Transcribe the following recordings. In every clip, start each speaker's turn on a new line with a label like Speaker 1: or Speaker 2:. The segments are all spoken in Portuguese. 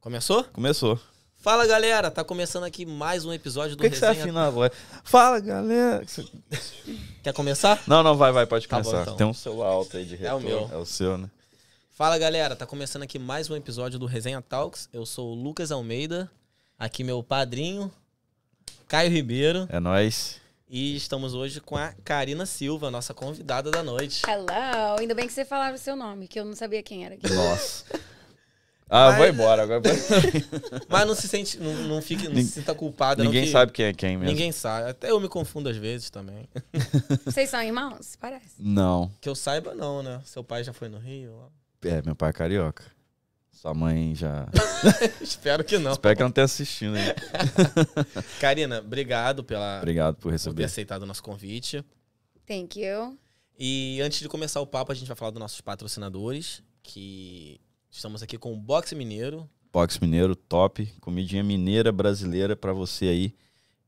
Speaker 1: Começou?
Speaker 2: Começou.
Speaker 1: Fala galera, tá começando aqui mais um episódio do
Speaker 2: Por que, que você tá
Speaker 1: Resenha.
Speaker 2: afina a voz? Fala, galera. Você-
Speaker 1: Quer começar?
Speaker 2: Não, não, vai, vai, pode
Speaker 1: Tá bom,
Speaker 2: começar.
Speaker 1: então.
Speaker 2: Tem um celular alto aí de retorno.
Speaker 1: meu.
Speaker 2: É o seu, né?
Speaker 1: Fala galera, tá começando aqui mais um episódio do Resenha Talks. Eu sou o Lucas Almeida, aqui meu padrinho, Caio Ribeiro,
Speaker 2: É nóis.
Speaker 1: e estamos hoje com a Karina Silva, nossa convidada da noite.
Speaker 3: Hello, ainda bem que você falava o seu nome, que eu não sabia quem era.
Speaker 2: Nossa. Ah,
Speaker 1: Mas-
Speaker 2: vou embora agora.
Speaker 1: Mas não se sente, não, não fique, não se
Speaker 2: Nin-
Speaker 1: sinta culpada. não
Speaker 2: Ninguém
Speaker 1: um que-
Speaker 2: sabe quem é quem mesmo.
Speaker 1: Ninguém sabe. Até eu me confundo às vezes também.
Speaker 3: Vocês são irmãos? Parece.
Speaker 2: Não.
Speaker 1: Que eu saiba, não, né? Seu pai já foi no Rio. lá.
Speaker 2: É, meu pai é carioca. Sua mãe já.
Speaker 1: Espero que não.
Speaker 2: Espero que ela não tenha assistindo aí.
Speaker 1: Karina, obrigado pela,
Speaker 2: Obrigado por
Speaker 1: por ter
Speaker 2: receber.
Speaker 1: aceitado o nosso convite.
Speaker 3: Thank you.
Speaker 1: E antes de começar o papo, a gente vai falar dos nossos patrocinadores, que estamos aqui com o Boxe Mineiro.
Speaker 2: Box Mineiro, top. Comidinha mineira brasileira pra você aí.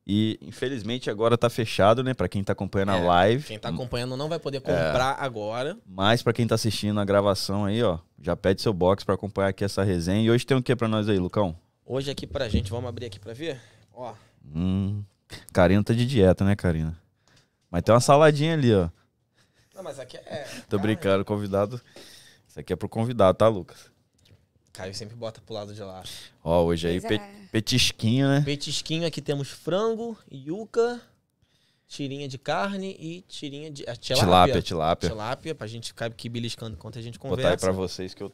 Speaker 2: E infelizmente agora tá fechado, né? Pra quem tá acompanhando
Speaker 1: É,
Speaker 2: a live.
Speaker 1: Quem tá acompanhando não vai
Speaker 2: É.
Speaker 1: poder comprar agora.
Speaker 2: Mas pra quem tá assistindo a gravação aí, ó, já pede seu box pra acompanhar aqui essa resenha. E hoje tem o que pra nós aí, Lucão?
Speaker 1: Hoje aqui pra gente, vamos abrir aqui pra ver? Ó,
Speaker 2: Hum. Karina tá de dieta, né, Karina? Mas tem uma saladinha ali, ó.
Speaker 1: não, mas aqui é...
Speaker 2: Tô brincando, convidado. Isso aqui é pro convidado, tá, Lucas?
Speaker 1: Caio sempre bota pro lado de lá.
Speaker 2: Ó, hoje aí
Speaker 3: Pois
Speaker 2: pe-
Speaker 3: é.
Speaker 2: petisquinho, né?
Speaker 1: Petisquinho, aqui temos frango, yuca, tirinha de carne e tirinha de... ah,
Speaker 2: Tilápia,
Speaker 1: tilápia.
Speaker 2: tilápia.
Speaker 1: Tilápia, pra gente ficar aqui beliscando enquanto a gente
Speaker 2: Vou botar aí
Speaker 1: conversa.
Speaker 2: pra vocês que eu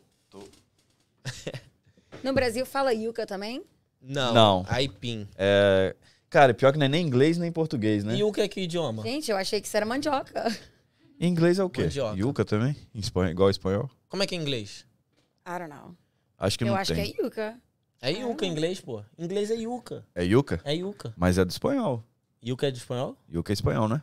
Speaker 3: No Brasil fala yuca também?
Speaker 1: Não,
Speaker 2: Não.
Speaker 1: aipim.
Speaker 2: é, cara, pior que não é nem inglês nem português, né?
Speaker 1: Yuca é que idioma?
Speaker 3: Gente, eu achei que isso era mandioca.
Speaker 2: Em Inglês é o quê?
Speaker 1: Mandioca.
Speaker 2: Yuca também? Em espan- Igual espanhol?
Speaker 1: Como é que é em inglês?
Speaker 3: I don't know.
Speaker 2: Acho que
Speaker 3: eu
Speaker 2: não
Speaker 3: acho
Speaker 2: tem.
Speaker 3: que é yuca.
Speaker 1: É yuca em inglês, pô. Em inglês é yuca.
Speaker 2: é... yuca?
Speaker 1: É yuca.
Speaker 2: Mas é do espanhol.
Speaker 1: Yuca é de espanhol?
Speaker 2: Yuca é espanhol, né?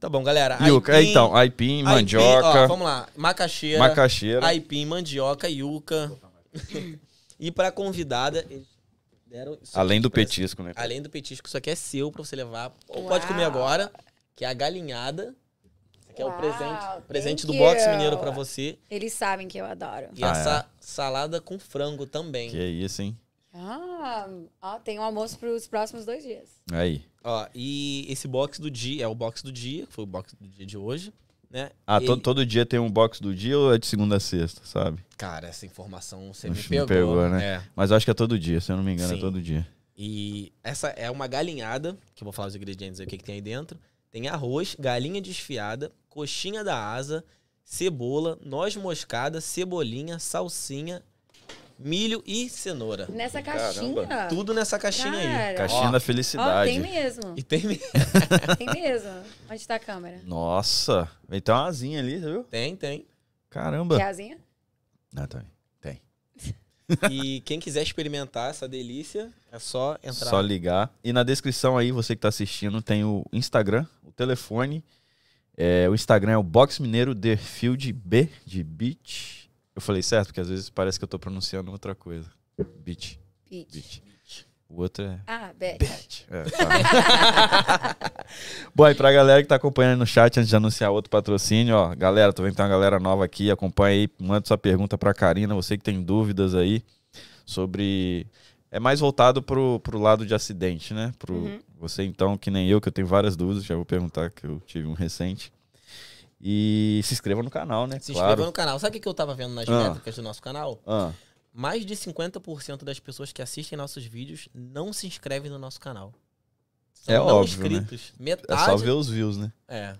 Speaker 1: Tá bom, galera.
Speaker 2: Yuca, é, então, aipim,
Speaker 1: aipim,
Speaker 2: mandioca,
Speaker 1: ó, vamos lá. Macaxeira,
Speaker 2: macaxeira.
Speaker 1: aipim, mandioca, yuca. e pra convidada, eles deram isso
Speaker 2: Além
Speaker 1: aqui
Speaker 2: do
Speaker 1: pra-
Speaker 2: petisco, né?
Speaker 1: Além do petisco, isso aqui é seu pra você levar. Ou
Speaker 3: Uau.
Speaker 1: pode comer agora, que é a galinhada. Isso aqui é o
Speaker 3: Uau,
Speaker 1: presente. Presente do
Speaker 3: thank
Speaker 1: Box
Speaker 3: you.
Speaker 1: Mineiro pra você.
Speaker 3: Eles sabem que eu adoro.
Speaker 1: E
Speaker 2: Ah,
Speaker 1: essa salada com frango também.
Speaker 2: Que é isso, hein?
Speaker 3: Ah, ó, tem um almoço para os próximos dois dias.
Speaker 2: Aí.
Speaker 1: Ó, e esse box do dia, é o box do dia, que foi o box do dia de hoje, né?
Speaker 2: Ah,
Speaker 1: Ele-
Speaker 2: to- todo dia tem um box do dia ou é de segunda a sexta, sabe?
Speaker 1: Cara, essa informação você me
Speaker 2: Oxe,
Speaker 1: pegou.
Speaker 2: me pegou, né?
Speaker 1: É.
Speaker 2: Mas eu acho que é todo dia, se eu não me engano,
Speaker 1: Sim.
Speaker 2: é todo dia.
Speaker 1: E essa é uma galinhada, que eu vou falar os ingredientes aí, o que, que tem aí dentro. Tem arroz, galinha desfiada, coxinha da asa, cebola, noz moscada, cebolinha, salsinha, milho e cenoura.
Speaker 3: Nessa
Speaker 2: Caramba.
Speaker 3: caixinha.
Speaker 1: Tudo nessa caixinha aí.
Speaker 3: Cara.
Speaker 2: Caixinha
Speaker 1: Ó,
Speaker 2: da
Speaker 3: Ó,
Speaker 2: felicidade.
Speaker 3: tem mesmo.
Speaker 1: E tem, mi-
Speaker 3: Tem mesmo. Onde está a câmera?
Speaker 2: Nossa, vem ter uma asinha ali, tá viu?
Speaker 1: tem, tem.
Speaker 2: Caramba.
Speaker 3: Tiazinha?
Speaker 2: Ah, tá. Tem.
Speaker 1: E quem quiser experimentar essa delícia, é só entrar.
Speaker 2: Só ligar. E na descrição aí, você que tá assistindo, tem o Instagram, o telefone. É, o Instagram é o Box Mineiro Derfield B de Beach. Eu falei certo, porque às vezes parece que eu tô pronunciando outra coisa. Beach,
Speaker 3: Peach.
Speaker 2: beach. O outro é
Speaker 3: Ah, Beth.
Speaker 2: Pet. É, tá. Bom, e pra galera que tá acompanhando no chat antes de anunciar outro patrocínio, ó, galera, tô vendo que tem uma galera nova aqui, acompanha aí, manda sua pergunta pra Karina, você que tem dúvidas aí sobre. É mais voltado pro, pro lado de acidente, né? Pro
Speaker 3: Uhum.
Speaker 2: você então, que nem eu, que eu tenho várias dúvidas, já vou perguntar que eu tive um recente. E se inscreva no canal, né?
Speaker 1: Se
Speaker 2: claro.
Speaker 1: inscreva no canal. Sabe o que que eu tava vendo nas
Speaker 2: Ah.
Speaker 1: métricas do nosso canal?
Speaker 2: Ah,
Speaker 1: Mais de 50% das pessoas que assistem nossos vídeos não se inscrevem no nosso canal.
Speaker 2: É
Speaker 1: não
Speaker 2: óbvio, né?
Speaker 1: inscritos.
Speaker 2: é só
Speaker 1: Metade.
Speaker 2: ver os views, né?
Speaker 1: É,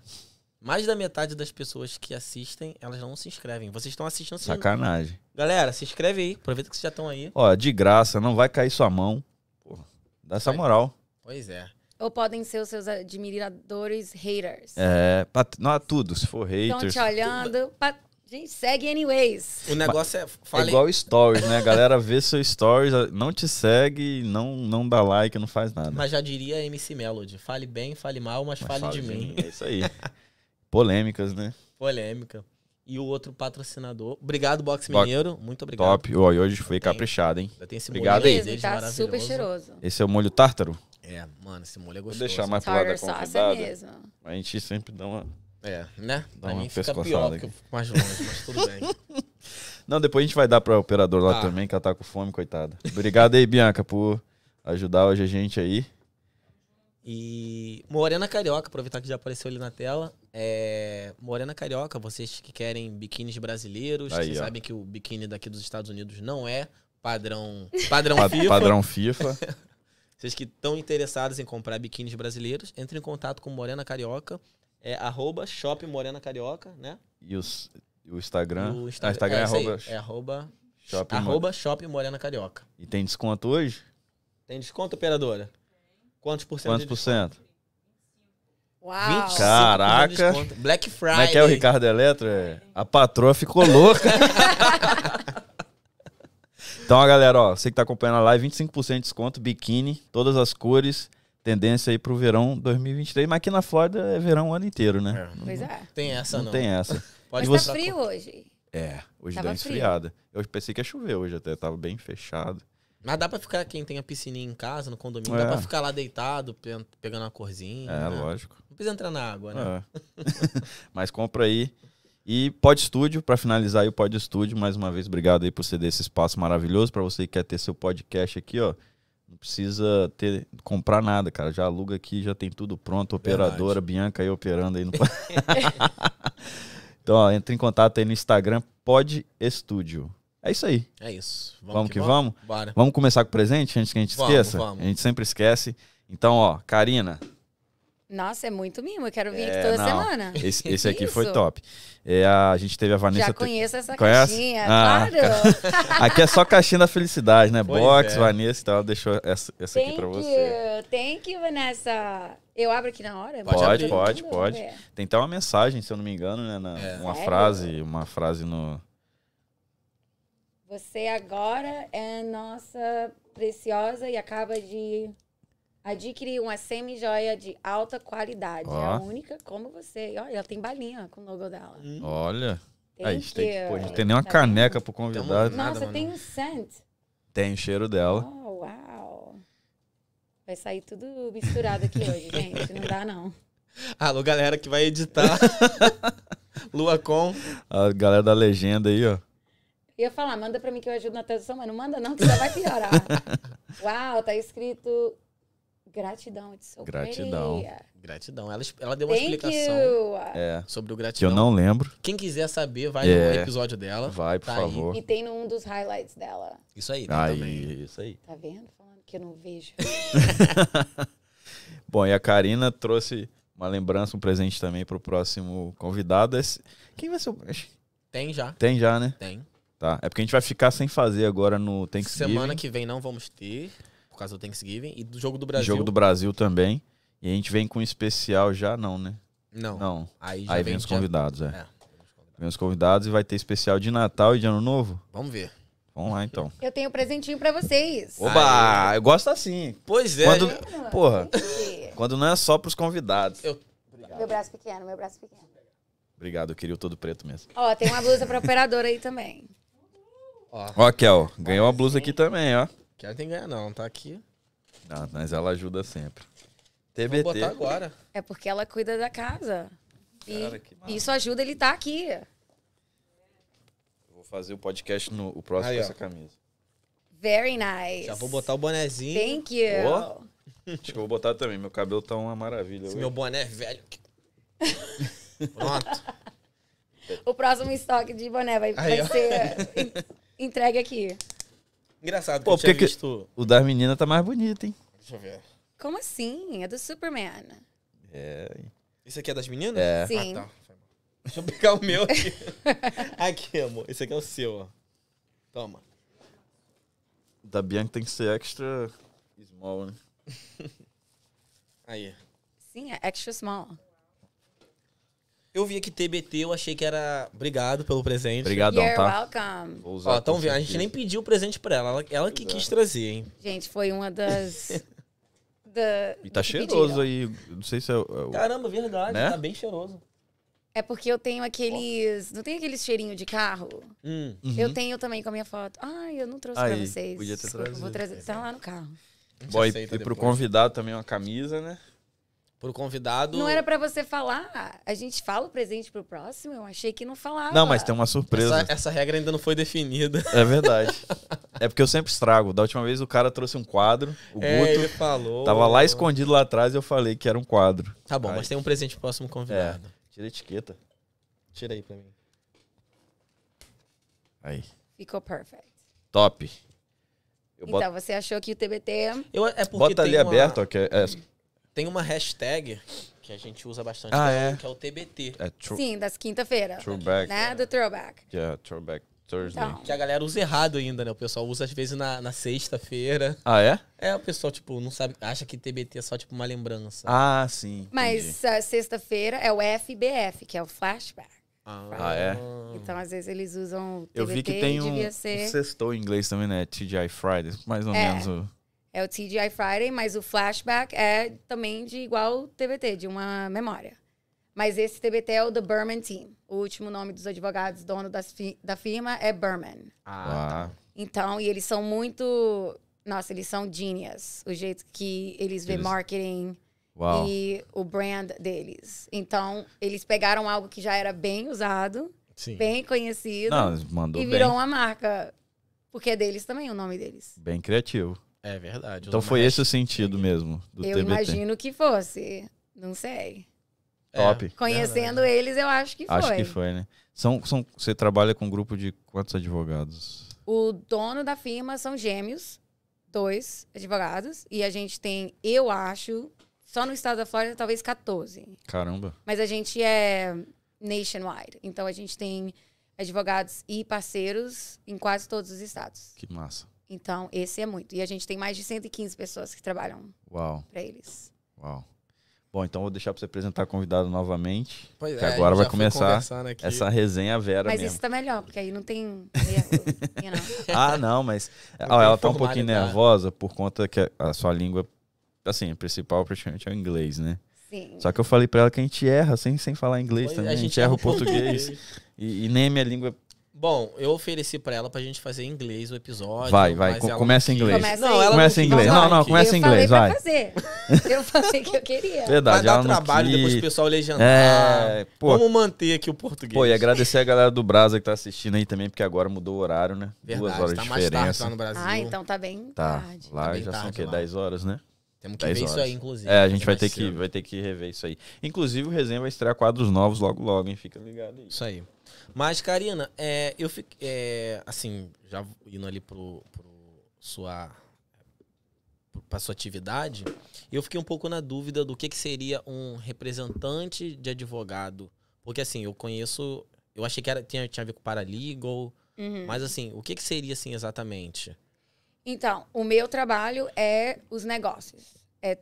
Speaker 1: Mais da metade das pessoas que assistem, elas não se inscrevem. Vocês estão assistindo. Se...
Speaker 2: Sacanagem.
Speaker 1: Galera, se inscreve aí. Aproveita que vocês já estão aí.
Speaker 2: Ó, de graça, não vai cair sua mão. Porra, dá essa
Speaker 1: Vai.
Speaker 2: moral.
Speaker 1: Pois é.
Speaker 3: Ou podem ser os seus admiradores haters.
Speaker 2: É, pra- não há tudo, se for
Speaker 3: Estão
Speaker 2: haters. é
Speaker 3: te olhando. pa- Gente, segue anyways.
Speaker 1: O negócio é.
Speaker 2: É
Speaker 1: Falei.
Speaker 2: igual stories, né? A galera vê seu stories, não te segue, não, não dá like, não faz nada.
Speaker 1: Mas já diria MC Melody. Fale bem, fale mal, mas,
Speaker 2: Mas
Speaker 1: fale
Speaker 2: fala
Speaker 1: de mim.
Speaker 2: É isso aí. Polêmicas, né?
Speaker 1: Polêmica. E o outro patrocinador. Obrigado, Box
Speaker 2: Box-
Speaker 1: Mineiro. Muito obrigado.
Speaker 2: Top. Ó, e hoje foi
Speaker 1: Tem.
Speaker 2: caprichado, hein?
Speaker 1: Ainda Tem esse
Speaker 2: Obrigado
Speaker 1: molho
Speaker 2: aí.
Speaker 1: deles
Speaker 3: Mesmo, tá
Speaker 1: maravilhoso.
Speaker 3: super cheiroso.
Speaker 2: Esse é o molho tártaro.
Speaker 1: É, mano, esse molho é
Speaker 2: Vou
Speaker 1: gostoso.
Speaker 2: deixar mais pro lado da
Speaker 3: Tartar sauce é
Speaker 2: convidada.
Speaker 3: mesmo.
Speaker 2: A gente sempre dá uma...
Speaker 1: É, né?
Speaker 2: Dá
Speaker 1: pra
Speaker 2: uma
Speaker 1: mim fica
Speaker 2: pescoçada
Speaker 1: pior,
Speaker 2: aqui.
Speaker 1: porque eu fico mais longe, mas tudo bem.
Speaker 2: Não, depois a gente vai dar pra operador lá
Speaker 1: Ah.
Speaker 2: também, que ela tá com fome, coitada. Obrigado aí, Bianca, por ajudar hoje a gente aí.
Speaker 1: E Morena Carioca, aproveitar que já apareceu ali na tela. É... Morena Carioca, vocês que querem biquínis brasileiros,
Speaker 2: Aí,
Speaker 1: vocês
Speaker 2: ó.
Speaker 1: sabem que o biquíni daqui dos Estados Unidos não é padrão, padrão
Speaker 2: Pa-
Speaker 1: É FIFA.
Speaker 2: Padrão FIFA.
Speaker 1: Vocês que estão interessados em comprar biquínis brasileiros, entrem em contato com Morena Carioca. É arroba shop Morena Carioca, né?
Speaker 2: E os- e o Instagram.
Speaker 1: O
Speaker 2: Ah, Instagram é,
Speaker 1: isso aí,
Speaker 2: arroba,
Speaker 1: é arroba,
Speaker 2: shopping mo-
Speaker 1: arroba shop Morena Carioca.
Speaker 2: E tem desconto hoje?
Speaker 1: Tem desconto, operadora? Quantos por cento
Speaker 2: Quantos
Speaker 1: de
Speaker 2: por cento?
Speaker 3: Uau.
Speaker 1: 25%
Speaker 2: Caraca.
Speaker 1: de desconto. Black Friday.
Speaker 2: Como é que é o Ricardo Eletro? É, A patroa ficou louca. então, ó, galera, ó, você que tá acompanhando a live, 25% de desconto, biquíni, todas as cores, tendência aí pro verão 2023. Mas aqui na Flórida é verão o ano inteiro, né? Não-
Speaker 3: Pois é.
Speaker 1: Tem essa,
Speaker 2: não,
Speaker 1: não.
Speaker 2: tem essa.
Speaker 1: Pode
Speaker 3: Mas
Speaker 1: botar
Speaker 3: tá
Speaker 1: a
Speaker 3: frio
Speaker 1: conta.
Speaker 3: hoje.
Speaker 2: É, hoje
Speaker 3: Tava
Speaker 2: deu uma
Speaker 3: frio.
Speaker 2: esfriada. Eu pensei que ia chover hoje até, tava bem fechado.
Speaker 1: Mas dá pra ficar, quem tem a piscininha em casa, no condomínio,
Speaker 2: É.
Speaker 1: dá pra ficar lá deitado, pe- pegando uma corzinha. né?
Speaker 2: É, lógico.
Speaker 1: Não precisa entrar na água, né?
Speaker 2: É. Mas compra aí. E Pod Estúdio, para finalizar aí o Pod Estúdio, mais uma vez, obrigado aí por ceder esse espaço maravilhoso. Para você que quer ter seu podcast aqui, ó. Não precisa ter, comprar nada, cara. Já aluga aqui, já tem tudo pronto. Operadora, Bianca aí operando aí no. então, ó, entra em contato aí no Instagram, Pod Estúdio. É isso aí.
Speaker 1: É, isso.
Speaker 2: Vamos, que, vamos.
Speaker 1: Bora.
Speaker 2: Vamos começar com o presente antes que a gente
Speaker 1: Vamos,
Speaker 2: esqueça?
Speaker 1: vamos.
Speaker 2: A gente sempre esquece. Então, ó, Karina,
Speaker 3: Nossa, é muito mimo. Eu quero vir
Speaker 2: É,
Speaker 3: aqui toda
Speaker 2: não.
Speaker 3: semana.
Speaker 2: esse, esse aqui
Speaker 3: Isso.
Speaker 2: foi top. É, a gente teve a Vanessa.
Speaker 3: Já
Speaker 2: Te-
Speaker 3: conheço essa
Speaker 2: Conhece?
Speaker 3: caixinha.
Speaker 2: Ah,
Speaker 3: claro.
Speaker 2: Aqui é só caixinha da felicidade, né?
Speaker 1: Pois
Speaker 2: Box,
Speaker 1: é.
Speaker 2: Vanessa, então ela deixou essa, essa aqui
Speaker 3: Thank
Speaker 2: pra
Speaker 3: you.
Speaker 2: você.
Speaker 3: Thank you, Vanessa. Eu abro aqui na hora?
Speaker 1: Pode
Speaker 3: Pra
Speaker 1: abrir.
Speaker 3: todo
Speaker 2: Pode,
Speaker 3: mundo?
Speaker 2: pode.
Speaker 3: Vamos ver.
Speaker 2: Tem até uma mensagem, se eu não me engano, né? na-
Speaker 1: É.
Speaker 2: Uma
Speaker 3: Sério?
Speaker 2: frase, uma frase no.
Speaker 3: Você agora é nossa preciosa e acaba de adquirir uma semi-joia de alta qualidade. É a
Speaker 2: Ó.
Speaker 3: única como você. E Olha, ela tem balinha com o logo dela.
Speaker 1: Hum.
Speaker 2: Olha. Aí, a gente
Speaker 3: Thank
Speaker 2: tem,
Speaker 3: you.
Speaker 2: pô, a gente tem nem uma
Speaker 3: Tá
Speaker 2: caneca pro
Speaker 3: vendo?
Speaker 2: convidado.
Speaker 1: Nada,
Speaker 3: Nossa,
Speaker 1: mano.
Speaker 3: tem um scent.
Speaker 2: Tem o cheiro dela.
Speaker 3: Oh, uau. Vai sair tudo misturado aqui hoje, gente. Não dá, não.
Speaker 1: Alô, galera que vai editar. Lua com.
Speaker 2: A galera da legenda aí, ó.
Speaker 3: Eu ia falar, manda pra mim que eu ajudo na tradução, mas não manda não, que já vai piorar. Uau, tá escrito gratidão. It's so
Speaker 2: Gratidão.
Speaker 3: pretty.
Speaker 1: Gratidão. Ela, es- ela deu uma
Speaker 3: Thank
Speaker 1: explicação
Speaker 3: you.
Speaker 2: É.
Speaker 1: sobre o
Speaker 2: Que eu
Speaker 1: gratidão.
Speaker 2: não lembro.
Speaker 1: Quem quiser saber, vai
Speaker 2: É.
Speaker 1: no episódio dela.
Speaker 2: Vai, por
Speaker 1: Tá aí.
Speaker 2: favor.
Speaker 3: E tem num dos highlights dela.
Speaker 1: Isso aí. tem também.
Speaker 2: Aí, isso aí.
Speaker 3: Tá vendo? Falando que eu não vejo.
Speaker 2: Bom, e a Karina trouxe uma lembrança, um presente também pro próximo convidado. Esse- Quem vai ser o.
Speaker 1: Tem já.
Speaker 2: Tem já, né?
Speaker 1: Tem.
Speaker 2: Tá. É porque a gente vai ficar sem fazer agora no Thanksgiving.
Speaker 1: Semana que vem não vamos ter, por causa do Thanksgiving. E do Jogo do Brasil.
Speaker 2: Jogo do Brasil também. E a gente vem com um especial já, não, né?
Speaker 1: Não.
Speaker 2: Não.
Speaker 1: Aí já
Speaker 2: Aí
Speaker 1: vem,
Speaker 2: vem os
Speaker 1: já-
Speaker 2: convidados, é.
Speaker 1: É.
Speaker 2: Vem os convidados e vai ter especial de Natal e de Ano Novo.
Speaker 1: Vamos ver.
Speaker 2: Vamos lá, então.
Speaker 3: Eu tenho um presentinho pra vocês.
Speaker 2: Oba! Eu gosto assim.
Speaker 1: Pois é.
Speaker 2: Quando-
Speaker 3: Claro,
Speaker 2: porra.
Speaker 3: gente.
Speaker 2: Quando não é só pros convidados.
Speaker 1: Eu-
Speaker 3: Meu braço pequeno, meu braço pequeno.
Speaker 2: Obrigado, eu queria o todo preto mesmo.
Speaker 3: Ó, tem uma blusa pra operadora aí também.
Speaker 1: Ó,
Speaker 2: Ó, Kel, ganhou a blusa aqui também, ó.
Speaker 1: que ela tem que ganhar, não. Tá aqui.
Speaker 2: Ah, mas ela ajuda sempre.
Speaker 1: Vou botar
Speaker 2: TBT.
Speaker 1: agora.
Speaker 3: É porque ela cuida da casa. E
Speaker 2: Cara, que maravilha.
Speaker 3: isso ajuda ele estar tá aqui.
Speaker 2: Vou fazer o podcast no o próximo
Speaker 1: Aí,
Speaker 2: com
Speaker 1: ó.
Speaker 2: essa camisa.
Speaker 3: Very nice.
Speaker 1: Já vou botar o bonezinho.
Speaker 3: Thank you.
Speaker 2: Ó. Acho que eu vou botar também. Meu cabelo tá uma maravilha.
Speaker 1: Esse
Speaker 2: hoje.
Speaker 1: meu boné velho. Pronto.
Speaker 3: O próximo estoque de boné vai, vai
Speaker 1: Aí, ó.
Speaker 3: ser en- entregue aqui.
Speaker 1: Engraçado que
Speaker 2: Pô,
Speaker 1: eu tinha
Speaker 2: por que que-
Speaker 1: visto...
Speaker 2: O das meninas tá mais bonito, hein?
Speaker 1: Deixa eu ver.
Speaker 3: Como assim? É do Superman.
Speaker 2: É.
Speaker 1: Esse aqui é das meninas?
Speaker 2: É.
Speaker 3: Sim.
Speaker 1: Ah, tá. Foi mal. Deixa eu pegar o meu aqui. aqui, amor. Esse aqui é o seu, ó. Toma.
Speaker 2: O Da Bianca tem que ser extra small, né?
Speaker 1: Aí.
Speaker 3: Sim, é extra small.
Speaker 1: Eu vi aqui TBT, eu achei que era... Obrigado pelo presente.
Speaker 2: Obrigadão,
Speaker 3: You're
Speaker 2: tá?
Speaker 3: welcome.
Speaker 2: Vou usar
Speaker 1: Ó, então
Speaker 2: com
Speaker 1: vendo, a gente
Speaker 2: certeza. é.
Speaker 1: nem pediu o presente pra ela. Ela, ela que quis trazer, hein?
Speaker 3: Gente, foi uma das. da-
Speaker 2: E
Speaker 3: do
Speaker 2: tá
Speaker 3: que
Speaker 2: cheiroso
Speaker 3: pediram.
Speaker 2: aí. Não sei se é. o- é o-
Speaker 1: Caramba, verdade.
Speaker 2: Né?
Speaker 1: Tá bem cheiroso.
Speaker 3: É porque eu tenho aqueles. Não tem aqueles cheirinho de carro?
Speaker 1: Hum.
Speaker 3: Uhum. Eu tenho também com a minha foto. Ai, eu não trouxe pra
Speaker 2: Uhum. Aí,
Speaker 3: vocês.
Speaker 2: podia ter
Speaker 3: Desculpa, eu Vou trazer. Tá lá no carro.
Speaker 1: A gente
Speaker 2: Bom, e,
Speaker 1: aceita
Speaker 2: e pro
Speaker 1: depois.
Speaker 2: convidado também uma camisa, né?
Speaker 1: Pro convidado.
Speaker 3: Não era pra você falar. A gente fala o presente pro próximo. Eu achei que não falava.
Speaker 2: Não, mas tem uma surpresa.
Speaker 1: essa, essa regra ainda não foi definida.
Speaker 2: É verdade. É porque eu sempre estrago. Da última vez o cara trouxe um quadro, o
Speaker 1: É,
Speaker 2: Guto.
Speaker 1: ele falou.
Speaker 2: Tava lá escondido lá atrás e eu falei que era um quadro.
Speaker 1: Tá bom,
Speaker 2: Ai.
Speaker 1: mas tem um presente pro próximo convidado.
Speaker 2: Tira a etiqueta.
Speaker 1: Tira aí pra mim.
Speaker 2: Aí.
Speaker 3: Ficou perfect.
Speaker 2: Top. Eu boto,
Speaker 3: Então, você achou que o TBT...
Speaker 1: Eu, é porque
Speaker 2: bota
Speaker 1: tem
Speaker 2: ali
Speaker 1: uma,
Speaker 2: aberto, ó, que é, é,
Speaker 1: Tem uma hashtag que a gente usa bastante,
Speaker 2: Ah,
Speaker 1: que, é.
Speaker 2: é?
Speaker 1: o- que é o TBT.
Speaker 2: é true,
Speaker 3: Sim, das quinta-feira.
Speaker 2: throwback.
Speaker 3: Né? Do throwback.
Speaker 2: Que é throwback Thursday.
Speaker 3: Então.
Speaker 1: Que a galera usa errado ainda, né? O pessoal usa às vezes na, na sexta-feira.
Speaker 2: Ah, é?
Speaker 1: É, o pessoal, tipo, não sabe, acha que TBT é só, tipo, uma lembrança.
Speaker 2: Ah, sim. entendi.
Speaker 3: Mas a sexta-feira é o FBF, que é o flashback.
Speaker 2: Ah, é?
Speaker 3: Então, às vezes, eles usam o TBT
Speaker 2: Eu vi que tem
Speaker 3: e
Speaker 2: um,
Speaker 3: devia
Speaker 2: um
Speaker 3: ser...
Speaker 2: sextou em inglês também, né? TGI Friday. Mais ou
Speaker 3: É.
Speaker 2: menos o...
Speaker 3: É o TGI Friday, mas o flashback é também de igual o TBT, de uma memória. Mas esse TBT é o The Berman Team. O último nome dos advogados, dono das fi- da firma, é Berman.
Speaker 2: Ah,
Speaker 3: Então, e eles são muito. Nossa, eles são genius. O jeito que eles vê
Speaker 2: Eles-
Speaker 3: marketing
Speaker 2: uau.
Speaker 3: e o brand deles. Então, eles pegaram algo que já era bem usado,
Speaker 1: Sim.
Speaker 3: bem conhecido,
Speaker 2: Não, mandou
Speaker 3: e
Speaker 2: bem.
Speaker 3: virou um uma marca. Porque é deles também o nome deles.
Speaker 2: Bem criativo.
Speaker 1: É verdade.
Speaker 2: Então
Speaker 1: usa uma
Speaker 2: foi esse o
Speaker 1: hashtag.
Speaker 2: sentido mesmo do TBT.
Speaker 3: Eu imagino que fosse. Não sei.
Speaker 1: É,
Speaker 2: Top.
Speaker 3: Conhecendo
Speaker 1: Verdade.
Speaker 3: eles, eu acho que foi.
Speaker 2: Acho que foi, né? São, são, você trabalha com um grupo de quantos advogados?
Speaker 3: O dono da firma são gêmeos, dois advogados, e a gente tem, eu acho, só no estado da Flórida, talvez 14.
Speaker 2: Caramba.
Speaker 3: Mas a gente é nationwide, então a gente tem advogados e parceiros em quase todos os estados.
Speaker 2: Que massa.
Speaker 3: Então, esse é muito. E a gente tem mais de 115 pessoas que trabalham
Speaker 2: Uau,
Speaker 3: para eles.
Speaker 2: uau. Bom, então vou deixar pra você apresentar a convidado novamente.
Speaker 1: Pois
Speaker 2: Que
Speaker 1: é,
Speaker 2: agora
Speaker 1: a gente
Speaker 2: vai
Speaker 1: já foi
Speaker 2: começar
Speaker 1: conversando aqui.
Speaker 2: Essa resenha é Vera
Speaker 3: Mas
Speaker 2: mesmo.
Speaker 3: isso tá melhor, porque aí não tem né? erro, you know.
Speaker 2: Ah, não, mas.
Speaker 1: Não
Speaker 2: Ó,
Speaker 1: tem
Speaker 2: ela tá um pouquinho
Speaker 1: formalidade.
Speaker 2: nervosa por conta que a sua língua, assim, a principal praticamente é o inglês, né?
Speaker 3: Sim.
Speaker 2: Só que eu falei pra ela que a gente erra sem, sem falar inglês
Speaker 1: Pois é,
Speaker 2: também. A gente, erra o português. e, e nem a minha língua.
Speaker 1: Bom, eu ofereci pra ela pra gente fazer em inglês o episódio.
Speaker 2: Vai, vai,
Speaker 1: mas
Speaker 2: co-
Speaker 1: ela
Speaker 2: começa
Speaker 1: não
Speaker 2: em
Speaker 1: quis.
Speaker 2: inglês.
Speaker 3: Começa
Speaker 1: Não, ela
Speaker 2: Começa em
Speaker 1: não
Speaker 2: inglês.
Speaker 1: quis,
Speaker 2: Não,
Speaker 1: ela
Speaker 2: não, começa em
Speaker 3: eu
Speaker 2: inglês, vai.
Speaker 3: falei pra fazer. Eu falei que eu queria.
Speaker 1: É, Vai
Speaker 2: Verdade,
Speaker 1: dar
Speaker 2: ela não
Speaker 1: trabalho,
Speaker 2: quis.
Speaker 1: depois Ah, o pessoal lê jantar.
Speaker 2: É, pô,
Speaker 1: Vamos manter aqui o português.
Speaker 2: Pô, e agradecer a galera do Brasa que tá assistindo aí também, porque agora mudou o horário, né?
Speaker 1: Verdade,
Speaker 2: Duas horas
Speaker 1: tá
Speaker 2: de
Speaker 1: mais tarde
Speaker 2: diferença.
Speaker 1: lá no Brasil.
Speaker 3: Ah, então tá bem
Speaker 2: Tá,
Speaker 3: tarde.
Speaker 2: lá
Speaker 1: Tá bem
Speaker 2: já são o
Speaker 1: tarde
Speaker 2: quê?
Speaker 1: lá.
Speaker 2: 10 horas, né?
Speaker 1: Temos que ver
Speaker 2: 10
Speaker 1: isso aí,
Speaker 2: horas.
Speaker 1: inclusive.
Speaker 2: É, a gente vai
Speaker 1: mais
Speaker 2: ter, que,
Speaker 1: cedo.
Speaker 2: vai ter que rever isso aí. Inclusive, o Resenha vai estrear quadros novos logo logo, hein? Fica ligado aí.
Speaker 1: Isso aí. Mas, Karina, é, eu fiquei. é, assim, já indo ali pro, pro sua. pra sua atividade, eu fiquei um pouco na dúvida do que, que seria um representante de advogado. Porque, assim, eu conheço. Eu achei que era, tinha, tinha a ver com paralegal,
Speaker 3: Uhum.
Speaker 1: mas, assim, o que, que seria, assim, exatamente?
Speaker 3: Então, o meu trabalho é os negócios. É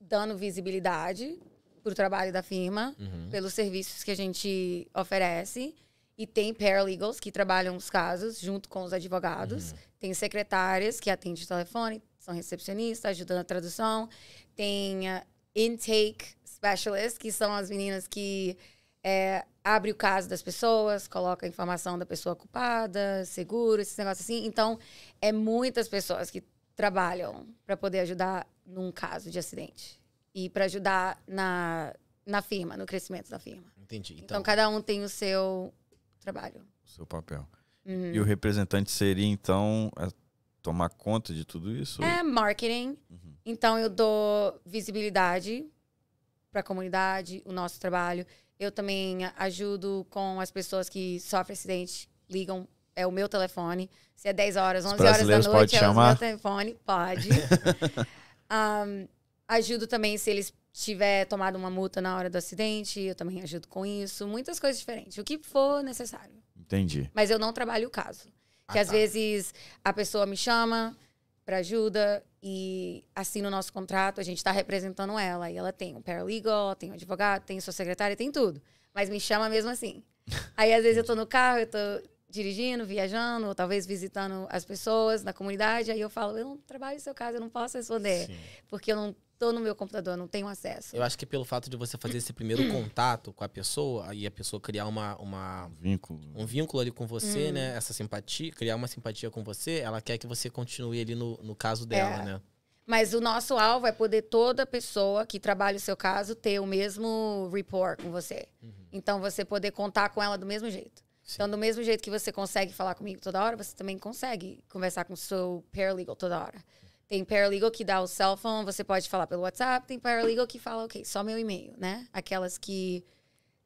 Speaker 3: dando visibilidade pro trabalho da firma,
Speaker 1: Uhum.
Speaker 3: pelos serviços que a gente oferece. E tem paralegals que trabalham os casos junto com os advogados. Tem secretárias que atendem o telefone, são recepcionistas, ajudando a tradução. Tem ah, intake specialists, que são as meninas que eh, abrem o caso das pessoas, colocam a informação da pessoa culpada, seguro, esses negócios assim. Então, é muitas pessoas que trabalham para poder ajudar num caso de acidente. E para ajudar na, na firma, no crescimento da firma.
Speaker 1: Entendi. Então,
Speaker 3: Então, cada um tem o seu trabalho.
Speaker 2: Seu papel.
Speaker 3: Uhum.
Speaker 2: E o representante seria, então, é, tomar conta de tudo isso?
Speaker 3: É marketing.
Speaker 2: Uhum.
Speaker 3: Então eu dou visibilidade para a comunidade, o nosso trabalho. Eu também ajudo com as pessoas que sofrem acidente, ligam é o meu telefone. Se é 10 horas, 11 horas da
Speaker 2: brasileiros
Speaker 3: noite,
Speaker 2: pode
Speaker 3: é o
Speaker 2: chamar?
Speaker 3: meu telefone, pode. Ahn, ajudo também se eles tiver tomado uma multa na hora do acidente, eu também ajudo com isso, muitas coisas diferentes, o que for necessário.
Speaker 2: Entendi.
Speaker 3: Mas eu não trabalho o caso.
Speaker 1: Ah,
Speaker 3: que às
Speaker 1: tá.
Speaker 3: vezes a pessoa me chama para ajuda e assina o nosso contrato, a gente está representando ela. E ela tem um paralegal, tem um advogado, tem sua secretária, tem tudo. Mas me chama mesmo assim. Aí às vezes eu tô no carro, eu tô dirigindo, viajando, ou talvez visitando as pessoas na comunidade, aí eu falo, eu não trabalho o seu caso, eu não posso responder,
Speaker 1: sim.
Speaker 3: porque eu não tô no meu computador, eu não tenho acesso.
Speaker 1: Eu acho que pelo fato de você fazer esse primeiro contato com a pessoa e a pessoa criar uma- uma
Speaker 2: Vínculo. né?
Speaker 1: um vínculo ali com você, né?
Speaker 3: Hum.
Speaker 1: Essa simpatia, criar uma simpatia com você, ela quer que você continue ali no, no caso dela,
Speaker 3: É.
Speaker 1: né?
Speaker 3: Mas o nosso alvo é poder toda pessoa que trabalha o seu caso ter o mesmo rapport com você. Então, você poder contar com ela do mesmo jeito.
Speaker 1: Sim.
Speaker 3: Então, do mesmo jeito que você consegue falar comigo toda hora, você também consegue conversar com o seu paralegal toda hora. Tem paralegal que dá o cell phone, você pode falar pelo WhatsApp. Tem paralegal que fala, ok, só meu e-mail, né? Aquelas que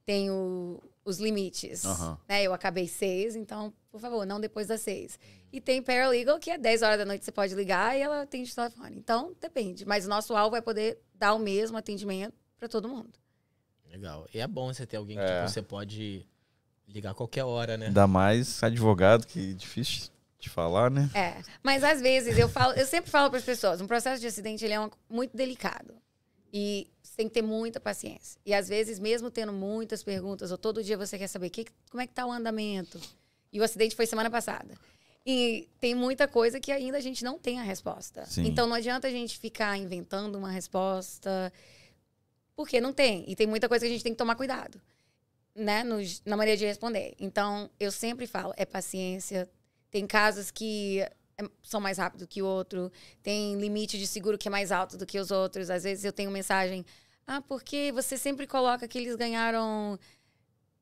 Speaker 3: tem o- os limites.
Speaker 2: Aham.
Speaker 3: Né? Eu acabei seis, então, por favor, não depois das seis. E tem paralegal que é 10 horas da noite você pode ligar e ela atende o telefone. Então, depende. Mas o nosso alvo é poder dar o mesmo atendimento para todo mundo.
Speaker 1: Legal. E é bom você ter alguém que
Speaker 2: É.
Speaker 1: tipo, você pode ligar a qualquer hora, né?
Speaker 2: Ainda mais advogado, que é difícil de falar, né?
Speaker 3: É, mas às vezes eu falo, eu sempre falo para as pessoas, um processo de acidente ele é uma- muito delicado e você tem que ter muita paciência. E às vezes mesmo tendo muitas perguntas ou todo dia você quer saber que, como é que tá o andamento. E o acidente foi semana passada. E tem muita coisa que ainda a gente não tem a resposta.
Speaker 2: Sim.
Speaker 3: Então não adianta a gente ficar inventando uma resposta porque não tem e tem muita coisa que a gente tem que tomar cuidado, né, nos- na maneira de responder. Então eu sempre falo é paciência, tem casos que é- são mais rápidos que o outro, tem limite de seguro que é mais alto do que os outros. Às vezes eu tenho mensagem, ah, porque você sempre coloca que eles ganharam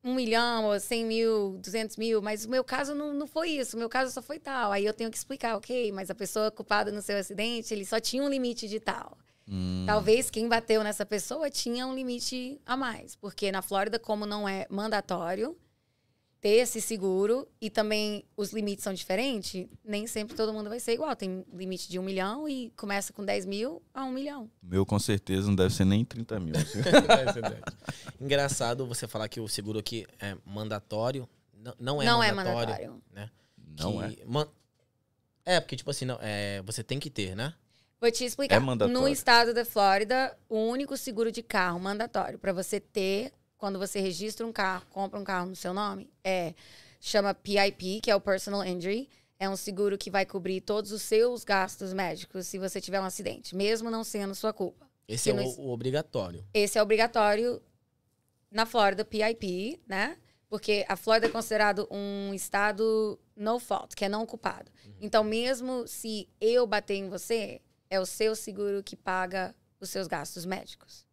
Speaker 3: um milhão, ou 100 mil, 200 mil, mas o meu caso não, não foi isso, o meu caso só foi tal. Aí eu tenho que explicar, ok, mas a pessoa culpada no seu acidente, ele só tinha um limite de tal.
Speaker 2: Hum,
Speaker 3: Talvez quem bateu nessa pessoa tinha um limite a mais, porque na Flórida, como não é mandatório ter esse seguro e também os limites são diferentes, nem sempre todo mundo vai ser igual. Tem limite de um milhão e começa com 10 mil a um milhão.
Speaker 2: o Meu, com certeza, não deve ser nem 30 mil. assim.
Speaker 1: É verdade. Engraçado você falar que o seguro aqui é mandatório. Não, não é
Speaker 3: não
Speaker 1: mandatório.
Speaker 3: é mandatório.
Speaker 2: Não é.
Speaker 1: que man- É, porque, tipo assim, não, é, você tem que ter, né?
Speaker 3: Vou te explicar.
Speaker 2: É mandatório.
Speaker 3: No estado da Flórida, o único seguro de carro mandatório para você ter quando você registra um carro, compra um carro no seu nome, é chama PIP, que é o Personal Injury. É um seguro que vai cobrir todos os seus gastos médicos se você tiver um acidente, mesmo não sendo sua culpa.
Speaker 1: Esse
Speaker 3: Que
Speaker 1: é
Speaker 3: não
Speaker 1: o,
Speaker 3: ex-
Speaker 1: o obrigatório.
Speaker 3: Esse é obrigatório na Flórida, PIP, né? Porque a Flórida é considerado um estado no fault, que é não culpado. Então, mesmo se eu bater em você, é o seu seguro que paga os seus gastos médicos.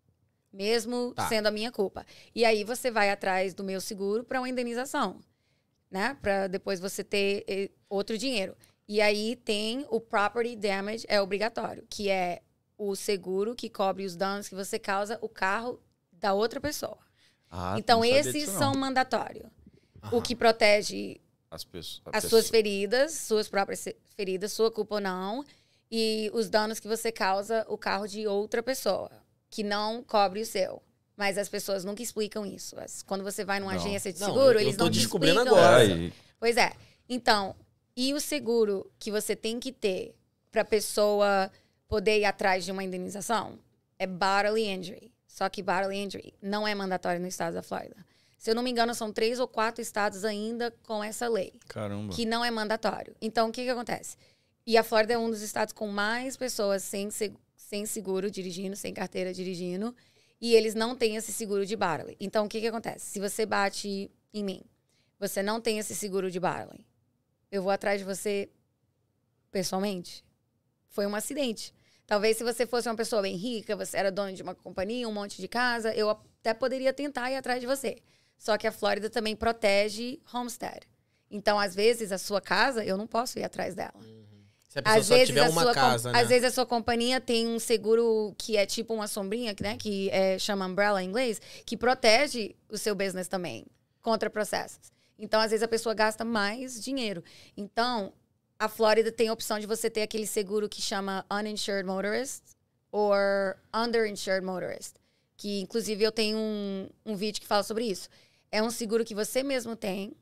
Speaker 3: Mesmo
Speaker 1: Tá.
Speaker 3: sendo a minha culpa. E aí você vai atrás do meu seguro para uma indenização, né? Para depois você ter eh, outro dinheiro. E aí tem o property damage é obrigatório, que é o seguro que cobre os danos que você causa o carro da outra pessoa.
Speaker 2: Ah,
Speaker 3: então
Speaker 2: não sabia
Speaker 3: esses
Speaker 2: disso, não. Ah.
Speaker 3: são mandatórios.
Speaker 1: Aham.
Speaker 3: O que protege
Speaker 2: as pessoas.
Speaker 3: as suas feridas, suas próprias se- feridas, sua culpa ou não, e os danos que você causa o carro de outra pessoa, que não cobre o seu. Mas as pessoas nunca explicam isso. As- Quando você vai numa
Speaker 2: Não.
Speaker 3: agência de
Speaker 1: Não,
Speaker 3: seguro,
Speaker 1: eu- eu
Speaker 3: eles
Speaker 1: tô
Speaker 3: não te
Speaker 1: descobrindo
Speaker 3: explicam.
Speaker 1: agora.
Speaker 2: Aí,
Speaker 3: Pois é. Então, e o seguro que você tem que ter para pessoa poder ir atrás de uma indenização é bodily injury. Só que bodily injury não é mandatório no estado da Flórida. Se eu não me engano, são três ou quatro estados ainda com essa lei
Speaker 2: caramba.
Speaker 3: que não é mandatório. Então, o que, que acontece? E a Flórida é um dos estados com mais pessoas sem, se- sem seguro dirigindo, sem carteira dirigindo, e eles não têm esse seguro de barley. Então, o que, que acontece? Se você bate em mim, você não tem esse seguro de barley, eu vou atrás de você pessoalmente. Foi um acidente. Talvez se você fosse uma pessoa bem rica, você era dono de uma companhia, um monte de casa, eu até poderia tentar ir atrás de você. Só que a Flórida também protege homestead. Então, às vezes, a sua casa, eu não posso ir atrás dela.
Speaker 1: Se a pessoa
Speaker 3: Às
Speaker 1: só
Speaker 3: vezes,
Speaker 1: tiver
Speaker 3: a
Speaker 1: uma
Speaker 3: sua com-
Speaker 1: casa, né?
Speaker 3: às vezes a sua companhia tem um seguro que é tipo uma sombrinha, que, né? Que é, chama umbrella em inglês, que protege o seu business também contra processos. Então, às vezes, a pessoa gasta mais dinheiro. Então, a Flórida tem a opção de você ter aquele seguro que chama uninsured motorist ou underinsured motorist. Que, inclusive, eu tenho um, um vídeo que fala sobre isso. É um seguro que você mesmo tem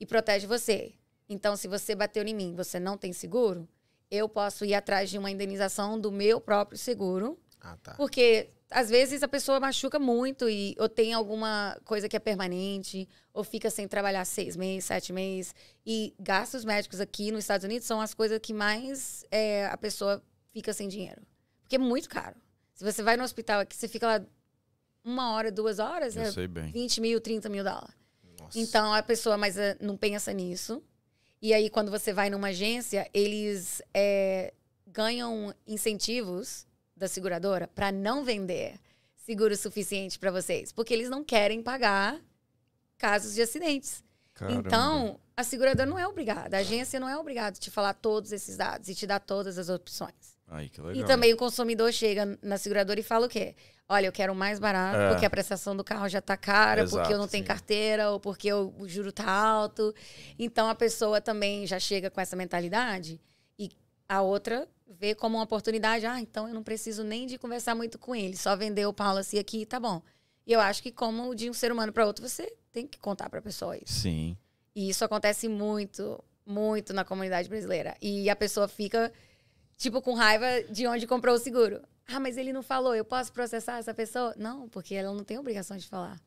Speaker 3: e protege você. Então, se você bateu em mim, você não tem seguro, eu posso ir atrás de uma indenização do meu próprio seguro,
Speaker 1: Ah, tá.
Speaker 3: porque às vezes a pessoa machuca muito e ou tem alguma coisa que é permanente, ou fica sem trabalhar seis meses, sete meses. E gastos médicos aqui nos Estados Unidos são as coisas que mais é, a pessoa fica sem dinheiro. Porque é muito caro. Se você vai no hospital aqui, você fica lá uma hora, duas horas, é
Speaker 2: Eu sei bem.
Speaker 3: 20 mil, 30 mil dólares.
Speaker 1: Nossa.
Speaker 3: Então a pessoa mas eh, não pensa nisso. E aí quando você vai numa agência, eles eh, ganham incentivos da seguradora para não vender seguro suficiente para vocês, porque eles não querem pagar casos de acidentes.
Speaker 2: Caramba.
Speaker 3: Então, a seguradora não é obrigada, a agência não é obrigada a te falar todos esses dados e te dar todas as opções.
Speaker 2: Aí, que legal.
Speaker 3: E também o consumidor chega na seguradora e fala o quê? Olha, eu quero o mais barato,
Speaker 2: É.
Speaker 3: porque a prestação do carro já tá cara, porque eu
Speaker 2: Exato,
Speaker 3: não tenho
Speaker 2: sim.
Speaker 3: carteira, ou porque o o juro tá alto. Então a pessoa também já chega com essa mentalidade e a outra vê como uma oportunidade. Ah, então eu não preciso nem de conversar muito com ele, só vender o policy aqui, tá bom. E eu acho que como de um ser humano para outro, você tem que contar para a pessoa isso.
Speaker 2: Sim.
Speaker 3: E isso acontece muito, muito na comunidade brasileira. E a pessoa fica, tipo, com raiva de onde comprou o seguro. Ah, mas ele não falou, eu posso processar essa pessoa? Não, porque ela não tem obrigação de falar.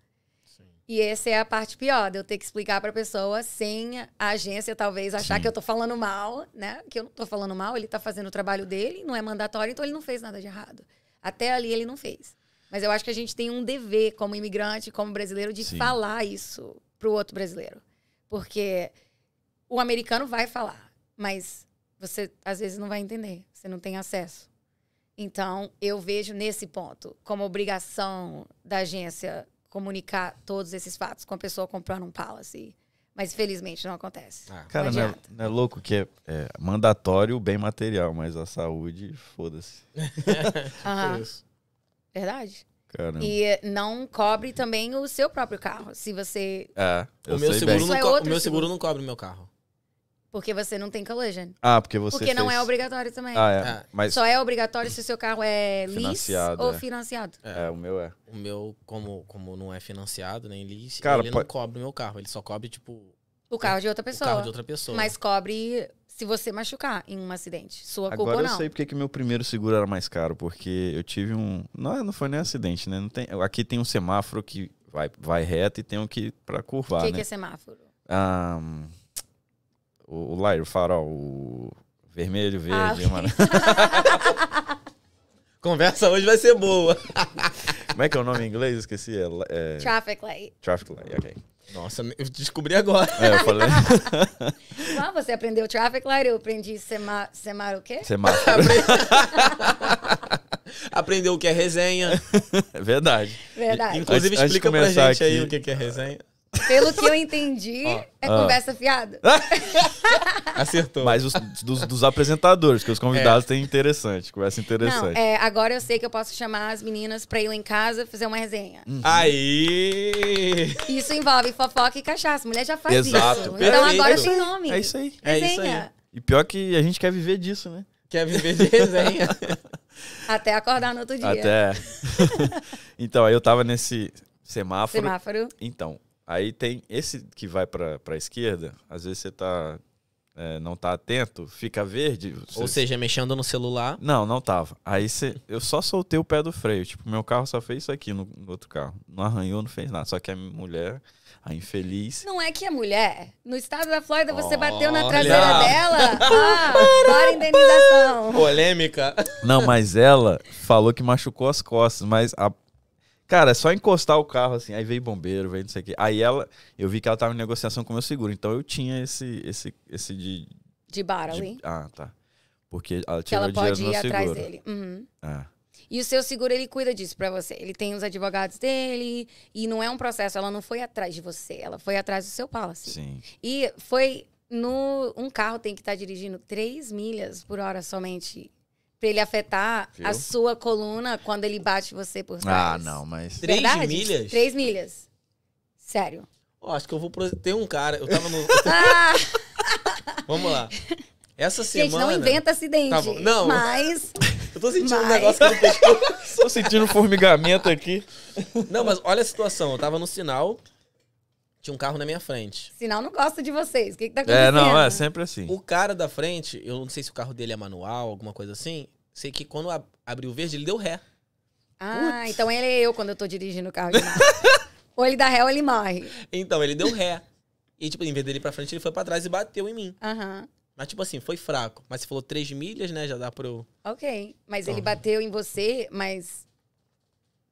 Speaker 3: E essa é a parte pior, de eu ter que explicar pra pessoa sem a agência talvez achar
Speaker 2: Sim.
Speaker 3: que eu tô falando mal, né? Que eu não tô falando mal, ele tá fazendo o trabalho dele, não é mandatório, então ele não fez nada de errado. Até ali ele não fez. Mas eu acho que a gente tem um dever como imigrante, como brasileiro, de
Speaker 2: Sim.
Speaker 3: falar isso pro outro brasileiro. Porque o americano vai falar, mas você às vezes não vai entender, você não tem acesso. Então, eu vejo nesse ponto como obrigação da agência comunicar todos esses fatos com a pessoa comprando um policy. Mas felizmente não acontece.
Speaker 1: Ah,
Speaker 2: Cara,
Speaker 3: Não
Speaker 2: não é,
Speaker 3: adianta.
Speaker 2: não é louco que é, é mandatório o bem material, mas a saúde, foda-se.
Speaker 3: Aham,
Speaker 1: isso.
Speaker 3: verdade.
Speaker 2: Caramba.
Speaker 3: E eh, não cobre também o seu próprio carro, se você.
Speaker 2: É, eu
Speaker 1: O meu,
Speaker 2: sei
Speaker 1: seguro não
Speaker 2: bem.
Speaker 3: Isso é
Speaker 1: co- o
Speaker 3: outro
Speaker 1: meu seguro
Speaker 3: seguro.
Speaker 1: não cobre meu carro.
Speaker 3: Porque você não tem collision.
Speaker 2: Ah, porque você
Speaker 3: Porque não
Speaker 2: fez.
Speaker 3: é obrigatório também.
Speaker 2: Ah, é.
Speaker 1: É.
Speaker 2: Mas
Speaker 3: Só é obrigatório se o seu carro é lease
Speaker 2: Financiado,
Speaker 3: ou
Speaker 2: é.
Speaker 3: financiado.
Speaker 2: é, o meu é.
Speaker 1: O meu, como, como não é financiado, nem lease,
Speaker 2: Cara,
Speaker 1: ele
Speaker 2: pode-
Speaker 1: não cobre o meu carro. Ele só cobre, tipo,
Speaker 3: O carro de outra pessoa.
Speaker 1: o carro de outra pessoa.
Speaker 3: Mas cobre se você machucar em um acidente. Sua culpa
Speaker 2: Agora
Speaker 3: ou
Speaker 2: eu
Speaker 3: não.
Speaker 2: sei porque que meu primeiro seguro era mais caro, porque eu tive um. Não, não foi nem acidente, né? Não tem... Aqui tem um semáforo que vai, vai reto e tem um que pra
Speaker 3: O
Speaker 2: curvar,
Speaker 3: que,
Speaker 2: né?
Speaker 3: que é semáforo?
Speaker 2: Ah, o, o Lyre, o farol, o vermelho,
Speaker 3: Ah,
Speaker 2: verde,
Speaker 3: ok.
Speaker 2: mano.
Speaker 1: Conversa hoje vai ser boa.
Speaker 2: Como é que é o nome em inglês? Esqueci. É, li- é
Speaker 3: Traffic light.
Speaker 2: Traffic Light, ok.
Speaker 1: Nossa, eu descobri agora.
Speaker 2: É, eu falei
Speaker 3: Ah, você aprendeu traffic light, eu aprendi sema, semar o quê?
Speaker 2: semáforo.
Speaker 1: Aprendeu o que é resenha.
Speaker 2: É verdade.
Speaker 3: Verdade.
Speaker 1: Inclusive,
Speaker 2: Antes- antes de
Speaker 1: explica pra gente
Speaker 2: começar
Speaker 1: aí
Speaker 2: aqui-
Speaker 1: o que que é resenha.
Speaker 3: Pelo que eu entendi, é
Speaker 2: Ah.
Speaker 3: conversa fiada.
Speaker 1: Acertou.
Speaker 2: Mas os, dos, dos apresentadores, que os convidados têm interessante, conversa
Speaker 3: É. Não,
Speaker 2: interessante.
Speaker 3: é, agora eu sei que eu posso chamar as meninas pra ir lá em casa fazer uma resenha.
Speaker 1: Aí!
Speaker 3: Isso envolve fofoca e cachaça. Mulher já faz
Speaker 2: Exato,
Speaker 3: isso.
Speaker 1: perfeito.
Speaker 3: Então agora
Speaker 1: É
Speaker 3: tem nome.
Speaker 2: É isso aí.
Speaker 1: É isso
Speaker 3: Resenha.
Speaker 1: aí.
Speaker 2: E pior que a gente quer viver disso, né?
Speaker 1: Quer viver de resenha?
Speaker 3: Até acordar no outro dia.
Speaker 2: Até. então, aí eu tava nesse semáforo.
Speaker 3: Semáforo.
Speaker 2: Então, aí tem esse que vai pra, pra esquerda, às vezes você tá. é, não tá atento, fica verde.
Speaker 1: Ou
Speaker 2: você-
Speaker 1: seja, mexendo no celular.
Speaker 2: Não, não tava. Aí cê, eu só soltei o pé do freio. Tipo, meu carro só fez isso aqui no, no outro carro. Não arranhou, não fez nada. Só que a mulher, a infeliz.
Speaker 3: Não é que é mulher. No estado da Flórida, você bateu na
Speaker 1: Olha.
Speaker 3: traseira dela. Ah, bora indenização.
Speaker 1: Polêmica.
Speaker 2: Não, mas ela falou que machucou as costas, mas a. Cara, é só encostar o carro assim. Aí veio bombeiro, veio não sei o quê. Aí ela, eu vi que ela tava em negociação com o meu seguro. Então eu tinha esse, esse, esse de. de-
Speaker 3: De Barley.
Speaker 2: ah, tá. Porque ela
Speaker 3: Que
Speaker 2: tirou
Speaker 3: ela
Speaker 2: o dinheiro
Speaker 3: pode
Speaker 2: do
Speaker 3: ir
Speaker 2: meu
Speaker 3: atrás
Speaker 2: seguro.
Speaker 3: dele. Uhum.
Speaker 2: Ah,
Speaker 3: E o seu seguro, ele cuida disso pra você. Ele tem os advogados dele. E não é um processo. Ela não foi atrás de você. Ela foi atrás do seu policy.
Speaker 2: sim.
Speaker 3: E foi no... Um carro tem que estar dirigindo 3 milhas por hora somente. Pra ele afetar
Speaker 2: Viu?
Speaker 3: a sua coluna quando ele bate você por
Speaker 2: Ah,
Speaker 3: trás.
Speaker 2: não, mas.
Speaker 1: Três
Speaker 3: Verdade?
Speaker 1: milhas?
Speaker 3: 3 milhas. Sério.
Speaker 1: Ó, acho que eu vou. pro- Tem um cara. Eu tava no.
Speaker 3: Ah!
Speaker 1: Vamos lá. Essa
Speaker 3: Gente,
Speaker 1: semana.
Speaker 3: não inventa acidente.
Speaker 1: Tá bom. Não.
Speaker 3: Mas.
Speaker 1: Eu tô sentindo um
Speaker 3: Mas-
Speaker 1: negócio que eu não tô-
Speaker 2: Tô sentindo um formigamento aqui.
Speaker 1: Não, mas olha a situação. Eu tava no sinal. Tinha um carro na minha frente.
Speaker 3: Sinal não gosta de vocês. O que, que tá acontecendo?
Speaker 2: É, não, é sempre assim.
Speaker 1: O cara da frente, eu não sei se o carro dele é manual, alguma coisa assim. Sei que quando ab- abriu o verde, ele deu ré.
Speaker 3: Ah, então ele é eu quando eu tô dirigindo o carro de moto. Ou ele dá ré ou ele morre.
Speaker 1: Então, ele deu ré. E, tipo, em vez dele ir pra frente, ele foi pra trás e bateu em mim.
Speaker 3: Aham.
Speaker 1: Mas, tipo assim, foi fraco. Mas você falou três milhas, né? Já dá pra eu. Tá
Speaker 3: Ok. Mas ele bateu em você, mas.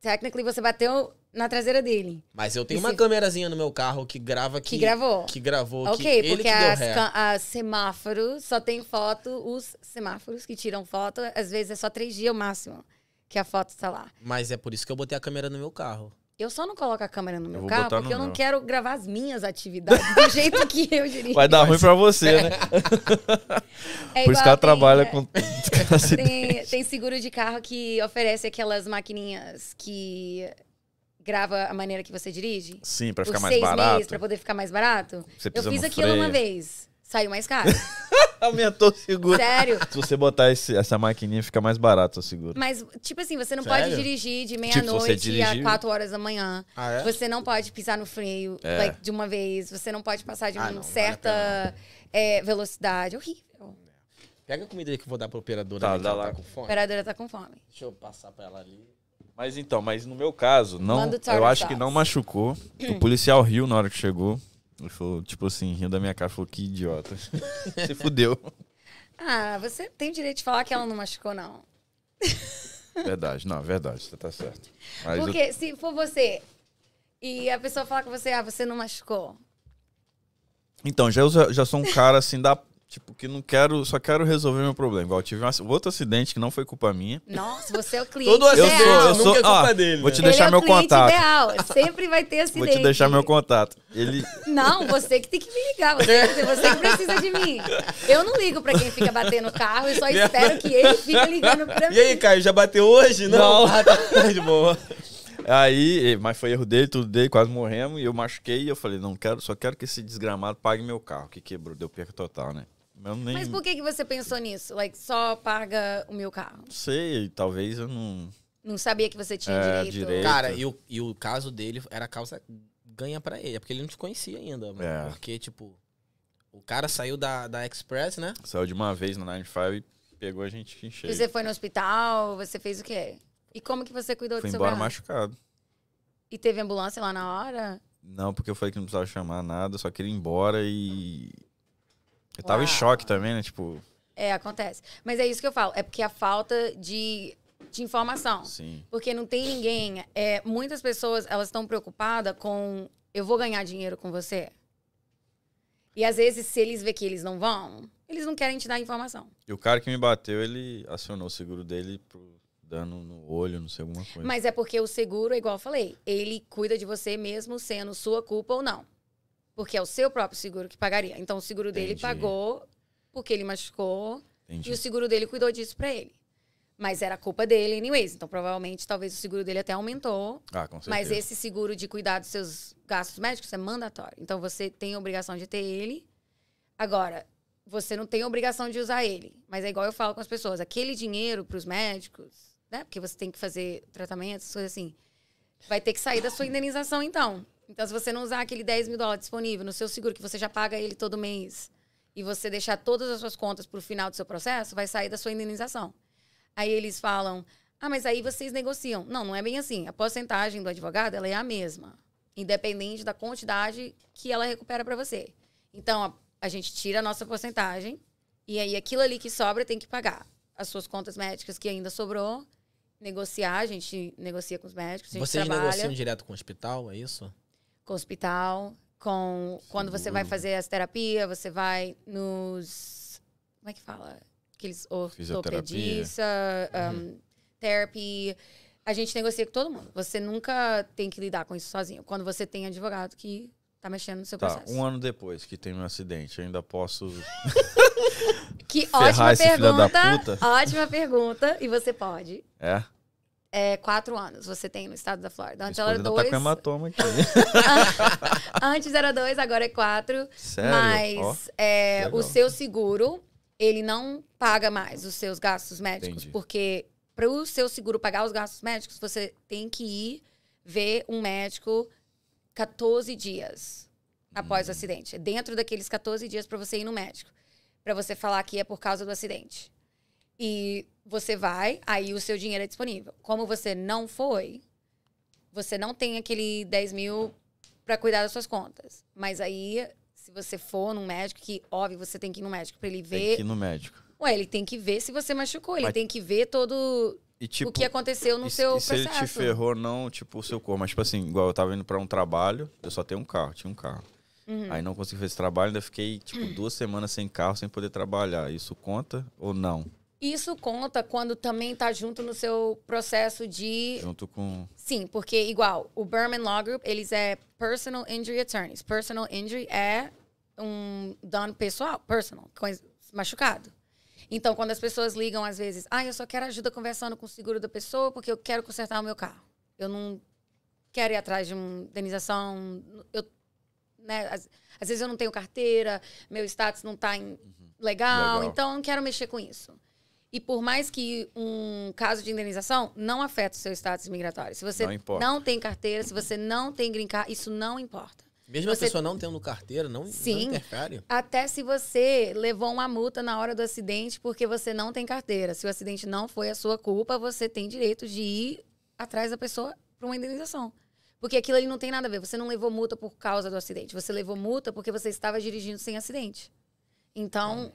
Speaker 3: Technically, você bateu na traseira dele.
Speaker 1: Mas eu tenho
Speaker 3: E
Speaker 1: uma
Speaker 3: se-
Speaker 1: câmerazinha no meu carro que grava
Speaker 3: Que gravou.
Speaker 1: Que gravou que
Speaker 3: ok,
Speaker 1: ele
Speaker 3: porque
Speaker 1: que deu
Speaker 3: as,
Speaker 1: ré.
Speaker 3: ca- as semáforos só tem foto, os semáforos que tiram foto, às vezes é só três dias o máximo que a foto está lá.
Speaker 1: Mas é por isso que eu botei a câmera no meu carro.
Speaker 3: Eu só não coloco a câmera no meu
Speaker 2: vou
Speaker 3: carro
Speaker 2: botar no
Speaker 3: porque eu não
Speaker 2: meu.
Speaker 3: quero gravar as minhas atividades do jeito que eu dirijo.
Speaker 2: Vai dar ruim pra você, né?
Speaker 3: É
Speaker 2: Por isso que
Speaker 3: igual
Speaker 2: ela
Speaker 3: tem- é,
Speaker 2: trabalha com.
Speaker 3: Tem, tem seguro de carro que oferece aquelas maquininhas que grava a maneira que você dirige.
Speaker 2: Sim, pra ficar
Speaker 3: Por
Speaker 2: mais
Speaker 3: seis meses,
Speaker 2: barato.
Speaker 3: pra poder ficar mais barato.
Speaker 2: Você
Speaker 3: Eu
Speaker 2: precisa
Speaker 3: fiz
Speaker 2: no
Speaker 3: aquilo
Speaker 2: freio.
Speaker 3: uma vez. Saiu mais caro.
Speaker 2: Aumentou o seguro.
Speaker 3: Sério.
Speaker 2: Se você botar esse- essa maquininha, fica mais barato o seguro.
Speaker 3: Mas, tipo assim, você não
Speaker 1: Sério?
Speaker 3: pode dirigir de
Speaker 2: Tipo, você
Speaker 3: meia-noite
Speaker 2: dirigir-
Speaker 3: a quatro horas da manhã.
Speaker 1: Ah, é?
Speaker 3: Você não pode pisar no freio
Speaker 2: É.
Speaker 3: like, de uma vez. Você não pode passar de
Speaker 1: Ah,
Speaker 3: uma
Speaker 1: não, vale a
Speaker 3: certa é, velocidade. Horrível.
Speaker 1: Pega a comida aí que eu vou dar pra operadora.
Speaker 2: Tá,
Speaker 1: né, que
Speaker 2: dá
Speaker 1: ela
Speaker 2: lá.
Speaker 1: Tá com
Speaker 3: A
Speaker 1: fome.
Speaker 3: operadora tá com fome.
Speaker 1: Deixa eu passar pra ela ali.
Speaker 2: Mas então, mas no meu caso, não,
Speaker 3: Manda o tartar
Speaker 2: eu acho que
Speaker 3: sauce.
Speaker 2: não machucou. O policial riu na hora que chegou. Ele falou, tipo assim, riu da minha cara, falou, que idiota. Se fudeu.
Speaker 3: Ah, você tem o direito de falar que ela não machucou, não.
Speaker 2: Verdade, não, verdade, você tá certo. Mas eu-
Speaker 3: Porque se for você e a pessoa falar com você, ah, você não machucou.
Speaker 2: Então, já, eu já sou um cara assim, da, tipo, que não quero, só quero resolver meu problema. Igual, eu tive um ac- outro acidente que não foi culpa minha.
Speaker 3: Nossa, você é o cliente
Speaker 1: Todo
Speaker 2: Eu
Speaker 1: acidente
Speaker 3: ideal.
Speaker 2: sou- eu sou-
Speaker 1: nunca é culpa
Speaker 2: ó,
Speaker 1: dele.
Speaker 2: vou
Speaker 1: né?
Speaker 2: te deixar
Speaker 3: Ele é o
Speaker 2: meu
Speaker 3: cliente
Speaker 2: contato.
Speaker 3: ideal. Sempre vai ter
Speaker 2: Vou
Speaker 3: acidente. né?
Speaker 2: te deixar meu contato. Ele,
Speaker 3: Não, você que tem que me ligar. Você, você que precisa de mim. Eu não ligo pra quem fica batendo o carro. Eu só espero que ele fique ligando pra mim.
Speaker 1: E aí, Caio, já bateu hoje? Não.
Speaker 2: Não.
Speaker 1: Ah, tá de boa.
Speaker 2: Aí, eh, mas foi erro dele, tudo dele, quase morremos. E eu machuquei e eu falei, não quero, só quero que esse desgramado pague meu carro, que quebrou, deu perca total, né? Eu nem
Speaker 3: Mas por que, que você pensou nisso? Like, só paga o meu carro.
Speaker 2: sei, talvez eu não.
Speaker 3: Não sabia que você tinha
Speaker 2: É,
Speaker 3: direito.
Speaker 2: direito.
Speaker 1: Cara, e o, e o caso dele era causa ganha pra ele. É porque ele não te conhecia ainda, mano.
Speaker 2: É.
Speaker 1: Porque, tipo, o cara saiu da, da Express, né?
Speaker 2: Saiu de uma vez na 95 e pegou a gente em cheio.
Speaker 3: Você foi no hospital, você fez o quê? E como que você cuidou
Speaker 2: Fui
Speaker 3: do seu
Speaker 2: embora
Speaker 3: carro?
Speaker 2: machucado.
Speaker 3: E teve ambulância lá na hora?
Speaker 2: Não, porque eu falei que não precisava chamar nada, só queria ir embora e. Eu tava em
Speaker 3: Uau.
Speaker 2: choque também, né? Tipo,
Speaker 3: É, acontece. Mas é isso que eu falo. É porque a falta de, de informação.
Speaker 2: sim.
Speaker 3: Porque não tem ninguém. É, muitas pessoas elas estão preocupadas com eu vou ganhar dinheiro com você. E às vezes, se eles vê que eles não vão, eles não querem te dar informação.
Speaker 2: E o cara que me bateu, ele acionou o seguro dele pro dano no olho, não sei, alguma coisa.
Speaker 3: Mas é porque o seguro, igual eu falei, ele cuida de você mesmo sendo sua culpa ou não. Porque é o seu próprio seguro que pagaria. Então o seguro dele
Speaker 2: Entendi.
Speaker 3: pagou porque ele machucou
Speaker 2: Entendi.
Speaker 3: e o seguro dele cuidou disso pra ele. Mas era culpa dele, anyways. Então provavelmente talvez o seguro dele até aumentou
Speaker 2: Ah, com certeza.
Speaker 3: Mas esse é seguro de cuidar dos seus gastos médicos é mandatório. Então você tem a obrigação de ter ele. Agora, você não tem a obrigação de usar ele. Mas é igual eu falo com as pessoas: aquele dinheiro para os médicos, né? Porque você tem que fazer tratamento, essas coisas assim. Vai ter que sair da sua indenização, então. Então, se você não usar aquele 10 mil dólares disponível no seu seguro, que você já paga ele todo mês, e você deixar todas as suas contas para o final do seu processo, vai sair da sua indenização. Aí eles falam, ah, mas aí vocês negociam. Não, não é bem assim. A porcentagem do advogado, ela é a mesma. Independente da quantidade que ela recupera para você. Então, a, a gente tira a nossa porcentagem e aí aquilo ali que sobra tem que pagar. As suas contas médicas que ainda sobrou, negociar, a gente negocia com os médicos, a gente
Speaker 1: Vocês
Speaker 3: trabalha
Speaker 1: negociam direto com o hospital, é isso?
Speaker 3: com o hospital, com quando você vai fazer as terapias, você vai nos como é que fala? Aqueles ortopedista,
Speaker 1: Uhum.
Speaker 3: um, therapy. A gente negocia com todo mundo. Você nunca tem que lidar com isso sozinho. Quando você tem advogado que tá mexendo no seu
Speaker 2: Tá,
Speaker 3: processo.
Speaker 2: um ano depois que tem um acidente, eu ainda posso.
Speaker 3: Que
Speaker 2: ferrar
Speaker 3: ótima
Speaker 2: esse filho da
Speaker 3: pergunta. Ótima pergunta. E você pode.
Speaker 2: É.
Speaker 3: É quatro anos você tem no estado da Flórida. Antes
Speaker 2: Minha esposa
Speaker 3: era
Speaker 2: ainda tá
Speaker 3: Então,
Speaker 2: com
Speaker 3: dois.
Speaker 2: hematoma aqui.
Speaker 3: Antes era dois, agora é quatro.
Speaker 2: Sério? Ó,
Speaker 3: Mas é,
Speaker 2: legal.
Speaker 3: o seu seguro, ele não paga mais os seus gastos médicos.
Speaker 2: Entendi.
Speaker 3: Porque para o seu seguro pagar os gastos médicos, você tem que ir ver um médico 14 dias após
Speaker 2: Hum.
Speaker 3: o acidente. É dentro daqueles 14 dias para você ir no médico. Para você falar que é por causa do acidente. E você vai, aí o seu dinheiro é disponível. Como você não foi, você não tem aquele 10 mil para cuidar das suas contas. Mas aí, se você for num médico, que óbvio você tem que ir no médico para ele
Speaker 2: tem
Speaker 3: ver.
Speaker 2: que ir no médico.
Speaker 3: Ué, ele tem que ver se você machucou, ele
Speaker 2: Mas-
Speaker 3: tem que ver todo
Speaker 2: E tipo,
Speaker 3: o que aconteceu no
Speaker 2: e, se-
Speaker 3: seu
Speaker 2: e se ele
Speaker 3: processo.
Speaker 2: te ferrou, não, tipo, o seu corpo. Mas, tipo assim, igual eu tava indo pra um trabalho, eu só tenho um carro, tinha um carro.
Speaker 3: Uhum.
Speaker 2: Aí não consegui fazer esse trabalho, ainda fiquei, tipo, duas semanas sem carro, sem poder trabalhar. Isso conta ou não?
Speaker 3: Isso conta quando também tá junto no seu processo de
Speaker 2: Junto com.
Speaker 3: Sim, porque igual, o Berman Law Group, eles é personal injury attorneys. Personal injury é um dano pessoal, personal, coisa- machucado. Então, quando as pessoas ligam às vezes, ah, eu só quero ajuda conversando com o seguro da pessoa porque eu quero consertar o meu carro. Eu não quero ir atrás de uma indenização, eu né, às, às vezes eu não tenho carteira, meu status não está legal,
Speaker 2: Legal.
Speaker 3: então eu não quero mexer com isso. E por mais que um caso de indenização não afeta o seu status migratório. Se você
Speaker 2: Não importa.
Speaker 3: não tem carteira, se você não tem green card, isso não importa.
Speaker 1: Mesmo
Speaker 3: Você-
Speaker 1: a pessoa não tendo carteira, não, não
Speaker 3: Sim.
Speaker 1: interfere.
Speaker 3: Até se você levou uma multa na hora do acidente porque você não tem carteira. Se o acidente não foi a sua culpa, você tem direito de ir atrás da pessoa para uma indenização. Porque aquilo ali não tem nada a ver. Você não levou multa por causa do acidente. Você levou multa porque você estava dirigindo sem acidente. Então,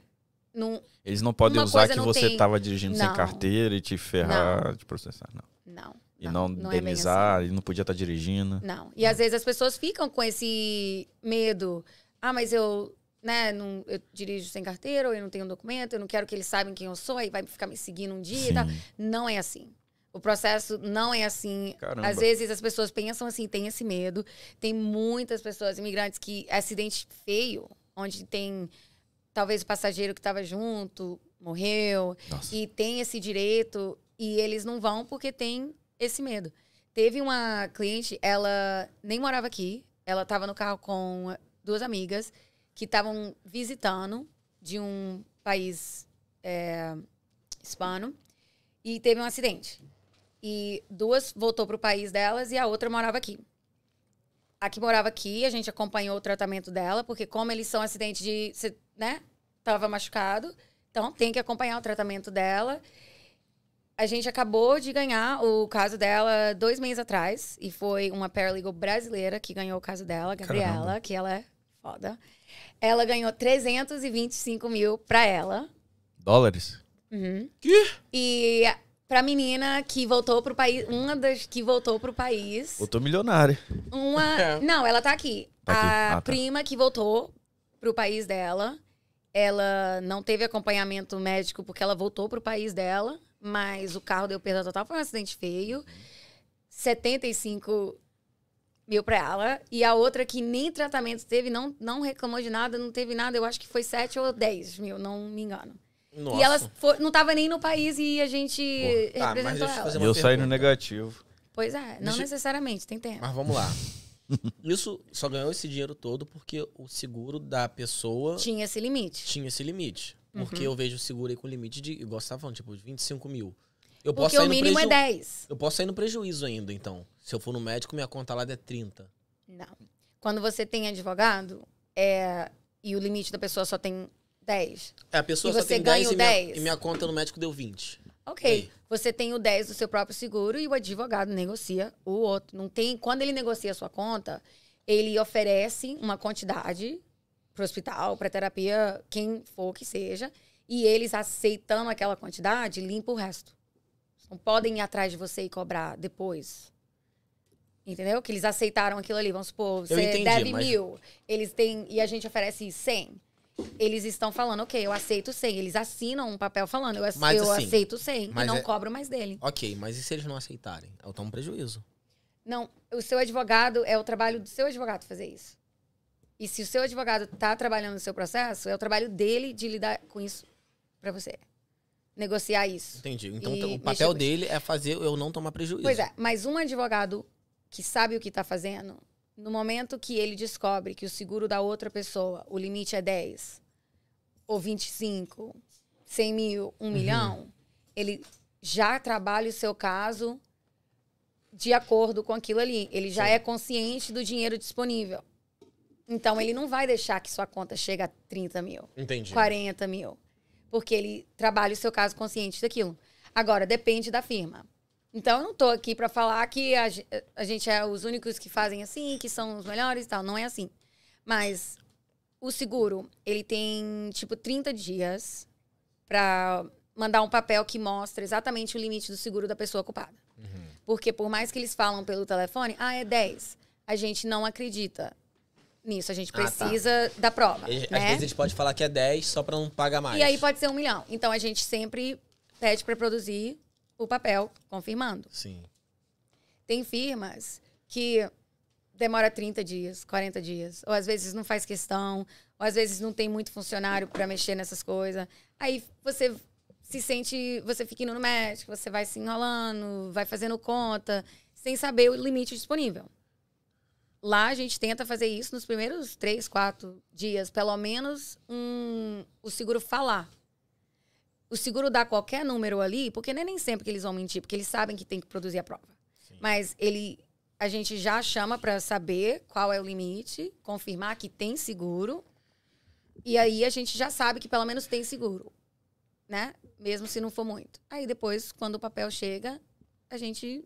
Speaker 3: não.
Speaker 2: Eles não podem
Speaker 3: Uma
Speaker 2: usar
Speaker 3: coisa
Speaker 2: que
Speaker 3: não
Speaker 2: você
Speaker 3: tem-
Speaker 2: tava dirigindo sem
Speaker 3: Não.
Speaker 2: carteira e te ferrar, te processar, não.
Speaker 3: Não.
Speaker 2: E não,
Speaker 3: é bem assim.
Speaker 2: indenizar, e não podia estar dirigindo.
Speaker 3: Não. E às vezes as pessoas ficam com esse medo. Ah, mas eu, né, não, eu dirijo sem carteira, ou eu não tenho documento, eu não quero que eles saibam quem eu sou, e vai ficar me seguindo um dia e tal.
Speaker 2: Sim.
Speaker 3: Não é assim. O processo não é assim.
Speaker 2: Caramba.
Speaker 3: Às vezes as pessoas pensam assim, tem esse medo. Tem muitas pessoas, imigrantes, que acidente feio, onde tem talvez o passageiro que estava junto, morreu,
Speaker 2: Nossa.
Speaker 3: e tem esse direito e eles não vão porque tem esse medo. Teve uma cliente, ela nem morava aqui, ela estava no carro com duas amigas que estavam visitando de um país é, hispano e teve um acidente. E duas voltou pro país delas e a outra morava aqui. A que morava aqui, a gente acompanhou o tratamento dela, porque como eles são acidente de, cê, né, tava machucado, então tem que acompanhar o tratamento dela. A gente acabou de ganhar o caso dela dois meses atrás. E foi uma paralegal brasileira que ganhou o caso dela, a Gabriela,
Speaker 2: Caramba.
Speaker 3: que ela é foda. Ela ganhou 325 mil pra ela.
Speaker 2: Dólares?
Speaker 3: Uhum. E pra menina que voltou pro país, uma das que voltou pro país,
Speaker 2: Eu tô milionário.
Speaker 3: uma,
Speaker 1: É.
Speaker 3: não, ela tá aqui.
Speaker 2: Tá aqui.
Speaker 3: A
Speaker 2: Ah, tá.
Speaker 3: prima que voltou pro país dela, ela não teve acompanhamento médico porque ela voltou pro país dela, mas o carro deu perda total, foi um acidente feio. 75 mil pra ela. E a outra que nem tratamento teve, não, não reclamou de nada, não teve nada. Eu acho que foi 7 ou 10 mil, não me engano.
Speaker 1: Nossa.
Speaker 3: E elas fo- não tava nem no país e a gente
Speaker 1: Pô, tá, mas
Speaker 3: representou
Speaker 1: deixa eu
Speaker 3: ela.
Speaker 1: fazer
Speaker 2: E
Speaker 1: uma
Speaker 2: eu saí no
Speaker 1: pergunta.
Speaker 2: negativo.
Speaker 3: Pois é, não
Speaker 1: Deixa eu-
Speaker 3: necessariamente, tem tempo.
Speaker 1: Mas vamos lá. Isso só ganhou esse dinheiro todo porque o seguro da pessoa
Speaker 3: Tinha esse limite.
Speaker 1: tinha esse limite. Porque
Speaker 3: Uhum.
Speaker 1: eu vejo o seguro aí com limite de, igual você tá falando, tipo, de 25 mil. Eu posso
Speaker 3: Porque
Speaker 1: sair
Speaker 3: o
Speaker 1: no
Speaker 3: mínimo é
Speaker 1: prejuízo.
Speaker 3: 10.
Speaker 1: Eu posso sair no prejuízo ainda, então. Se eu for no médico, minha conta lá é 30.
Speaker 3: Não. Quando você tem advogado é... e o limite da pessoa só tem 10.
Speaker 1: É, a pessoa
Speaker 3: E
Speaker 1: só
Speaker 3: você
Speaker 1: tem
Speaker 3: ganha
Speaker 1: 10, e,
Speaker 3: o
Speaker 1: minha,
Speaker 3: 10.
Speaker 1: e minha conta no médico deu 20.
Speaker 3: Ok.
Speaker 1: Ei.
Speaker 3: Você tem o 10 do seu próprio seguro e o advogado negocia o outro. Não tem. Quando ele negocia a sua conta, ele oferece uma quantidade para o hospital, para terapia, quem for que seja, e eles aceitando aquela quantidade, limpa o resto. Não podem ir atrás de você e cobrar depois. Entendeu? Que eles aceitaram aquilo ali. Vamos supor, você
Speaker 1: entendi,
Speaker 3: deve
Speaker 1: mas-
Speaker 3: mil, eles têm e a gente oferece 100. Eles estão falando, ok, eu aceito 100. Eles assinam um papel falando, eu, ac-
Speaker 1: Mas,
Speaker 3: eu
Speaker 1: assim,
Speaker 3: aceito 100 e
Speaker 1: mas
Speaker 3: não
Speaker 1: é-
Speaker 3: cobro mais dele.
Speaker 1: Ok, mas e se eles não aceitarem? Eu tomo prejuízo.
Speaker 3: Não, o seu advogado, é o trabalho do seu advogado fazer isso. E se o seu advogado tá trabalhando no seu processo, é o trabalho dele de lidar com isso pra você. Negociar isso.
Speaker 1: Entendi. Então
Speaker 3: E
Speaker 1: o
Speaker 3: mexer
Speaker 1: papel
Speaker 3: com isso.
Speaker 1: dele é fazer eu não tomar prejuízo.
Speaker 3: Pois é, mas um advogado que sabe o que tá fazendo, no momento que ele descobre que o seguro da outra pessoa, o limite é 10, ou 25, 100 mil, 1 milhão, ele já trabalha o seu caso de acordo com aquilo ali. Ele já
Speaker 1: Sim.
Speaker 3: é consciente do dinheiro disponível. Então, ele não vai deixar que sua conta chegue a 30 mil.
Speaker 1: Entendi.
Speaker 3: 40 mil. Porque ele trabalha o seu caso consciente daquilo. Agora, depende da firma. Então, eu não tô aqui para falar que a, ge- a gente é os únicos que fazem assim, que são os melhores e tal. Não é assim. Mas o seguro, ele tem, tipo, 30 dias para mandar um papel que mostra exatamente o limite do seguro da pessoa culpada.
Speaker 1: Uhum.
Speaker 3: Porque por mais que eles falam pelo telefone, ah, é 10, a gente não acredita nisso, a gente
Speaker 1: Ah, tá.
Speaker 3: precisa da prova,
Speaker 1: Eles- Às
Speaker 3: né?
Speaker 1: vezes eles podem falar que é 10 só pra não pagar mais.
Speaker 3: E aí pode ser um milhão. Então a gente sempre pede para produzir o papel confirmando.
Speaker 1: Sim.
Speaker 3: Tem firmas que demora 30 dias, 40 dias, ou às vezes não faz questão, ou às vezes não tem muito funcionário para mexer nessas coisas. Aí você se sente, você fica indo no médico, você vai se enrolando, vai fazendo conta, sem saber o limite disponível. Lá a gente tenta fazer isso nos primeiros três, quatro dias, pelo menos um, o seguro falar. O seguro dá qualquer número ali, porque não é nem sempre que eles vão mentir, porque eles sabem que tem que produzir a prova. Mas ele, a gente já chama para saber qual é o limite, confirmar que tem seguro, e aí a gente já sabe que pelo menos tem seguro, né? Mesmo se não for muito. Aí depois, quando o papel chega, a gente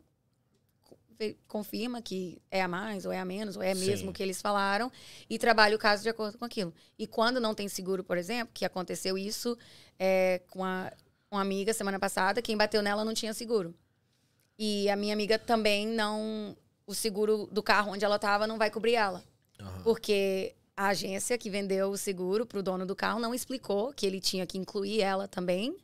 Speaker 3: co- ve- confirma que é a mais ou é a menos ou é
Speaker 1: Sim.
Speaker 3: mesmo o que eles falaram e trabalha o caso de acordo com aquilo. E quando não tem seguro, por exemplo, que aconteceu isso é, com a, uma amiga semana passada, quem bateu nela não tinha seguro. E a minha amiga também não. O seguro do carro onde ela estava não vai cobrir ela.
Speaker 1: Aham.
Speaker 3: Porque a agência que vendeu o seguro para o dono do carro não explicou que ele tinha que incluir ela também.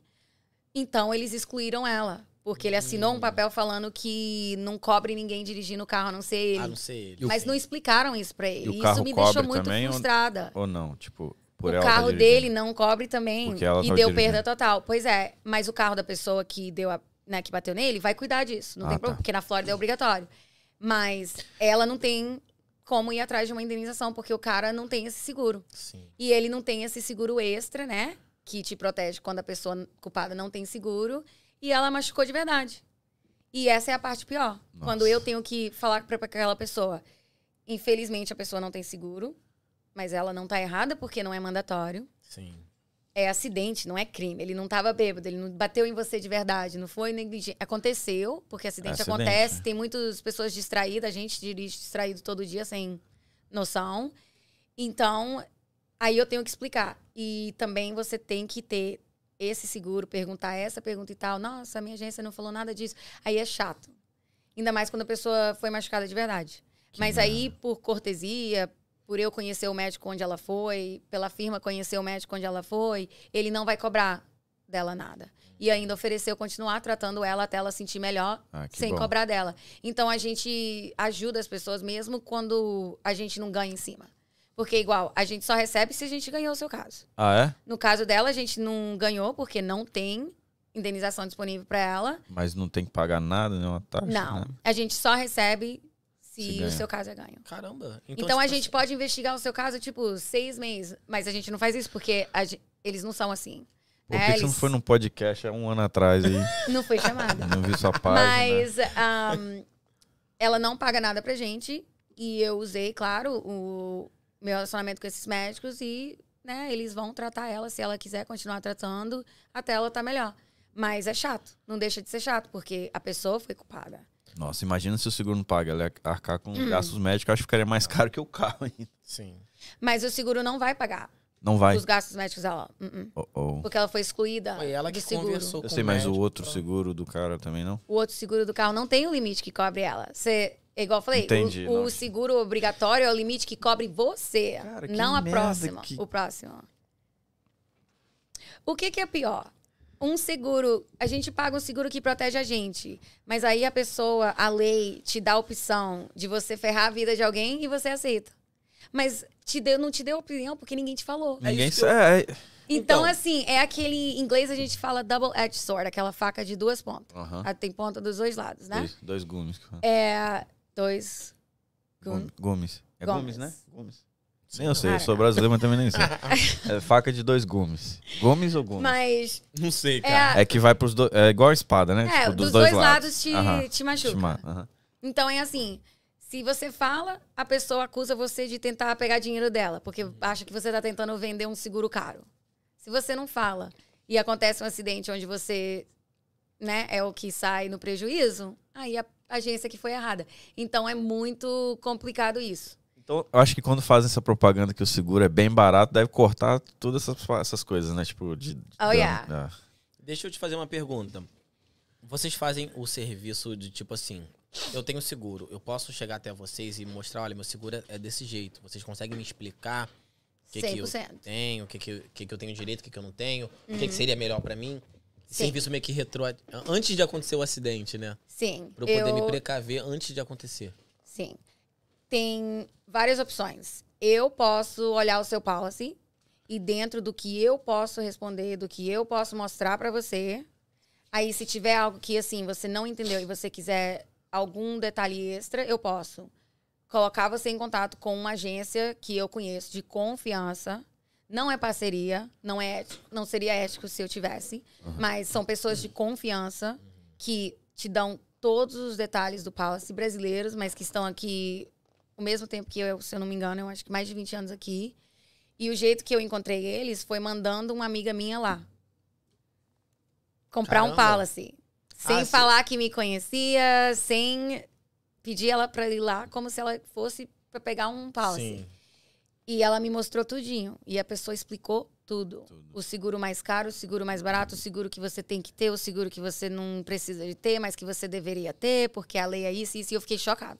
Speaker 3: Então eles excluíram ela. Porque ele assinou
Speaker 2: Hum.
Speaker 3: um papel falando que não cobre ninguém dirigindo o carro, a não ser ele.
Speaker 1: Ah, não sei ele.
Speaker 3: Mas não explicaram isso para
Speaker 2: E o
Speaker 3: ele.
Speaker 2: carro
Speaker 3: isso me
Speaker 2: cobre
Speaker 3: deixou muito
Speaker 2: também ou-
Speaker 3: frustrada.
Speaker 2: Ou não, tipo, por
Speaker 3: O
Speaker 2: ela tá
Speaker 3: carro
Speaker 2: dirigindo.
Speaker 3: dele não cobre também.
Speaker 2: Porque ela
Speaker 3: e
Speaker 2: tá
Speaker 3: deu
Speaker 2: dirigindo.
Speaker 3: perda total. Pois é, mas o carro da pessoa que deu a- né, que bateu nele vai cuidar disso. Não
Speaker 2: Ah,
Speaker 3: tem
Speaker 2: tá.
Speaker 3: problema, porque na Flórida é obrigatório. Mas ela não tem como ir atrás de uma indenização, porque o cara não tem esse seguro.
Speaker 1: Sim.
Speaker 3: E ele não tem esse seguro extra, né? Que te protege quando a pessoa culpada não tem seguro. E ela machucou de verdade. E essa é a parte pior.
Speaker 2: Nossa.
Speaker 3: Quando eu tenho que falar pra pra aquela pessoa, infelizmente a pessoa não tem seguro, mas ela não tá errada porque não é mandatório.
Speaker 1: Sim.
Speaker 3: É acidente, não é crime. Ele não tava bêbado, ele não bateu em você de verdade, não foi negligente. Aconteceu, porque acidente,
Speaker 2: Acidente,
Speaker 3: acontece,
Speaker 2: né?
Speaker 3: tem muitas pessoas distraídas, a gente dirige distraído todo dia sem noção. Então, aí eu tenho que explicar. E também você tem que ter esse seguro, perguntar essa pergunta e tal. Nossa, a minha agência não falou nada disso. Aí é chato. Ainda mais quando a pessoa foi machucada de verdade. Mas aí, por cortesia, por eu conhecer o médico onde ela foi, pela firma conhecer o médico onde ela foi, ele não vai cobrar dela nada. E ainda ofereceu continuar tratando ela até ela sentir melhor
Speaker 2: Ah, que
Speaker 3: sem
Speaker 2: bom.
Speaker 3: cobrar dela. Então a gente ajuda as pessoas mesmo quando a gente não ganha em cima. Porque igual, a gente só recebe se a gente ganhou o seu caso.
Speaker 2: Ah, é?
Speaker 3: No caso dela, a gente não ganhou porque não tem indenização disponível para ela.
Speaker 2: Mas não tem que pagar nada, nenhuma taxa?
Speaker 3: não.
Speaker 2: né?
Speaker 3: A gente só recebe
Speaker 2: Se
Speaker 3: se
Speaker 2: ganha.
Speaker 3: o seu caso é ganho.
Speaker 1: Caramba.
Speaker 3: Então,
Speaker 1: tipo
Speaker 3: a
Speaker 1: assim-
Speaker 3: gente pode investigar o seu caso, tipo, seis meses. Mas a gente não faz isso porque a gen- eles não são assim.
Speaker 2: Por que,
Speaker 3: É,
Speaker 2: que você não
Speaker 3: eles-
Speaker 2: foi num podcast há um ano atrás aí?
Speaker 3: Não foi chamada.
Speaker 2: não vi sua página.
Speaker 3: Mas ahm, ela não paga nada pra gente. E eu usei, claro, o meu relacionamento com esses médicos e, né, eles vão tratar ela se ela quiser continuar tratando até ela tá melhor. Mas é chato, não deixa de ser chato, porque a pessoa foi culpada.
Speaker 2: Nossa, imagina se o seguro não paga. Ela ia arcar com
Speaker 3: Hum.
Speaker 2: gastos médicos, acho que ficaria mais caro que o carro ainda.
Speaker 1: Sim.
Speaker 3: Mas o seguro não vai pagar
Speaker 2: Não vai.
Speaker 3: os gastos médicos dela. Uh-uh.
Speaker 2: Oh, oh.
Speaker 3: Porque ela foi excluída
Speaker 1: Foi ela
Speaker 3: do
Speaker 1: que
Speaker 3: seguro.
Speaker 1: conversou com
Speaker 2: Eu sei, mas o
Speaker 1: médico
Speaker 2: outro
Speaker 1: pra-
Speaker 2: seguro do cara também não?
Speaker 3: O outro seguro do carro não tem o limite que cobre ela. Você, é igual eu falei, o-
Speaker 2: Entendi,
Speaker 3: o,
Speaker 2: não.
Speaker 3: seguro obrigatório é o limite que cobre você,
Speaker 2: Cara, que
Speaker 3: não a
Speaker 2: merda
Speaker 3: próxima,
Speaker 2: que-
Speaker 3: o próximo. O que que é pior? Um seguro, a gente paga um seguro que protege a gente, mas aí a pessoa, a lei te dá a opção de você ferrar a vida de alguém e você aceita. Mas te deu, não te deu opinião porque ninguém te falou.
Speaker 1: É
Speaker 2: Ninguém
Speaker 1: isso que eu-
Speaker 2: sabe. É,
Speaker 3: Então,
Speaker 1: Então.
Speaker 3: assim, é aquele, em inglês a gente fala double-edged sword, aquela faca de duas pontas.
Speaker 2: é. Aham.
Speaker 3: Ah, Tem ponta dos dois lados, né?
Speaker 2: Dois, dois gumes.
Speaker 3: É. Dois. Gun-
Speaker 2: Gomes. É
Speaker 3: Gomes.
Speaker 2: Gomes, né? Gomes. Nem eu sei, eu
Speaker 3: Cara.
Speaker 2: sou brasileiro, mas também nem sei. É faca de dois gumes. Gomes ou gumes?
Speaker 3: Mas
Speaker 1: Não sei,
Speaker 3: é,
Speaker 1: cara.
Speaker 2: É que vai pros dois. É igual a espada, né?
Speaker 3: é,
Speaker 2: Tipo,
Speaker 3: dos, dois, lados, te,
Speaker 2: Aham.
Speaker 3: te machuca.
Speaker 2: Chama- aham.
Speaker 3: Então é assim: se você fala, a pessoa acusa você de tentar pegar dinheiro dela, porque acha que você está tentando vender um seguro caro. Se você não fala e acontece um acidente onde você né, é o que sai no prejuízo, aí a agência que foi errada. Então é muito complicado isso.
Speaker 2: Então, eu acho que quando fazem essa propaganda que o seguro é bem barato, deve cortar todas essas, fa- essas coisas, né? Tipo, de.
Speaker 3: Oh,
Speaker 2: de-
Speaker 3: yeah.
Speaker 2: ah.
Speaker 1: Deixa eu te fazer uma pergunta. Vocês fazem o serviço de tipo assim, eu tenho seguro, eu posso chegar até vocês e mostrar, olha, meu seguro é- é desse jeito. Vocês conseguem me explicar o que, que eu
Speaker 3: 100%.
Speaker 1: tenho, o que, que, eu- o que que eu tenho direito, o que, que eu não tenho, o que, que seria melhor pra mim?
Speaker 3: Uhum. Sim.
Speaker 1: Serviço meio que retro... Antes de acontecer o acidente, né?
Speaker 3: Sim.
Speaker 1: Pra eu poder
Speaker 3: eu-
Speaker 1: me precaver antes de acontecer.
Speaker 3: Sim. Tem várias opções. Eu posso olhar o seu policy e dentro do que eu posso responder, do que eu posso mostrar pra você. Aí se tiver algo que assim você não entendeu e você quiser algum detalhe extra, eu posso colocar você em contato com uma agência que eu conheço de confiança. Não é parceria, não é ético, não seria ético se eu tivesse, mas são pessoas de confiança que te dão todos os detalhes do Palace brasileiros, mas que estão aqui o mesmo tempo que eu, se eu não me engano, eu acho que mais de 20 anos aqui. E o jeito que eu encontrei eles foi mandando uma amiga minha lá comprar um
Speaker 1: Caramba.
Speaker 3: Palace. Sem
Speaker 1: Ah, sim.
Speaker 3: falar que me conhecia, sem pedir ela pra ir lá como se ela fosse pra pegar um Palace. E ela me mostrou tudinho. E a pessoa explicou tudo. O seguro mais caro, o seguro mais barato, o seguro que você tem que ter, o seguro que você não precisa de ter, mas que você deveria ter, porque a lei é isso e isso. E eu fiquei chocada.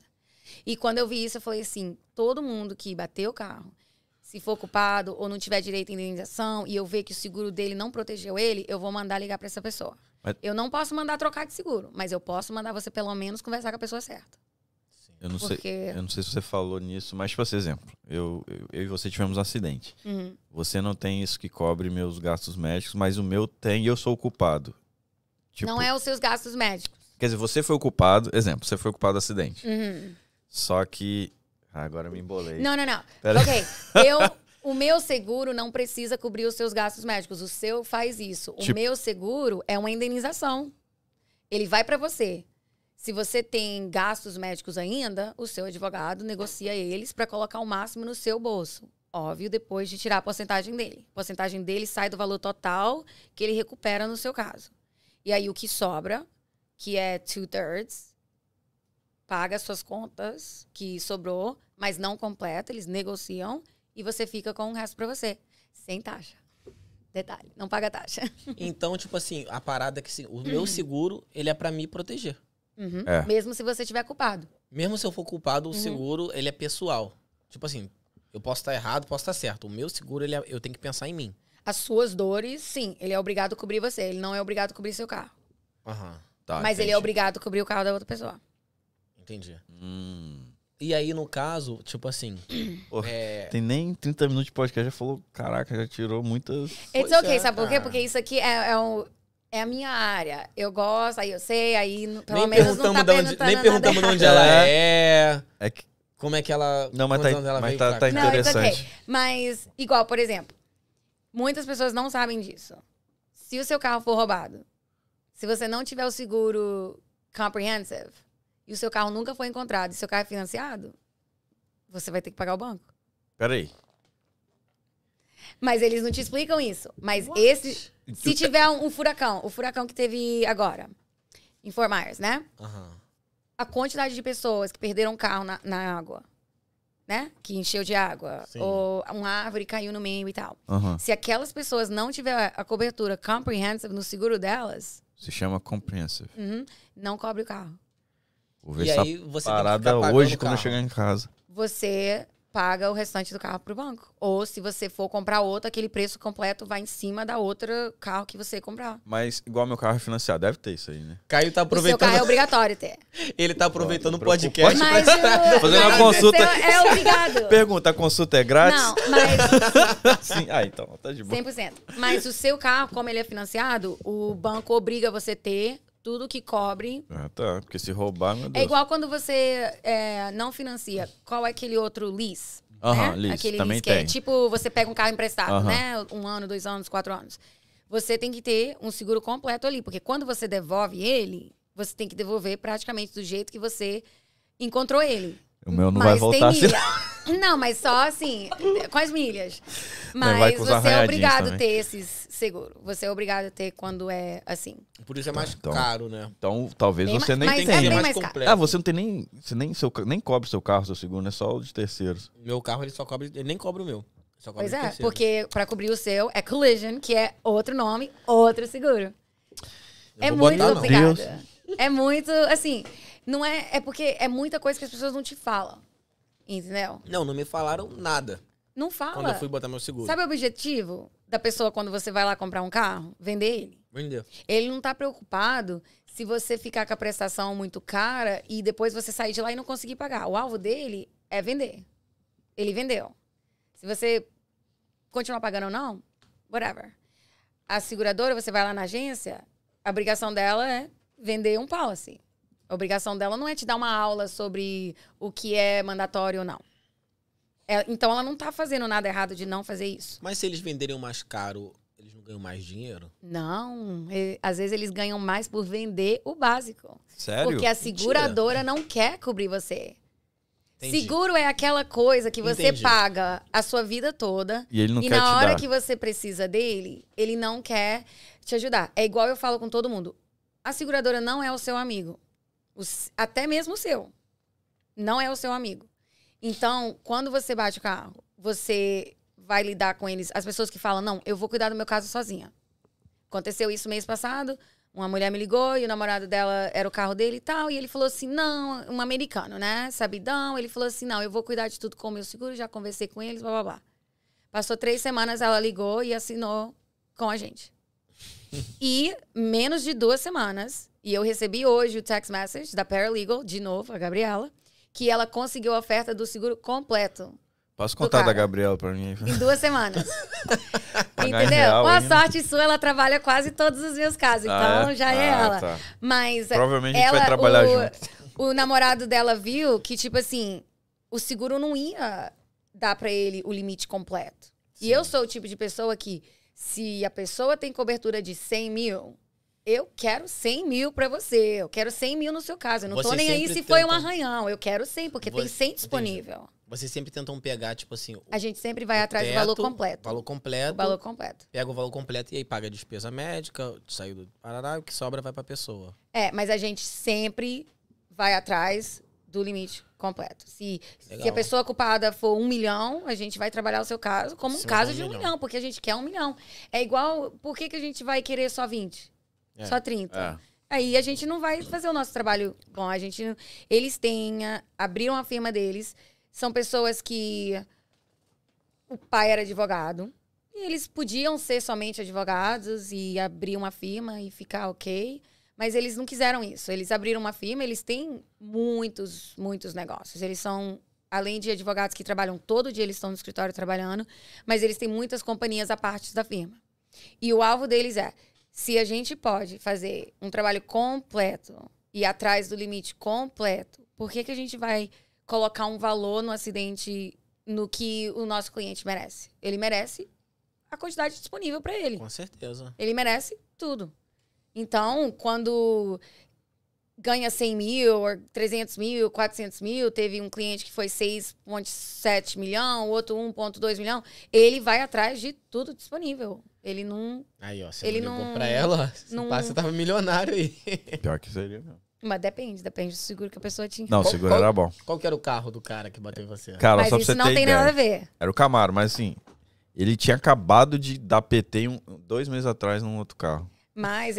Speaker 3: E quando eu vi isso, eu falei assim, todo mundo que bateu o carro, se for culpado ou não tiver direito à indenização, e eu ver que o seguro dele não protegeu ele, eu vou mandar ligar pra essa pessoa.
Speaker 2: Mas-
Speaker 3: Eu não posso mandar trocar de seguro, mas eu posso mandar você pelo menos conversar com a pessoa certa.
Speaker 2: Eu não, sei, É,
Speaker 3: Porque...
Speaker 2: eu não sei se você falou nisso, mas, tipo, esse exemplo, eu, eu, eu e você tivemos um acidente.
Speaker 3: Uhum.
Speaker 2: Você não tem isso que cobre meus gastos médicos, mas o meu tem e eu sou o culpado. Tipo,
Speaker 3: Não é os seus gastos médicos.
Speaker 2: Quer dizer, você foi o culpado. Exemplo, você foi o culpado do acidente.
Speaker 3: Uhum.
Speaker 2: Só que. ah, Agora me embolei.
Speaker 3: Não, não, não.
Speaker 2: Pera-
Speaker 3: Ok. Eu, o meu seguro não precisa cobrir os seus gastos médicos. O seu faz isso. O
Speaker 2: Tipo-
Speaker 3: meu seguro é uma indenização. Ele vai pra você. Se você tem gastos médicos ainda, o seu advogado negocia eles pra colocar o máximo no seu bolso. Óbvio, depois de tirar a porcentagem dele. A porcentagem dele sai do valor total que ele recupera no seu caso. E aí o que sobra, que é two-thirds, paga suas contas que sobrou, mas não completa, eles negociam e você fica com o resto pra você, sem taxa. Detalhe, não paga taxa.
Speaker 1: Então, tipo assim, a parada é que assim, o meu seguro, ele é pra me proteger.
Speaker 3: Uhum.
Speaker 2: É.
Speaker 3: Mesmo se você tiver culpado.
Speaker 1: Mesmo se eu for culpado, o
Speaker 3: Uhum.
Speaker 1: seguro, ele é pessoal. Tipo assim, eu posso estar errado, posso estar certo. O meu seguro, ele é- eu tenho que pensar em mim.
Speaker 3: As suas dores, sim, ele é obrigado a cobrir você, ele não é obrigado a cobrir seu carro.
Speaker 1: Aham,
Speaker 2: Tá,
Speaker 3: mas ele é
Speaker 2: entendi.
Speaker 3: obrigado a cobrir o carro da outra pessoa.
Speaker 1: entendi.
Speaker 2: Hum.
Speaker 1: E aí, no caso, tipo assim,
Speaker 2: Pô,
Speaker 1: é,
Speaker 2: Tem nem 30 minutos de podcast, já falou, caraca, já tirou muitas.
Speaker 3: It's
Speaker 1: Pois
Speaker 3: okay,
Speaker 1: é,
Speaker 3: sabe por quê?
Speaker 1: cara.
Speaker 3: Porque isso aqui é, é, um- é a minha área. Eu gosto, aí eu sei, aí n- pelo
Speaker 1: nem
Speaker 3: menos
Speaker 1: perguntamos,
Speaker 3: não tá
Speaker 1: de onde,
Speaker 3: perguntando
Speaker 1: nem perguntamos de
Speaker 3: nada.
Speaker 1: onde ela é,
Speaker 2: É que...
Speaker 1: como é que ela...
Speaker 2: Não, mas tá,
Speaker 1: quantos anos ela
Speaker 2: mas
Speaker 1: veio
Speaker 2: tá,
Speaker 1: pra cá.
Speaker 2: tá
Speaker 3: Não, it's okay.
Speaker 2: interessante.
Speaker 3: Mas, igual, por exemplo, muitas pessoas não sabem disso. Se o seu carro for roubado, se você não tiver o seguro comprehensive e o seu carro nunca foi encontrado e seu carro é financiado, você vai ter que pagar o banco.
Speaker 2: Peraí.
Speaker 3: Mas eles não te explicam isso. Mas esse. Se tiver um, um furacão, o furacão que teve agora, em Fort Myers, né?
Speaker 1: Aham.
Speaker 3: a quantidade de pessoas que perderam o carro na, na água, né? Que encheu de água.
Speaker 1: Sim.
Speaker 3: Ou uma árvore caiu no meio e tal.
Speaker 2: Aham.
Speaker 3: Se aquelas pessoas não tiver a cobertura comprehensive no seguro delas,
Speaker 2: Se chama Comprehensive.
Speaker 3: uhum, não cobre o carro.
Speaker 2: Vou
Speaker 1: E
Speaker 2: ver essa
Speaker 1: aí, você tem
Speaker 2: parada
Speaker 1: que ficar
Speaker 2: hoje
Speaker 1: pagando
Speaker 2: quando eu
Speaker 1: carro.
Speaker 2: chegar em casa.
Speaker 3: Você paga o restante do carro pro banco. Ou se você for comprar outra, aquele preço completo vai em cima da outra carro que você comprar.
Speaker 2: Mas igual meu carro é financiado, deve ter isso aí, né?
Speaker 1: Caio tá
Speaker 3: O seu carro é
Speaker 1: aproveitando,
Speaker 3: obrigatório ter.
Speaker 1: ele tá aproveitando o
Speaker 2: Preocupante.
Speaker 1: podcast. pra-
Speaker 3: Mas, o-
Speaker 2: Fazendo uma
Speaker 3: mas
Speaker 2: consulta.
Speaker 3: o seu é obrigado.
Speaker 2: Pergunta, a consulta é grátis?
Speaker 3: Não, mas
Speaker 2: Sim. Ah, então, tá de boa.
Speaker 3: 100%. Mas o seu carro, como ele é financiado, o banco obriga você a ter tudo que cobre.
Speaker 2: Ah, tá. Porque se roubar, meu Deus.
Speaker 3: É igual quando você é, não financia. Qual é aquele outro lease?
Speaker 2: Aham,
Speaker 3: né?
Speaker 2: lease,
Speaker 3: Aquele
Speaker 2: também
Speaker 3: lease que é
Speaker 2: tem.
Speaker 3: tipo, você pega um carro emprestado,
Speaker 2: Aham.
Speaker 3: né? Um ano, dois anos, quatro anos. Você tem que ter um seguro completo ali. Porque quando você devolve ele, você tem que devolver praticamente do jeito que você encontrou ele.
Speaker 2: O meu não vai
Speaker 3: mas
Speaker 2: voltar
Speaker 3: tem
Speaker 2: assim.
Speaker 3: milha. Não, mas só assim, com as milhas.
Speaker 2: Não, vai
Speaker 3: Mas
Speaker 2: com os
Speaker 3: você é
Speaker 2: arranhadinhos
Speaker 3: obrigado
Speaker 2: também.
Speaker 3: a ter esses seguro. Você é obrigado a ter quando é assim.
Speaker 1: Por isso é mais
Speaker 2: então.
Speaker 1: caro, né?
Speaker 2: Então, talvez
Speaker 3: Tem
Speaker 2: você
Speaker 3: mais-
Speaker 2: nem
Speaker 3: mas
Speaker 1: Tem
Speaker 3: é
Speaker 1: que
Speaker 2: tenha.
Speaker 1: ser
Speaker 3: bem
Speaker 1: mais
Speaker 3: mais caro.
Speaker 1: completo.
Speaker 2: Ah, você não tem nem. Você nem, seu, ca- nem cobre seu carro, seu seguro, é só o de terceiros.
Speaker 1: Meu carro, ele só cobre... Ele nem cobra o meu. Só cobra
Speaker 3: Pois
Speaker 1: o
Speaker 3: é,
Speaker 1: terceiro.
Speaker 3: porque pra cobrir o seu é collision, que é outro nome, outro seguro. É
Speaker 1: vou
Speaker 3: muito
Speaker 1: botar, não.
Speaker 3: complicado. É muito, assim, não é. É porque é muita coisa que as pessoas não te falam. Entendeu?
Speaker 1: Não, não me falaram nada
Speaker 3: Não fala.
Speaker 1: quando eu fui botar meu seguro.
Speaker 3: Sabe o objetivo da pessoa quando você vai lá comprar um carro? Vender ele.
Speaker 1: Vendeu.
Speaker 3: Ele não tá preocupado se você ficar com a prestação muito cara e depois você sair de lá e não conseguir pagar. O alvo dele é vender. Ele vendeu. Se você continuar pagando ou não, whatever. A seguradora, você vai lá na agência, a obrigação dela é vender um policy. A obrigação dela não é te dar uma aula sobre o que é mandatório ou não. É, então ela não tá fazendo nada errado de não fazer isso.
Speaker 1: Mas se eles venderem mais caro, eles não ganham mais dinheiro?
Speaker 3: Não, e- às vezes eles ganham mais por vender o básico.
Speaker 2: Sério?
Speaker 3: Porque a seguradora não quer cobrir você.
Speaker 1: Entendi.
Speaker 3: Seguro é aquela coisa que você
Speaker 1: Entendi.
Speaker 3: paga a sua vida toda
Speaker 2: E ele não
Speaker 3: e
Speaker 2: quer te
Speaker 3: na hora
Speaker 2: dar.
Speaker 3: que você precisa dele, ele não quer te ajudar. É igual eu falo com todo mundo. A seguradora não é o seu amigo. O s- até mesmo o seu. Não é o seu amigo. Então, quando você bate o carro, você vai lidar com eles. As pessoas que falam, não, eu vou cuidar do meu caso sozinha. Aconteceu isso mês passado. Uma mulher me ligou e o namorado dela era o carro dele e tal. E ele falou assim: não, um americano, né? Sabidão. Ele falou assim: não, eu vou cuidar de tudo com o meu seguro, já conversei com eles, blá blá blá. Passou três semanas, ela ligou e assinou com a gente. e menos de duas semanas, e eu recebi hoje o text message da Paralegal, de novo, a Gabriela, que ela conseguiu a oferta do seguro completo
Speaker 2: Posso
Speaker 3: do
Speaker 2: contar da
Speaker 3: cara. Então,
Speaker 2: Gabriela pra mim?
Speaker 3: em duas semanas.
Speaker 2: Pagar em
Speaker 3: Entendeu?
Speaker 2: real
Speaker 3: Com a
Speaker 2: ainda.
Speaker 3: sorte sua, ela trabalha quase todos os meus casos, então
Speaker 2: Ah, é?
Speaker 3: já é
Speaker 2: Ah,
Speaker 3: ela.
Speaker 2: tá.
Speaker 3: Mas
Speaker 2: Provavelmente a gente
Speaker 3: ela,
Speaker 2: vai trabalhar
Speaker 3: o,
Speaker 2: junto.
Speaker 3: o namorado dela viu que, tipo assim, o seguro não ia dar pra ele o limite completo. E eu sou o tipo de pessoa que, se a pessoa tem cobertura de 100 mil, eu quero 100 mil pra você. Eu quero 100 mil no seu caso. Eu não tô
Speaker 1: Você
Speaker 3: nem aí
Speaker 1: sempre
Speaker 3: se foi um
Speaker 1: tenta-
Speaker 3: arranhão. Eu quero 100, porque tem
Speaker 1: Você-
Speaker 3: 100
Speaker 1: entendi.
Speaker 3: disponível.
Speaker 1: Vocês sempre tentam pegar, tipo assim, o
Speaker 3: A gente sempre vai atrás
Speaker 1: teto,
Speaker 3: do valor completo.
Speaker 1: Valor
Speaker 3: O
Speaker 1: completo.
Speaker 3: valor completo.
Speaker 1: Pega o valor completo e aí paga a despesa médica, saiu do Paraná, o que sobra vai pra pessoa.
Speaker 3: É, mas a gente sempre vai atrás do limite completo. Se,
Speaker 1: Legal.
Speaker 3: se a pessoa culpada for um milhão, a gente vai trabalhar o seu caso como um
Speaker 1: Sim,
Speaker 3: caso
Speaker 1: mas é
Speaker 3: de
Speaker 1: um
Speaker 3: um
Speaker 1: milhão.
Speaker 3: milhão, porque a gente quer um milhão. É igual, por que, que a gente vai querer só 20?
Speaker 1: É,
Speaker 3: Só 30?
Speaker 2: É.
Speaker 3: Aí a gente não vai fazer o nosso trabalho bom. A gente, não- eles têm, a- abriram a firma deles. São pessoas que o pai era advogado. E eles podiam ser somente advogados e abrir uma firma e ficar ok. Mas eles não quiseram isso. Eles abriram uma firma, eles têm muitos, muitos negócios. Eles são, além de advogados que trabalham todo dia, eles estão no escritório trabalhando, mas eles têm muitas companhias à parte da firma. E o alvo deles é: se a gente pode fazer um trabalho completo e atrás do limite completo, por que, que a gente vai colocar um valor no acidente no que o nosso cliente merece? Ele merece a quantidade disponível para ele.
Speaker 1: Com certeza.
Speaker 3: Ele merece tudo. Então, quando ganha 100 mil, or 300 mil, 400 mil, teve um cliente que foi 6,7 milhão, outro 1,2 milhão, ele vai atrás de tudo disponível. Ele não.
Speaker 1: Aí, ó, você
Speaker 3: Ele
Speaker 1: não ligou
Speaker 3: não-
Speaker 1: pra ela, se
Speaker 3: não-
Speaker 1: pá, você tava milionário aí.
Speaker 2: É. Pior que seria mesmo.
Speaker 3: Mas depende, depende do seguro que a pessoa tinha.
Speaker 2: Não, o
Speaker 1: Qual-
Speaker 2: seguro era bom.
Speaker 1: Qual que era o carro do cara que bateu em você?
Speaker 2: Cara,
Speaker 3: Mas
Speaker 2: só pra
Speaker 3: isso
Speaker 2: você
Speaker 3: não
Speaker 2: ter
Speaker 3: tem
Speaker 2: ideia.
Speaker 3: nada a ver.
Speaker 2: Era o Camaro, mas assim, ele tinha acabado de dar PT um- dois meses atrás num outro carro.
Speaker 3: Mas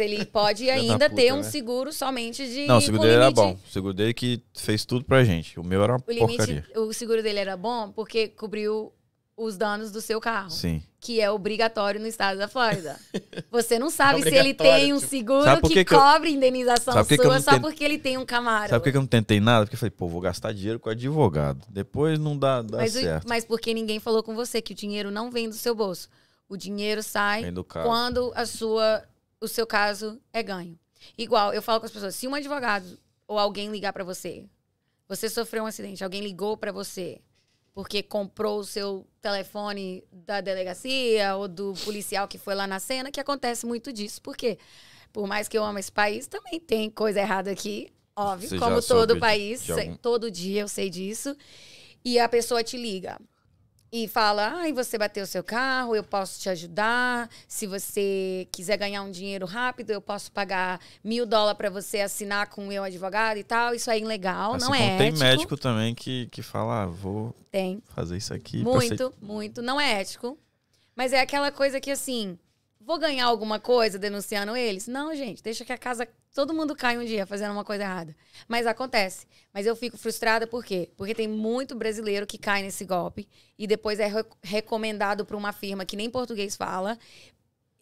Speaker 3: ele pode
Speaker 2: da
Speaker 3: ainda ter
Speaker 2: puta,
Speaker 3: um
Speaker 2: né?
Speaker 3: seguro somente de.
Speaker 2: não, o seguro
Speaker 3: com
Speaker 2: dele era
Speaker 3: limite-
Speaker 2: bom. O seguro dele que fez tudo pra gente. O meu era uma
Speaker 3: O,
Speaker 2: porcaria.
Speaker 3: limite, o seguro dele era bom porque cobriu os danos do seu carro.
Speaker 2: Sim.
Speaker 3: que é obrigatório no estado da Flórida. Você não sabe
Speaker 1: É
Speaker 3: se ele
Speaker 1: obrigatório,
Speaker 3: tem um
Speaker 1: tipo.
Speaker 3: seguro
Speaker 2: Sabe por
Speaker 3: que,
Speaker 2: que que eu-
Speaker 3: cobre indenização
Speaker 2: Sabe por que que eu
Speaker 3: sua
Speaker 2: não
Speaker 3: só
Speaker 2: ten-
Speaker 3: porque ele tem um Camaro.
Speaker 2: Sabe por que eu não tentei nada? Porque eu falei, pô, vou gastar dinheiro com advogado. Depois não dá, dá
Speaker 3: mas, o-
Speaker 2: certo.
Speaker 3: mas porque ninguém falou com você que o dinheiro não vem do seu bolso. O dinheiro sai
Speaker 2: Vem do carro.
Speaker 3: quando a sua, o seu caso é ganho. Igual, eu falo com as pessoas, se um advogado ou alguém ligar pra você, você sofreu um acidente, alguém ligou pra você porque comprou o seu telefone da delegacia ou do policial que foi lá na cena, que acontece muito disso, porque por mais que eu amo esse país, também tem coisa errada aqui, óbvio,
Speaker 2: Você já
Speaker 3: como
Speaker 2: soube
Speaker 3: todo
Speaker 2: de-
Speaker 3: país,
Speaker 2: de
Speaker 3: sei-
Speaker 2: algum-
Speaker 3: todo dia eu sei disso. E a pessoa te liga e fala: ai, você bateu seu carro, eu posso te ajudar. Se você quiser ganhar um dinheiro rápido, eu posso pagar mil dólares para você assinar com o meu advogado e tal. Isso é ilegal,
Speaker 2: Assim
Speaker 3: não
Speaker 2: como
Speaker 3: é
Speaker 2: tem
Speaker 3: ético.
Speaker 2: médico também que, que fala, ah, vou
Speaker 3: Tem.
Speaker 2: fazer isso aqui. pra
Speaker 3: Muito,
Speaker 2: você-
Speaker 3: muito. Não é ético. Mas é aquela coisa que, assim, vou ganhar alguma coisa denunciando eles? Não, gente, deixa que a casa. Todo mundo cai um dia fazendo uma coisa errada. Mas acontece. Mas eu fico frustrada por quê? Porque tem muito brasileiro que cai nesse golpe e depois é re- recomendado para uma firma que nem português fala.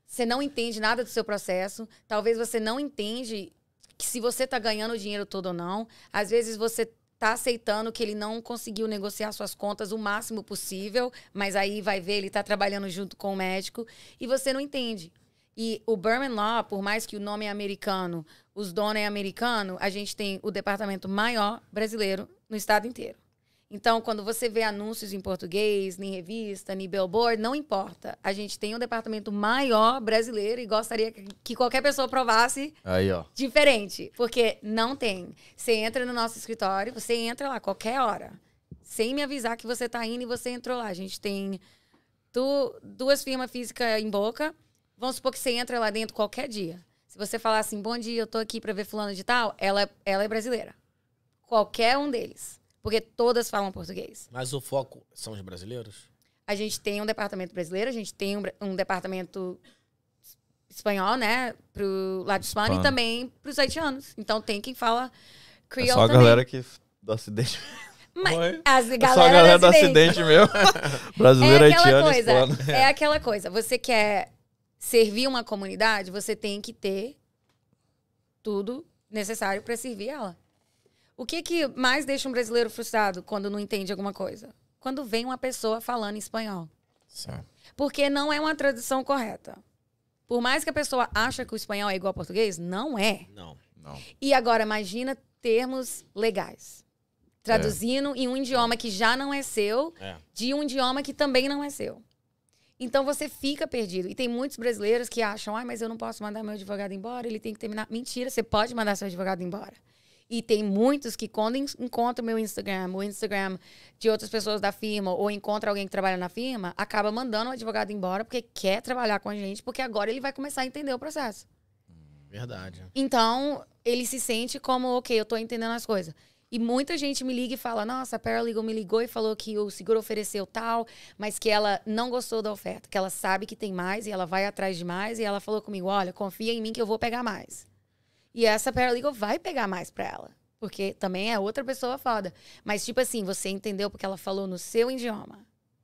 Speaker 3: Você não entende nada do seu processo. Talvez você não entende que se você está ganhando o dinheiro todo ou não. Às vezes você tá aceitando que ele não conseguiu negociar suas contas o máximo possível, mas aí vai ver, ele tá trabalhando junto com o médico e você não entende. E o Berman Law, por mais que o nome é americano, os donos é americano, a gente tem o departamento maior brasileiro no estado inteiro. Então, quando você vê anúncios em português, nem revista, nem billboard, não importa. A gente tem um departamento maior brasileiro e gostaria que- que qualquer pessoa provasse
Speaker 2: Aí, ó.
Speaker 3: Diferente, porque não tem. Você entra no nosso escritório, você entra lá qualquer hora. Sem me avisar que você tá indo e você entrou lá. A gente tem du- duas firmas físicas em boca. Vamos supor que você entra lá dentro qualquer dia. Se você falar assim, bom dia, eu tô aqui pra ver fulano de tal, ela, ela é brasileira. Qualquer um deles. Porque todas falam português.
Speaker 1: Mas o foco são os brasileiros?
Speaker 3: A gente tem um departamento brasileiro, a gente tem um, bra- um departamento es- espanhol, né? Pro lado hispano e
Speaker 2: Hispano.
Speaker 3: também pros haitianos. Então tem quem fala
Speaker 2: É
Speaker 3: creole
Speaker 2: só a
Speaker 3: também.
Speaker 2: galera que do acidente.
Speaker 3: Mas
Speaker 2: Oi?
Speaker 3: as
Speaker 2: É só a
Speaker 3: galera,
Speaker 2: galera
Speaker 3: do acidente.
Speaker 2: mesmo. Brasileiro,
Speaker 3: é aquela
Speaker 2: haitiano,
Speaker 3: coisa.
Speaker 2: hispano.
Speaker 3: É aquela coisa. Você quer servir uma comunidade, você tem que ter tudo necessário para servir ela. O que, que mais deixa um brasileiro frustrado quando não entende alguma coisa? Quando vem uma pessoa falando espanhol. Porque não é uma tradução correta. Por mais que a pessoa ache que o espanhol é igual ao português, não é.
Speaker 1: Não.
Speaker 2: Não.
Speaker 3: E agora, imagina termos legais. Traduzindo em um idioma que já não é seu,
Speaker 1: É.
Speaker 3: de um idioma que também não é seu. Então você fica perdido. E tem muitos brasileiros que acham, ai, mas eu não posso mandar meu advogado embora, ele tem que terminar. Mentira, você pode mandar seu advogado embora. E tem muitos que quando en- encontram meu Instagram, o Instagram de outras pessoas da firma, ou encontra alguém que trabalha na firma, acaba mandando o advogado embora porque quer trabalhar com a gente, porque agora ele vai começar a entender o processo.
Speaker 1: Verdade.
Speaker 3: Então, ele se sente como, ok, eu tô entendendo as coisas. E muita gente me liga e fala, nossa, a Paralegal me ligou e falou que o seguro ofereceu tal, mas que ela não gostou da oferta, que ela sabe que tem mais e ela vai atrás de mais e ela falou comigo, olha, confia em mim que eu vou pegar mais. E essa Paralegal vai pegar mais pra ela, porque também é outra pessoa foda. Mas tipo assim, você entendeu porque ela falou no seu idioma.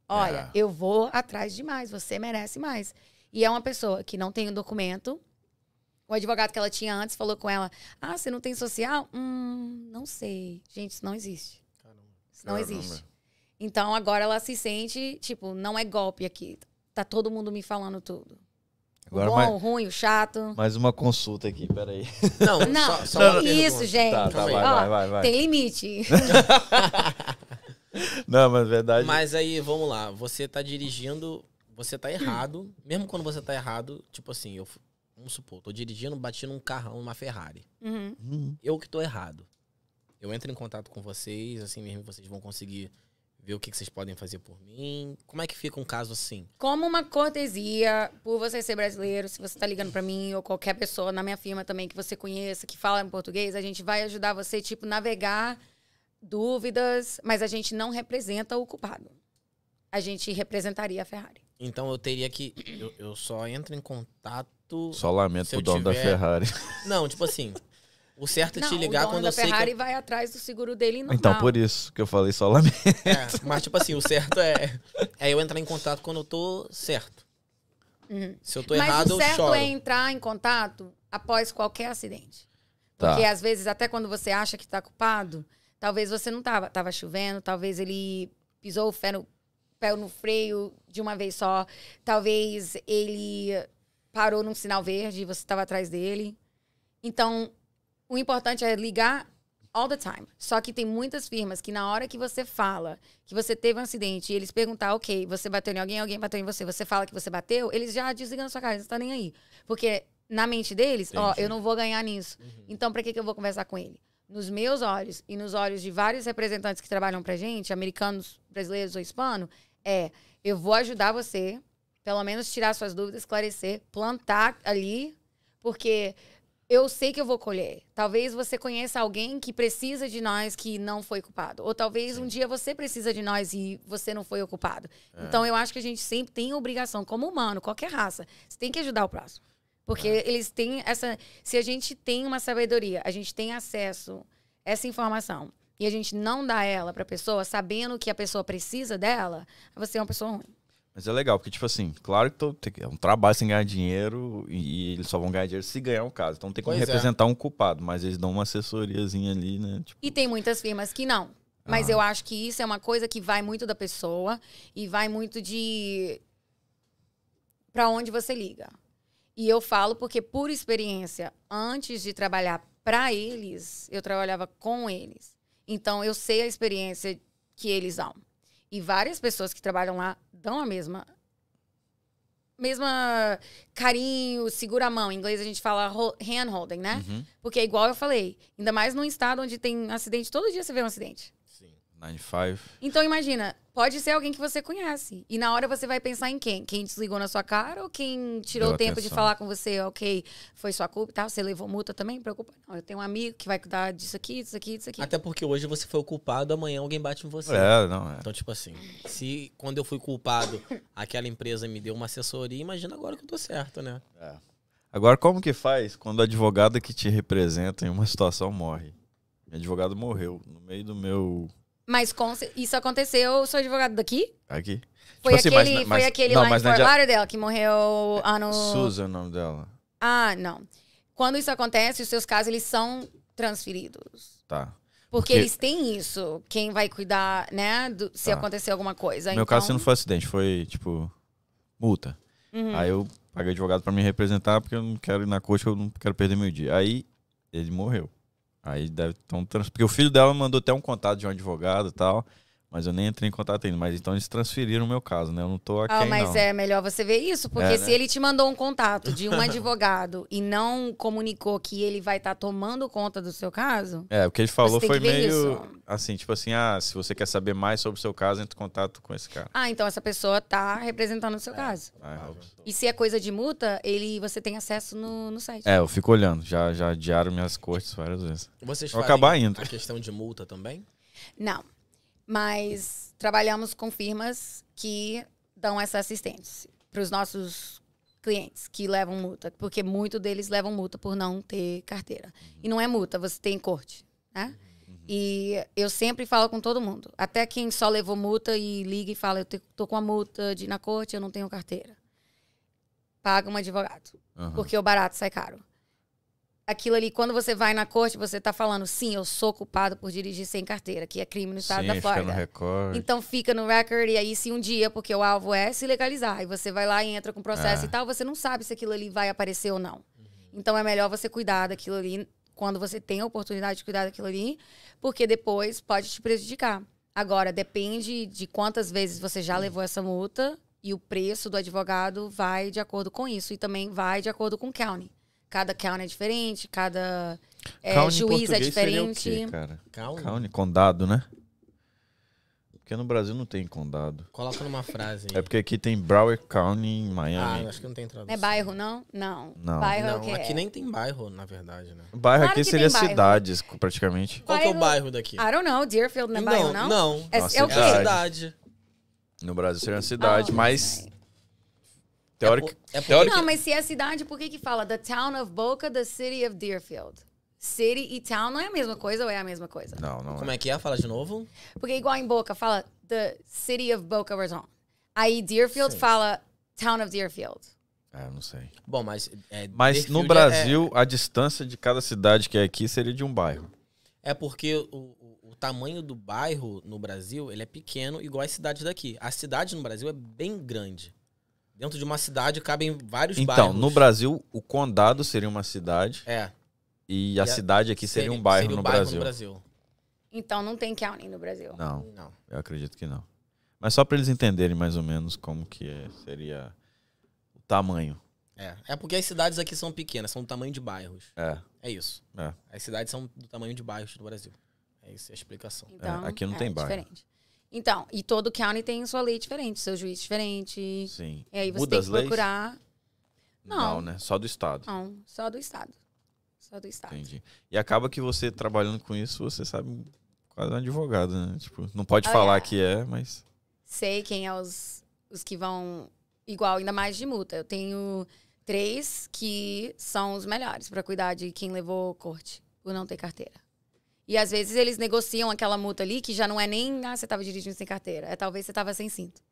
Speaker 3: Olha, eu vou atrás de mais, você merece mais. E é uma pessoa que não tem o documento, o advogado que ela tinha antes falou com ela: Ah, você não tem social? Hum, não sei. Gente, isso não existe.
Speaker 1: Caramba.
Speaker 3: Isso não
Speaker 2: Caramba.
Speaker 3: existe. Então agora ela se sente, tipo, não é golpe aqui. Tá todo mundo me falando tudo.
Speaker 2: Agora
Speaker 3: o bom,
Speaker 2: mais,
Speaker 3: o ruim, o chato.
Speaker 2: mais uma consulta aqui, peraí.
Speaker 1: Não,
Speaker 3: Não,
Speaker 1: só, só
Speaker 3: que
Speaker 1: uma
Speaker 3: isso,
Speaker 1: pergunta.
Speaker 3: gente.
Speaker 2: Tá, tá,
Speaker 1: calma aí.
Speaker 2: vai,
Speaker 3: É, então Ó,
Speaker 2: vai, vai, vai.
Speaker 3: Tem limite.
Speaker 2: Não, mas é verdade.
Speaker 1: Mas aí, vamos lá. Você tá dirigindo, você tá errado. Mesmo quando você tá errado, tipo assim, eu. f- Vamos supor, tô dirigindo, bati num carrão, numa Ferrari.
Speaker 3: Uhum.
Speaker 2: Hum,
Speaker 1: Eu que tô errado. Eu entro em contato com vocês, assim mesmo vocês vão conseguir ver o que, que vocês podem fazer por mim. Como é que fica um caso assim?
Speaker 3: Como uma cortesia, por você ser brasileiro, se você tá ligando pra mim ou qualquer pessoa na minha firma também que você conheça, que fala em português, a gente vai ajudar você, tipo, navegar dúvidas, mas a gente não representa o culpado. A gente representaria a Ferrari.
Speaker 1: Então eu teria que. Eu, eu só entro em contato.
Speaker 2: Só lamento
Speaker 1: Se eu
Speaker 2: pro dono da
Speaker 1: tiver-
Speaker 2: Ferrari.
Speaker 1: Não, tipo assim. O certo é
Speaker 3: não,
Speaker 1: te ligar
Speaker 3: o dono
Speaker 1: quando
Speaker 3: da
Speaker 1: eu sei
Speaker 3: Ferrari
Speaker 1: que.
Speaker 3: vai atrás do seguro dele normal.
Speaker 2: Então, por isso que eu falei só lamento.
Speaker 1: Eu, é, mas, tipo assim, o certo é. É eu entrar em contato quando eu tô certo.
Speaker 3: Uhum.
Speaker 1: Se eu tô
Speaker 3: Mas
Speaker 1: errado,
Speaker 3: o
Speaker 1: eu
Speaker 3: certo
Speaker 1: choro.
Speaker 3: é entrar em contato após qualquer acidente.
Speaker 2: Tá.
Speaker 3: Porque às vezes, até quando você acha que tá culpado, talvez você não tava. Tava chovendo, talvez ele pisou o pé no, pé no freio de uma vez só. Talvez ele parou num sinal verde e você estava atrás dele. Então, o importante é ligar all the time. Só que tem muitas firmas que na hora que você fala que você teve um acidente e eles perguntar, ok, você bateu em alguém, alguém bateu em você, você fala que você bateu, eles já desligam na sua cara, eles não estão nem aí. Porque na mente deles, ó,
Speaker 2: Entendi.
Speaker 3: eu não vou ganhar nisso. Então, pra que, que eu vou conversar com ele? Nos meus olhos e nos olhos de vários representantes que trabalham pra gente, americanos, brasileiros ou hispano, é, eu vou ajudar você, pelo menos tirar suas dúvidas, esclarecer, plantar ali, porque eu sei que eu vou colher. Talvez você conheça alguém que precisa de nós que não foi culpado. Ou talvez um dia você precisa de nós e você não foi o culpado. Então eu acho que a gente sempre tem obrigação, como humano, qualquer raça, você tem que ajudar o próximo. Porque eles têm essa. Se a gente tem uma sabedoria, a gente tem acesso a essa informação e a gente não dá ela pra pessoa, sabendo que a pessoa precisa dela, você é uma pessoa ruim.
Speaker 2: Mas é legal, porque, tipo assim, claro que tô- tem que- é um trabalho sem ganhar dinheiro e, e eles só vão ganhar dinheiro se ganhar um caso. Então não tem como
Speaker 1: Pois é.
Speaker 2: representar um culpado, mas eles dão uma assessoriazinha ali, né? Tipo,
Speaker 3: E tem muitas firmas que não. Mas eu acho que isso é uma coisa que vai muito da pessoa e vai muito de para onde você liga. E eu falo porque por experiência, antes de trabalhar para eles, eu trabalhava com eles. Então eu sei a experiência que eles dão. E várias pessoas que trabalham lá dão a mesma mesma carinho, segura a mão. Em inglês a gente fala ho- hand holding, né?
Speaker 2: uhum.
Speaker 3: Porque é igual eu falei, ainda mais num estado onde tem acidente, todo dia você vê um acidente.
Speaker 2: 95.
Speaker 3: Então imagina, pode ser alguém que você conhece. E na hora você vai pensar em quem? Quem desligou na sua cara ou quem tirou
Speaker 2: Deu
Speaker 3: o tempo de
Speaker 2: atenção.
Speaker 3: falar com você, ok, foi sua culpa e tal, você levou multa também? Preocupa não, eu tenho um amigo que vai cuidar disso aqui, disso aqui, disso
Speaker 2: Ah.
Speaker 3: aqui.
Speaker 1: Até porque hoje você foi o culpado, amanhã alguém bate em você.
Speaker 2: É, não, é.
Speaker 1: Então, tipo assim, se quando eu fui culpado, aquela empresa me deu uma assessoria, imagina agora que eu tô certo, né?
Speaker 3: É.
Speaker 2: Agora, como que faz quando o advogado que te representa em uma situação morre? Meu advogado morreu no meio do meu.
Speaker 3: Mas com ce- isso aconteceu, eu sou advogado daqui?
Speaker 2: Aqui.
Speaker 3: Foi
Speaker 2: assim, mas
Speaker 3: aquele,
Speaker 2: na-
Speaker 3: foi
Speaker 2: mas-
Speaker 3: aquele
Speaker 2: não,
Speaker 3: lá em
Speaker 2: mas na
Speaker 3: Fort
Speaker 2: dia-
Speaker 3: Lauderdale que morreu ano...
Speaker 2: Susan é o nome dela.
Speaker 3: Ah, não. Quando isso acontece, os seus casos, eles são transferidos.
Speaker 2: Tá.
Speaker 3: Porque
Speaker 2: Porque-
Speaker 3: eles têm isso, quem vai cuidar, né? do- se
Speaker 2: Tá.
Speaker 3: acontecer alguma coisa.
Speaker 2: meu
Speaker 3: então,
Speaker 2: caso assim, não foi acidente, foi tipo. multa.
Speaker 3: Uhum.
Speaker 2: Aí eu paguei advogado pra me representar porque eu não quero ir na corte, eu não quero perder meu dia. Aí ele morreu. Aí deve tão trans... Porque o filho dela mandou até um contato de um advogado e tal, mas eu nem entrei em contato ainda. Mas então eles transferiram o meu caso, né? Eu não tô aqui.
Speaker 3: Ah, mas
Speaker 2: não.
Speaker 3: é melhor você ver isso, porque
Speaker 2: É,
Speaker 3: se
Speaker 2: né?
Speaker 3: ele te mandou um contato de um advogado e não comunicou que ele vai estar tomando conta do seu caso,
Speaker 2: É, o que ele falou
Speaker 3: Você tem
Speaker 2: foi
Speaker 3: que ver
Speaker 2: meio
Speaker 3: isso.
Speaker 2: assim, tipo assim, ah, se você quer saber mais sobre o seu caso, entre em contato com esse cara.
Speaker 3: ah, então essa pessoa tá representando o seu caso.
Speaker 2: Ah, eu-
Speaker 3: E se é coisa de multa, ele você tem acesso no, no site.
Speaker 2: É, eu fico olhando, já, já adiaram minhas cortes várias vezes.
Speaker 1: Vocês
Speaker 2: Vou
Speaker 1: fazem
Speaker 2: acabar indo.
Speaker 1: a questão de multa também?
Speaker 3: Não. Mas trabalhamos com firmas que dão essa assistência para os nossos clientes que levam multa, porque muito deles levam multa por não ter carteira. E não é multa, você tem corte, né? E eu sempre falo com todo mundo, até quem só levou multa e liga e fala, eu te- tô com a multa de ir na corte, eu não tenho carteira. Paga um advogado.
Speaker 2: Aham.
Speaker 3: Porque o barato sai caro. Aquilo ali, quando você vai na corte, você tá falando, sim, eu sou culpado por dirigir sem carteira, que é crime no estado
Speaker 2: Sim,
Speaker 3: da
Speaker 2: fica no
Speaker 3: Flórida.
Speaker 2: recorde.
Speaker 3: Então fica no record, e aí se um dia, porque o alvo é se legalizar, e você vai lá e entra com processo
Speaker 2: É.
Speaker 3: e tal, você não sabe se aquilo ali vai aparecer ou não. Então é melhor você cuidar daquilo ali, quando você tem a oportunidade de cuidar daquilo ali, porque depois pode te prejudicar. Agora, depende de quantas vezes você já levou essa multa e o preço do advogado vai de acordo com isso e também vai de acordo com o county. Cada county é diferente, cada eh,
Speaker 2: County em
Speaker 3: juiz é
Speaker 2: português seria o
Speaker 3: diferente.
Speaker 2: quê, cara?
Speaker 1: Calma.
Speaker 2: County, condado, né? Porque no Brasil não tem condado.
Speaker 1: Coloca numa frase aí.
Speaker 2: É porque aqui tem Broward County em Miami.
Speaker 1: Ah, acho que não tem tradução.
Speaker 3: Não é bairro, não? Não.
Speaker 2: Não.
Speaker 3: Bairro é o
Speaker 1: Não,
Speaker 3: quê?
Speaker 1: aqui nem tem bairro, na verdade, né?
Speaker 2: Bairro
Speaker 3: Claro
Speaker 2: aqui
Speaker 3: que
Speaker 2: seria
Speaker 3: tem bairro.
Speaker 2: cidades, praticamente.
Speaker 1: Qual que é o
Speaker 3: Bairro-
Speaker 1: bairro daqui?
Speaker 3: I don't know, Deerfield não é bairro, não?
Speaker 1: Não,
Speaker 3: É,
Speaker 2: Nossa,
Speaker 3: é o
Speaker 1: É
Speaker 3: quê?
Speaker 1: a
Speaker 2: Cidade.
Speaker 1: cidade.
Speaker 2: No Brasil seria uma cidade,
Speaker 3: Oh,
Speaker 2: mas teórica,
Speaker 1: É por- é
Speaker 2: teórica-
Speaker 3: Não, mas se é cidade, por que que fala the town of Boca, the city of Deerfield? City e town não é a mesma coisa ou é a mesma coisa?
Speaker 2: Não, não.
Speaker 1: Como é que é? Fala de novo.
Speaker 3: Porque igual em Boca fala the city of Boca Raton. Aí Deerfield fala town of Deerfield.
Speaker 2: É, não sei.
Speaker 1: Bom, mas. é,
Speaker 2: Mas
Speaker 1: Deerfield
Speaker 2: no
Speaker 1: é-
Speaker 2: Brasil, a distância de cada cidade que é aqui seria de um bairro.
Speaker 1: É, é porque o, o- o tamanho do bairro no Brasil ele é pequeno, igual as cidades daqui. A cidade no Brasil é bem grande. Dentro de uma cidade cabem vários
Speaker 2: Então,
Speaker 1: bairros.
Speaker 2: no Brasil, o condado seria uma cidade
Speaker 1: É.
Speaker 2: e
Speaker 1: E
Speaker 2: a
Speaker 1: a-
Speaker 2: cidade aqui seria, um bairro,
Speaker 1: seria
Speaker 2: no,
Speaker 1: um bairro
Speaker 2: Brasil.
Speaker 1: no Brasil.
Speaker 3: Então não tem county no Brasil.
Speaker 2: Não,
Speaker 1: Não.
Speaker 2: eu acredito que não. Mas só para eles entenderem mais ou menos como que é- seria o tamanho.
Speaker 1: É. É porque as cidades aqui são pequenas, são do tamanho de bairros.
Speaker 2: É.
Speaker 1: É isso.
Speaker 2: É.
Speaker 1: As cidades são do tamanho de bairros no Brasil. É isso, é a explicação.
Speaker 3: Então,
Speaker 2: É, aqui não tem bairro.
Speaker 3: Diferente. Então, e todo county tem sua lei diferente, seu juiz diferente.
Speaker 2: Sim.
Speaker 3: E aí você
Speaker 2: Muda
Speaker 3: tem
Speaker 2: as
Speaker 3: que
Speaker 2: leis?
Speaker 3: procurar.
Speaker 2: Não,
Speaker 3: Não.
Speaker 2: né? Só do estado.
Speaker 3: Não, só do estado. Só só do Estado.
Speaker 2: Entendi. E acaba que você trabalhando com isso, você sabe quase um advogado, né? Tipo, não pode
Speaker 3: Olha.
Speaker 2: falar que é, mas.
Speaker 3: Sei quem é os, os que vão igual, ainda mais de multa. Eu tenho três que são os melhores pra cuidar de quem levou corte por não ter carteira. E às vezes eles negociam aquela multa ali que já não é nem, ah, você tava dirigindo sem carteira. É talvez você tava sem cinto.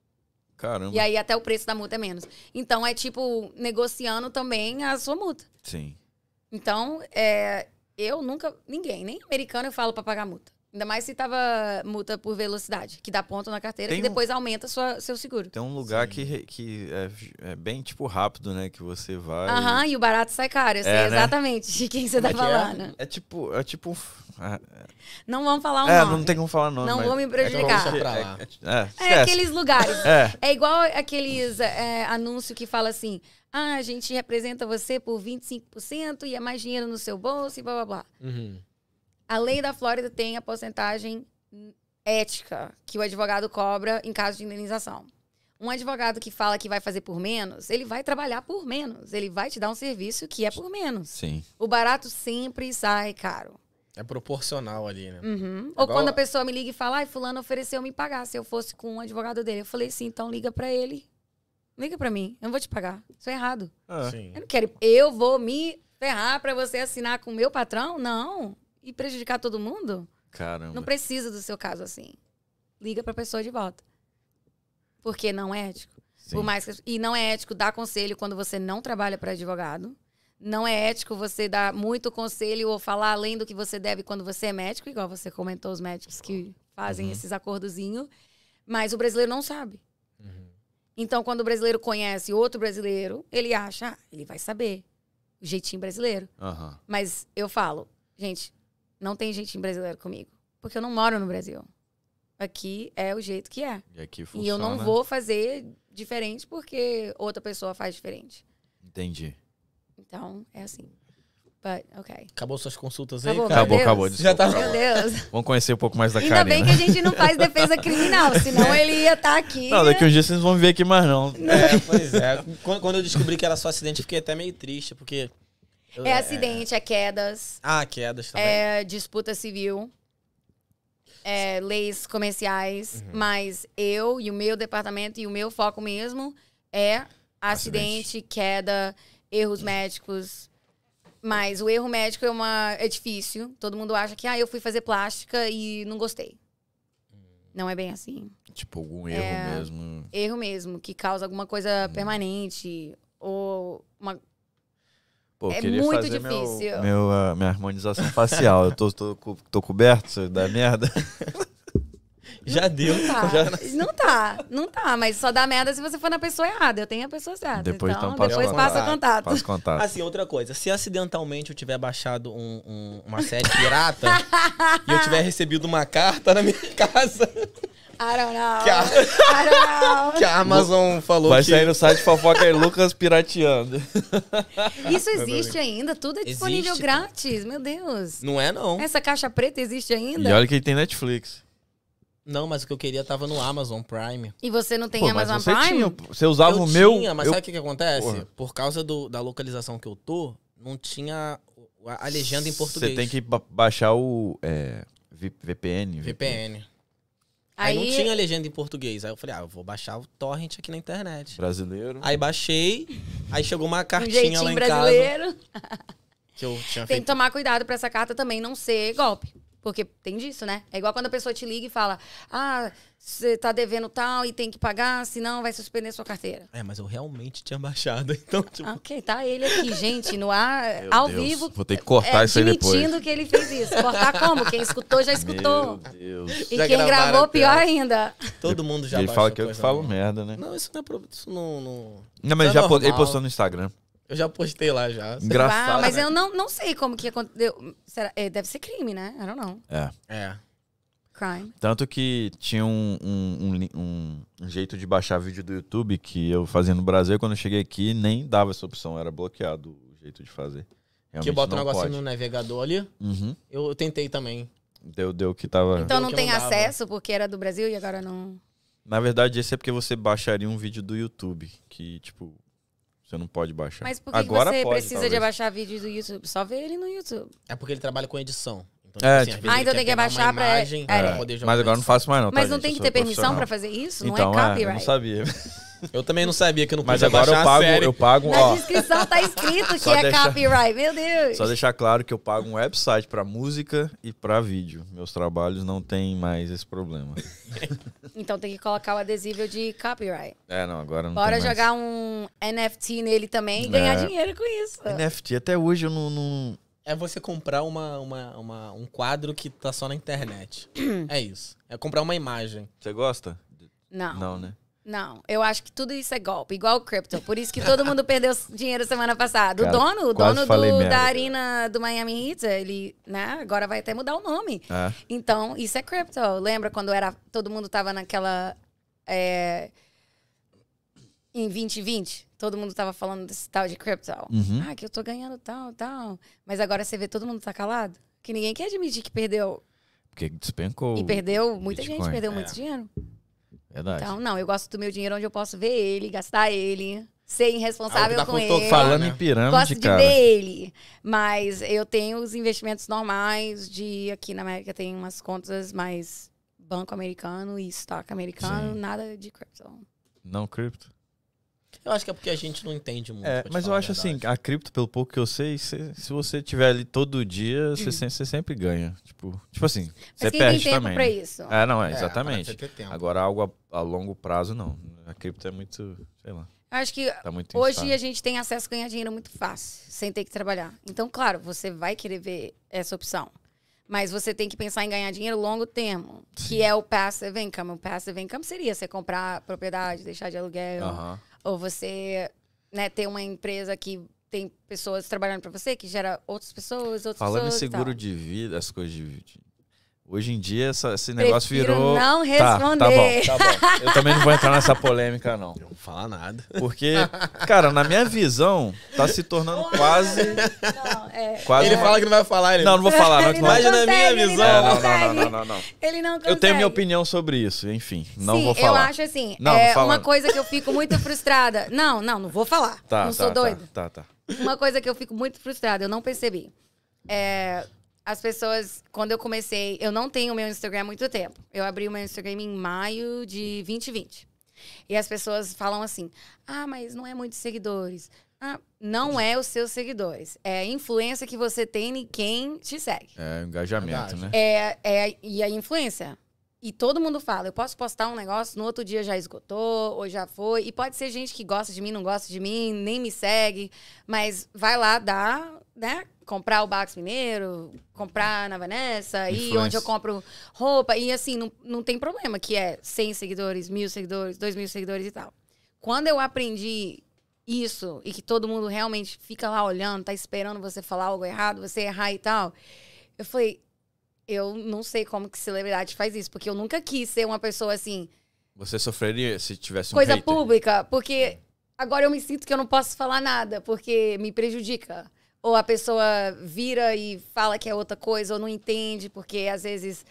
Speaker 2: Caramba.
Speaker 3: E aí até o preço da multa é menos. Então é tipo negociando também a sua multa.
Speaker 2: Sim.
Speaker 3: Então, é, eu nunca. Ninguém, nem americano eu falo pra pagar multa. Ainda mais se tava multa por velocidade, que dá ponto na carteira
Speaker 2: Tem
Speaker 3: e
Speaker 2: um-
Speaker 3: depois aumenta sua, seu seguro.
Speaker 2: Tem um lugar que, re- que é, é bem, tipo, rápido, né? Que você vai.
Speaker 3: Aham, e o barato sai caro. Eu sei
Speaker 2: É, né?
Speaker 3: exatamente de quem você tá
Speaker 1: Como é que é?
Speaker 3: falando.
Speaker 2: É tipo. É tipo. ah,
Speaker 3: Não vamos falar o
Speaker 2: é,
Speaker 3: nome.
Speaker 2: não tem como falar nome.
Speaker 3: Não
Speaker 2: mas-
Speaker 3: vou me
Speaker 2: é que eu vou
Speaker 3: prejudicar.
Speaker 2: ser-
Speaker 1: Deixa pra lá.
Speaker 2: É, é,
Speaker 3: É
Speaker 2: esquece.
Speaker 3: aqueles lugares.
Speaker 2: É.
Speaker 3: É igual aqueles é, anúncio que fala assim: ah, a gente representa você por 25% e é mais dinheiro no seu bolso e blá blá blá.
Speaker 1: Uhum.
Speaker 3: A lei da Flórida tem a porcentagem ética que o advogado cobra em caso de indenização. Um advogado que fala que vai fazer por menos, ele vai trabalhar por menos. Ele vai te dar um serviço que é por menos.
Speaker 2: Sim.
Speaker 3: O barato sempre sai caro.
Speaker 1: É proporcional ali, né?
Speaker 3: Uhum. Ou
Speaker 1: Igual
Speaker 3: quando a
Speaker 1: a-
Speaker 3: pessoa me liga e fala, ai, fulano ofereceu me pagar se eu fosse com um advogado dele. Eu falei, sim, então liga pra ele. Liga pra mim, eu não vou te pagar. Isso é errado.
Speaker 2: É.
Speaker 1: Sim.
Speaker 3: Eu não quero. Eu vou me ferrar pra você assinar com o meu patrão? Não. E prejudicar todo mundo?
Speaker 2: Caramba.
Speaker 3: Não precisa do seu caso assim. Liga pra pessoa de volta. Porque não é ético.
Speaker 2: Sim.
Speaker 3: Por mais que- E não é ético dar conselho quando você não trabalha para advogado. Não é ético você dar muito conselho ou falar além do que você deve quando você é médico, igual você comentou os médicos que fazem
Speaker 2: Uhum.
Speaker 3: esses acordozinhos. Mas o brasileiro não sabe.
Speaker 1: Uhum.
Speaker 3: Então, quando o brasileiro conhece outro brasileiro, ele acha, ah, ele vai saber. O jeitinho brasileiro.
Speaker 2: Aham.
Speaker 3: Mas eu falo, gente, não tem gente brasileira comigo. Porque eu não moro no Brasil. Aqui é o jeito que é.
Speaker 2: E aqui funciona.
Speaker 3: E eu não vou fazer diferente porque outra pessoa faz diferente.
Speaker 2: Entendi.
Speaker 3: Então, é assim. But, ok.
Speaker 1: Acabou suas consultas aí,
Speaker 3: Acabou,
Speaker 1: cara?
Speaker 2: Acabou,
Speaker 3: Deus.
Speaker 2: acabou.
Speaker 1: Já
Speaker 2: desculpa.
Speaker 1: tá-
Speaker 3: Meu Deus.
Speaker 2: Vamos conhecer um pouco mais da
Speaker 3: Ainda
Speaker 2: Karina.
Speaker 3: bem que a gente não faz defesa criminal, senão ele ia estar aqui.
Speaker 2: Né?
Speaker 3: É né?
Speaker 2: Não, daqui uns dias vocês não vão viver aqui mais, não.
Speaker 1: É, pois é. Quando, quando eu descobri que era só acidente, eu fiquei até meio triste, porque. eu-
Speaker 3: É acidente, é quedas,
Speaker 1: Ah, quedas também.
Speaker 3: é disputa civil, é leis comerciais. Mas eu e o meu departamento e o meu foco mesmo é acidente, queda, erros médicos. Mas o erro médico é, uma, é difícil. Todo mundo acha que, ah, eu fui fazer plástica e não gostei. Não é bem assim
Speaker 2: Tipo, algum erro mesmo.
Speaker 3: erro mesmo, que causa alguma coisa permanente ou uma...
Speaker 2: Pô, eu
Speaker 3: É
Speaker 2: queria
Speaker 3: muito
Speaker 2: fazer meu-
Speaker 3: difícil.
Speaker 2: meu, ah, minha harmonização facial. Eu tô, tô, co- tô coberto isso dá merda.
Speaker 1: Já deu.
Speaker 3: Não tá, não tá, não tá, mas só dá merda se você for na pessoa errada. Eu tenho a pessoa certa.
Speaker 2: Depois,
Speaker 3: então,
Speaker 2: então, passa
Speaker 3: depois
Speaker 2: o
Speaker 3: passa o
Speaker 1: contato.
Speaker 3: contato.
Speaker 2: Faço contato.
Speaker 1: Assim, outra coisa. Se acidentalmente eu tiver baixado um- um- uma série pirata e eu tiver recebido uma carta na minha casa
Speaker 3: I don't know.
Speaker 1: que a,
Speaker 3: I don't
Speaker 1: que a Amazon falou
Speaker 2: Vai
Speaker 1: que...
Speaker 2: sair no site fofoca aí, Lucas pirateando.
Speaker 3: know. Isso existe ainda, tudo é disponível
Speaker 1: Existe, cara.
Speaker 3: grátis, meu Deus.
Speaker 1: Não é, não.
Speaker 3: Essa caixa preta existe ainda?
Speaker 2: E olha que tem Netflix.
Speaker 1: Não, mas o que eu queria tava no Amazon Prime.
Speaker 3: E você não tem
Speaker 2: Pô, mas
Speaker 3: Amazon
Speaker 2: você
Speaker 3: Prime?
Speaker 2: tinha. Você usava
Speaker 1: eu
Speaker 2: o meu.
Speaker 1: tinha, mas
Speaker 2: eu-
Speaker 1: sabe o que que acontece?
Speaker 2: Porra.
Speaker 1: Por causa do- da localização que eu tô, não tinha a, a legenda em português.
Speaker 2: Você tem que ba- baixar o é, V- VPN.
Speaker 1: VPN. Aí...
Speaker 3: Aí, um
Speaker 1: não tinha legenda em português. Aí eu falei, ah, eu vou baixar o torrent aqui na internet.
Speaker 2: Brasileiro.
Speaker 1: Aí baixei, aí chegou uma
Speaker 3: um
Speaker 1: cartinha lá
Speaker 3: jeitinho
Speaker 1: em casa
Speaker 3: brasileiro.
Speaker 1: que eu tinha
Speaker 3: Tem que
Speaker 1: feito.
Speaker 3: tomar cuidado pra essa carta também não ser golpe. Porque tem disso, né? É igual quando a pessoa te liga e fala: Ah, você tá devendo tal e tem que pagar, senão vai suspender sua carteira.
Speaker 1: É, mas eu realmente tinha baixado, então, tipo,
Speaker 3: Ah, ok, tá ele aqui, gente, no ar,
Speaker 2: Meu
Speaker 3: ao
Speaker 2: Deus,
Speaker 3: vivo.
Speaker 2: Vou ter que cortar
Speaker 3: é,
Speaker 2: isso aí depois.
Speaker 3: admitindo que ele fez isso. Cortar como? Quem escutou já
Speaker 2: Meu
Speaker 3: escutou.
Speaker 2: Deus.
Speaker 3: E
Speaker 1: Já
Speaker 3: quem
Speaker 1: gravaram
Speaker 3: gravou,
Speaker 1: a
Speaker 3: pior
Speaker 1: tela.
Speaker 3: ainda.
Speaker 1: todo mundo já
Speaker 2: ele
Speaker 1: baixou
Speaker 2: fala que eu
Speaker 1: coisa
Speaker 2: falo
Speaker 1: nova.
Speaker 2: merda, né?
Speaker 1: Não, isso não é pro... Isso não, não-
Speaker 2: Não, mas
Speaker 1: Isso
Speaker 2: ele
Speaker 1: é
Speaker 2: já po- ele
Speaker 1: normal. é
Speaker 2: postou no Instagram.
Speaker 1: Eu já postei lá já.
Speaker 2: Engraçado.
Speaker 3: Ah, mas
Speaker 2: né?
Speaker 3: eu não, não sei como que aconteceu. Será, é, deve ser crime, né? I don't know.
Speaker 2: É.
Speaker 1: É.
Speaker 3: Crime.
Speaker 2: Tanto que tinha um, um- um li- um- um jeito de baixar vídeo do YouTube que eu fazia no Brasil. Quando eu cheguei aqui, nem dava essa opção. Era bloqueado o jeito de fazer. Realmente
Speaker 1: que bota um
Speaker 2: não
Speaker 1: negocinho
Speaker 2: pode.
Speaker 1: no navegador ali.
Speaker 2: Uhum.
Speaker 1: Eu, eu tentei também.
Speaker 2: Deu, deu que tava...
Speaker 3: Então
Speaker 1: Viu
Speaker 3: não
Speaker 1: que
Speaker 3: tem
Speaker 1: não dava.
Speaker 3: acesso porque era do Brasil e agora não.
Speaker 2: Na verdade, esse é porque você baixaria um vídeo do YouTube. Que, tipo... Você não pode baixar.
Speaker 3: Mas por que, que
Speaker 2: Agora
Speaker 3: você
Speaker 2: pode,
Speaker 3: precisa de
Speaker 2: talvez.
Speaker 3: abaixar vídeo do YouTube? Só vê ele no YouTube.
Speaker 1: É porque ele trabalha com edição. Então,
Speaker 2: É,
Speaker 1: às
Speaker 2: tipo-
Speaker 1: vezes
Speaker 3: Ah,
Speaker 1: ele
Speaker 3: então
Speaker 1: quer
Speaker 3: tem que
Speaker 1: pegar uma
Speaker 3: abaixar pra-
Speaker 1: imagem
Speaker 3: é.
Speaker 1: pra poder jogar
Speaker 2: Mas
Speaker 1: na
Speaker 2: agora eu não faço mais, não. tá,
Speaker 3: Mas não
Speaker 2: gente?
Speaker 3: tem
Speaker 2: Eu
Speaker 3: que
Speaker 2: sou
Speaker 3: ter permissão
Speaker 2: profissional.
Speaker 3: pra fazer isso?
Speaker 2: então,
Speaker 3: não é
Speaker 2: eu não
Speaker 3: copyright.
Speaker 2: sabia.
Speaker 1: edição. Eu também não sabia que eu não
Speaker 2: Mas
Speaker 1: podia
Speaker 2: agora eu
Speaker 1: baixar a
Speaker 2: pago,
Speaker 1: série.
Speaker 2: eu pago,
Speaker 3: Na
Speaker 2: ó.
Speaker 3: descrição tá escrito que
Speaker 2: Só
Speaker 3: é
Speaker 2: deixa-
Speaker 3: copyright. Meu Deus.
Speaker 2: Só deixar claro que eu pago um website pra música e pra vídeo. Meus trabalhos não têm mais esse problema.
Speaker 3: Então tem que colocar o adesivo de copyright.
Speaker 2: É, não, agora não
Speaker 3: Bora
Speaker 2: tem mais.
Speaker 3: jogar um NFT nele também e ganhar
Speaker 2: É.
Speaker 3: dinheiro com isso.
Speaker 2: NFT, até hoje eu não. não-
Speaker 1: É você comprar uma, uma, uma- um quadro que tá só na internet. é isso. É comprar uma imagem.
Speaker 2: Você gosta?
Speaker 3: Não, não,
Speaker 2: Não, né?
Speaker 3: Eu acho que tudo isso é golpe, igual o cripto. Por isso que todo mundo perdeu dinheiro semana passada.
Speaker 2: Cara,
Speaker 3: o dono, o
Speaker 2: quase
Speaker 3: dono
Speaker 2: falei
Speaker 3: do,
Speaker 2: merda.
Speaker 3: da arena do Miami Heat, ele, né, agora vai até mudar o nome.
Speaker 2: Ah,
Speaker 3: Então, isso é cripto. Lembra quando era todo mundo tava naquela é, em 2020? Todo mundo tava falando desse tal de cripto.
Speaker 2: uhum.
Speaker 3: Ah, que eu tô ganhando tal, tal. Mas agora você vê todo mundo tá calado? Que ninguém quer admitir que perdeu.
Speaker 2: Porque despencou.
Speaker 3: e perdeu, muita
Speaker 2: Bitcoin,
Speaker 3: gente perdeu
Speaker 1: é.
Speaker 3: muito dinheiro.
Speaker 2: Verdade.
Speaker 3: Então, não, eu gosto do meu dinheiro onde eu posso ver ele, gastar ele, ser irresponsável
Speaker 1: Algo que tá
Speaker 3: com
Speaker 1: com
Speaker 3: ele.
Speaker 1: toque falando,
Speaker 2: Falando
Speaker 1: né?
Speaker 2: em pirâmide,
Speaker 3: Gosto de
Speaker 2: cara.
Speaker 3: ver ele. Mas eu tenho os investimentos normais de aqui na América tem umas contas mais banco americano e estoque americano, nada de cripto.
Speaker 2: Não cripto.
Speaker 1: Eu acho que é porque a gente não entende muito.
Speaker 2: É,
Speaker 1: pra te
Speaker 2: mas eu
Speaker 1: falar a
Speaker 2: acho assim,
Speaker 1: verdade.
Speaker 2: a cripto, pelo pouco que eu sei, se, se você tiver ali todo dia, você, sempre, você sempre ganha. Tipo, tipo assim, você
Speaker 3: Hum. Mas quem tem
Speaker 2: perde
Speaker 3: tempo
Speaker 2: também.
Speaker 3: pra
Speaker 2: né?
Speaker 3: isso?
Speaker 2: É, não, é,
Speaker 1: É,
Speaker 2: exatamente.
Speaker 1: parece ter tempo.
Speaker 2: Agora, algo a, a longo prazo, não. A cripto é muito, sei lá,
Speaker 3: Acho que
Speaker 2: tá muito
Speaker 3: Hoje é
Speaker 2: instável.
Speaker 3: a gente tem acesso a ganhar dinheiro muito fácil, sem ter que trabalhar. Então, claro, você vai querer ver essa opção. Mas você tem que pensar em ganhar dinheiro longo termo, que é o passive income. O passive income seria você comprar propriedade, deixar de aluguel,
Speaker 2: Aham.
Speaker 3: ou você né, ter uma empresa que tem pessoas trabalhando para você, que gera outras pessoas, outras
Speaker 2: Falando em
Speaker 3: pessoas. e tal.
Speaker 2: seguro de vida, as coisas de vida. Hoje em dia, essa- esse negócio
Speaker 3: Prefiro
Speaker 2: virou...
Speaker 3: não
Speaker 2: Tá, tá
Speaker 3: responder.
Speaker 2: bom, tá bom. Eu também não vou entrar nessa polêmica, não.
Speaker 1: Eu não fala nada.
Speaker 2: Porque, cara, na minha visão, tá se tornando quase.
Speaker 3: Não, é.
Speaker 2: quase
Speaker 1: Ele fala que não vai falar. Ele...
Speaker 2: Não, não vou falar, não.
Speaker 3: Ele
Speaker 2: que
Speaker 3: não
Speaker 2: não-
Speaker 1: Imagina a minha
Speaker 3: consegue, ele
Speaker 1: visão.
Speaker 2: É,
Speaker 3: não
Speaker 2: não, não,
Speaker 3: consegue.
Speaker 2: não, não, não.
Speaker 3: Ele não consegue.
Speaker 2: Eu tenho minha opinião sobre isso, enfim. Não
Speaker 3: Sim,
Speaker 2: vou falar.
Speaker 3: eu acho assim,
Speaker 2: Não,
Speaker 3: é
Speaker 2: tô falando.
Speaker 3: uma coisa que eu fico muito frustrada. Não, não, não vou falar.
Speaker 2: Tá, tá,
Speaker 3: não sou
Speaker 2: tá,
Speaker 3: doida.
Speaker 2: Tá, tá.
Speaker 3: Uma coisa que eu fico muito frustrada, eu não percebi. É, as pessoas, quando eu comecei, eu não tenho o meu Instagram há muito tempo. Eu abri o meu Instagram em maio de 2020. E as pessoas falam assim: ah, mas não é muitos seguidores. Ah, não é os seus seguidores. É a influência que você tem em quem te segue.
Speaker 2: É engajamento,
Speaker 1: Verdade.
Speaker 2: né?
Speaker 3: É, é, e a influência. E todo mundo fala, eu posso postar um negócio, no outro dia já esgotou, ou já foi. E pode ser gente que gosta de mim, não gosta de mim, nem me segue. Mas vai lá dar, né? Comprar o Bax Mineiro, comprar na Vanessa, e
Speaker 2: Influência.
Speaker 3: onde eu compro roupa. E assim, não, não tem problema que é 100 seguidores, mil seguidores, dois mil seguidores e tal. Quando eu aprendi isso e que todo mundo realmente fica lá olhando, tá esperando você falar algo errado, você errar e tal, eu falei, eu não sei como que celebridade faz isso, porque eu nunca quis ser uma pessoa assim,
Speaker 2: Você sofreria se tivesse um
Speaker 3: coisa
Speaker 2: hater. É.
Speaker 3: pública, porque agora eu me sinto que eu não posso falar nada, porque me prejudica. Ou a pessoa vira e fala que é outra coisa, ou não entende, porque às vezes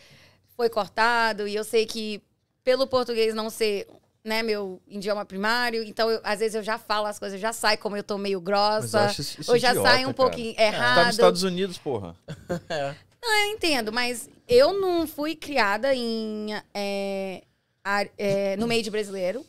Speaker 3: foi cortado, e eu sei que pelo português não ser né, meu idioma primário, então eu- às vezes eu já falo as coisas, eu já sai como eu tô meio
Speaker 2: Mas eu
Speaker 3: grossa,
Speaker 2: acho isso, isso
Speaker 3: ou já
Speaker 2: idiota,
Speaker 3: sai um
Speaker 2: cara.
Speaker 3: pouquinho
Speaker 2: Você
Speaker 3: errado.
Speaker 2: tá nos Estados Unidos, porra.
Speaker 1: É.
Speaker 3: Eu entendo, mas eu não fui criada em, é, ar- é, no meio de brasileiro.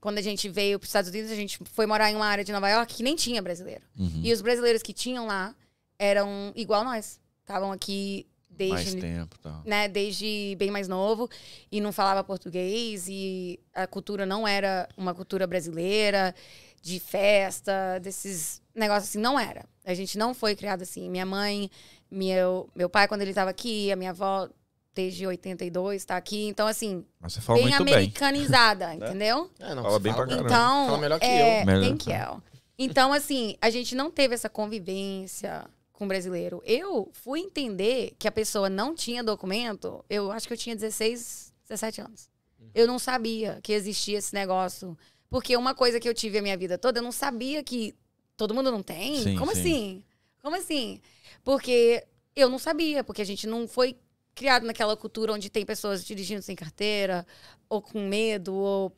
Speaker 3: Quando a gente veio para os Estados Unidos, a gente foi morar em uma área de Nova York que nem tinha brasileiro.
Speaker 2: Hum. Uhum.
Speaker 3: E os brasileiros que tinham lá eram igual nós. Estavam aqui
Speaker 2: Mais
Speaker 3: desde,
Speaker 2: tempo, tal.
Speaker 3: né, desde bem mais novo e não falava português e a cultura não era uma cultura brasileira de festa, desses negócios assim, não era. A gente não foi criado assim. Minha mãe, meu, meu pai quando ele estava aqui, a minha avó desde 82 está aqui. Então assim,
Speaker 2: Mas você fala
Speaker 3: bem
Speaker 2: muito bem.
Speaker 3: americanizada,
Speaker 2: Né?
Speaker 3: entendeu?
Speaker 1: É, não,
Speaker 2: Fala
Speaker 1: você
Speaker 2: bem pra caramba.
Speaker 3: Então,
Speaker 1: Fala melhor que
Speaker 3: é,
Speaker 2: eu. Melhor.
Speaker 3: thank you. Então, assim, a gente não teve essa convivência com o brasileiro. Eu fui entender que a pessoa não tinha documento, eu acho que eu tinha 16, 17 anos. Eu não sabia que existia esse negócio. Porque uma coisa que eu tive a minha vida toda, eu não sabia que todo mundo não tem.
Speaker 2: Sim,
Speaker 3: Como
Speaker 2: sim.
Speaker 3: assim? Como assim? Porque eu não sabia, porque a gente não foi criado naquela cultura onde tem pessoas dirigindo sem carteira, ou com medo, ou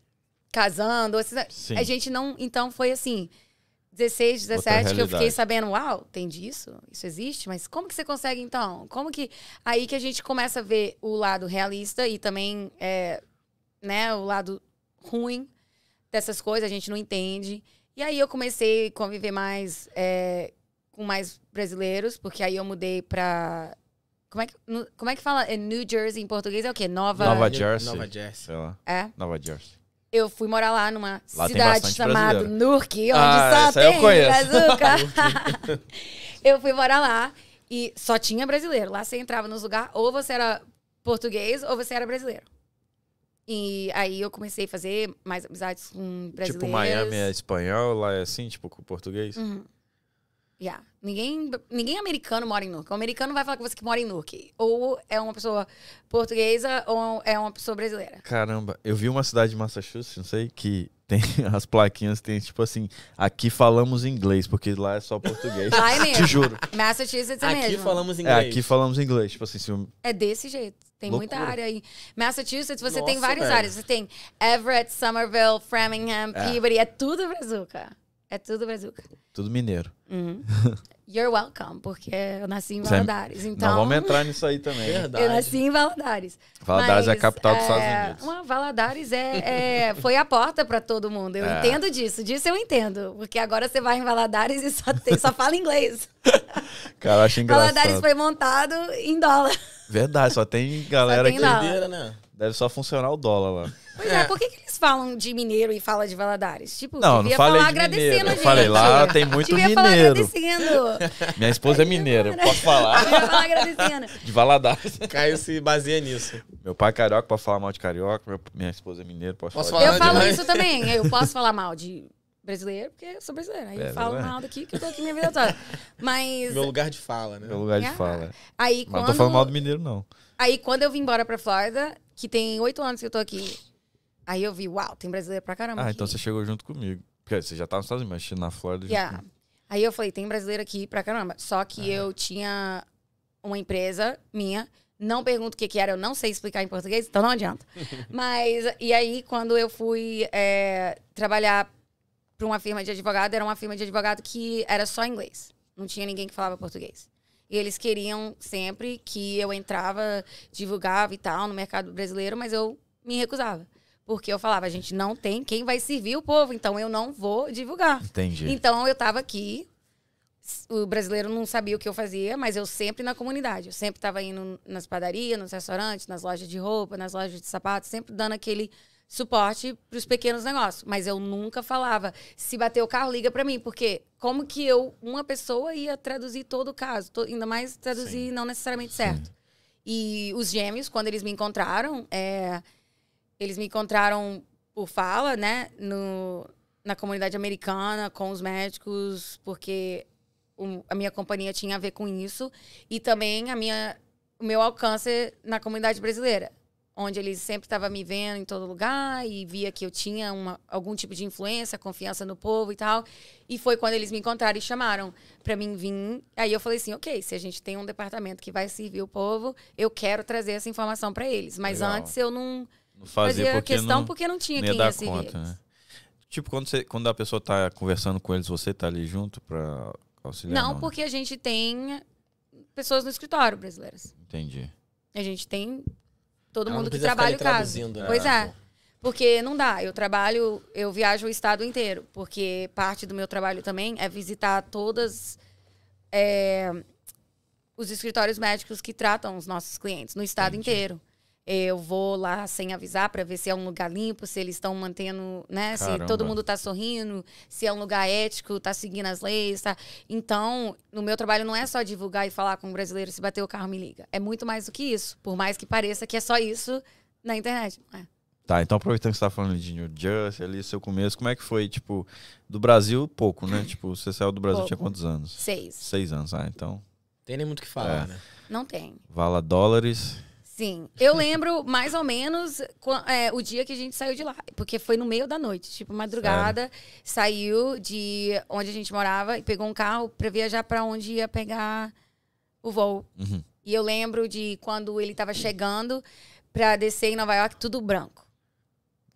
Speaker 3: casando, ou esses-
Speaker 2: Sim.
Speaker 3: a gente não. Então foi assim. 16, 17, que eu
Speaker 2: realidade.
Speaker 3: fiquei sabendo, uau, tem disso? Isso existe? Mas como que você consegue, então? Como que. Aí que a gente começa a ver o lado realista e também é, né, o lado ruim dessas coisas, a gente não entende. E aí eu comecei a conviver mais é, com mais brasileiros, porque aí eu mudei pra. Como é que, nu- como é que fala? É New Jersey em português é o quê? Nova.
Speaker 2: Nova Jersey.
Speaker 1: Nova Jersey.
Speaker 2: Sei lá.
Speaker 3: É.
Speaker 2: Nova Jersey.
Speaker 3: Eu fui morar lá numa
Speaker 2: Lá tem
Speaker 3: cidade
Speaker 2: bastante
Speaker 3: chamada
Speaker 2: brasileiro.
Speaker 3: Nurk, onde
Speaker 2: Ah,
Speaker 3: só
Speaker 2: essa eu
Speaker 3: tem
Speaker 2: conheço.
Speaker 3: brazuca. eu fui morar lá e só tinha brasileiro. Lá você entrava nos lugares, ou você era português ou você era brasileiro. E aí eu comecei a fazer mais amizades com brasileiros. Uhum.
Speaker 2: Tipo, Miami é espanhol, lá é assim, tipo, com português.
Speaker 3: Hum. Yeah. Ninguém, ninguém americano mora em Newark. O americano vai falar com você que mora em Newark. Ou é uma pessoa portuguesa ou é uma pessoa brasileira.
Speaker 2: Caramba, eu vi uma cidade de Massachusetts, não sei, que tem as plaquinhas, tem tipo assim, aqui falamos inglês, porque lá é só português.
Speaker 3: Lá é
Speaker 2: Te
Speaker 3: mesmo.
Speaker 2: juro.
Speaker 3: Massachusetts é
Speaker 1: Aqui
Speaker 3: mesmo.
Speaker 1: falamos
Speaker 2: É,
Speaker 1: inglês.
Speaker 2: aqui falamos inglês. Tipo assim, se o-
Speaker 3: É desse jeito. Tem muita
Speaker 2: Loucura.
Speaker 3: área aí. Massachusetts, você tem
Speaker 1: Nossa,
Speaker 3: várias
Speaker 1: velho.
Speaker 3: áreas. Você tem Everett, Somerville, Framingham,
Speaker 2: É.
Speaker 3: Peabody. É tudo brazuca. É tudo brazuca.
Speaker 2: tudo mineiro.
Speaker 3: Uhum. You're welcome, porque eu nasci em
Speaker 2: Você- é
Speaker 3: Valadares. Então,
Speaker 2: Não vamos entrar nisso aí também. né?
Speaker 1: É Verdade.
Speaker 3: eu nasci em Valadares.
Speaker 2: Valadares é a
Speaker 3: Mas,
Speaker 2: capital dos
Speaker 3: é,
Speaker 2: Estados Unidos.
Speaker 3: Uma Valadares é, é- foi a porta para todo mundo. Eu
Speaker 2: É.
Speaker 3: entendo disso. Disso eu entendo. Porque agora você vai em Valadares e só, tem- só fala inglês.
Speaker 2: Cara, eu acho engraçado.
Speaker 3: Valadares foi montado em dólar.
Speaker 2: Verdade, só tem galera
Speaker 3: tem
Speaker 2: que
Speaker 3: lá.
Speaker 1: Doideira, né?
Speaker 2: deve só funcionar o dólar lá.
Speaker 3: Pois é, por que, que eles falam de mineiro e falam de Valadares? Tipo,
Speaker 2: Não, não
Speaker 3: devia
Speaker 2: falei
Speaker 3: falar
Speaker 2: de
Speaker 3: agradecendo,
Speaker 2: mineiro. Eu
Speaker 3: gente.
Speaker 2: falei, lá tem muito
Speaker 3: devia falar
Speaker 2: mineiro.
Speaker 3: agradecendo.
Speaker 2: Minha esposa é mineira, pode falar.
Speaker 3: devia falar agradecendo.
Speaker 2: De Valadares.
Speaker 1: Caio se baseia nisso.
Speaker 2: Meu pai é carioca, pode falar mal de carioca. meu- minha esposa é mineira, pode
Speaker 1: Posso
Speaker 2: falar.
Speaker 1: falar
Speaker 3: Eu
Speaker 1: de
Speaker 3: falo
Speaker 1: mais?
Speaker 3: isso também. Eu posso falar mal de brasileiro, porque eu sou brasileira. Aí
Speaker 2: É,
Speaker 3: eu falo
Speaker 2: não é?
Speaker 3: mal daqui, que eu tô aqui minha vida toda. Mas
Speaker 1: Meu lugar de fala, né?
Speaker 2: Meu lugar de
Speaker 3: Ah,
Speaker 2: fala.
Speaker 3: aí
Speaker 2: Mas não
Speaker 3: quando...
Speaker 2: tô falando mal do mineiro, não.
Speaker 3: Aí quando eu vim embora pra Flórida, que tem oito anos que eu tô aqui, aí eu vi, uau, tem brasileiro pra caramba
Speaker 2: Ah,
Speaker 3: aqui.
Speaker 2: então você chegou junto comigo. Porque você já tava nos Estados Unidos, mas na Flórida. junto
Speaker 3: Yeah.
Speaker 2: comigo.
Speaker 3: Aí eu falei, tem brasileiro aqui pra caramba. Só que eu tinha uma empresa minha, não pergunto o que que era, eu não sei explicar em português, então não adianta. Mas, e aí quando eu fui é, trabalhar pra uma firma de advogado, era uma firma de advogado que era só inglês. Não tinha ninguém que falava português. E eles queriam sempre que eu entrava, divulgava e tal no mercado brasileiro, mas eu me recusava. Porque eu falava, a gente não tem quem vai servir o povo, então eu não vou divulgar.
Speaker 2: Entendi.
Speaker 3: Então eu tava aqui, s- o brasileiro não sabia o que eu fazia, mas eu sempre na comunidade. Eu sempre tava indo nas padarias, nos restaurantes, nas lojas de roupa, nas lojas de sapato, sempre dando aquele suporte para os pequenos negócios. Mas eu nunca falava, se bater o carro, liga para mim, porque como que eu, uma pessoa, ia traduzir todo o caso, To- ainda mais traduzir não necessariamente certo. E os gêmeos, quando eles me encontraram, é, eles me encontraram por fala, né, no, na comunidade americana, com os médicos, porque o- a minha companhia tinha a ver com isso. E também a minha, o meu alcance na comunidade brasileira, onde eles sempre estavam me vendo em todo lugar e via que eu tinha uma, algum tipo de influência, confiança no povo e tal. E foi quando eles me encontraram e chamaram para mim vir. Aí eu falei assim, ok, se a gente tem um departamento que vai servir o povo, eu quero trazer essa informação para eles. Mas
Speaker 2: Legal.
Speaker 3: antes eu não
Speaker 2: Não
Speaker 3: fazia,
Speaker 2: fazer porque
Speaker 3: questão
Speaker 2: não,
Speaker 3: porque não tinha
Speaker 2: não
Speaker 3: quem
Speaker 2: ia
Speaker 3: ia
Speaker 2: dar
Speaker 3: servir
Speaker 2: conta,
Speaker 3: eles.
Speaker 2: né? Tipo, quando, você, quando a pessoa tá conversando com eles, você tá ali junto pra auxiliar?
Speaker 3: Não,
Speaker 2: né?
Speaker 3: porque a gente tem pessoas no escritório brasileiras.
Speaker 2: Entendi.
Speaker 3: A gente tem todo
Speaker 1: Ela não
Speaker 3: mundo que
Speaker 1: precisa ficar
Speaker 3: trabalha
Speaker 1: ali
Speaker 3: o caso.
Speaker 1: traduzindo, né?
Speaker 3: Pois é.
Speaker 1: Pô.
Speaker 3: Porque não dá. Eu trabalho, eu viajo o estado inteiro. Porque parte do meu trabalho também é visitar todas é, os escritórios médicos que tratam os nossos clientes no estado
Speaker 2: Entendi.
Speaker 3: inteiro. Eu vou lá sem avisar para ver se é um lugar limpo, se eles estão mantendo, né?
Speaker 2: Caramba.
Speaker 3: Se todo mundo tá sorrindo, se é um lugar ético, tá seguindo as leis, tá? Então, no meu trabalho não é só divulgar e falar com o brasileiro se bater o carro me liga. É muito mais do que isso, por mais que pareça que é só isso na internet. Não é.
Speaker 2: Tá, então aproveitando que você tá falando de New Jersey, ali, seu começo, como é que foi, tipo, do Brasil, pouco, né? Tipo, você saiu do Brasil
Speaker 3: Pouco.
Speaker 2: tinha quantos anos?
Speaker 3: Seis.
Speaker 2: Seis anos, ah, então.
Speaker 1: Tem nem muito o que falar,
Speaker 2: É.
Speaker 1: né?
Speaker 3: Não tem.
Speaker 2: Vala dólares.
Speaker 3: Sim. Eu lembro mais ou menos qua- é, o dia que a gente saiu de lá. Porque foi no meio da noite, tipo, madrugada. Saiu de onde a gente morava e pegou um carro pra viajar pra onde ia pegar o voo.
Speaker 2: Uhum.
Speaker 3: E eu lembro de quando ele tava chegando pra descer em Nova York, tudo branco.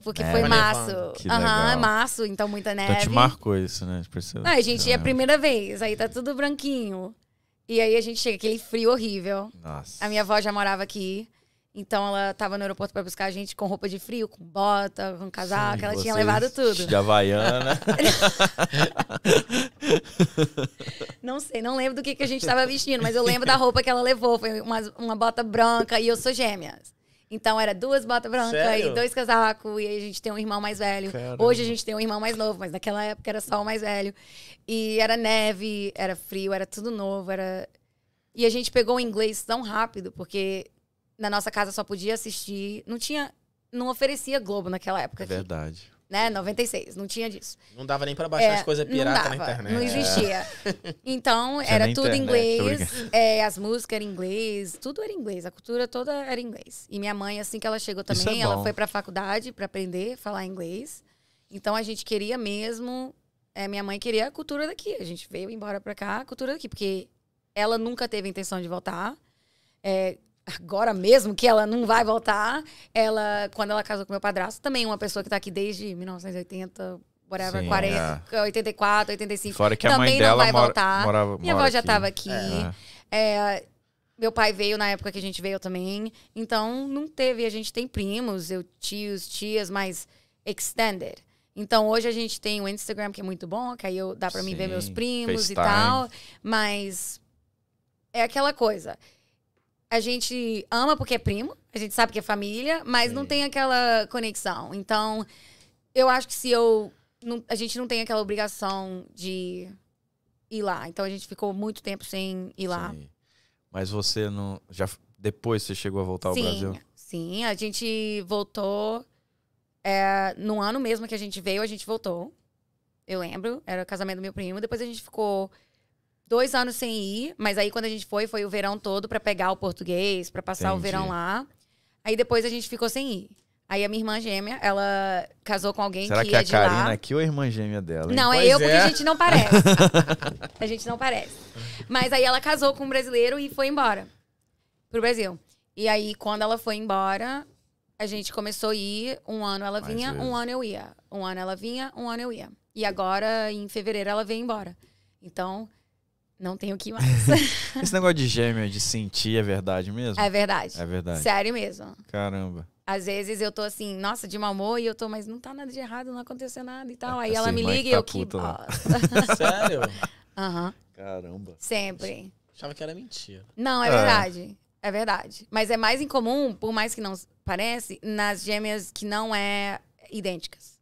Speaker 3: Porque
Speaker 2: É.
Speaker 3: foi
Speaker 1: Tava
Speaker 3: março.
Speaker 1: nevando.
Speaker 2: Que
Speaker 3: Aham, é
Speaker 2: legal.
Speaker 3: março, então muita neve.
Speaker 2: Então te marcou isso, né? Tipo, você-
Speaker 3: Ai, gente, é a
Speaker 2: Caramba.
Speaker 3: primeira vez, aí tá tudo branquinho. E aí a gente chega, aquele frio horrível.
Speaker 2: Nossa.
Speaker 3: A minha avó já morava aqui, então ela tava no aeroporto pra buscar a gente com roupa de frio, com bota, com casaco,
Speaker 2: Sim,
Speaker 3: é ela tinha
Speaker 2: vocês
Speaker 3: levado tudo.
Speaker 2: De Havaiana.
Speaker 3: Não sei, não lembro do que, que a gente tava vestindo, mas eu lembro da roupa que ela levou. Foi uma, uma bota branca e eu sou gêmeas. Então era duas botas brancas
Speaker 1: Sério?
Speaker 3: e dois casacos, e aí a gente tem um irmão mais velho.
Speaker 2: Caramba.
Speaker 3: Hoje a gente tem um irmão mais novo, mas naquela época era só o mais velho. E era neve, era frio, era tudo novo, era. E a gente pegou o inglês tão rápido, porque na nossa casa só podia assistir. Não tinha. Não oferecia Globo naquela
Speaker 2: É
Speaker 3: época, aqui,
Speaker 2: Verdade.
Speaker 3: né? 96, não tinha disso.
Speaker 1: Não dava nem pra baixar
Speaker 3: É,
Speaker 1: as coisas
Speaker 3: não
Speaker 1: pirata
Speaker 3: dava,
Speaker 1: na internet. É.
Speaker 3: Não existia. Então,
Speaker 2: Tinha
Speaker 3: era
Speaker 2: nem
Speaker 3: tudo em
Speaker 2: é internet,
Speaker 3: inglês. é, as músicas eram em inglês. Tudo era em inglês. A cultura toda era em inglês. E minha mãe, assim que ela chegou
Speaker 2: Isso é
Speaker 3: também, ela
Speaker 2: bom.
Speaker 3: foi pra faculdade pra aprender a falar inglês. Então, a gente queria mesmo... é, minha mãe queria a cultura daqui. A gente veio embora pra cá, a cultura daqui. Porque ela nunca teve a intenção de voltar. É, agora mesmo que ela não vai voltar, ela, quando ela casou com meu padrasto, também uma pessoa que tá aqui desde 1980, whatever,
Speaker 2: Sim, é.
Speaker 3: 40, 84, 85.
Speaker 2: Fora que a
Speaker 3: Também
Speaker 2: mãe
Speaker 3: não
Speaker 2: dela
Speaker 3: vai
Speaker 2: mora,
Speaker 3: voltar.
Speaker 2: morava.
Speaker 3: Minha
Speaker 2: mora
Speaker 3: avó já
Speaker 2: aqui.
Speaker 3: tava aqui.
Speaker 2: É.
Speaker 3: É, meu pai veio na época que a gente veio também. Então, não teve. A gente tem primos, eu tios, tias, mas extended. Então, hoje a gente tem o Instagram, que é muito bom, que aí eu, dá pra mim ver
Speaker 2: Sim,
Speaker 3: meus primos
Speaker 2: FaceTime.
Speaker 3: e tal. Mas é aquela coisa. A gente ama porque é primo, a gente sabe que é família, mas não
Speaker 1: Sim.
Speaker 3: tem aquela conexão. Então, eu acho que se eu. não- a gente não tem aquela obrigação de ir lá. Então, a gente ficou muito tempo sem ir lá.
Speaker 2: Sim. Mas você não. Já, depois você chegou a voltar
Speaker 3: sim,
Speaker 2: ao Brasil?
Speaker 3: Sim, a gente voltou. é, no ano mesmo que a gente veio, a gente voltou. Eu lembro, era o casamento do meu primo. Depois a gente ficou dois anos sem ir, mas aí quando a gente foi, foi o verão todo pra pegar o português, pra passar o
Speaker 2: Entendi.
Speaker 3: verão lá. Aí depois a gente ficou sem ir. Aí a minha irmã gêmea, ela casou com alguém
Speaker 2: Será
Speaker 3: que,
Speaker 2: que é
Speaker 3: é
Speaker 2: a
Speaker 3: de
Speaker 2: Karina
Speaker 3: lá.
Speaker 2: aqui ou a irmã gêmea dela? hein?
Speaker 3: Não, é
Speaker 1: Pois
Speaker 3: eu porque
Speaker 1: é.
Speaker 3: a gente não parece. a gente não parece. Mas aí ela casou com um brasileiro e foi embora pro Brasil. E aí, quando ela foi embora, a gente começou a ir. Um ano ela
Speaker 2: Mais
Speaker 3: vinha,
Speaker 2: vezes.
Speaker 3: um ano eu ia. Um ano ela vinha, um ano eu ia. E agora, em fevereiro, ela veio embora. Então, não tenho o que mais.
Speaker 2: Esse negócio de gêmeo, de sentir, é verdade mesmo?
Speaker 3: é verdade.
Speaker 2: É verdade.
Speaker 3: Sério mesmo.
Speaker 2: Caramba.
Speaker 3: Às vezes eu tô assim, nossa, de mau humor, e eu tô, mas não tá nada de errado, não aconteceu nada e tal.
Speaker 2: É,
Speaker 3: Aí
Speaker 2: essa
Speaker 3: ela me
Speaker 2: irmã que
Speaker 3: liga e
Speaker 2: tá
Speaker 3: eu que.
Speaker 2: puta lá.
Speaker 3: bosta.
Speaker 1: Sério?
Speaker 3: Aham,
Speaker 2: Caramba.
Speaker 3: sempre.
Speaker 1: Achava que era mentira.
Speaker 3: Não, é,
Speaker 2: É.
Speaker 3: verdade. É verdade. Mas é mais incomum, por mais que não s- parece, nas gêmeas que não é idênticas.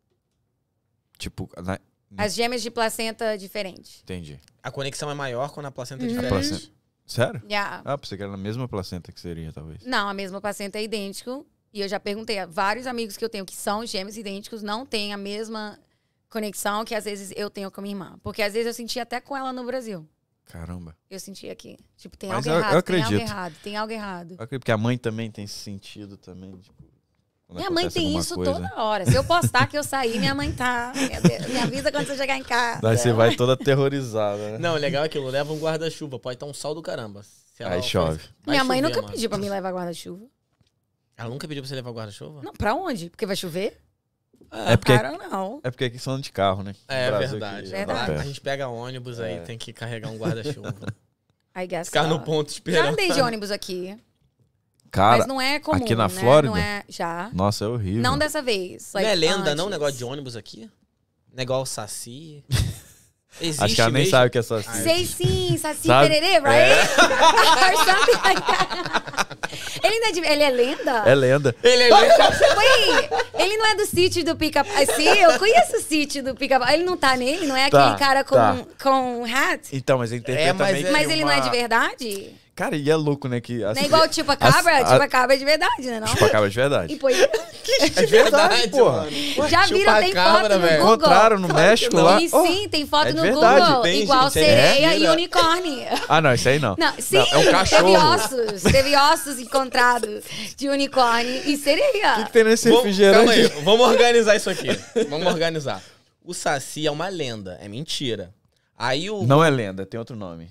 Speaker 2: Tipo, na-
Speaker 3: As gêmeas de placenta diferente.
Speaker 2: entendi.
Speaker 1: A conexão é maior quando a placenta é
Speaker 3: Uhum.
Speaker 1: diferente.
Speaker 2: A placenta- Sério?
Speaker 3: Yeah.
Speaker 2: Ah, pensei que era na mesma placenta que seria, talvez.
Speaker 3: Não, a mesma placenta é idêntico. E eu já perguntei a vários amigos que eu tenho que são gêmeos idênticos, não têm a mesma conexão que às vezes eu tenho com a minha irmã. Porque às vezes eu senti até com ela no Brasil.
Speaker 2: Caramba.
Speaker 3: Eu senti aqui. Tipo, tem
Speaker 2: Mas
Speaker 3: algo
Speaker 2: eu- eu
Speaker 3: errado, tem algo
Speaker 2: acredito.
Speaker 3: errado, tem algo errado.
Speaker 2: Eu acredito que a mãe também tem esse sentido também. Tipo, quando
Speaker 3: Minha mãe
Speaker 2: acontece
Speaker 3: tem
Speaker 2: alguma
Speaker 3: isso
Speaker 2: coisa.
Speaker 3: toda hora. Se eu postar que eu saí, minha mãe tá. Meu Deus, me avisa quando você chegar em casa.
Speaker 2: Daí você vai toda aterrorizada, né?
Speaker 1: Não, o legal é aquilo. Leva um guarda-chuva. Pode estar um sol do caramba. Se ela
Speaker 2: Aí
Speaker 1: oferece-
Speaker 2: chove.
Speaker 1: Vai
Speaker 3: Minha mãe
Speaker 1: chover,
Speaker 3: nunca
Speaker 1: mano.
Speaker 3: pediu pra me levar guarda-chuva.
Speaker 1: Ela nunca pediu pra você levar guarda-chuva?
Speaker 3: Não, pra onde? Porque vai chover?
Speaker 2: É porque,
Speaker 3: Cara, não.
Speaker 2: é porque aqui só anda de carro, né?
Speaker 1: É
Speaker 2: No Brasil
Speaker 1: verdade.
Speaker 2: aqui, anda a
Speaker 1: A
Speaker 2: pé.
Speaker 1: gente pega ônibus aí,
Speaker 2: É.
Speaker 1: tem que carregar um guarda-chuva.
Speaker 3: I guess.
Speaker 1: Ficar
Speaker 3: so.
Speaker 1: no ponto
Speaker 3: Já
Speaker 1: esperando.
Speaker 3: andei de ônibus aqui.
Speaker 2: Cara,
Speaker 3: mas não é comum.
Speaker 2: aqui na
Speaker 3: né?
Speaker 2: Flórida?
Speaker 3: Não é. Já.
Speaker 2: nossa, é horrível.
Speaker 3: Não dessa vez.
Speaker 1: Não
Speaker 3: like,
Speaker 1: é lenda, não,
Speaker 3: antes.
Speaker 1: negócio de ônibus aqui? Negócio saci. Existe
Speaker 2: Acho que ela nem
Speaker 1: mesmo?
Speaker 2: sabe o que é essa.
Speaker 3: Sei sim, Saci
Speaker 2: Sabe? É.
Speaker 3: Pererê, right? Or something like that. ele, ainda é de- ele é lenda?
Speaker 2: É lenda.
Speaker 1: Ele é lenda.
Speaker 3: Wait, ele não é do sítio do pica ah, Sim, eu conheço o sítio do pica Ele não tá nele? Não é aquele
Speaker 2: Tá,
Speaker 3: cara com,
Speaker 2: tá.
Speaker 3: com um hat?
Speaker 2: Então, mas eu interpreto
Speaker 1: É, mas
Speaker 2: também
Speaker 1: é-
Speaker 2: que
Speaker 3: Mas ele não é de
Speaker 2: uma-
Speaker 3: verdade?
Speaker 2: Cara, e é louco, né? Que
Speaker 3: Não é igual o tipo a cabra?
Speaker 2: as- a-
Speaker 3: tipo a cabra é de verdade, né? Não?
Speaker 2: Chupacabra de
Speaker 3: E
Speaker 2: verdade.
Speaker 3: pô,
Speaker 1: É verdade,
Speaker 2: porra.
Speaker 1: mano.
Speaker 3: já viram, tem foto
Speaker 1: Chupacabra,
Speaker 3: no
Speaker 1: velho.
Speaker 3: Google.
Speaker 2: Encontraram no México lá.
Speaker 3: E
Speaker 2: Oh.
Speaker 3: sim, tem foto
Speaker 2: É de
Speaker 3: no
Speaker 2: verdade,
Speaker 3: Google.
Speaker 1: tem,
Speaker 3: igual
Speaker 1: gente, é
Speaker 3: sereia e
Speaker 1: mentira.
Speaker 3: unicórnio.
Speaker 2: Ah, não, isso aí não.
Speaker 3: Não, sim,
Speaker 2: é um
Speaker 3: teve
Speaker 2: cachorro.
Speaker 3: ossos. Teve ossos encontrados de unicórnio e
Speaker 2: O que,
Speaker 3: sereia.
Speaker 2: que tem nesse
Speaker 1: Vamos, calma aí,
Speaker 2: refrigerante?
Speaker 1: vamos organizar isso aqui. Vamos organizar. O Saci é uma lenda, é mentira. Aí o
Speaker 2: Não é lenda, tem outro nome.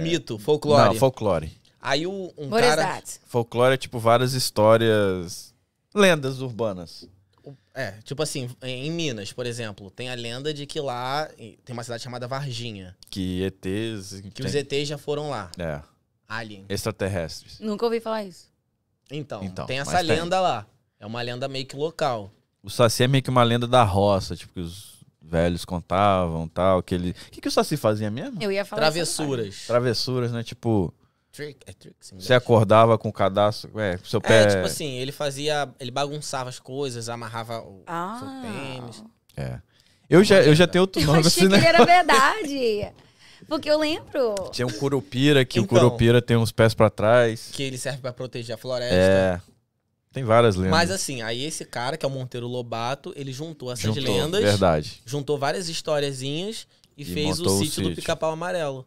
Speaker 1: mito, folclore.
Speaker 2: Não, folclore.
Speaker 1: Aí o,
Speaker 2: é
Speaker 1: um
Speaker 3: What is
Speaker 1: cara.
Speaker 3: that?
Speaker 2: Folclore é tipo várias histórias. Lendas urbanas.
Speaker 1: o- É, tipo assim, em Minas, por exemplo, tem a lenda de que lá e- tem uma cidade chamada Varginha,
Speaker 2: Que ETs.
Speaker 1: que
Speaker 2: tem-
Speaker 1: os ETs já foram lá.
Speaker 2: É,
Speaker 1: Alien.
Speaker 2: extraterrestres.
Speaker 3: Nunca ouvi falar isso.
Speaker 1: Então,
Speaker 2: Então,
Speaker 1: tem essa
Speaker 2: mas tem.
Speaker 1: lenda lá. É uma lenda meio que local.
Speaker 2: O Saci é meio que uma lenda da roça, tipo, que os velhos contavam tal. Que ele... O que, que o Saci fazia mesmo?
Speaker 3: Eu ia falar. É.
Speaker 1: Travessuras.
Speaker 2: Travessuras, né? Tipo,
Speaker 1: Trick, é tricks em
Speaker 2: você
Speaker 1: inglês.
Speaker 2: acordava com o cadastro. É, com seu pé.
Speaker 1: É, tipo assim, ele fazia. Ele bagunçava as coisas, amarrava o
Speaker 3: Ah.
Speaker 1: seu tênis.
Speaker 2: É. Eu já, eu já
Speaker 1: lenda.
Speaker 2: tenho outro
Speaker 3: Eu
Speaker 2: nome
Speaker 3: achei
Speaker 2: assim,
Speaker 3: que
Speaker 2: né?
Speaker 3: ele era verdade. Porque eu lembro.
Speaker 2: Tinha um curupira, que o
Speaker 1: Então.
Speaker 2: curupira tem uns pés pra trás.
Speaker 1: Que ele serve pra proteger a floresta.
Speaker 2: É. Tem várias lendas.
Speaker 1: Mas assim, aí esse cara, que é o Monteiro Lobato, ele juntou
Speaker 3: assim,
Speaker 1: essas
Speaker 2: Juntou,
Speaker 1: lendas,
Speaker 2: Verdade.
Speaker 1: juntou várias historiazinhas e,
Speaker 2: E
Speaker 1: fez o
Speaker 2: montou o
Speaker 1: sítio do
Speaker 2: sítio.
Speaker 1: pica-pau amarelo.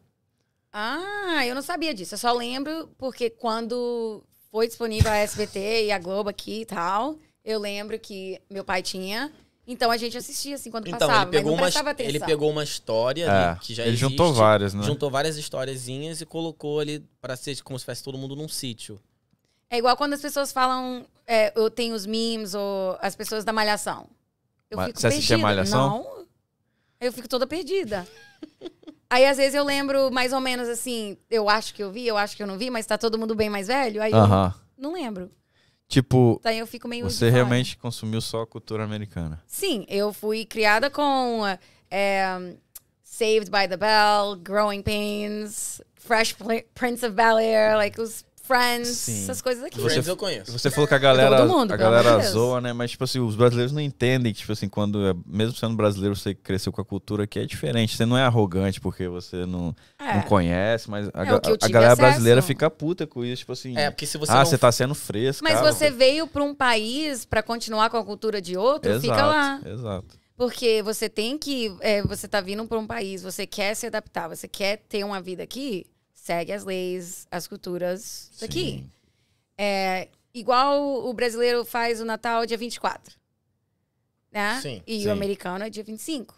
Speaker 3: Ah, eu não sabia disso. Eu só lembro porque quando foi disponível a SBT e a Globo aqui e tal, eu lembro que meu pai tinha. Então a gente assistia assim quando
Speaker 1: Então,
Speaker 3: passava,
Speaker 1: ele pegou,
Speaker 3: mas não
Speaker 1: uma,
Speaker 3: prestava atenção.
Speaker 1: ele pegou uma história
Speaker 2: É,
Speaker 1: ali, que já
Speaker 2: ele
Speaker 1: existe,
Speaker 2: juntou várias, né?
Speaker 1: juntou várias historiazinhas e colocou ali pra ser como se fosse todo mundo num sítio.
Speaker 3: É igual quando as pessoas falam, é, eu tenho os memes ou as pessoas da Malhação. Eu
Speaker 2: Mas
Speaker 3: fico
Speaker 2: você assistia
Speaker 3: perdida.
Speaker 2: Malhação?
Speaker 3: Não. Eu fico toda perdida. Aí, às vezes, eu lembro mais ou menos assim, eu acho que eu vi, eu acho que eu não vi, mas tá todo mundo bem mais velho, aí eu
Speaker 2: Aham.
Speaker 3: não lembro.
Speaker 2: Tipo,
Speaker 3: Daí eu fico meio. de
Speaker 2: você
Speaker 3: fora.
Speaker 2: realmente consumiu só a cultura americana.
Speaker 3: Sim, eu fui criada com é, Saved by the Bell, Growing Pains, Fresh Pl- Prince of Bel Air, like os Friends,
Speaker 2: Sim.
Speaker 3: essas coisas aqui.
Speaker 1: Friends eu conheço.
Speaker 2: Você falou que a galera,
Speaker 3: Todo mundo,
Speaker 2: a
Speaker 3: pelo
Speaker 2: galera
Speaker 3: amor de Deus.
Speaker 2: zoa, né? Mas, tipo assim, os brasileiros não entendem que, tipo assim, quando, é- mesmo sendo brasileiro, você cresceu com a cultura aqui, é diferente. Você não é arrogante porque você não, não
Speaker 3: É.
Speaker 2: conhece, mas a,
Speaker 3: É,
Speaker 2: ga-
Speaker 3: o que eu
Speaker 2: a
Speaker 3: tive
Speaker 2: galera
Speaker 3: acesso.
Speaker 2: brasileira fica puta com isso, tipo assim.
Speaker 1: É, porque se você
Speaker 2: ah,
Speaker 1: não
Speaker 2: você tá sendo fresco.
Speaker 3: Mas
Speaker 2: cara.
Speaker 3: você veio para um país para continuar com a cultura de outro,
Speaker 2: Exato,
Speaker 3: fica lá.
Speaker 2: Exato.
Speaker 3: Porque você tem que. é, você tá vindo para um país, você quer se adaptar, você quer ter uma vida aqui, segue as leis, as culturas daqui.
Speaker 2: Sim.
Speaker 3: É, igual o brasileiro faz o Natal dia 24. Né?
Speaker 1: Sim,
Speaker 3: e
Speaker 2: sim.
Speaker 3: o americano é dia 25.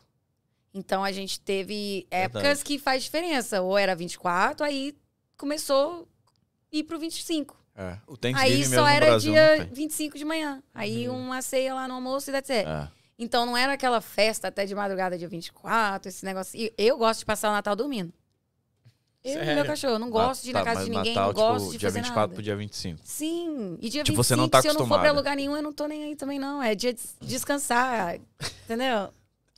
Speaker 3: Então a gente teve épocas
Speaker 2: Verdade.
Speaker 3: que faz diferença. Ou era 24, aí começou a ir pro 25.
Speaker 2: É. O Thanksgiving
Speaker 3: Aí
Speaker 2: mesmo
Speaker 3: só
Speaker 2: no
Speaker 3: era
Speaker 2: Brasil não
Speaker 3: dia
Speaker 2: tem.
Speaker 3: 25 de manhã. Aí uma ceia lá no almoço e that's it.
Speaker 2: Uhum. É.
Speaker 3: Então não era aquela festa até de madrugada, dia 24, esse negócio. E eu gosto de passar o Natal dormindo. Eu e
Speaker 1: Sério?
Speaker 3: meu cachorro, não gosto de ir
Speaker 2: Tá,
Speaker 3: na casa
Speaker 2: mas
Speaker 3: de ninguém,
Speaker 2: Natal,
Speaker 3: não gosto
Speaker 2: tipo,
Speaker 3: de
Speaker 2: dia
Speaker 3: fazer
Speaker 2: 24
Speaker 3: nada.
Speaker 2: pro dia 25.
Speaker 3: Sim, e dia
Speaker 2: Tipo,
Speaker 3: 25,
Speaker 2: você não tá
Speaker 3: se eu não for pra
Speaker 2: acostumada.
Speaker 3: lugar nenhum, eu não tô nem aí também não. É dia de descansar, entendeu?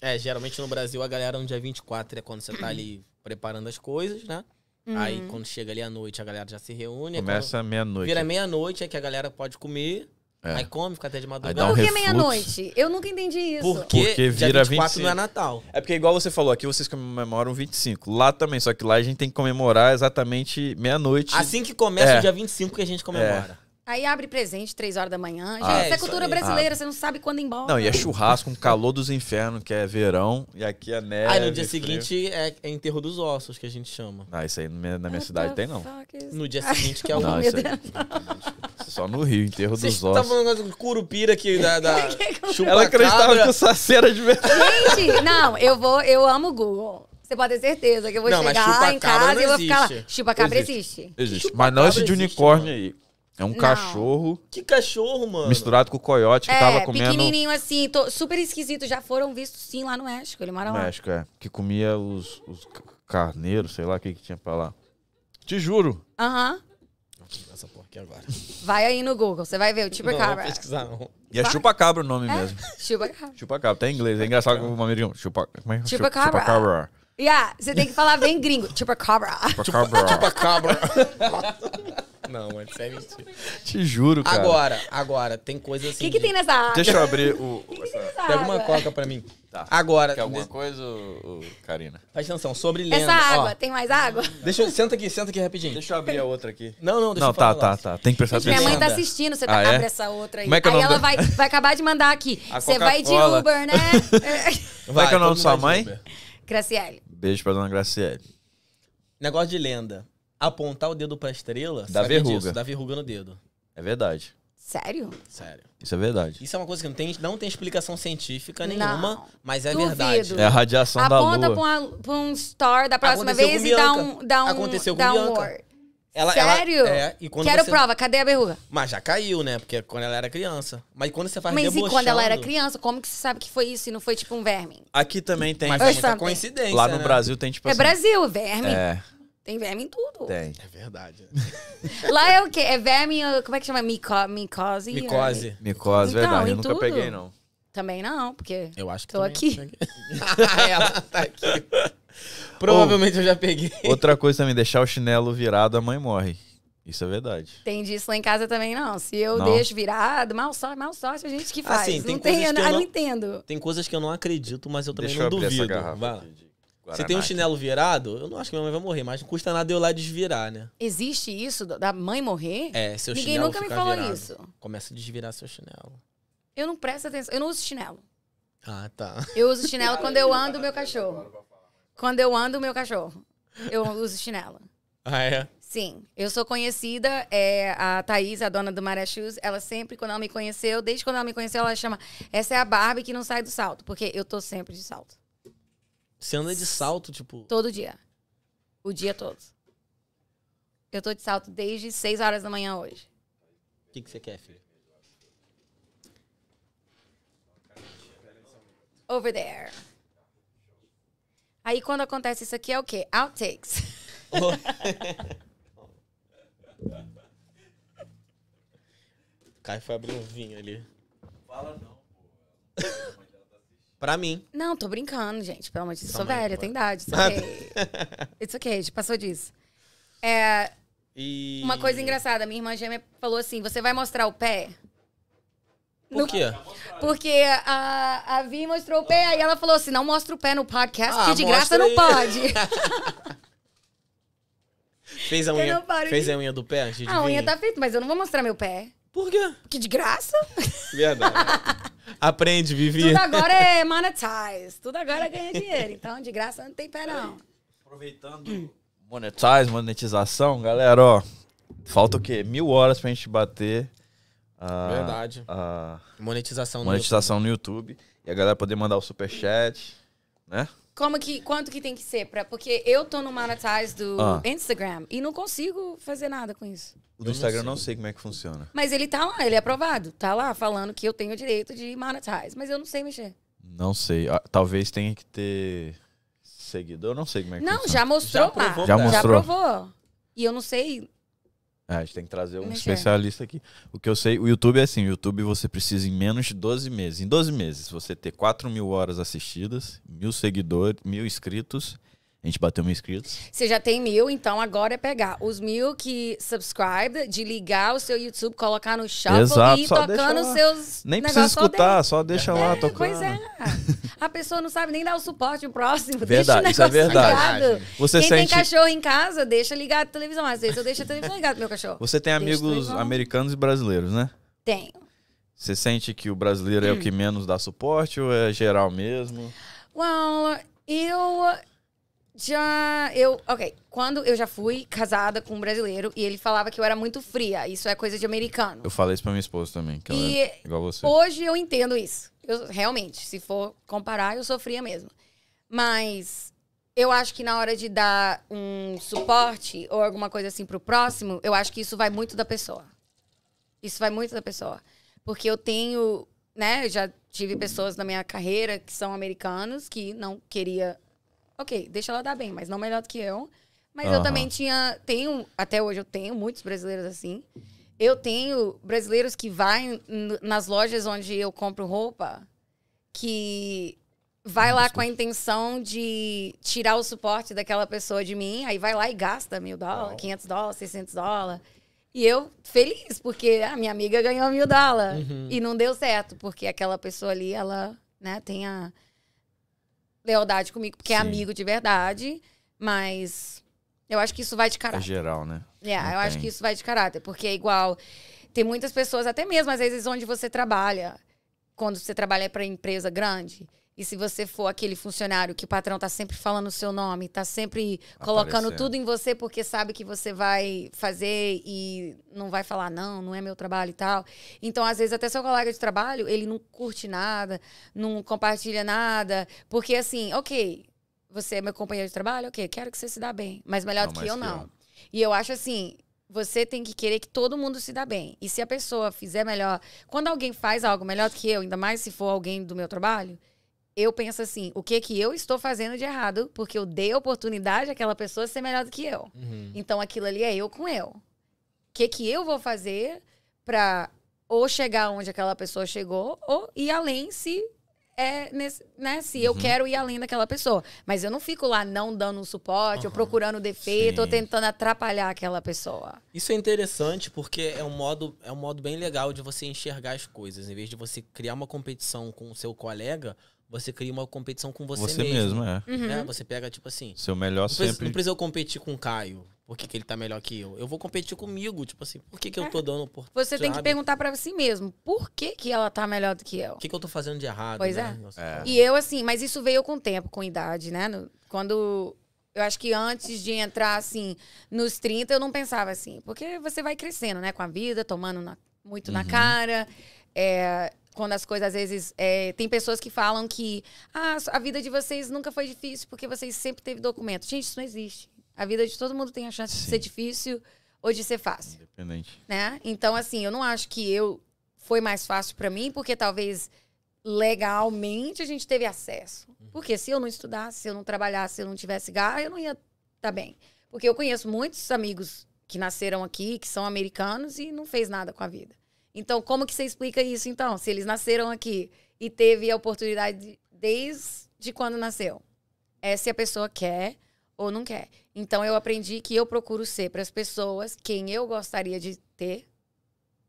Speaker 1: É, geralmente no Brasil a galera no dia 24 é quando você tá ali preparando as coisas, né?
Speaker 3: Uhum. Hum.
Speaker 1: Aí quando chega ali à noite a galera já se reúne.
Speaker 2: Começa
Speaker 1: quando
Speaker 2: meia-noite.
Speaker 1: Vira meia-noite, é que a galera pode comer.
Speaker 2: É.
Speaker 1: Aí come, fica até de
Speaker 2: Aí
Speaker 1: madrugada.
Speaker 2: dá um
Speaker 3: Por que
Speaker 2: refluxo.
Speaker 3: meia-noite? Eu nunca entendi isso.
Speaker 1: Porque,
Speaker 2: Porque
Speaker 1: dia
Speaker 2: vira
Speaker 1: 24 não é
Speaker 2: 25.
Speaker 1: Natal.
Speaker 2: É porque, igual você falou, aqui vocês comemoram 25. Lá também, só que lá a gente tem que comemorar exatamente meia-noite.
Speaker 1: Assim que começa
Speaker 2: É.
Speaker 1: o dia 25 que a gente comemora.
Speaker 3: Aí abre presente, três horas da manhã. Gente,
Speaker 1: Ah,
Speaker 3: essa é
Speaker 1: isso
Speaker 3: cultura
Speaker 1: aí.
Speaker 3: brasileira, você não sabe quando ir embora.
Speaker 2: Não, e é churrasco, um calor dos infernos, que é verão, e aqui é neve.
Speaker 1: Aí no dia
Speaker 2: frio.
Speaker 1: seguinte é, é enterro dos ossos, que a gente chama.
Speaker 2: Ah, isso aí na minha, na minha
Speaker 3: What
Speaker 2: cidade
Speaker 3: the
Speaker 2: tem, não.
Speaker 3: fuck is-
Speaker 1: No dia seguinte que é o...
Speaker 2: Não,
Speaker 3: Meu
Speaker 2: isso aí.
Speaker 3: Deus.
Speaker 2: é Só no Rio, enterro
Speaker 1: Vocês
Speaker 2: dos
Speaker 1: estavam
Speaker 2: ossos.
Speaker 1: falando do curupira aqui da... da chupa
Speaker 2: Ela acreditava
Speaker 1: cabra.
Speaker 2: que o Saci era de verdade.
Speaker 3: Gente, não, eu vou, eu amo o Google. Você pode ter certeza que eu vou
Speaker 1: Não, mas
Speaker 3: chegar lá em
Speaker 1: chupacabra
Speaker 3: casa
Speaker 1: não
Speaker 3: e eu vou ficar lá.
Speaker 1: existe.
Speaker 3: Chupacabra
Speaker 2: Existe.
Speaker 3: existe.
Speaker 2: Existe.
Speaker 1: Chupacabra
Speaker 2: Mas não esse de
Speaker 1: existe,
Speaker 2: unicórnio
Speaker 1: mano.
Speaker 2: aí. É um
Speaker 3: Não.
Speaker 2: cachorro
Speaker 1: Que cachorro, mano.
Speaker 2: misturado com o coiote que
Speaker 3: É,
Speaker 2: tava comendo.
Speaker 3: pequenininho assim, tô- super esquisito. Já foram vistos sim lá no México, ele mora
Speaker 2: No
Speaker 3: lá.
Speaker 2: México, é. Que comia os, os ca- carneiros, sei lá o que, que tinha pra lá. Te juro.
Speaker 3: Aham.
Speaker 1: Essa porra aqui agora.
Speaker 3: Vai aí no Google, você vai ver o
Speaker 1: Não, vou
Speaker 3: chupacabra.
Speaker 1: pesquisar não.
Speaker 2: E é chupacabra o nome mesmo.
Speaker 3: Chupacabra.
Speaker 2: Chupacabra, tá em inglês. É engraçado que o americano. Chupa, como é que é?
Speaker 3: Chupacabra.
Speaker 2: Chupacabra.
Speaker 3: Yeah, você tem que falar bem gringo. Chupacabra.
Speaker 2: Chupacabra.
Speaker 1: Cabra. não, mano, isso é mentira.
Speaker 2: Te juro, cara.
Speaker 1: Agora, agora, tem coisa
Speaker 3: O
Speaker 1: assim...
Speaker 3: que, que
Speaker 1: de-
Speaker 3: tem nessa água?
Speaker 2: Deixa eu abrir o. essa-
Speaker 3: Essa
Speaker 1: Pega uma
Speaker 3: água?
Speaker 1: coca pra mim.
Speaker 2: Tá.
Speaker 1: Agora,
Speaker 2: Quer alguma
Speaker 1: de-
Speaker 2: coisa, ô- ô, Karina?
Speaker 1: presta atenção, sobre lenda.
Speaker 3: Essa
Speaker 2: né?
Speaker 3: água,
Speaker 1: Ó,
Speaker 3: tem mais água?
Speaker 1: deixa eu... Senta aqui, senta aqui rapidinho.
Speaker 2: eu abrir a outra aqui.
Speaker 1: Não, não, deixa
Speaker 2: Não,
Speaker 1: eu falar.
Speaker 2: tá, tá, tá. Tem que prestar
Speaker 3: Minha mãe
Speaker 2: atenção.
Speaker 3: tá
Speaker 1: Lenda.
Speaker 3: assistindo, você tá...
Speaker 2: Ah, é?
Speaker 3: abre essa outra aí.
Speaker 2: Como é que é o
Speaker 3: aí
Speaker 2: nome
Speaker 3: ela
Speaker 2: da-
Speaker 3: vai, vai acabar de mandar aqui.
Speaker 2: A
Speaker 3: Você vai de
Speaker 2: Coca-Cola.
Speaker 3: Uber, né?
Speaker 1: tá.
Speaker 2: Como é que é o nome da sua mãe?
Speaker 3: Graciele.
Speaker 2: Beijo pra dona Graciele.
Speaker 1: Negócio de lenda. Apontar o dedo pra estrela,
Speaker 2: Dá
Speaker 1: sabe
Speaker 2: verruga.
Speaker 1: disso, dá verruga no dedo.
Speaker 2: É verdade.
Speaker 3: Sério?
Speaker 1: Sério.
Speaker 2: Isso é verdade.
Speaker 1: Isso é uma coisa que não tem, não tem explicação científica
Speaker 3: Não.
Speaker 1: nenhuma, mas é
Speaker 3: Duvido.
Speaker 1: verdade.
Speaker 2: É a radiação da
Speaker 3: Aponta
Speaker 2: lua.
Speaker 3: pra, uma- pra um store da próxima
Speaker 1: Aconteceu
Speaker 3: vez
Speaker 1: com
Speaker 3: e dá
Speaker 1: Bianca.
Speaker 3: um, dá um,
Speaker 1: Aconteceu com
Speaker 3: dá um
Speaker 1: Bianca.
Speaker 3: word.
Speaker 1: Ela,
Speaker 3: Sério?
Speaker 1: Ela, é, e quando
Speaker 3: Quero
Speaker 1: você-
Speaker 3: prova, cadê a verruga?
Speaker 1: Mas já caiu, né? Porque quando ela era criança. Mas quando você faz
Speaker 3: Mas e
Speaker 1: debochando-
Speaker 3: quando ela era criança, como que você sabe que foi isso e não foi tipo um verme?
Speaker 2: Aqui também tem.
Speaker 1: Mas
Speaker 3: Oi,
Speaker 1: é muita
Speaker 3: Santa.
Speaker 1: coincidência,
Speaker 2: lá no
Speaker 1: né?
Speaker 2: Brasil tem tipo
Speaker 3: é
Speaker 2: assim.
Speaker 3: Brasil, verme.
Speaker 2: É,
Speaker 3: Tem verme em tudo.
Speaker 2: tem.
Speaker 1: É verdade. né?
Speaker 3: Lá é o quê? É verme, uh, como é que chama? Mico, micose?
Speaker 1: Micose.
Speaker 2: Micose,
Speaker 3: Então,
Speaker 2: verdade. Eu
Speaker 3: em
Speaker 2: nunca
Speaker 3: tudo.
Speaker 2: peguei, não.
Speaker 3: Também não, porque...
Speaker 1: Eu acho que
Speaker 3: Tô
Speaker 1: também
Speaker 3: aqui.
Speaker 1: eu peguei. ela tá aqui. Provavelmente eu já peguei.
Speaker 2: Outra coisa também, deixar o chinelo virado, a mãe morre. Isso é verdade.
Speaker 3: Tem disso lá em casa também não. Se eu
Speaker 2: Não.
Speaker 3: deixo virado, mal sorte, mal sorte, a gente que faz.
Speaker 1: Assim, tem
Speaker 3: não tem,
Speaker 1: coisas
Speaker 3: eu
Speaker 1: que eu
Speaker 3: não,
Speaker 1: não-
Speaker 3: entendo.
Speaker 1: Tem coisas que eu não acredito, mas eu também
Speaker 2: Deixa eu
Speaker 1: não
Speaker 2: abrir
Speaker 1: duvido.
Speaker 2: essa garrafa.
Speaker 1: Vai.
Speaker 2: aqui de
Speaker 1: Se tem um
Speaker 2: Guaraná aqui.
Speaker 1: chinelo virado, eu não acho que minha mãe vai morrer, mas não custa nada eu ir lá desvirar, né?
Speaker 3: Existe isso do- da mãe morrer?
Speaker 1: É, seu
Speaker 3: Ninguém
Speaker 1: chinelo
Speaker 3: nunca me
Speaker 1: ficar
Speaker 3: falou
Speaker 1: virado.
Speaker 3: isso.
Speaker 1: Começa a desvirar seu chinelo.
Speaker 3: Eu não presto atenção. Eu não uso chinelo.
Speaker 1: Ah, tá.
Speaker 3: Eu uso chinelo quando eu ando o meu cachorro. Quando eu ando o meu cachorro. Eu uso chinelo.
Speaker 1: Ah, é?
Speaker 3: Sim, eu sou conhecida, é, a Thaís, a dona do Maré Shoes, ela sempre, quando ela me conheceu, desde quando ela me conheceu, ela chama, essa é a Barbie que não sai do salto, porque eu tô sempre de salto,
Speaker 1: Você anda de salto, tipo.
Speaker 3: todo dia, o dia todo. Eu tô de salto desde 6 horas da manhã hoje.
Speaker 1: O que, que você quer, filho?
Speaker 3: Over there. Aí quando acontece isso aqui é o quê? Outtakes.
Speaker 1: Caio foi abrir um vinho ali. Fala não, pô. pra mim.
Speaker 3: Não, tô brincando, gente. Pelo amor de Deus,
Speaker 1: Sua
Speaker 3: sou
Speaker 1: mãe,
Speaker 3: velha,
Speaker 1: claro.
Speaker 3: tem idade. It's okay. It's okay, a gente passou disso. É,
Speaker 1: E.
Speaker 3: Uma coisa engraçada, minha irmã gêmea falou assim: você vai mostrar o pé?
Speaker 1: Por quê?
Speaker 3: Porque a, a Vi mostrou o pé, aí ela falou assim: não mostra o pé no podcast,
Speaker 1: Ah,
Speaker 3: que de
Speaker 1: mostra
Speaker 3: graça não
Speaker 1: aí.
Speaker 3: pode.
Speaker 1: Fez a
Speaker 3: Eu
Speaker 1: unha,
Speaker 3: não paro
Speaker 1: fez
Speaker 3: de-
Speaker 1: a unha do pé antes de
Speaker 3: a unha
Speaker 1: vir?
Speaker 3: tá feita, mas eu não vou mostrar meu pé.
Speaker 1: Por quê?
Speaker 3: Que de graça?
Speaker 1: Verdade. Aprende, Vivi.
Speaker 3: Tudo agora é monetize. Tudo agora ganha dinheiro. Então, de graça não tem pé, não.
Speaker 2: Aproveitando monetize, monetização, galera, ó. Falta o quê? Mil horas pra gente bater
Speaker 1: Ah.
Speaker 2: a,
Speaker 1: Verdade.
Speaker 2: a
Speaker 1: Monetização no
Speaker 2: monetização no YouTube. E a galera poder mandar o superchat, né?
Speaker 3: Como que, quanto que tem que ser? Pra, porque eu tô no monetize do
Speaker 2: Ah.
Speaker 3: Instagram e não consigo fazer nada com isso.
Speaker 2: O do Instagram eu não sei como é que funciona.
Speaker 3: Mas ele tá lá, ele é aprovado. Tá lá falando que eu tenho o direito de monetize, mas eu não sei mexer.
Speaker 2: Não sei. Ah, Talvez tenha que ter seguidor. Não sei como é que
Speaker 3: Não,
Speaker 2: funciona.
Speaker 3: já mostrou
Speaker 1: Já aprovou,
Speaker 3: lá.
Speaker 2: Já mostrou.
Speaker 3: aprovou. E eu não sei.
Speaker 2: É, a gente tem que trazer um
Speaker 3: Mexer.
Speaker 2: especialista aqui. O que eu sei, o YouTube é assim, o YouTube você precisa em menos de 12 meses. Em 12 meses, você ter 4 mil horas assistidas, mil seguidores, mil inscritos. A gente bateu mil inscritos.
Speaker 3: Você já tem mil, então agora é pegar os mil que subscribe, de ligar o seu YouTube, colocar no shuffle
Speaker 2: Exato,
Speaker 3: e ir
Speaker 2: só
Speaker 3: tocando
Speaker 2: deixa
Speaker 3: os
Speaker 2: lá.
Speaker 3: seus.
Speaker 2: Nem
Speaker 3: negócios
Speaker 2: precisa
Speaker 3: só dentro.
Speaker 2: escutar, só deixa lá tocando.
Speaker 3: Pois é. A pessoa não sabe nem dar o suporte pro próximo.
Speaker 2: Verdade, isso
Speaker 3: deixa
Speaker 2: é
Speaker 3: o negócio
Speaker 2: verdade.
Speaker 3: ligado.
Speaker 2: Você
Speaker 3: Quem
Speaker 2: sente.
Speaker 3: tem cachorro em casa, deixa ligado a televisão. Às vezes eu deixo a televisão ligada pro meu cachorro.
Speaker 2: Você tem
Speaker 3: Deixa
Speaker 2: amigos
Speaker 3: dois lá.
Speaker 2: americanos e brasileiros, né?
Speaker 3: Tenho.
Speaker 2: Você sente que o brasileiro é o que
Speaker 3: Hum.
Speaker 2: menos dá suporte ou é geral mesmo?
Speaker 3: Well, eu já. Eu. Ok. Quando eu já fui casada com um brasileiro e ele falava que eu era muito fria. Isso é coisa de americano.
Speaker 2: Eu falei isso pra minha esposa também, que ela
Speaker 3: E-
Speaker 2: é igual você.
Speaker 3: Hoje eu entendo isso. Eu, realmente, se for comparar, eu sofria mesmo. Mas eu acho que na hora de dar um suporte ou alguma coisa assim pro próximo, eu acho que isso vai muito da pessoa. Isso vai muito da pessoa. Porque eu tenho, né, eu já tive pessoas na minha carreira que são americanos que não queria. Ok, deixa ela dar bem, mas não melhor do que eu. Mas eu
Speaker 2: Aham.
Speaker 3: também tinha, tenho, até hoje eu tenho muitos brasileiros assim. Eu tenho brasileiros que vai n- nas lojas onde eu compro roupa, que vai lá com a intenção de tirar o suporte daquela pessoa de mim, aí vai lá e gasta mil dólares, 500 dólares, 600 dólares. E eu feliz, porque a minha amiga ganhou mil dólares.
Speaker 1: Uhum.
Speaker 3: E não deu certo, porque aquela pessoa ali, ela né, tem a lealdade comigo, porque é
Speaker 2: Sim.
Speaker 3: amigo de verdade, mas eu acho que isso vai de
Speaker 2: É
Speaker 3: caráter.
Speaker 2: geral, né?
Speaker 3: Yeah,
Speaker 2: Não
Speaker 3: eu acho
Speaker 2: tem.
Speaker 3: que isso vai de caráter, porque é igual. Tem muitas pessoas, até mesmo às vezes onde você trabalha, quando você trabalha para empresa grande, e se você for aquele funcionário que o patrão tá sempre falando o seu nome, tá sempre colocando
Speaker 2: Aparecendo.
Speaker 3: tudo em você porque sabe que você vai fazer e não vai falar não, não é meu trabalho e tal. Então, às vezes até seu colega de trabalho, ele não curte nada, não compartilha nada, porque assim, OK, você é meu companheiro de trabalho, OK, quero que você se dá bem, mas melhor
Speaker 2: Não,
Speaker 3: do que
Speaker 2: mas
Speaker 3: eu
Speaker 2: que
Speaker 3: não.
Speaker 2: eu.
Speaker 3: E eu acho assim, você tem que querer que todo mundo se dá bem. E se a pessoa fizer melhor, quando alguém faz algo melhor do que eu, ainda mais se for alguém do meu trabalho, eu penso assim, o que que eu estou fazendo de errado? Porque eu dei a oportunidade àquela pessoa ser melhor do que eu.
Speaker 1: Uhum.
Speaker 3: Então aquilo ali é eu com eu. O que que eu vou fazer pra ou chegar onde aquela pessoa chegou ou ir além se é nesse- né, se eu
Speaker 2: Uhum.
Speaker 3: quero ir além daquela pessoa. Mas eu não fico lá não dando um suporte, ou
Speaker 1: Aham.
Speaker 3: procurando defeito, ou
Speaker 2: Sim.
Speaker 3: tentando atrapalhar aquela pessoa.
Speaker 1: Isso é interessante porque é um modo é um modo bem legal de você enxergar as coisas. Em vez de você criar uma competição com o seu colega, você cria uma competição com você,
Speaker 2: Você mesmo, é.
Speaker 3: Uhum.
Speaker 1: né? Você pega tipo assim,
Speaker 2: Seu melhor
Speaker 1: não precisa,
Speaker 2: sempre.
Speaker 1: não precisa eu competir com o Caio, porque que ele tá melhor que eu. Eu vou competir comigo, tipo assim, por que, que eu
Speaker 3: É.
Speaker 1: tô dando por
Speaker 3: Você tem que
Speaker 1: sabe?
Speaker 3: perguntar pra si mesmo, por que que ela tá melhor do que eu?
Speaker 1: O que, que eu tô fazendo de errado,
Speaker 3: Pois
Speaker 1: né?
Speaker 2: É.
Speaker 3: E eu, assim, mas isso veio com o tempo, com idade, né? No- quando. Eu acho que antes de entrar, assim, nos 30, eu não pensava assim. Porque você vai crescendo, né? Com a vida, tomando na- muito na
Speaker 2: Uhum.
Speaker 3: cara. É, quando as coisas, às vezes. é, tem pessoas que falam que. Ah, a vida de vocês nunca foi difícil porque vocês sempre teve documento. Gente, isso não existe. A vida de todo mundo tem a chance de
Speaker 2: Sim.
Speaker 3: ser difícil ou de ser fácil
Speaker 2: Independente.
Speaker 3: né? Então, assim, eu não acho que eu foi mais fácil pra mim, porque talvez legalmente a gente teve acesso. Porque se eu não estudasse, se eu não trabalhasse, se eu não tivesse garra, eu não ia estar bem. Porque eu conheço muitos amigos que nasceram aqui, que são americanos e não fez nada com a vida. Então, como que você explica isso, então? Se eles nasceram aqui e teve a oportunidade de- desde quando nasceu? É se a pessoa quer ou não quer. Então eu aprendi que eu procuro ser para as pessoas quem eu gostaria de ter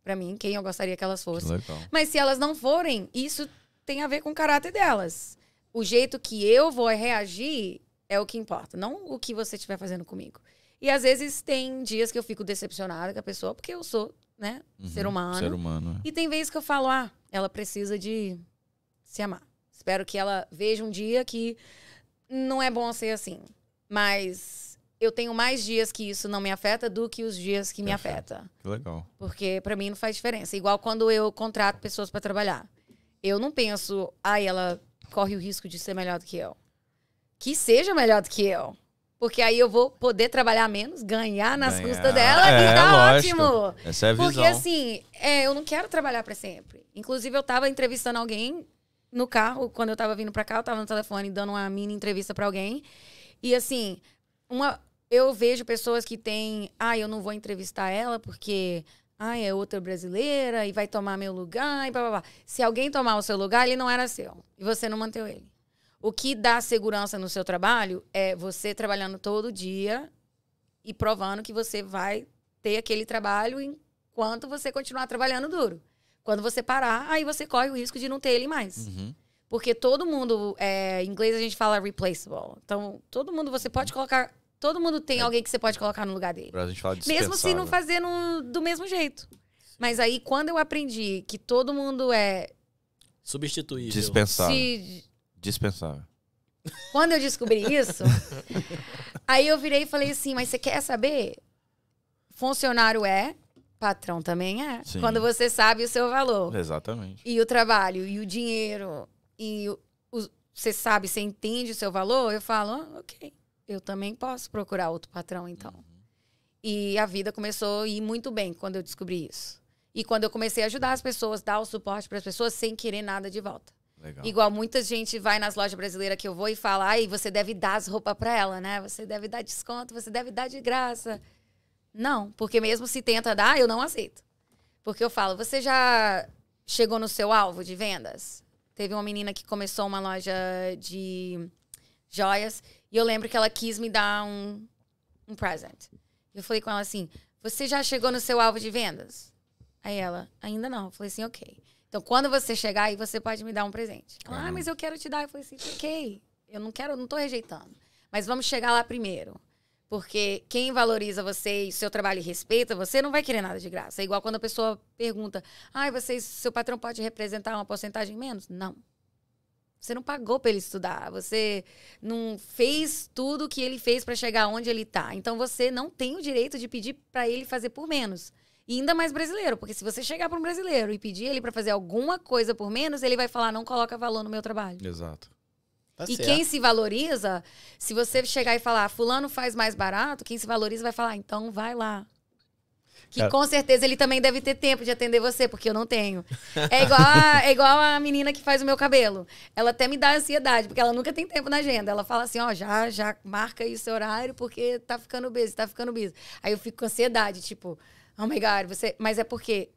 Speaker 3: para mim, quem eu gostaria que elas
Speaker 2: Que
Speaker 3: fossem.
Speaker 2: legal.
Speaker 3: Mas se elas não forem, isso tem a ver com o caráter delas. O jeito que eu vou reagir é o que importa, não o que você estiver fazendo comigo. E às vezes tem dias que eu fico decepcionada com a pessoa, porque eu sou, né,
Speaker 2: Uhum.
Speaker 3: ser humano.
Speaker 2: Ser humano. é.
Speaker 3: E tem vezes que eu falo, ah, ela precisa de se amar. Espero que ela veja um dia que não é bom ser assim. Mas eu tenho mais dias que isso não me afeta do que os dias que me
Speaker 2: Perfeito.
Speaker 3: afeta.
Speaker 2: Que legal.
Speaker 3: Porque pra mim não faz diferença. Igual quando eu contrato pessoas pra trabalhar. Eu não penso, ai, ela corre o risco de ser melhor do que eu. Que seja melhor do que eu. Porque aí eu vou poder trabalhar menos, ganhar nas
Speaker 2: Ganhar.
Speaker 3: custas dela e
Speaker 2: É,
Speaker 3: tá
Speaker 2: lógico.
Speaker 3: ótimo.
Speaker 2: Essa é a visão.
Speaker 3: Porque assim, é, eu não quero trabalhar pra sempre. Inclusive, eu tava entrevistando alguém no carro, quando eu tava vindo pra cá, eu tava no telefone dando uma mini entrevista pra alguém. E assim, uma, eu vejo pessoas que têm, ah, eu não vou entrevistar ela porque, ah, é outra brasileira e vai tomar meu lugar e blá blá blá. Se alguém tomar o seu lugar, ele não era seu e você não manteu ele. O que dá segurança no seu trabalho é você trabalhando todo dia e provando que você vai ter aquele trabalho enquanto você continuar trabalhando duro. Quando você parar, aí você corre o risco de não ter ele mais.
Speaker 2: Uhum.
Speaker 3: Porque todo mundo, é, em inglês a gente fala replaceable. Então, todo mundo você pode colocar. Todo mundo tem alguém que você pode colocar no lugar dele.
Speaker 2: Pra gente falar
Speaker 3: Mesmo se
Speaker 2: É.
Speaker 3: não
Speaker 2: dispensável.
Speaker 3: fazer no- do mesmo jeito. Mas aí, quando eu aprendi que todo mundo é.
Speaker 1: Substituível.
Speaker 2: Dispensável.
Speaker 3: se-
Speaker 2: Dispensável.
Speaker 3: Quando eu descobri isso, aí eu virei e falei assim: Mas você quer saber? Funcionário é, patrão também é.
Speaker 2: Sim. É.
Speaker 3: Quando você sabe o seu valor.
Speaker 2: Exatamente.
Speaker 3: e o trabalho e o dinheiro e o- o- você sabe, você entende o seu valor, eu falo, "Ah, ok, eu também posso procurar outro patrão então. E a vida começou a ir muito bem quando eu descobri isso. E quando eu comecei a ajudar as pessoas, dar o suporte para as pessoas sem querer nada de volta.
Speaker 2: Legal.
Speaker 3: Igual muita gente vai nas lojas brasileiras que eu vou e fala, ai, você deve dar as roupas pra ela, né? Você deve dar desconto, você deve dar de graça. Não, porque mesmo se tenta dar, eu não aceito. Porque eu falo, você já chegou no seu alvo de vendas? Teve uma menina que começou uma loja de joias e eu lembro que ela quis me dar um, um present. Eu falei com ela assim, você já chegou no seu alvo de vendas? Aí ela, ainda não. Eu falei assim, ok. Então, quando você chegar aí, você pode me dar um presente. Ela, ah,
Speaker 2: Caramba.
Speaker 3: mas eu quero te dar. Eu falei assim, ok. Eu não quero, não tô rejeitando. Mas vamos chegar lá primeiro. Porque quem valoriza você e seu trabalho e respeita você, não vai querer nada de graça. É igual quando a pessoa pergunta, ai, vocês, seu patrão pode representar uma porcentagem menos? Não. Você não pagou para ele estudar, você não fez tudo o que ele fez para chegar onde ele tá. Então você não tem o direito de pedir para ele fazer por menos. E ainda mais brasileiro, porque se você chegar para um brasileiro e pedir ele para fazer alguma coisa por menos, ele vai falar não coloca valor no meu trabalho.
Speaker 2: Exato.
Speaker 1: Tá
Speaker 3: e
Speaker 1: certo.
Speaker 3: quem se valoriza, se você chegar e falar fulano faz mais barato, quem se valoriza vai falar então vai lá. Que
Speaker 1: É.
Speaker 3: com certeza ele também deve ter tempo de atender você, porque eu não tenho. É igual, a, é igual a menina que faz o meu cabelo. Ela até me dá ansiedade, porque ela nunca tem tempo na agenda. Ela fala assim, ó, já, já marca aí o seu horário, porque tá ficando busy, tá ficando busy. Aí eu fico com ansiedade, tipo, oh my God, você... Mas é porque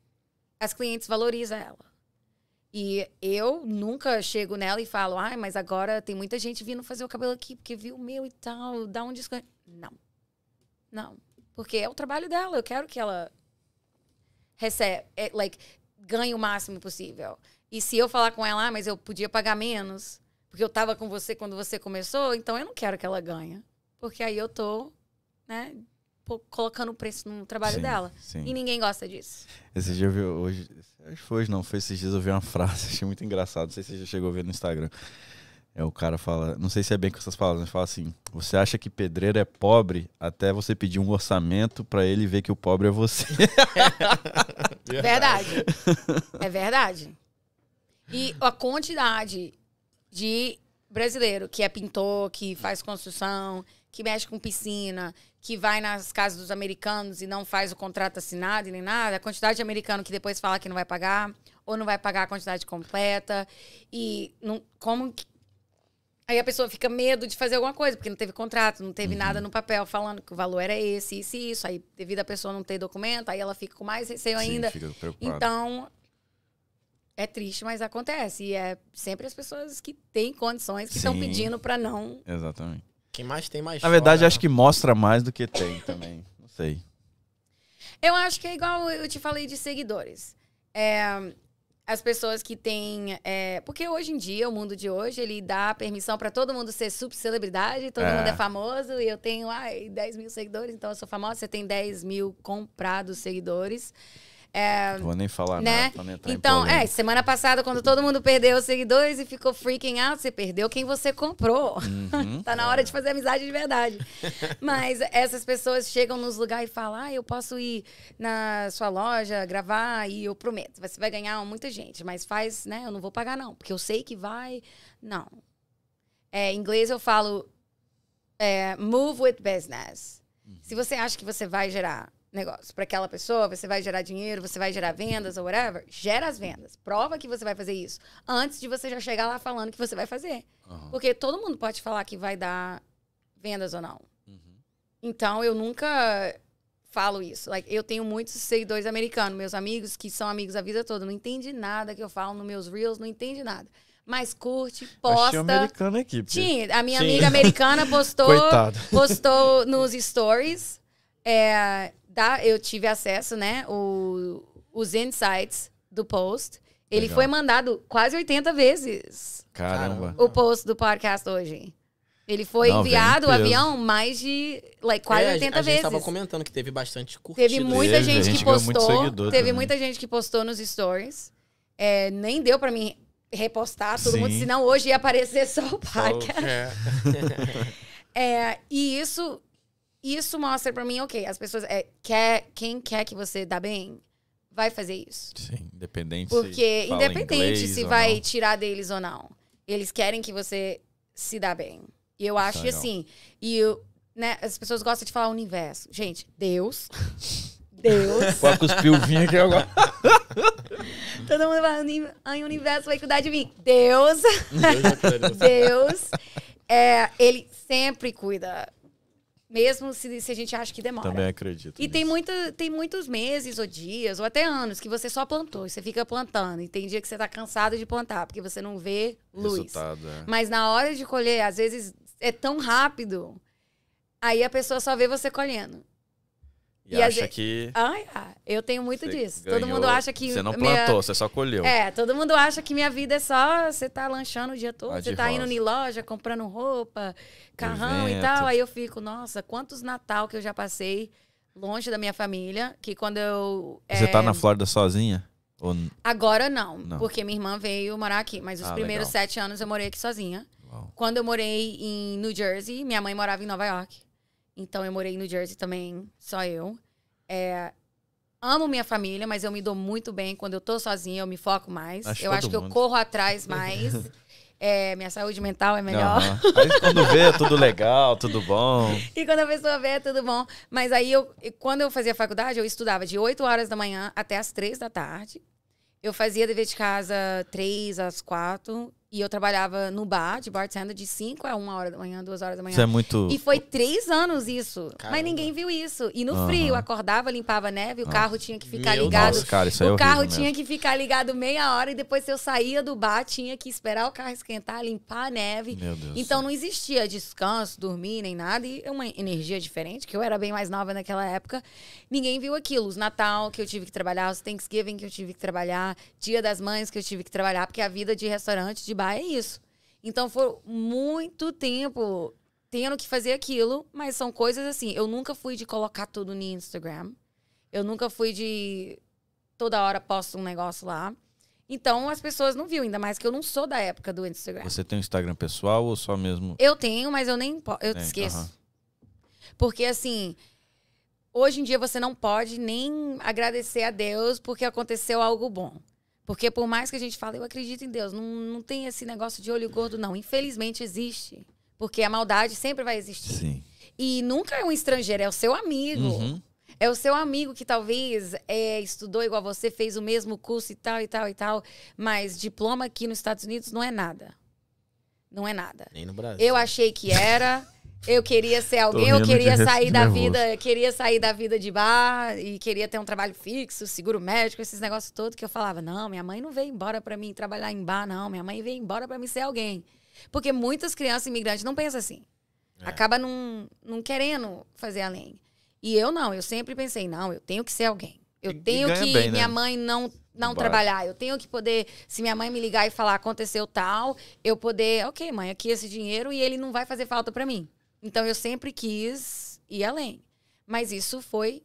Speaker 3: as clientes valorizam ela. E eu nunca chego nela e falo, ai, mas agora tem muita gente vindo fazer o cabelo aqui, porque viu o meu e tal, dá um desconto. Não. Não. Porque é o trabalho dela, eu quero que ela recebe, é, like, ganhe o máximo possível. E se eu falar com ela, ah, mas eu podia pagar menos, porque eu tava com você quando você começou, então eu não quero que ela ganhe. Porque aí eu tô, né, pô- colocando preço no trabalho
Speaker 2: Sim,
Speaker 3: dela.
Speaker 2: sim.
Speaker 3: E ninguém gosta disso.
Speaker 2: Esse dia eu vi hoje. Acho que foi hoje, não. Foi esses dias eu vi uma frase, achei muito engraçado. Não sei se você já chegou a ver no Instagram. É, o cara fala, não sei se é bem com essas palavras, mas fala assim: você acha que pedreiro é pobre até você pedir um orçamento pra ele ver que o pobre é você.
Speaker 3: Verdade. é verdade. E a quantidade de brasileiro que é pintor, que faz construção, que mexe com piscina, que vai nas casas dos americanos e não faz o contrato assinado e nem nada, a quantidade de americano que depois fala que não vai pagar ou não vai pagar a quantidade completa e não, como que- Aí a pessoa fica medo de fazer alguma coisa, porque não teve contrato, não teve nada no papel falando que o valor era esse, isso e isso. Aí, devido a pessoa não ter documento, aí ela fica com mais receio
Speaker 2: Sim,
Speaker 3: ainda.
Speaker 2: fica preocupado.
Speaker 3: Então, é triste, mas acontece. E é sempre as pessoas que têm condições que estão
Speaker 2: Sim.
Speaker 3: pedindo pra não.
Speaker 2: Exatamente.
Speaker 1: Quem mais tem mais
Speaker 2: Na verdade,
Speaker 1: chora,
Speaker 2: acho que mostra mais do que tem também. Não sei.
Speaker 3: Eu acho que é igual eu te falei de seguidores. É, as pessoas que têm. é, porque hoje em dia, o mundo de hoje, ele dá permissão pra todo mundo ser subcelebridade, todo
Speaker 2: É.
Speaker 3: mundo é famoso, e eu tenho ai, 10 mil seguidores, então eu sou famosa, você tem 10 mil comprados seguidores. É,
Speaker 2: Vou nem falar
Speaker 3: Né?
Speaker 2: nada pra não entrar Tá em
Speaker 3: Então, é,
Speaker 2: polêmica.
Speaker 3: semana passada, quando todo mundo perdeu os seguidores e ficou freaking out, você perdeu quem você comprou.
Speaker 2: Uhum.
Speaker 3: Tá na hora de fazer amizade de verdade. Mas essas pessoas chegam nos lugares e falam: ah, eu posso ir na sua loja gravar e eu prometo, você vai ganhar muita gente, mas faz, né? Eu não vou pagar, não, porque eu sei que vai. Não. É, em inglês eu falo: é, move with business. Se você acha que você vai gerar negócio para aquela pessoa, você vai gerar dinheiro, você vai gerar vendas ou whatever, gera as vendas. Prova que você vai fazer isso antes de você já chegar lá falando que você vai fazer.
Speaker 2: Aham.
Speaker 3: Porque todo mundo pode falar que vai dar vendas ou não.
Speaker 2: Uhum.
Speaker 3: Então eu nunca falo isso. Like, eu tenho muitos seguidores americanos, meus amigos que são amigos a vida toda, não entende nada que eu falo nos meus reels, não entende nada. Mas curte,
Speaker 2: Achei um
Speaker 3: posta.
Speaker 2: americano aqui. porque-
Speaker 3: Tinha, a minha
Speaker 1: Sim.
Speaker 3: amiga americana postou
Speaker 2: Coitado.
Speaker 3: postou nos stories. é, dá, eu tive acesso, né? o- os insights do post. Ele
Speaker 2: Legal.
Speaker 3: foi mandado quase 80 vezes
Speaker 2: Caramba.
Speaker 1: Caramba.
Speaker 3: o post do podcast hoje. Ele foi
Speaker 2: Não, vem
Speaker 3: enviado o
Speaker 2: peso.
Speaker 3: avião mais de like, quase
Speaker 1: É, a-
Speaker 3: 80
Speaker 1: a,
Speaker 3: vezes.
Speaker 1: gente tava né? comentando que teve bastante curtida.
Speaker 3: Teve muita
Speaker 2: Teve,
Speaker 3: gente
Speaker 2: a gente
Speaker 3: que
Speaker 2: ganhou muito
Speaker 3: postou.
Speaker 2: seguidor
Speaker 3: teve
Speaker 2: também.
Speaker 3: muita gente que postou nos stories. É, nem deu pra mim repostar todo
Speaker 2: Sim.
Speaker 3: mundo, senão hoje ia aparecer só o podcast.
Speaker 1: É.
Speaker 3: É, e isso, isso mostra pra mim, ok, as pessoas. é, quer, quem quer que você dá bem, vai fazer isso.
Speaker 2: Sim, independente. se
Speaker 3: Porque,
Speaker 2: fala
Speaker 3: independente
Speaker 2: inglês
Speaker 3: se
Speaker 2: ou
Speaker 3: vai
Speaker 2: não.
Speaker 3: tirar deles ou não, eles querem que você se dá bem. E eu acho que
Speaker 2: legal.
Speaker 3: assim. E eu, né, as pessoas gostam de falar universo. Gente, Deus. Deus.
Speaker 2: Pode cuspir o vinho aqui agora.
Speaker 3: Todo mundo vai. "Uni- Ai, o universo vai cuidar de mim. Deus.
Speaker 1: Deus vai cuidar de você.
Speaker 3: Deus. É, ele sempre cuida. Mesmo se, se a gente acha que demora.
Speaker 2: Também acredito.
Speaker 3: E tem,
Speaker 2: nisso.
Speaker 3: muita, tem muitos meses, ou dias, ou até anos, que você só plantou, e você fica plantando. E tem dia que você tá cansado de plantar, porque você não vê luz.
Speaker 2: Resultado, é.
Speaker 3: Mas na hora de colher, às vezes é tão rápido, aí a pessoa só vê você colhendo.
Speaker 2: E,
Speaker 3: E às
Speaker 2: acha
Speaker 3: ve-
Speaker 2: que.
Speaker 3: Ai, ah, eu tenho muito
Speaker 2: você
Speaker 3: disso. Todo
Speaker 2: ganhou-
Speaker 3: mundo acha que.
Speaker 2: Você não
Speaker 3: minha-
Speaker 2: plantou, você só colheu.
Speaker 3: É, todo mundo acha que minha vida é só você tá lanchando o dia todo,
Speaker 2: Tá de
Speaker 3: você tá indo
Speaker 2: rosa.
Speaker 3: em loja, comprando roupa, carrão e tal.
Speaker 2: Evento.
Speaker 3: Aí eu fico, nossa, quantos Natal que eu já passei longe da minha família, que quando eu.
Speaker 2: Você
Speaker 3: é,
Speaker 2: tá na Flórida sozinha? Ou... n-
Speaker 3: Agora não,
Speaker 2: Não.
Speaker 3: porque minha irmã veio morar aqui, mas os
Speaker 2: Ah,
Speaker 3: primeiros
Speaker 2: legal.
Speaker 3: sete anos eu morei aqui sozinha.
Speaker 2: Uau.
Speaker 3: Quando eu morei em New Jersey, minha mãe morava em Nova York. Então eu morei em New Jersey também, só eu. É, amo minha família, mas eu me dou muito bem. Quando eu tô sozinha, eu me foco mais.
Speaker 2: Acho
Speaker 3: eu
Speaker 2: todo
Speaker 3: acho que eu
Speaker 2: mundo.
Speaker 3: corro atrás mais. é, minha saúde mental é melhor.
Speaker 2: Aham. Aí quando vê, é tudo legal, tudo bom.
Speaker 3: E quando a pessoa vê, é tudo bom. Mas aí, eu, e quando eu fazia faculdade, eu estudava de 8 horas da manhã até as 3 da tarde. Eu fazia dever de casa 3 às 4. E eu trabalhava no bar, de bartender, de 5 a 1 hora da manhã, 2 horas da manhã.
Speaker 2: Isso é muito.
Speaker 3: E foi três anos isso.
Speaker 1: Caramba.
Speaker 3: Mas ninguém viu isso. E no
Speaker 2: Aham.
Speaker 3: frio, acordava, limpava a neve, o carro tinha que ficar
Speaker 1: Meu
Speaker 3: ligado.
Speaker 2: Nossa, cara, isso aí é
Speaker 3: O
Speaker 2: horrível
Speaker 3: carro
Speaker 2: mesmo.
Speaker 3: tinha que ficar ligado meia hora e depois se eu saía do bar tinha que esperar o carro esquentar, limpar a neve.
Speaker 2: Meu Deus.
Speaker 3: Então não existia descanso, dormir nem nada e é uma energia diferente, que eu era bem mais nova naquela época. Ninguém viu aquilo. Os Natal que eu tive que trabalhar, os Thanksgiving que eu tive que trabalhar, Dia das Mães que eu tive que trabalhar, porque a vida de restaurante, de bar é isso. Então foi muito tempo tendo que fazer aquilo, mas são coisas assim. Eu nunca fui de colocar tudo no Instagram. Eu nunca fui de toda hora posto um negócio lá. Então as pessoas não viu, ainda mais que eu não sou da época do Instagram.
Speaker 2: Você tem um Instagram pessoal ou só mesmo.
Speaker 3: Eu tenho, mas eu nem po- eu
Speaker 2: Tem,
Speaker 3: esqueço.
Speaker 2: aham.
Speaker 3: Porque assim, hoje em dia você não pode nem agradecer a Deus porque aconteceu algo bom. Porque por mais que a gente fale, eu acredito em Deus, não, não tem esse negócio de olho gordo, não. Infelizmente existe. Porque a maldade sempre vai existir.
Speaker 2: Sim.
Speaker 3: E nunca é um estrangeiro, é o seu amigo.
Speaker 2: Uhum.
Speaker 3: É o seu amigo que talvez é, estudou igual você, fez o mesmo curso e tal, e tal, e tal. Mas diploma aqui nos Estados Unidos não é nada. Não é nada.
Speaker 1: Nem no Brasil.
Speaker 3: Eu achei que era. Eu queria ser alguém,
Speaker 2: rindo
Speaker 3: eu
Speaker 2: de
Speaker 3: queria
Speaker 2: re-
Speaker 3: sair da
Speaker 2: nervoso.
Speaker 3: vida, queria sair da vida de bar e queria ter um trabalho fixo, seguro médico, esses negócios todos que eu falava, não, minha mãe não veio embora pra mim trabalhar em bar, não, minha mãe veio embora pra mim ser alguém. Porque muitas crianças imigrantes não pensam assim.
Speaker 1: É.
Speaker 3: Acaba não, não querendo fazer além. E eu não, eu sempre pensei, não, eu tenho que ser alguém. Eu
Speaker 2: E- e
Speaker 3: tenho
Speaker 2: ganha
Speaker 3: que
Speaker 2: bem, né?
Speaker 3: minha mãe não não
Speaker 2: Bora.
Speaker 3: trabalhar. Eu tenho que poder, se minha mãe me ligar e falar aconteceu tal, eu poder, ok, mãe, aqui esse dinheiro e ele não vai fazer falta pra mim. Então eu sempre quis ir além. Mas isso foi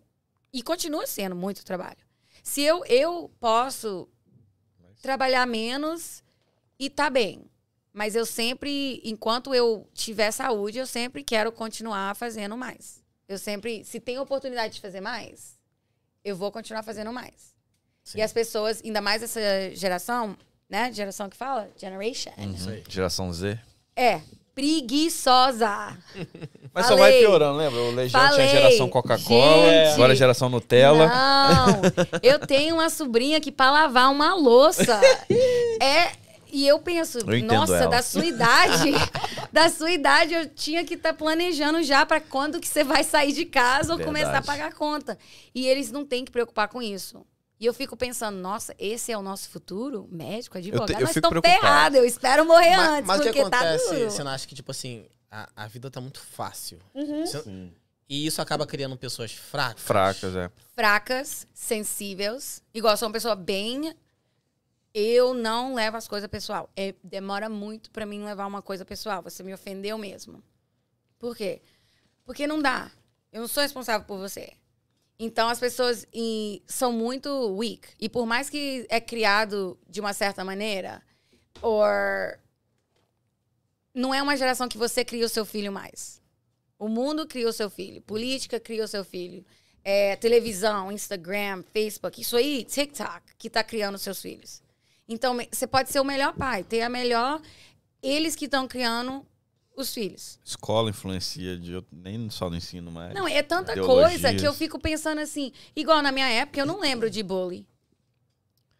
Speaker 3: e continua sendo muito trabalho. Se eu eu posso trabalhar menos e tá bem. Mas eu sempre, enquanto eu tiver saúde, eu sempre quero continuar fazendo mais. Eu sempre, se tem oportunidade de fazer mais, eu vou continuar fazendo mais.
Speaker 1: Sim.
Speaker 3: E as pessoas, ainda mais essa geração, né? Geração que fala? Generation.
Speaker 2: Uhum.
Speaker 1: Isso aí.
Speaker 2: Geração Z.
Speaker 3: É, preguiçosa.
Speaker 2: Mas só vai
Speaker 3: Falei.
Speaker 2: piorando, lembra? O Legião tinha
Speaker 3: Falei.
Speaker 2: geração Coca-Cola,
Speaker 3: Gente.
Speaker 2: agora é geração Nutella.
Speaker 3: Não, eu tenho uma sobrinha que pra lavar uma louça é... E eu penso,
Speaker 2: Eu entendo
Speaker 3: nossa,
Speaker 2: ela.
Speaker 3: da sua idade, da sua idade eu tinha que estar planejando já pra quando que você vai sair de casa ou começar a
Speaker 2: Verdade.
Speaker 3: pagar a conta. E eles não têm que preocupar com isso. E eu fico pensando, nossa, esse é o nosso futuro? Médico, advogado,
Speaker 2: eu
Speaker 3: mas
Speaker 2: fico
Speaker 3: estão
Speaker 2: preocupado.
Speaker 3: ferrados, eu espero morrer
Speaker 1: Ma-
Speaker 3: É antes,
Speaker 1: mas o que
Speaker 3: porque
Speaker 1: acontece?
Speaker 3: tá duro.
Speaker 1: Você não acha que, tipo assim, a, a vida tá muito fácil.
Speaker 3: Uhum.
Speaker 1: Você- E isso acaba criando pessoas fracas.
Speaker 2: Fracas, é.
Speaker 3: fracas, sensíveis. Igual eu sou uma pessoa bem. Eu não levo as coisas pessoal. É- demora muito pra mim levar uma coisa pessoal. Você me ofendeu mesmo. Por quê? Porque não dá. Eu não sou responsável por você. Então as pessoas e, são muito weak. E por mais que é criado de uma certa maneira, ou não é uma geração que você cria o seu filho mais. O mundo cria o seu filho, política cria o seu filho, é, televisão, Instagram, Facebook, isso aí, TikTok, que tá criando os seus filhos. Então, me- você pode ser o melhor pai, ter a melhor. Eles que estão criando os filhos.
Speaker 2: Escola influencia de outro- nem só no ensino mais.
Speaker 3: Não, é tanta coisa
Speaker 2: ideologias.
Speaker 3: que eu fico pensando assim. Igual na minha época, eu não lembro de bullying.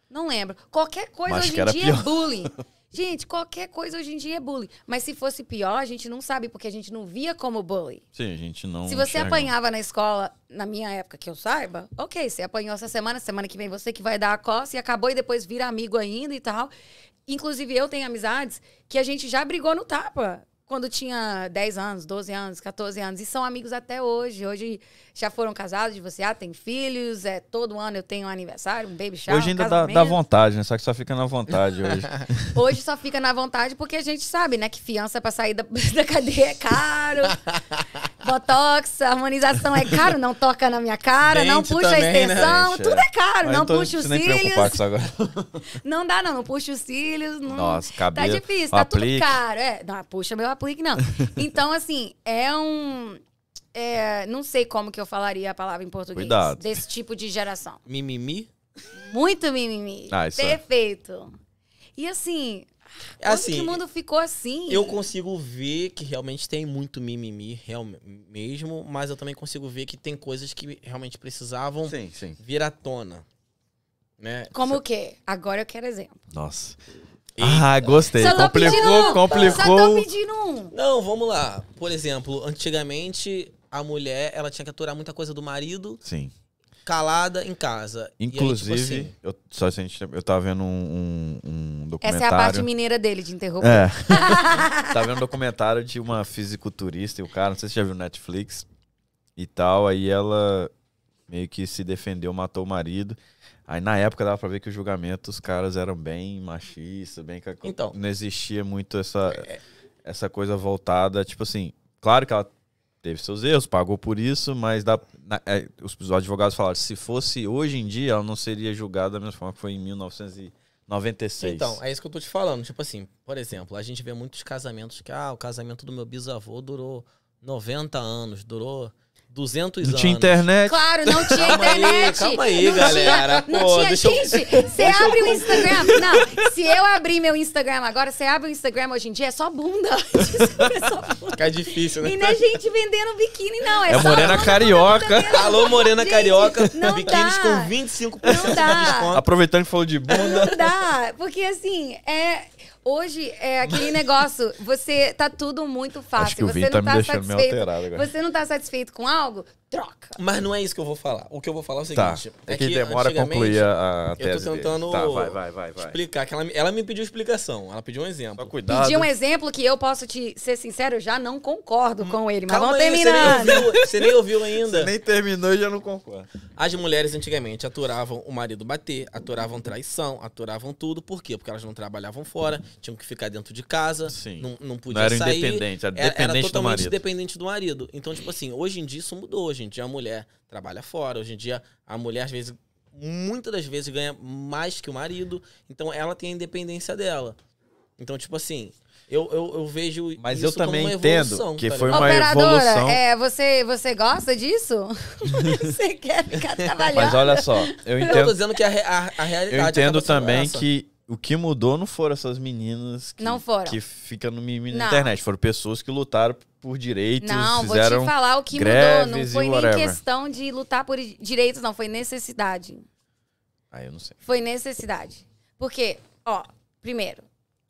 Speaker 3: Não lembro. Qualquer coisa
Speaker 2: Mas
Speaker 3: hoje
Speaker 2: que
Speaker 3: em
Speaker 2: era
Speaker 3: dia
Speaker 2: pior.
Speaker 3: é bullying. Gente, qualquer coisa hoje em dia é bullying. Mas se fosse pior, a gente não sabe, porque a gente não via como bullying.
Speaker 2: Sim, a gente não.
Speaker 3: Se você
Speaker 2: enxerga.
Speaker 3: apanhava na escola, na minha época, que eu saiba, ok, você apanhou essa semana, semana que vem você que vai dar a coça e acabou e depois vira amigo ainda e tal. Inclusive, eu tenho amizades que a gente já brigou no tapa quando tinha 10 anos, 12 anos, 14 anos, e são amigos até hoje. Hoje já foram casados, divorciados, têm filhos, é, todo ano eu tenho um aniversário, um baby shower.
Speaker 2: Hoje ainda
Speaker 3: um
Speaker 2: dá, dá
Speaker 3: casamento.
Speaker 2: vontade, né? Só que só fica na vontade hoje.
Speaker 3: Hoje só fica na vontade porque a gente sabe, né? Que fiança pra sair da, da cadeia é caro. Botox, harmonização é caro, não toca na minha cara, não
Speaker 1: Dente
Speaker 3: puxa a
Speaker 1: também, né?
Speaker 3: extensão,
Speaker 2: Gente, é.
Speaker 3: tudo é caro.
Speaker 2: Mas
Speaker 3: não
Speaker 2: tô-
Speaker 3: puxa os
Speaker 2: preciso nem preocupar com
Speaker 3: cílios.
Speaker 2: isso agora.
Speaker 3: Não dá, não. Não puxa os cílios. Não...
Speaker 2: Nossa,
Speaker 3: Tá
Speaker 2: cabelo.
Speaker 3: difícil,
Speaker 2: o
Speaker 3: tá
Speaker 2: aplique.
Speaker 3: tudo caro. É, não, puxa meu aplique, não. Então, assim, é um. é, não sei como que eu falaria a palavra em português
Speaker 2: Cuidado.
Speaker 3: desse tipo de geração.
Speaker 1: Mimimi?
Speaker 3: Muito mimimi.
Speaker 2: Ah, isso é.
Speaker 3: Perfeito. E assim, Como
Speaker 1: Assim,
Speaker 3: que o mundo ficou assim?
Speaker 1: eu consigo ver que realmente tem muito mimimi real, mesmo, mas eu também consigo ver que tem coisas que realmente precisavam
Speaker 2: Sim, sim.
Speaker 1: vir à tona. Né?
Speaker 3: Como o quê? Agora eu quero exemplo.
Speaker 2: Nossa.
Speaker 1: E-
Speaker 2: Ah, gostei.
Speaker 3: Só tô pedindo
Speaker 2: Complicou,
Speaker 3: um. Só tô
Speaker 2: complicou.
Speaker 3: pedindo um.
Speaker 1: Não, vamos lá. Por exemplo, antigamente a mulher ela tinha que aturar muita coisa do marido
Speaker 2: Sim.
Speaker 1: calada em casa. E aí, tipo
Speaker 2: Inclusive,
Speaker 1: assim,
Speaker 2: eu, só se a gente, eu tava vendo um, um, um documentário.
Speaker 3: Essa é a parte mineira dele, de interromper.
Speaker 2: É. Tava vendo um documentário de uma fisiculturista e o cara, não sei se você já viu no Netflix e tal, aí ela meio que se defendeu, matou o marido. Aí na época dava pra ver que o julgamento os caras eram bem machistas, bem que
Speaker 1: Então. É.
Speaker 2: não existia muito essa essa coisa voltada, tipo assim, claro que ela teve seus erros, pagou por isso, mas dá, na- é, os, os advogados falaram, se fosse hoje em dia, ela não seria julgada da mesma forma que foi em 1996.
Speaker 1: Então, é isso que eu tô te falando. Tipo assim, por exemplo, a gente vê muitos casamentos que, ah, o casamento do meu bisavô durou 90 anos, durou 200
Speaker 2: não
Speaker 1: anos.
Speaker 2: tinha internet,
Speaker 3: Claro, não tinha
Speaker 1: Calma aí,
Speaker 3: internet.
Speaker 1: calma aí,
Speaker 3: não
Speaker 1: galera.
Speaker 3: Tinha, não
Speaker 1: Pô,
Speaker 3: tinha.
Speaker 1: deixa eu-
Speaker 3: Gente, você abre o Instagram. Não, se eu abrir meu Instagram agora, você abre o Instagram hoje em dia, é só bunda. Desculpa, é só bunda.
Speaker 1: Fica difícil, né?
Speaker 3: E não é gente vendendo biquíni, não. É,
Speaker 2: é
Speaker 3: só
Speaker 2: morena
Speaker 3: bunda,
Speaker 2: carioca.
Speaker 1: Alô, Morena
Speaker 3: Gente,
Speaker 1: Carioca,
Speaker 3: não
Speaker 1: biquínis
Speaker 3: dá.
Speaker 1: com 25%
Speaker 3: Não
Speaker 1: de
Speaker 3: dá.
Speaker 1: desconto.
Speaker 2: Aproveitando que falou de bunda.
Speaker 3: Não dá, porque assim, é. Hoje é aquele negócio, você tá tudo muito fácil.
Speaker 2: Acho que o
Speaker 3: você
Speaker 2: Vini tá
Speaker 3: não
Speaker 2: me
Speaker 3: tá
Speaker 2: deixando meio
Speaker 3: satisfeito.
Speaker 2: alterado agora.
Speaker 3: Você não tá satisfeito com algo? Troca.
Speaker 1: Mas não é isso que eu vou falar. O que eu vou falar é o
Speaker 2: Tá.
Speaker 1: seguinte.
Speaker 2: É que demora a
Speaker 1: antigamente,
Speaker 2: concluir é. a, a
Speaker 1: tô
Speaker 2: tese. dele.
Speaker 1: tentando
Speaker 2: Tá, vai, vai, vai, vai.
Speaker 1: Explicar, que ela, me- ela me pediu explicação, ela pediu um
Speaker 2: Só
Speaker 1: exemplo.
Speaker 2: cuidado. né?
Speaker 3: Pedir um exemplo que eu posso te ser sincero, eu já não
Speaker 2: Hum,
Speaker 3: concordo com ele, mas
Speaker 1: Calma
Speaker 3: vamos
Speaker 1: aí, você
Speaker 3: terminar.
Speaker 1: nem ouviu, você nem ouviu ainda.
Speaker 2: Você nem terminou e já não concordo.
Speaker 1: As mulheres antigamente aturavam o marido bater, aturavam traição, aturavam tudo. Por quê? Porque elas não trabalhavam fora, tinham que ficar dentro de casa,
Speaker 2: Sim.
Speaker 1: não, não
Speaker 2: Não
Speaker 1: podia
Speaker 2: era um
Speaker 1: sair.
Speaker 2: independente, era
Speaker 1: Era-
Speaker 2: dependente
Speaker 1: era
Speaker 2: do
Speaker 1: totalmente
Speaker 2: marido.
Speaker 1: dependente do marido. Então, tipo assim, hoje em dia isso mudou. Hoje em dia a mulher trabalha fora. Hoje em dia a mulher, às vezes, muitas das vezes ganha mais que o marido. Então, ela tem a independência dela. Então, tipo assim, eu, eu, eu vejo
Speaker 2: Mas
Speaker 1: isso
Speaker 2: eu também
Speaker 1: como uma
Speaker 2: entendo
Speaker 1: evolução,
Speaker 2: que
Speaker 1: tá
Speaker 2: foi
Speaker 1: ligado?
Speaker 2: uma evolução.
Speaker 3: Operadora, é, você, você gosta disso? você quer ficar trabalhando?
Speaker 2: Mas olha só,
Speaker 1: Eu
Speaker 2: eu
Speaker 1: tô
Speaker 2: um entendo,
Speaker 1: dizendo que a, re- a, a realidade
Speaker 2: eu entendo
Speaker 1: acaba sendo
Speaker 2: também
Speaker 1: essa.
Speaker 2: que o que mudou não foram essas meninas que,
Speaker 3: Não foram.
Speaker 2: que ficam no mimimi na
Speaker 3: Não.
Speaker 2: internet. Foram pessoas que lutaram por direitos,
Speaker 3: Não, vou
Speaker 2: fizeram.
Speaker 3: te falar o que mudou. Não
Speaker 2: greves e
Speaker 3: foi nem
Speaker 2: whatever.
Speaker 3: questão de lutar por direitos, não. Foi necessidade.
Speaker 2: Ah, eu não sei.
Speaker 3: Foi necessidade. Porque, ó, primeiro,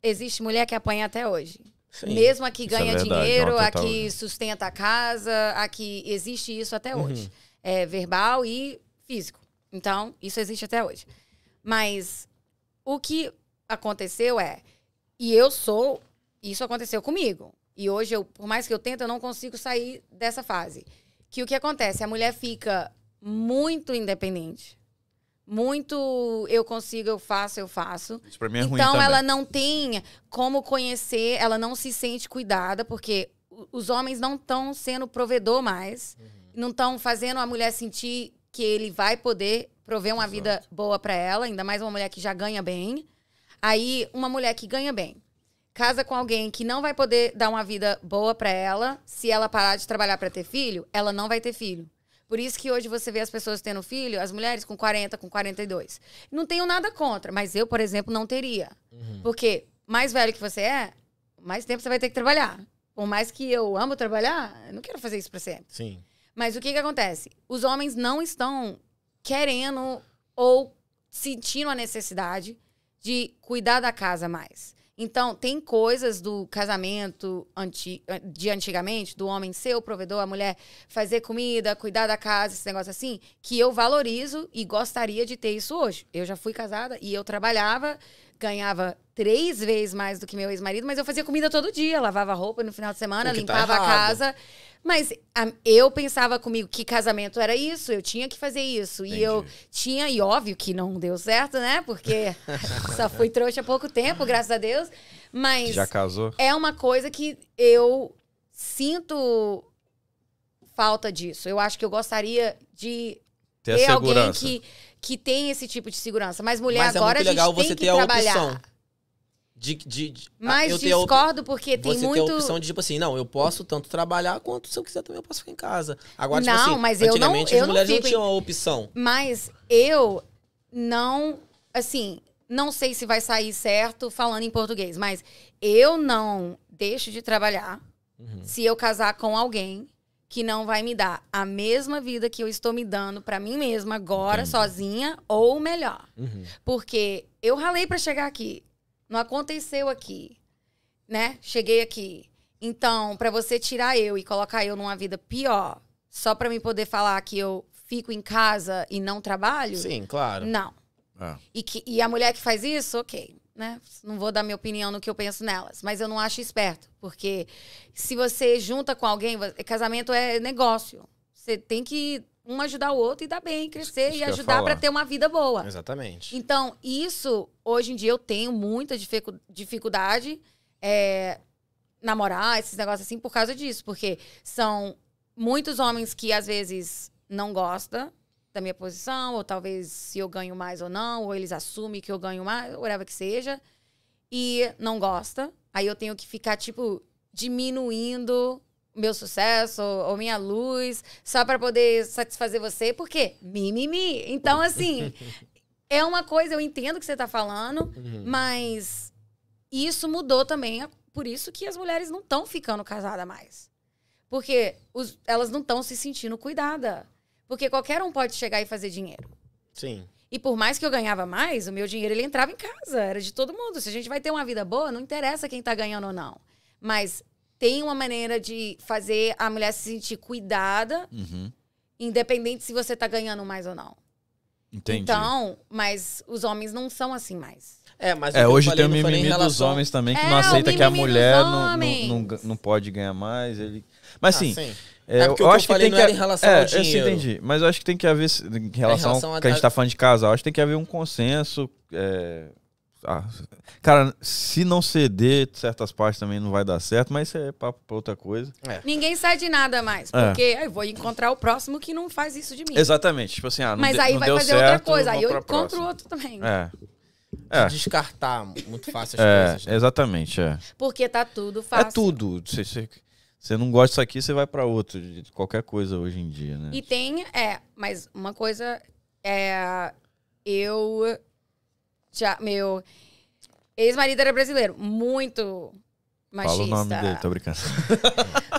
Speaker 3: existe mulher que apanha até hoje.
Speaker 1: Sim.
Speaker 3: Mesmo a que
Speaker 2: Isso é
Speaker 3: ganha
Speaker 2: verdade,
Speaker 3: dinheiro,
Speaker 2: não,
Speaker 3: a
Speaker 2: total.
Speaker 3: que sustenta a casa, a que existe isso até
Speaker 2: Uhum.
Speaker 3: hoje. É verbal e físico. Então, isso existe até hoje. Mas o que aconteceu é, e eu sou, isso aconteceu comigo. E hoje, eu, por mais que eu tente, eu não consigo sair dessa fase. Que o que acontece? A mulher fica muito independente. Muito eu consigo, eu faço, eu faço.
Speaker 2: Isso pra mim é ruim
Speaker 3: Então
Speaker 2: também.
Speaker 3: ela não tem como conhecer, ela não se sente cuidada, porque o- os homens não estão sendo provedor mais, não estão fazendo a mulher sentir que ele vai poder prover uma vida boa pra ela, ainda mais uma mulher que já ganha bem. Aí uma mulher que ganha bem casa com alguém que não vai poder dar uma vida boa pra ela, se ela parar de trabalhar pra ter filho, ela não vai ter filho. Por isso que hoje você vê as pessoas tendo filho, as mulheres com 40, com 42. Não tenho nada contra, mas eu, por exemplo, não teria. Porque mais velho que você é, mais tempo você vai ter que trabalhar. Por mais que eu amo trabalhar, eu não quero fazer isso pra sempre.
Speaker 1: Sim.
Speaker 3: Mas o que que acontece? Os homens não estão querendo ou sentindo a necessidade de cuidar da casa mais. Então, tem coisas do casamento anti- de antigamente, do homem ser o provedor, a mulher fazer comida, cuidar da casa, esse negócio assim, que eu valorizo e gostaria de ter isso hoje. Eu já fui casada e eu trabalhava, ganhava três vezes mais do que meu ex-marido, mas eu fazia comida todo dia, lavava roupa no final de semana,
Speaker 1: O que tá
Speaker 3: limpava a
Speaker 1: errado.
Speaker 3: casa. Mas a- eu pensava comigo que casamento era isso, eu tinha que fazer isso. E
Speaker 2: Entendi.
Speaker 3: eu tinha, e óbvio que não deu certo, né? Porque só fui trouxa há pouco tempo, graças a Deus. Mas
Speaker 2: Já casou?
Speaker 3: é uma coisa que eu sinto falta disso. Eu acho que eu gostaria de
Speaker 2: Ter
Speaker 3: ter
Speaker 2: a
Speaker 3: alguém
Speaker 2: segurança.
Speaker 3: que, que tem esse tipo de segurança. Mas mulher,
Speaker 1: Mas
Speaker 3: agora
Speaker 1: é muito legal
Speaker 3: a gente
Speaker 1: você
Speaker 3: tem que
Speaker 1: ter a
Speaker 3: trabalhar.
Speaker 1: opção. De, de, de-
Speaker 3: Mas
Speaker 1: eu tenho a op-
Speaker 3: discordo porque tem
Speaker 1: você
Speaker 3: muito.
Speaker 1: tem a opção de, tipo assim, não, eu posso tanto trabalhar quanto se eu quiser também eu posso ficar em casa. Agora, tipo
Speaker 3: Não,
Speaker 1: assim,
Speaker 3: mas eu não-
Speaker 1: antigamente
Speaker 3: eu
Speaker 1: as
Speaker 3: não
Speaker 1: mulheres não,
Speaker 3: fico em-
Speaker 1: tinham a opção.
Speaker 3: Mas eu não, assim, não sei se vai sair certo falando em português, mas eu não deixo de trabalhar
Speaker 1: Uhum.
Speaker 3: se eu casar com alguém que não vai me dar a mesma vida que eu estou me dando pra mim mesma agora,
Speaker 2: Entendi.
Speaker 3: sozinha, ou melhor.
Speaker 1: Uhum.
Speaker 3: Porque eu ralei pra chegar aqui. Não aconteceu aqui, né? Cheguei aqui. Então, pra você tirar eu e colocar eu numa vida pior, só pra mim poder falar que eu fico em casa e não trabalho?
Speaker 1: Sim, claro.
Speaker 3: Não.
Speaker 2: Ah,
Speaker 3: E, que, e a mulher que faz isso, ok. Né? Não vou dar minha opinião no que eu penso nelas, mas eu não acho esperto, porque se você junta com alguém, vo- casamento é negócio. Você tem que um ajudar o outro e dar bem,
Speaker 2: isso
Speaker 3: crescer e
Speaker 2: que eu ia
Speaker 3: ajudar
Speaker 2: falar.
Speaker 3: pra ter uma vida boa.
Speaker 1: Exatamente.
Speaker 3: Então, isso, hoje em dia, eu tenho muita dificu- dificuldade é, namorar esses negócios assim por causa disso. Porque são muitos homens que, às vezes, não gostam da minha posição, ou talvez se eu ganho mais ou não, ou eles assumem que eu ganho mais, whatever que seja, e não gosta. Aí eu tenho que ficar, tipo, diminuindo meu sucesso ou, ou minha luz só pra poder satisfazer você, porque mimimi. Então, assim, é uma coisa, eu entendo o que você tá falando,
Speaker 1: Uhum.
Speaker 3: mas isso mudou também. é Por isso que as mulheres não estão ficando casadas mais. Porque os- elas não estão se sentindo cuidada. Porque qualquer um pode chegar e fazer dinheiro.
Speaker 1: Sim.
Speaker 3: E por mais que eu ganhava mais, o meu dinheiro ele entrava em casa, era de todo mundo. Se a gente vai ter uma vida boa, não interessa quem tá ganhando ou não. Mas tem uma maneira de fazer a mulher se sentir cuidada,
Speaker 2: uhum.
Speaker 3: independente se você tá ganhando mais ou não.
Speaker 2: Entendi.
Speaker 3: Então, mas os homens não são assim mais.
Speaker 1: É, mas o
Speaker 2: é,
Speaker 1: que eu
Speaker 2: hoje
Speaker 1: falei
Speaker 2: tem o
Speaker 1: não foi nem
Speaker 2: mimimi
Speaker 1: em
Speaker 2: dos
Speaker 1: relação-
Speaker 2: homens também, que
Speaker 3: É,
Speaker 2: não
Speaker 3: o
Speaker 2: aceita que a
Speaker 3: mimimi dos
Speaker 2: mulher não, não,
Speaker 3: homens.
Speaker 2: não, ga- não pode ganhar mais. Ele... Mas
Speaker 1: Ah,
Speaker 2: assim,
Speaker 1: sim.
Speaker 2: é,
Speaker 1: É
Speaker 2: eu,
Speaker 1: porque o que eu
Speaker 2: acho que
Speaker 1: falei
Speaker 2: tem
Speaker 1: não
Speaker 2: que.
Speaker 1: era em relação ao
Speaker 2: é, eu
Speaker 1: dinheiro.
Speaker 2: entendi. Mas eu acho que tem que haver. se- Em relação,
Speaker 1: relação
Speaker 2: ao
Speaker 1: a-
Speaker 2: que a gente tá falando de casal, acho que tem que haver um consenso. é, ah, cara, se não ceder certas partes também não vai dar certo, mas isso é papo pra outra coisa.
Speaker 3: Ninguém sai de nada mais,
Speaker 2: É.
Speaker 3: porque "Ah, eu vou encontrar o próximo que não faz isso de mim.
Speaker 2: Exatamente. Tipo assim, ah, não,
Speaker 3: Mas
Speaker 2: de-
Speaker 3: aí
Speaker 2: não
Speaker 3: vai
Speaker 2: deu
Speaker 3: fazer
Speaker 2: certo,
Speaker 3: outra coisa, aí
Speaker 2: vamos
Speaker 3: eu
Speaker 2: pra
Speaker 3: encontro
Speaker 2: próxima.
Speaker 3: outro também.
Speaker 2: É.
Speaker 1: De
Speaker 2: É.
Speaker 1: Descartar muito fácil as
Speaker 2: É,
Speaker 1: coisas. né?
Speaker 2: exatamente, é.
Speaker 3: Porque tá tudo fácil.
Speaker 2: É tudo. Você- Você você não gosta disso aqui, você vai pra outro, de de qualquer coisa hoje em dia, né?
Speaker 3: E tem, é, mas uma coisa é. Eu. Já, meu ex-marido era brasileiro, muito machista.
Speaker 2: Fala o nome dele, tô brincando.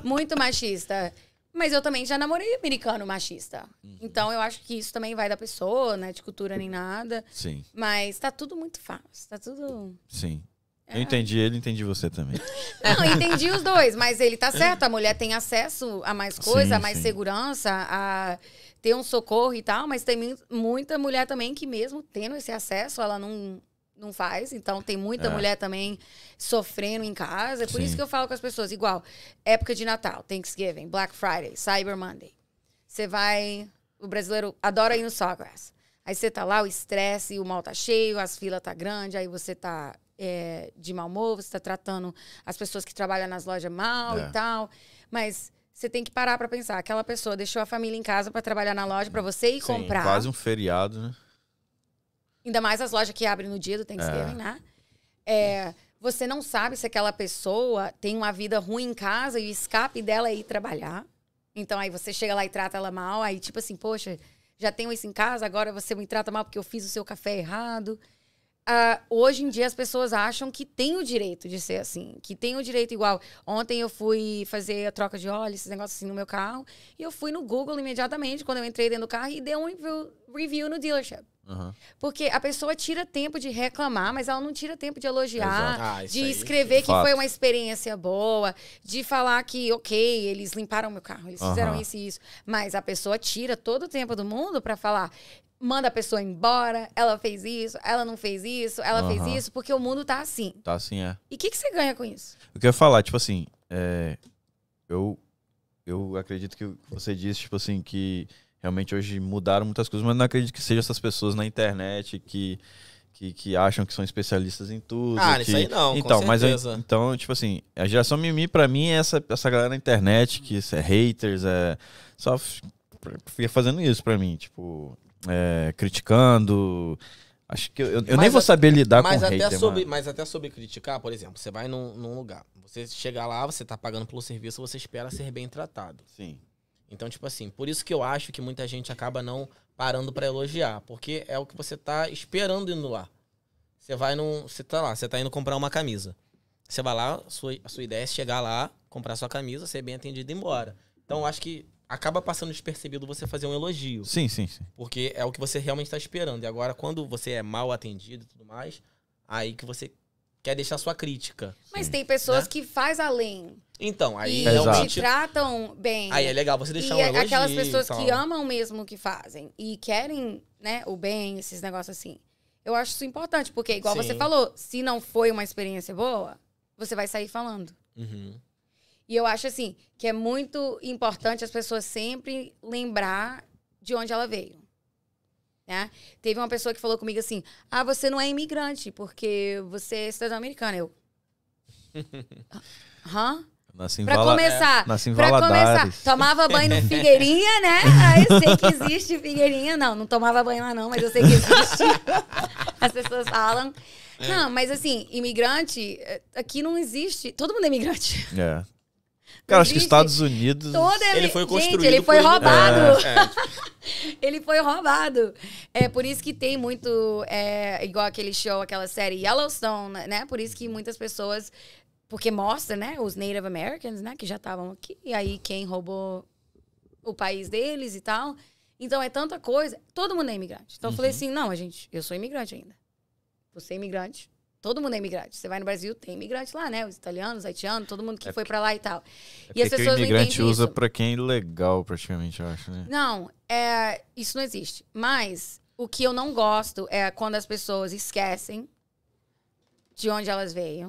Speaker 3: Muito machista. Mas eu também já namorei americano machista.
Speaker 2: Uhum.
Speaker 3: Então eu acho que isso também vai da pessoa, né? De cultura nem nada.
Speaker 2: Sim,
Speaker 3: Mas tá tudo muito fácil. Tá tudo.
Speaker 2: sim.
Speaker 3: É.
Speaker 2: Eu entendi ele, entendi você também.
Speaker 3: Não, entendi os dois, mas ele tá certo. A mulher tem acesso a mais coisa,
Speaker 2: Sim,
Speaker 3: a mais
Speaker 2: sim.
Speaker 3: segurança, a ter um socorro e tal, mas tem mu- muita mulher também que, mesmo tendo esse acesso, ela não, não faz. Então, tem muita
Speaker 2: É.
Speaker 3: mulher também sofrendo em casa. É por
Speaker 2: Sim.
Speaker 3: isso que eu falo com as pessoas: igual, época de Natal, Thanksgiving, Black Friday, Cyber Monday. Você vai. O brasileiro adora ir no Sawgrass. Aí você tá lá, o estresse, o mal tá cheio, as filas tá grande, aí você tá é, de mau humor, você tá tratando as pessoas que trabalham nas lojas mal
Speaker 2: É.
Speaker 3: e tal. Mas você tem que parar pra pensar. Aquela pessoa deixou a família em casa pra trabalhar na loja pra você ir
Speaker 1: Sim,
Speaker 3: comprar.
Speaker 2: Quase um feriado, né?
Speaker 3: Ainda mais as lojas que abrem no dia do Thanksgiving, né? É, você não sabe se aquela pessoa tem uma vida ruim em casa e o escape dela é ir trabalhar. Então aí você chega lá e trata ela mal, aí tipo assim, poxa, já tenho isso em casa, agora você me trata mal porque eu fiz o seu café errado. Ah, hoje em dia as pessoas acham que tem o direito de ser assim, que tem o direito igual. Ontem eu fui fazer a troca de óleo, esses negócios assim no meu carro, e eu fui no Google imediatamente quando eu entrei dentro do carro e dei um review- review no dealership.
Speaker 2: Aham.
Speaker 3: Porque a pessoa tira tempo de reclamar, mas ela não tira tempo de elogiar,
Speaker 2: Exato.
Speaker 1: Ah, isso
Speaker 3: de
Speaker 1: aí.
Speaker 3: escrever que
Speaker 2: Fato.
Speaker 3: foi uma experiência boa, de falar que, ok, eles limparam meu carro, eles fizeram
Speaker 2: Aham.
Speaker 3: isso e isso. Mas a pessoa tira todo o tempo do mundo pra falar. Manda a pessoa embora, ela fez isso, ela não fez isso, ela
Speaker 2: Aham.
Speaker 3: fez isso, porque o mundo tá assim.
Speaker 2: Tá assim, é.
Speaker 3: E o que, que você ganha com isso?
Speaker 2: O que eu ia falar, tipo assim, é, eu, eu acredito que você disse, tipo assim, que realmente hoje mudaram muitas coisas, mas não acredito que sejam essas pessoas na internet que, que, que acham que são especialistas em tudo.
Speaker 1: Ah,
Speaker 2: que...
Speaker 1: isso aí não, com
Speaker 2: Então, mas eu-
Speaker 1: certeza.
Speaker 2: então, tipo assim, a geração mimimi pra mim é essa, essa galera na internet que isso é haters, é só f- fica fazendo isso pra mim, tipo, é, criticando. Acho que eu, eu- eu nem
Speaker 1: Mas
Speaker 2: vou
Speaker 1: a-
Speaker 2: saber lidar com
Speaker 1: mas até
Speaker 2: hater,
Speaker 1: sobre,
Speaker 2: mano.
Speaker 1: Mas até sobre criticar, por exemplo, você vai num, num lugar, você chega lá, você tá pagando pelo serviço, você espera ser bem tratado.
Speaker 2: Sim.
Speaker 1: Então, tipo assim, por isso que eu acho que muita gente acaba não parando pra elogiar, porque é o que você tá esperando indo lá. Você vai num. Você tá lá, você tá indo comprar uma camisa. Você vai lá, sua, a sua ideia é chegar lá, comprar sua camisa, ser bem atendido e ir embora. Então eu acho que acaba passando despercebido você fazer um elogio.
Speaker 2: Sim, sim, sim.
Speaker 1: Porque é o que você realmente está esperando. E agora, quando você é mal atendido e tudo mais, aí que você quer deixar sua crítica.
Speaker 3: Mas tem pessoas
Speaker 1: Né?
Speaker 3: que faz além.
Speaker 1: Então, aí
Speaker 3: e
Speaker 1: realmente.
Speaker 3: te tratam bem.
Speaker 1: Aí é legal você deixar
Speaker 3: e
Speaker 1: um
Speaker 3: é
Speaker 1: elogio.
Speaker 3: aquelas pessoas
Speaker 1: e tal.
Speaker 3: que amam mesmo o que fazem e querem, né, o bem, esses negócios assim. Eu acho isso importante, porque igual
Speaker 1: Sim.
Speaker 3: você falou, se não foi uma experiência boa, você vai sair falando.
Speaker 1: Uhum.
Speaker 3: E eu acho assim, que é muito importante as pessoas sempre lembrar de onde ela veio. Né? Teve uma pessoa que falou comigo assim: "Ah, você não é imigrante, porque você é cidadão americano". Eu. Hã?
Speaker 2: Nasci em,
Speaker 3: Pra
Speaker 2: Vala...
Speaker 3: começar,
Speaker 2: Nasci em
Speaker 3: Pra começar,
Speaker 2: Valadares.
Speaker 3: tomava banho no Figueirinha, né? Aí eu sei que existe Figueirinha. Não, não tomava banho lá não, mas eu sei que existe. As pessoas falam.
Speaker 1: É.
Speaker 3: Não, mas assim, imigrante, eh, aqui não existe. Todo mundo é imigrante.
Speaker 2: É. Cara, acho que
Speaker 3: Existe
Speaker 2: Estados Unidos.
Speaker 3: Todo é
Speaker 1: Ele
Speaker 3: imi-
Speaker 1: foi construído.
Speaker 3: Gente, ele foi
Speaker 1: por
Speaker 3: roubado.
Speaker 1: É, é,
Speaker 3: Ele foi roubado. É por isso que tem muito, é, igual aquele show, aquela série Yellowstone, né? Por isso que muitas pessoas, porque mostra, né? Os Native Americans, né? Que já estavam aqui. E aí quem roubou o país deles e tal. Então é tanta coisa. Todo mundo é imigrante. Então eu falei assim, não, a gente, eu sou imigrante ainda. Você é imigrante. Todo mundo é imigrante. Você vai no Brasil, tem imigrante lá, né? Os italianos, os haitianos, todo mundo que foi pra lá e tal.
Speaker 2: É
Speaker 3: e as
Speaker 2: porque
Speaker 3: pessoas
Speaker 2: o
Speaker 3: não
Speaker 2: imigrante
Speaker 3: entendem
Speaker 2: usa
Speaker 3: isso.
Speaker 2: pra quem é legal, praticamente, eu acho, né?
Speaker 3: Não, é, isso não existe. Mas o que eu não gosto é quando as pessoas esquecem de onde elas veio.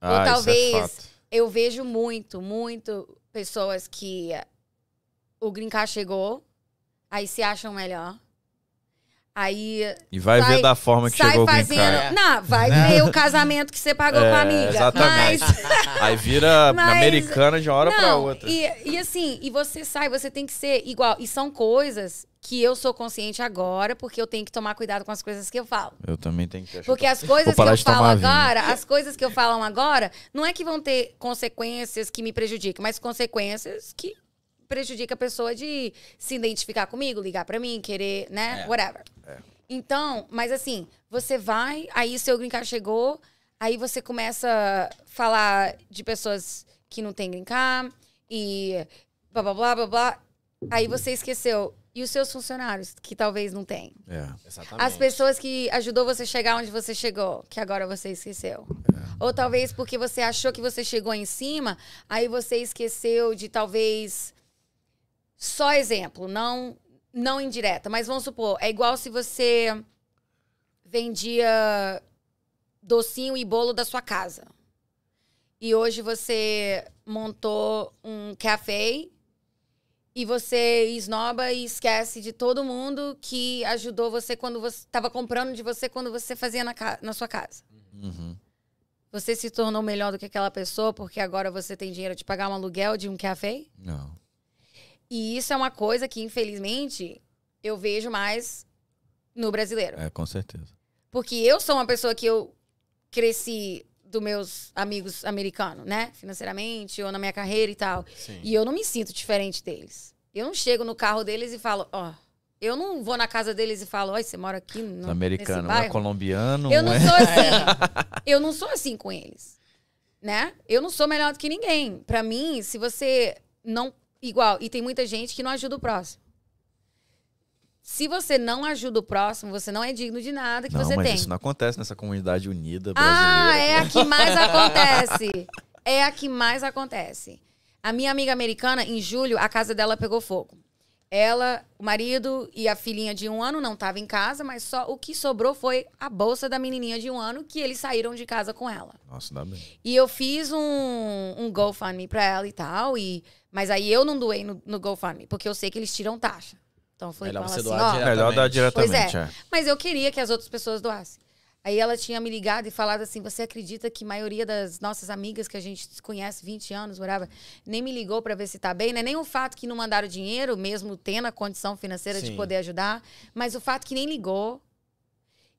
Speaker 3: Ou
Speaker 2: isso é
Speaker 3: talvez-
Speaker 2: fato.
Speaker 3: Eu vejo muito, muito pessoas que é, o grincar chegou, aí se acham melhor. Aí
Speaker 2: E vai
Speaker 3: sai-
Speaker 2: ver da forma que
Speaker 3: sai
Speaker 2: chegou o green
Speaker 3: fazendo.
Speaker 2: card.
Speaker 1: É.
Speaker 3: Não, vai
Speaker 2: Né?
Speaker 3: ver o casamento que você pagou com a
Speaker 2: É,
Speaker 3: amiga.
Speaker 2: exatamente.
Speaker 3: Mas
Speaker 2: Aí vira
Speaker 3: Mas-
Speaker 2: americana de uma hora pra
Speaker 3: Não,
Speaker 2: outra.
Speaker 3: E, e assim, e você sai, você tem que ser igual. E são coisas que eu sou consciente agora, porque eu tenho que tomar cuidado com as coisas que eu falo.
Speaker 2: Eu também tenho que achar.
Speaker 3: Porque as coisas que
Speaker 2: parar
Speaker 3: eu
Speaker 2: de
Speaker 3: falo
Speaker 2: tomar vinho.
Speaker 3: agora, as coisas que eu falo agora, não é que vão ter consequências que me prejudiquem, mas consequências que prejudica a pessoa de se identificar comigo, ligar pra mim, querer, né?
Speaker 1: É.
Speaker 3: Whatever. Então, mas assim, você vai, aí seu green card chegou, aí você começa a falar de pessoas que não têm green card e blá blá blá blá blá. Aí você esqueceu. E os seus funcionários, que talvez não tenham.
Speaker 2: É.
Speaker 1: exatamente.
Speaker 3: As pessoas que ajudou você a chegar onde você chegou, que agora você esqueceu. Ou talvez porque você achou que você chegou em cima, aí você esqueceu de talvez só exemplo, não não indireta, mas vamos supor, é igual se você vendia docinho e bolo da sua casa. E hoje você montou um café e você esnoba e esquece de todo mundo que ajudou você quando você estava comprando de você quando você fazia na, ca- na sua casa.
Speaker 2: Uhum.
Speaker 3: Você se tornou melhor do que aquela pessoa porque agora você tem dinheiro de pagar um aluguel de um café.
Speaker 2: Não.
Speaker 3: E isso é uma coisa que, infelizmente, eu vejo mais no brasileiro.
Speaker 2: É, com certeza.
Speaker 3: Porque eu sou uma pessoa que eu cresci dos meus amigos americanos, né? Financeiramente ou na minha carreira e tal.
Speaker 2: Sim.
Speaker 3: E eu não me sinto diferente deles. Eu não chego no carro deles e falo, ó. eu não vou na casa deles e falo, ó, você mora aqui no
Speaker 2: Americano,
Speaker 3: nesse
Speaker 2: um é
Speaker 3: bairro?"
Speaker 2: colombiano,
Speaker 3: Eu
Speaker 2: um
Speaker 3: não
Speaker 2: é.
Speaker 3: sou assim. Eu não sou assim com eles. Né? Eu não sou melhor do que ninguém. Pra mim, se você não. Igual, e tem muita gente que não ajuda o próximo. Se você não ajuda o próximo, você não é digno de nada que
Speaker 2: Não,
Speaker 3: você
Speaker 2: mas
Speaker 3: tem.
Speaker 2: isso não acontece nessa comunidade unida
Speaker 3: Ah,
Speaker 2: brasileira.
Speaker 3: é a que mais acontece. É a que mais acontece. A minha amiga americana, em julho, a casa dela pegou fogo. Ela, o marido e a filhinha de um ano não estavam em casa, mas só o que sobrou foi a bolsa da menininha de um ano que eles saíram de casa com ela.
Speaker 2: Nossa, dá bem.
Speaker 3: E eu fiz um, um GoFundMe pra ela e tal, e, mas aí eu não doei no, no GoFundMe, porque eu sei que eles tiram taxa. Então eu falei
Speaker 1: Melhor
Speaker 3: com
Speaker 1: você
Speaker 3: ela assim,
Speaker 1: doar
Speaker 3: ó,
Speaker 1: direto.
Speaker 2: Melhor dar
Speaker 3: Pois
Speaker 2: diretamente,
Speaker 3: é. mas eu queria que as outras pessoas doassem. Aí ela tinha me ligado e falado assim: Você acredita que a maioria das nossas amigas que a gente conhece 20 anos, morava, nem me ligou pra ver se tá bem, né? Nem o fato que não mandaram dinheiro, mesmo tendo a condição financeira de
Speaker 1: Sim.
Speaker 3: poder ajudar, mas o fato que nem ligou.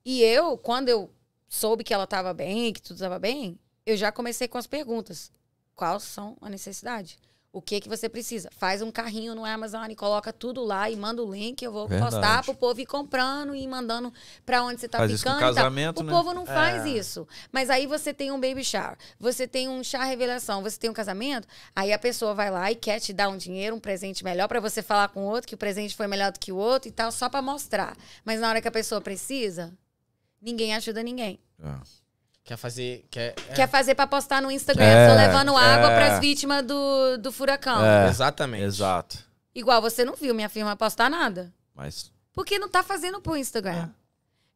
Speaker 3: E eu, quando eu soube que ela tava bem, que tudo tava bem, eu já comecei com as perguntas: Quais são a necessidade? o que que você precisa. Faz um carrinho no Amazon e coloca tudo lá e manda o link. Eu vou
Speaker 2: Verdade.
Speaker 3: postar pro povo ir comprando e mandando pra onde você tá
Speaker 2: Faz isso
Speaker 3: ficando.
Speaker 2: com
Speaker 3: e tal.
Speaker 2: casamento,
Speaker 3: O
Speaker 2: né?
Speaker 3: povo não faz isso. Mas aí você tem um baby shower, você tem um chá revelação, você tem um casamento, aí a pessoa vai lá e quer te dar um dinheiro, um presente melhor pra você falar com o outro que o presente foi melhor do que o outro e tal, só pra mostrar. Mas na hora que a pessoa precisa, ninguém ajuda ninguém.
Speaker 2: É.
Speaker 1: Quer fazer. Quer, é,
Speaker 3: Quer fazer pra postar no Instagram,
Speaker 2: É,
Speaker 3: tô levando água
Speaker 2: é.
Speaker 3: pras vítimas do, do furacão.
Speaker 2: É.
Speaker 1: Exatamente.
Speaker 2: Exato.
Speaker 3: Igual você não viu minha firma postar nada.
Speaker 2: Mas
Speaker 3: Porque não tá fazendo pro Instagram.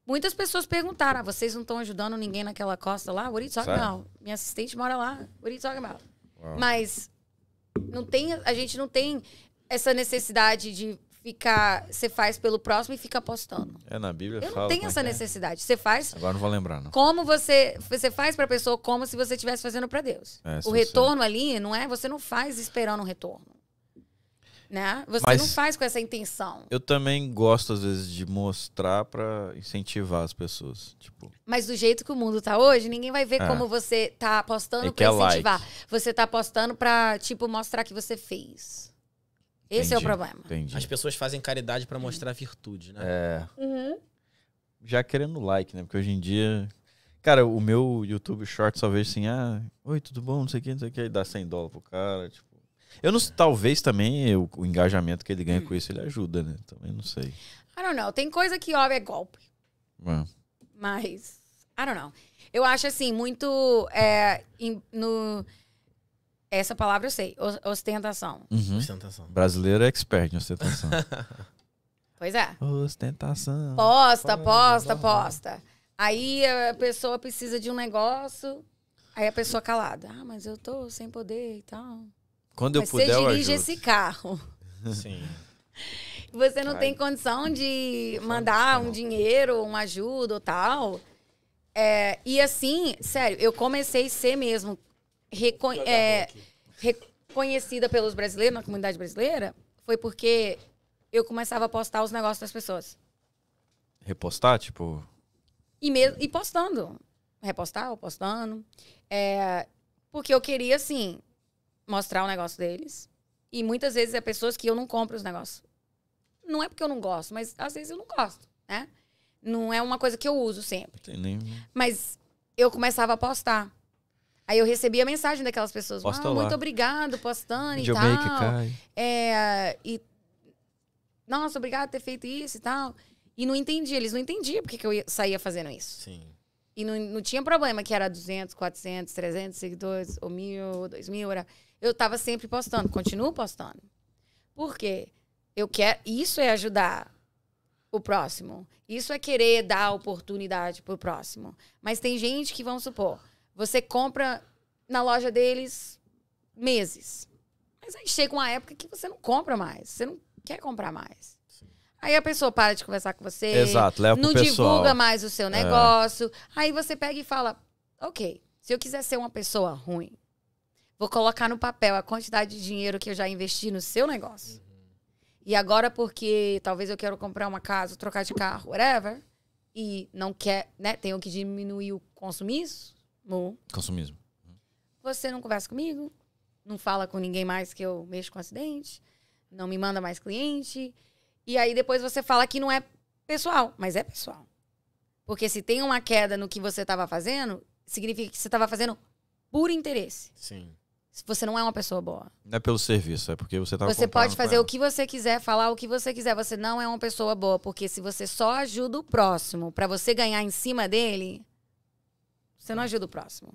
Speaker 3: Muitas pessoas perguntaram: ah, vocês não estão ajudando ninguém naquela costa lá? What are you talking
Speaker 2: Sério?
Speaker 3: about? Minha assistente mora lá. What are you talking about?
Speaker 2: Uau.
Speaker 3: Mas não tem, a gente não tem essa necessidade de ficar. Você faz pelo próximo e fica postando.
Speaker 2: é na Bíblia
Speaker 3: Eu não
Speaker 2: fala
Speaker 3: tenho
Speaker 2: como é
Speaker 3: essa
Speaker 2: que é.
Speaker 3: necessidade. Você faz
Speaker 2: Agora não vou lembrar, não.
Speaker 3: como você você faz para pessoa como se você estivesse fazendo para Deus.
Speaker 2: É, se
Speaker 3: o
Speaker 2: você-
Speaker 3: retorno ali não é, você não faz esperando um retorno. Né? Você
Speaker 2: Mas-
Speaker 3: não faz com essa intenção.
Speaker 2: Eu também gosto, às vezes, de mostrar pra incentivar as pessoas. Tipo,
Speaker 3: Mas do jeito que o mundo tá hoje, ninguém vai ver
Speaker 2: É.
Speaker 3: como você tá apostando
Speaker 2: E
Speaker 3: pra
Speaker 2: quer
Speaker 3: incentivar.
Speaker 2: é like.
Speaker 3: Você tá apostando pra, tipo, mostrar que você fez. Esse é o
Speaker 2: Entendi.
Speaker 3: problema.
Speaker 2: entendi.
Speaker 1: As pessoas fazem caridade pra mostrar virtude, né?
Speaker 2: É,
Speaker 3: Uhum.
Speaker 2: já querendo like, né? Porque hoje em dia. Cara, o meu YouTube Short só vejo assim, ah, oi, tudo bom, não sei o que, não sei o que, aí dá 100 dólares pro cara, tipo. Eu não talvez também o, o engajamento que ele ganha com isso, ele ajuda, né? Também não sei.
Speaker 3: I don't know. Tem coisa que, óbvio, é golpe.
Speaker 2: Mano,
Speaker 3: Mas, I don't know. Eu acho, assim, muito... é, em- no... Essa palavra eu sei. os- Ostentação.
Speaker 2: uhum.
Speaker 1: Ostentação.
Speaker 2: Brasileiro é expert em ostentação.
Speaker 3: Pois é.
Speaker 2: ostentação.
Speaker 3: Posta,
Speaker 2: Fala,
Speaker 3: posta,
Speaker 2: fala.
Speaker 3: posta. Aí a pessoa precisa de um negócio... Aí a pessoa calada. Ah, mas eu tô sem poder e tal.
Speaker 2: Quando eu
Speaker 3: Mas
Speaker 2: puder,
Speaker 3: você
Speaker 2: eu
Speaker 3: dirige
Speaker 2: ajudo.
Speaker 3: esse carro.
Speaker 1: Sim.
Speaker 3: Você não
Speaker 2: Ai.
Speaker 3: tem condição de
Speaker 2: Não
Speaker 3: mandar
Speaker 2: fala
Speaker 3: um
Speaker 2: isso,
Speaker 3: dinheiro, uma ajuda ou tal. É, e assim, sério, eu comecei a ser mesmo reco- é, reconhecida pelos brasileiros, na comunidade brasileira, foi porque eu começava a postar os negócios das pessoas.
Speaker 2: Repostar, tipo.
Speaker 3: E, mesmo, e postando. Repostar ou postando. É, porque eu queria, assim, mostrar o negócio deles. E muitas vezes é pessoas que eu não compro os negócios. Não é porque eu não gosto, mas às vezes eu não gosto, né? Não é uma coisa que eu uso sempre.
Speaker 2: tem nem-
Speaker 3: Então, Mas eu começava a postar. Aí eu recebia a mensagem daquelas pessoas.
Speaker 2: Posta
Speaker 3: ah,
Speaker 2: lá.
Speaker 3: muito obrigado, postando e
Speaker 2: Jamaica
Speaker 3: tal.
Speaker 2: cai.
Speaker 3: É, e. Nossa, obrigado por ter feito isso e tal. E não entendi, eles não entendiam porque que eu ia- saía fazendo isso.
Speaker 1: Sim.
Speaker 3: E não, não tinha problema que era 200, 400, 300 seguidores, ou 1.000, 2.000. Era... Eu tava sempre postando, continuo postando. Por quê? Eu quero... Isso é ajudar o próximo. Isso é querer dar oportunidade pro próximo. Mas tem gente que, vamos supor, você compra na loja deles meses. Mas aí chega uma época que você não compra mais. Você não quer comprar mais. Aí a pessoa para de conversar com você
Speaker 2: Exato, leva
Speaker 3: é, não
Speaker 2: pro pessoal. É.
Speaker 3: divulga mais o seu negócio. Aí você pega e fala: ok, se eu quiser ser uma pessoa ruim, vou colocar no papel a quantidade de dinheiro que eu já investi no seu negócio. E agora, porque talvez eu quero comprar uma casa, trocar de carro, whatever, e não quer, né? Tenho que diminuir o consumismo,
Speaker 2: Consumismo.
Speaker 3: você não conversa comigo, não fala com ninguém mais que eu mexo com acidente, não me manda mais cliente. E aí depois você fala que não é pessoal, mas é pessoal. Porque se tem uma queda no que você estava fazendo, significa que você estava fazendo por interesse.
Speaker 1: Sim.
Speaker 3: Se Você não é uma pessoa boa.
Speaker 2: Não é pelo serviço, é porque você tá
Speaker 3: você pode fazer o que você quiser, falar o que você quiser. Você não é uma pessoa boa, porque se você só ajuda o próximo para você ganhar em cima dele, você não ajuda o próximo.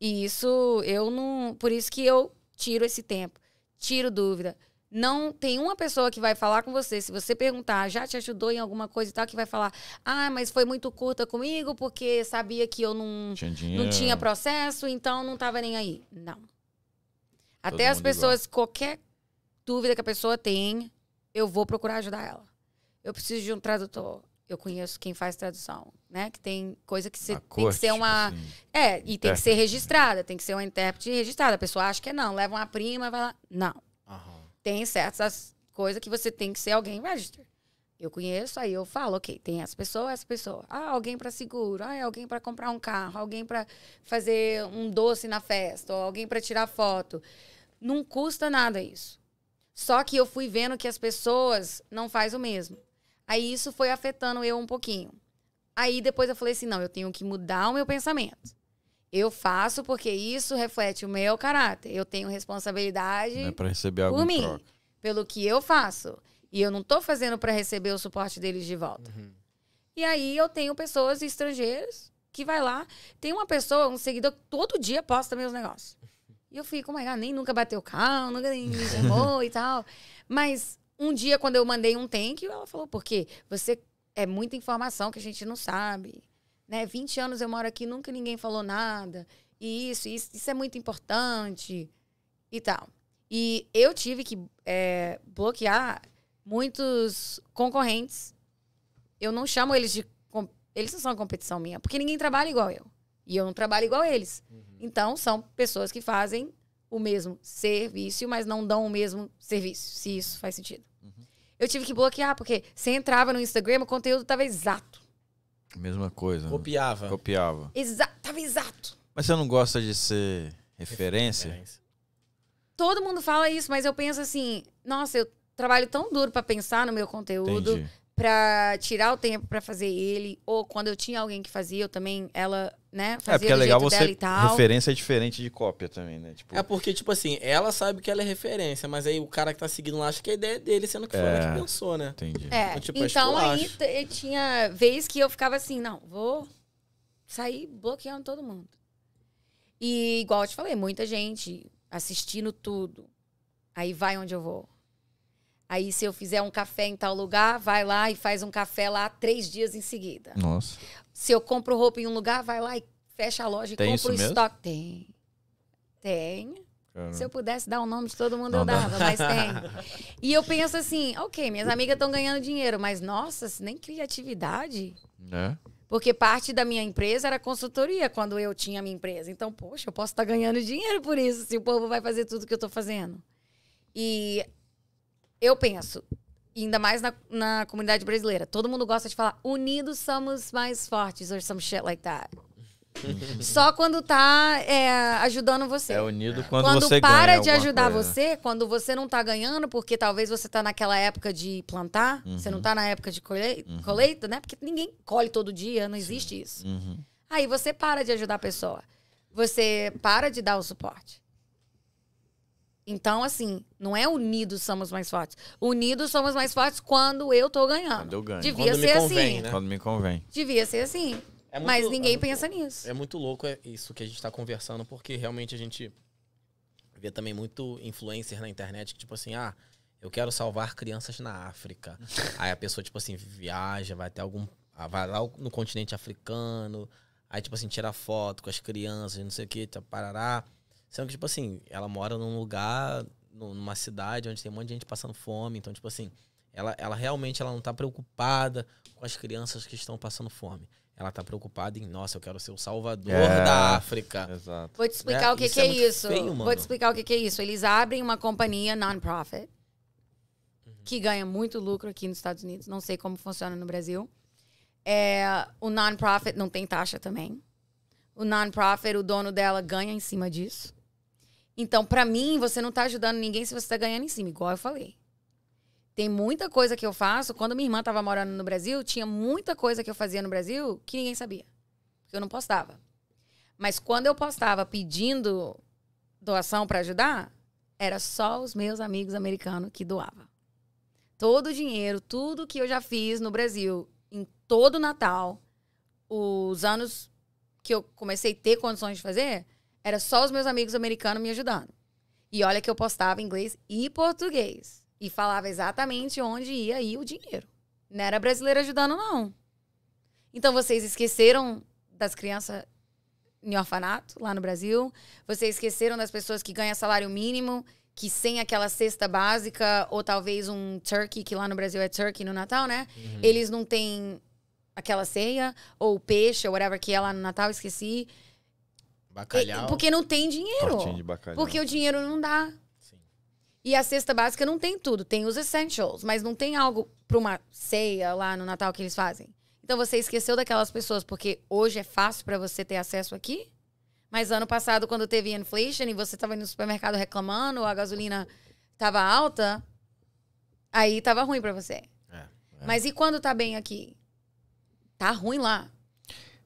Speaker 3: E isso eu não. Por isso que eu tiro esse tempo, tiro dúvida. Não tem uma pessoa que vai falar com você, se você perguntar, já te ajudou em alguma coisa e tal, que vai falar, ah, mas foi muito curta comigo porque sabia que eu não
Speaker 2: Tinha dinheiro.
Speaker 3: não tinha processo, então não tava nem aí. Não. Até
Speaker 2: mundo
Speaker 3: as pessoas, qualquer dúvida que a pessoa tem, eu vou procurar ajudar ela. Eu preciso de um tradutor. Eu conheço quem faz tradução, né? Que tem coisa que você
Speaker 2: Na
Speaker 3: tem
Speaker 2: corte,
Speaker 3: que ser
Speaker 2: tipo
Speaker 3: uma.
Speaker 2: assim.
Speaker 3: É, e tem que ser
Speaker 2: Intérprete.
Speaker 3: registrada, tem que ser uma intérprete registrada. A pessoa acha que é não, leva uma prima, vai lá. Não
Speaker 1: Aham.
Speaker 3: tem certas coisas que você tem que ser alguém register. Eu conheço, aí eu falo, ok, tem essa pessoa, essa pessoa. Ah, alguém para seguro, ah, alguém para comprar um carro, alguém para fazer um doce na festa, ou alguém para tirar foto. Não custa nada isso. Só que eu fui vendo que as pessoas não faz o mesmo. Aí isso foi afetando eu um pouquinho. Aí depois eu falei assim, não, eu tenho que mudar o meu pensamento. Eu faço porque isso reflete o meu caráter. Eu tenho responsabilidade
Speaker 2: Né, pra receber
Speaker 3: por
Speaker 2: algum
Speaker 3: mim,
Speaker 2: troca.
Speaker 3: pelo que eu faço. E eu não tô fazendo para receber o suporte deles de volta.
Speaker 1: Uhum.
Speaker 3: E aí eu tenho pessoas estrangeiras que vai lá. Tem uma pessoa, um seguidor, que todo dia posta meus negócios. E eu fico, oh my God, nem nunca bateu carro, nunca nem me chamou e tal. Mas um dia, quando eu mandei um thank you, ela falou, porque você é muita informação que a gente não sabe. Né? 20 anos eu moro aqui, nunca ninguém falou nada. E isso, isso, isso é muito importante e tal. E eu tive que é, bloquear muitos concorrentes. Eu não chamo eles de. com- Eles não são competição minha, porque ninguém trabalha igual eu. E eu não trabalho igual eles.
Speaker 2: Uhum.
Speaker 3: Então, são pessoas que fazem o mesmo serviço, mas não dão o mesmo serviço, se isso faz sentido.
Speaker 2: Uhum.
Speaker 3: Eu tive que bloquear, porque você entrava no Instagram, o conteúdo estava exato.
Speaker 2: Mesma coisa. né?
Speaker 1: Copiava.
Speaker 2: Copiava.
Speaker 3: Exato, tava exato.
Speaker 2: Mas você não gosta de ser
Speaker 1: É
Speaker 2: referência?
Speaker 1: Referência.
Speaker 3: Todo mundo fala isso, mas eu penso assim, nossa, eu trabalho tão duro para pensar no meu conteúdo.
Speaker 2: Entendi.
Speaker 3: pra tirar o tempo pra fazer ele, ou quando eu tinha alguém que fazia, eu também, ela, né, fazia
Speaker 2: É, porque é
Speaker 3: do
Speaker 2: legal
Speaker 3: jeito
Speaker 2: você.
Speaker 3: dela e tal.
Speaker 2: Referência é diferente de cópia também, né? Tipo,
Speaker 1: É porque, tipo assim, ela sabe que ela é referência, mas aí o cara que tá seguindo lá acha que a ideia é dele, sendo que foi ela que pensou, né?
Speaker 2: entendi.
Speaker 3: É,
Speaker 1: Então, tipo, acho
Speaker 3: então
Speaker 1: que eu
Speaker 3: aí
Speaker 1: acho.
Speaker 3: t- eu tinha vez que eu ficava assim, não, vou sair bloqueando todo mundo. E igual eu te falei, muita gente assistindo tudo. Aí vai onde eu vou. Aí se eu fizer um café em tal lugar, vai lá e faz um café lá três dias em seguida.
Speaker 2: Nossa.
Speaker 3: Se eu compro roupa em um lugar, vai lá e fecha a loja e
Speaker 2: Tem isso
Speaker 3: compra o
Speaker 2: mesmo?
Speaker 3: estoque. Tem. Tem.
Speaker 2: Cara.
Speaker 3: Se eu pudesse dar o nome de todo mundo,
Speaker 2: Não
Speaker 3: eu
Speaker 2: dá.
Speaker 3: dava, mas tem. E eu penso assim, ok, minhas amigas estão ganhando dinheiro, mas nossa, nem criatividade.
Speaker 2: Né?
Speaker 3: Porque parte da minha empresa era consultoria quando eu tinha a minha empresa. Então, poxa, eu posso estar ganhando dinheiro por isso, se o povo vai fazer tudo que eu estou fazendo. E eu penso, ainda mais na, na comunidade brasileira, todo mundo gosta de falar, unidos somos mais fortes, or some shit like that. Só quando tá é, ajudando você
Speaker 2: É unido quando,
Speaker 3: quando
Speaker 2: você ganha
Speaker 3: para de
Speaker 2: alguma
Speaker 3: ajudar
Speaker 2: coisa.
Speaker 3: você, quando você não tá ganhando, porque talvez você tá naquela época de plantar, você não tá na época de colhe- colheita, né? Porque ninguém colhe todo dia, não existe isso.
Speaker 2: Uhum.
Speaker 3: Aí você para de ajudar a pessoa. Você para de dar o suporte. Então, assim, não é unidos somos mais fortes. Unidos somos mais fortes quando eu tô ganhando.
Speaker 2: Quando eu ganho.
Speaker 3: Devia
Speaker 1: Quando me
Speaker 3: ser
Speaker 1: convém,
Speaker 3: assim.
Speaker 1: né?
Speaker 2: Quando me convém.
Speaker 3: Devia ser assim.
Speaker 1: É muito-
Speaker 3: Mas
Speaker 1: é
Speaker 3: ninguém
Speaker 1: muito-
Speaker 3: pensa nisso.
Speaker 1: É muito louco é, isso que a gente tá conversando, porque realmente a gente vê também muito influencer na internet que, tipo assim, ah, eu quero salvar crianças na África. Aí a pessoa, tipo assim, viaja, vai até algum. ah, Vai lá no continente africano, aí, tipo assim, tira foto com as crianças, não sei o que, tá, parará. Sendo que, tipo assim, ela mora num lugar, nu- numa cidade onde tem um monte de gente passando fome. Então, tipo assim, ela, ela realmente ela não tá preocupada com as crianças que estão passando fome. Ela tá preocupada em, nossa, eu quero ser o salvador
Speaker 2: É.
Speaker 1: da África.
Speaker 2: Exato.
Speaker 3: Vou te explicar
Speaker 1: Né?
Speaker 3: o que,
Speaker 1: Isso
Speaker 3: que
Speaker 1: é
Speaker 3: é,
Speaker 1: muito
Speaker 3: isso.
Speaker 1: feio,
Speaker 3: Vou
Speaker 1: mano.
Speaker 3: te explicar o que, que é isso. Eles abrem uma companhia non-profit que ganha muito lucro aqui nos Estados Unidos. Não sei como funciona no Brasil. É, o non-profit não tem taxa também. O non-profit, o dono dela ganha em cima disso. Então, pra mim, você não tá ajudando ninguém se você tá ganhando em cima, igual eu falei. Tem muita coisa que eu faço. Quando minha irmã tava morando no Brasil, tinha muita coisa que eu fazia no Brasil que ninguém sabia. Porque eu não postava. Mas quando eu postava pedindo doação para ajudar, era só os meus amigos americanos que doava. Todo o dinheiro, tudo que eu já fiz no Brasil, em todo o Natal, os anos que eu comecei a ter condições de fazer, era só os meus amigos americanos me ajudando. E olha que eu postava inglês e português. E falava exatamente onde ia ir o dinheiro. Não era brasileiro ajudando, não. Então vocês esqueceram das crianças em orfanato lá no Brasil. Vocês esqueceram das pessoas que ganham salário mínimo, que sem aquela cesta básica, ou talvez um turkey, que lá no Brasil é turkey no Natal, né?
Speaker 1: Uhum.
Speaker 2: Hum.
Speaker 3: Eles não têm aquela ceia, ou peixe, ou whatever que é lá no Natal, esqueci.
Speaker 1: Bacalhau.
Speaker 3: E- Porque não tem dinheiro.
Speaker 2: Tortinha de bacalhau.
Speaker 3: Porque o dinheiro não dá.
Speaker 1: Sim.
Speaker 3: E a cesta básica não tem tudo, tem os essentials, mas não tem algo para uma ceia lá no Natal que eles fazem. Então você esqueceu daquelas pessoas porque hoje é fácil para você ter acesso aqui, Mas ano passado, quando teve inflation e você tava indo no supermercado reclamando, a gasolina tava alta, aí tava ruim pra você.
Speaker 1: É, é.
Speaker 3: Mas e quando tá bem aqui? Tá ruim lá.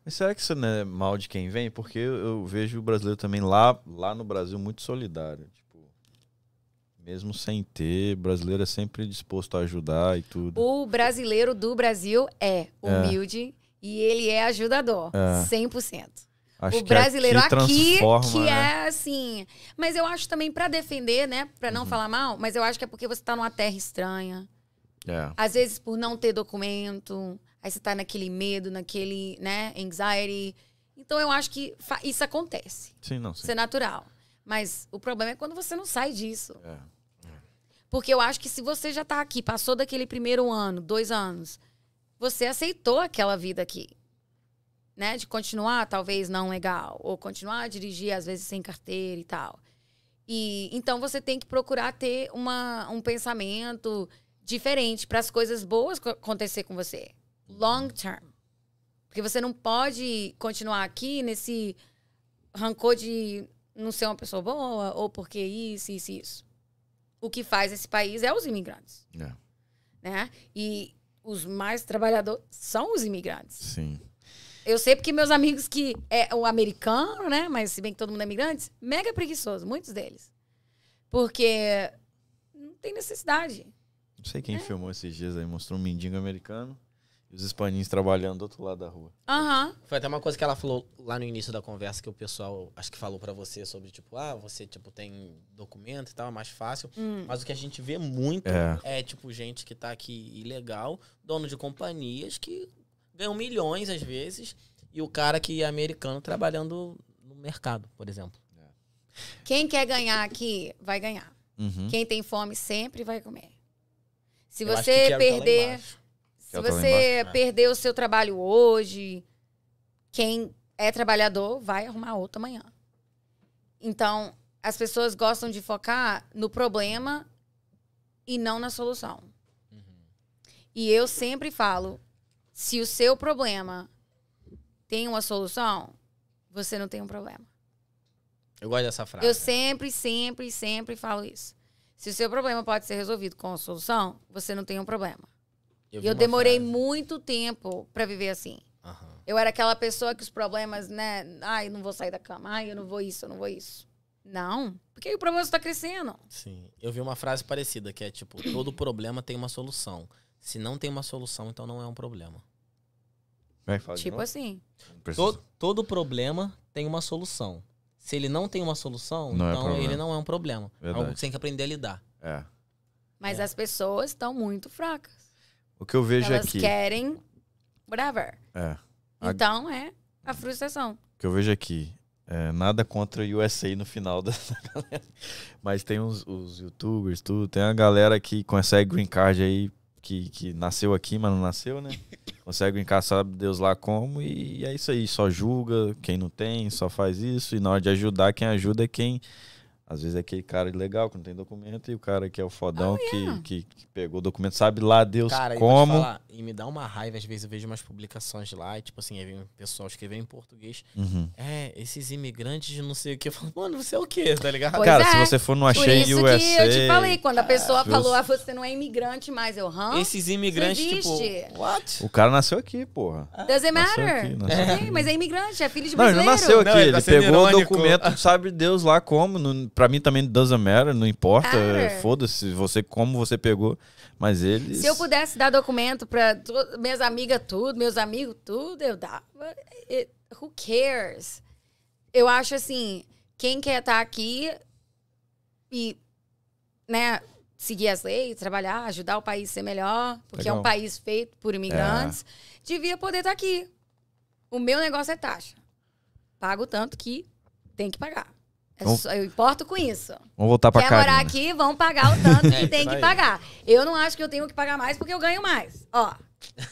Speaker 2: Mas será que isso não é mal de quem vem? Porque eu, eu vejo o brasileiro também lá, lá no Brasil muito solidário. Tipo, mesmo sem ter, o brasileiro é sempre disposto a ajudar e tudo.
Speaker 3: O brasileiro do Brasil é humilde e ele é ajudador.
Speaker 2: É.
Speaker 3: 100%.
Speaker 2: Acho
Speaker 3: o brasileiro
Speaker 2: que
Speaker 3: aqui,
Speaker 2: transforma,
Speaker 3: que
Speaker 2: né?
Speaker 3: é assim. Mas eu acho também pra defender, né? Pra
Speaker 2: Uhum.
Speaker 3: não falar mal, mas eu acho que é porque você tá numa terra estranha.
Speaker 2: É.
Speaker 3: Às vezes por não ter documento, aí você tá naquele medo, naquele, né, anxiety. Então eu acho que fa- isso acontece.
Speaker 2: Sim, não, sim.
Speaker 3: Isso é natural. Mas o problema é quando você não sai disso.
Speaker 2: É.
Speaker 3: Porque eu acho que se você já tá aqui, passou daquele primeiro ano, dois anos, você aceitou aquela vida aqui. Né? De continuar, talvez, não legal. Ou continuar a dirigir, às vezes, sem carteira e tal. E então você tem que procurar ter uma, um pensamento diferente para as coisas boas co- acontecer com você. Long term. Porque você não pode continuar aqui nesse rancor de não ser uma pessoa boa, ou porque isso, isso, e isso. O que faz esse país é os imigrantes,
Speaker 2: É.
Speaker 3: né? E os mais trabalhadores são os imigrantes.
Speaker 2: Sim.
Speaker 3: Eu sei porque meus amigos que é o americano, né? Mas se bem que todo mundo é imigrante, mega preguiçoso, muitos deles. Porque não tem necessidade.
Speaker 2: Não sei
Speaker 3: É.
Speaker 2: quem filmou esses dias aí, mostrou um mendigo americano e os espanhóis trabalhando do outro lado da rua.
Speaker 3: Aham.
Speaker 1: Foi até uma coisa que ela falou lá no início da conversa que o pessoal acho que falou pra você sobre tipo, ah, você tipo tem documento e tal, é mais fácil.
Speaker 3: Hum.
Speaker 1: Mas o que a gente vê muito
Speaker 2: É.
Speaker 1: é, tipo gente que tá aqui ilegal, dono de companhias que ganham milhões às vezes e o cara que é americano trabalhando no mercado, por exemplo.
Speaker 3: Quem quer ganhar aqui, vai ganhar.
Speaker 2: Uhum.
Speaker 3: Quem tem fome sempre vai comer. Se
Speaker 1: Hum. Eu acho que
Speaker 3: você
Speaker 1: Carol tá lá
Speaker 3: perder.
Speaker 1: embaixo.
Speaker 3: se
Speaker 2: Carol tá lá
Speaker 3: você
Speaker 1: embaixo, é.
Speaker 3: perder o seu trabalho hoje, quem é trabalhador vai arrumar outro amanhã. Então, as pessoas gostam de focar no problema e não na solução. E eu sempre falo: se o seu problema tem uma solução, você não tem um problema.
Speaker 1: Eu gosto dessa frase.
Speaker 3: Eu sempre, sempre, sempre falo isso. Se o seu problema pode ser resolvido com a solução, você não tem um problema.
Speaker 1: vi
Speaker 3: E eu
Speaker 1: uma
Speaker 3: demorei
Speaker 1: frase.
Speaker 3: muito tempo pra viver assim.
Speaker 1: Aham.
Speaker 3: Eu era aquela pessoa que os problemas, né? Ai, eu não vou sair da cama. Ai, eu não vou isso, eu não vou isso. Não, porque o problema está crescendo.
Speaker 1: Sim. Eu vi uma frase parecida que é tipo, todo problema tem uma solução. Se não tem uma solução, então não é um problema.
Speaker 2: Vai, é fala de
Speaker 3: tipo
Speaker 2: novo.
Speaker 3: assim.
Speaker 2: Não precisa.
Speaker 1: Todo, todo problema tem uma solução. Se ele não tem uma solução,
Speaker 2: Não é
Speaker 1: então
Speaker 2: problema.
Speaker 1: ele não é um problema. É algo
Speaker 2: Verdade.
Speaker 1: que você tem que aprender a lidar.
Speaker 2: É.
Speaker 3: Mas
Speaker 1: É.
Speaker 3: as pessoas estão muito fracas.
Speaker 2: O que eu vejo
Speaker 3: Elas
Speaker 2: aqui.
Speaker 3: querem whatever.
Speaker 2: É. A-
Speaker 3: Então é a frustração.
Speaker 2: O que eu vejo aqui. é, nada contra o USA no final dessa galera. Mas tem uns, os youtubers, tudo. Tem a galera que consegue green card aí, que, que nasceu aqui, mas não nasceu, né? Consegue green card, sabe Deus lá como. E é isso aí. Só julga quem não tem, só faz isso. E na hora de ajudar, quem ajuda é quem. Às vezes é aquele cara legal que não tem documento e o cara que é o fodão
Speaker 3: Oh,
Speaker 2: que- que, que, pegou o documento, sabe lá Deus
Speaker 1: Cara, eu vou te
Speaker 2: como.
Speaker 1: falar, e me dá uma raiva, às vezes eu vejo umas publicações lá, e tipo assim, aí vem o pessoal escrever em português.
Speaker 2: Uhum.
Speaker 1: É, esses imigrantes de não sei o que. Eu falo, mano, você é o quê, tá ligado?
Speaker 3: Pois
Speaker 2: Cara,
Speaker 3: é.
Speaker 2: se você for no Achei
Speaker 3: Por isso
Speaker 2: USA.
Speaker 3: que eu te falei, quando a pessoa
Speaker 2: você-
Speaker 3: falou, ah, você não é imigrante mais, eu hã?
Speaker 1: Esses imigrantes,
Speaker 3: Isso
Speaker 1: tipo,
Speaker 3: existe.
Speaker 1: what?
Speaker 2: O cara nasceu aqui, porra.
Speaker 3: Doesn't
Speaker 2: Nasceu
Speaker 3: matter.
Speaker 2: aqui, nasceu
Speaker 3: Sim, mas é imigrante, é filho de
Speaker 2: Não, ele não
Speaker 3: brasileiro.
Speaker 2: nasceu aqui.
Speaker 1: Não, ele
Speaker 2: ele
Speaker 1: tá sendo
Speaker 2: pegou o
Speaker 1: irônico.
Speaker 2: documento, sabe Deus lá como. Não, pra mim também doesn't matter, não importa. é,
Speaker 3: Cara.
Speaker 2: Foda-se você, como você pegou. Mas ele.
Speaker 3: Se eu pudesse dar documento pra to- minhas amigas, tudo, meus amigos, tudo, eu dava. It- who cares? Eu acho assim, quem quer estar aqui e, né, seguir as leis, trabalhar, ajudar o país a ser melhor, porque é
Speaker 2: Legal. É.
Speaker 3: um país feito por imigrantes, devia poder estar aqui. O meu negócio é taxa. Pago tanto que tem que pagar. É
Speaker 2: Então-
Speaker 3: só- eu importo com isso.
Speaker 2: Vamos voltar pra né?
Speaker 3: Quer
Speaker 2: cá.
Speaker 3: morar aqui, vão pagar o tanto
Speaker 1: É,
Speaker 3: que tem
Speaker 1: isso
Speaker 3: que
Speaker 1: aí.
Speaker 3: pagar. Eu não acho que eu tenho que pagar mais porque eu ganho mais. Ó,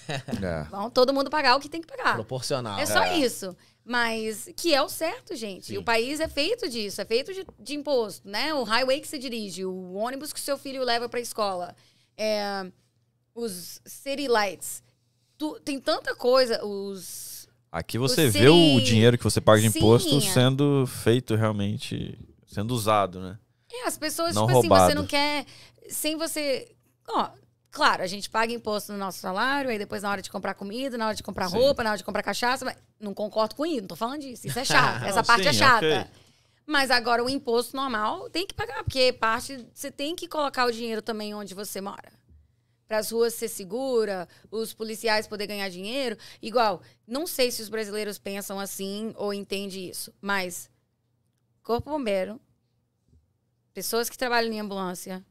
Speaker 2: É.
Speaker 3: vão todo mundo pagar o que tem que pagar.
Speaker 1: Proporcional.
Speaker 3: É só isso. Mas que é o certo, gente.
Speaker 1: Sim.
Speaker 3: O país é feito disso, é feito de, de imposto, né? O highway que você dirige, o ônibus que seu filho leva pra escola, é, os city lights. Tu- tem tanta coisa, os
Speaker 2: Aqui você
Speaker 3: Sim.
Speaker 2: vê o dinheiro que você paga de
Speaker 3: Sim.
Speaker 2: imposto sendo feito realmente, sendo usado, né?
Speaker 3: É, as pessoas,
Speaker 2: Não
Speaker 3: tipo assim, você
Speaker 2: roubado.
Speaker 3: não quer. Sem você. Ó, claro, a gente paga imposto no nosso salário, aí depois na hora de comprar comida, na hora de comprar
Speaker 2: Sim.
Speaker 3: roupa, na hora de comprar cachaça. Mas não concordo com isso, não tô falando disso. Isso é chato. Essa
Speaker 2: Não,
Speaker 3: parte é
Speaker 2: sim,
Speaker 3: chata.
Speaker 2: ok.
Speaker 3: Mas agora o imposto normal tem que pagar, porque parte. Você tem que colocar o dinheiro também onde você mora. Para as ruas ser segura, os policiais poder ganhar dinheiro. Igual, não sei se os brasileiros pensam assim ou entendem isso, mas Corpo Bombeiro, pessoas que trabalham em ambulância,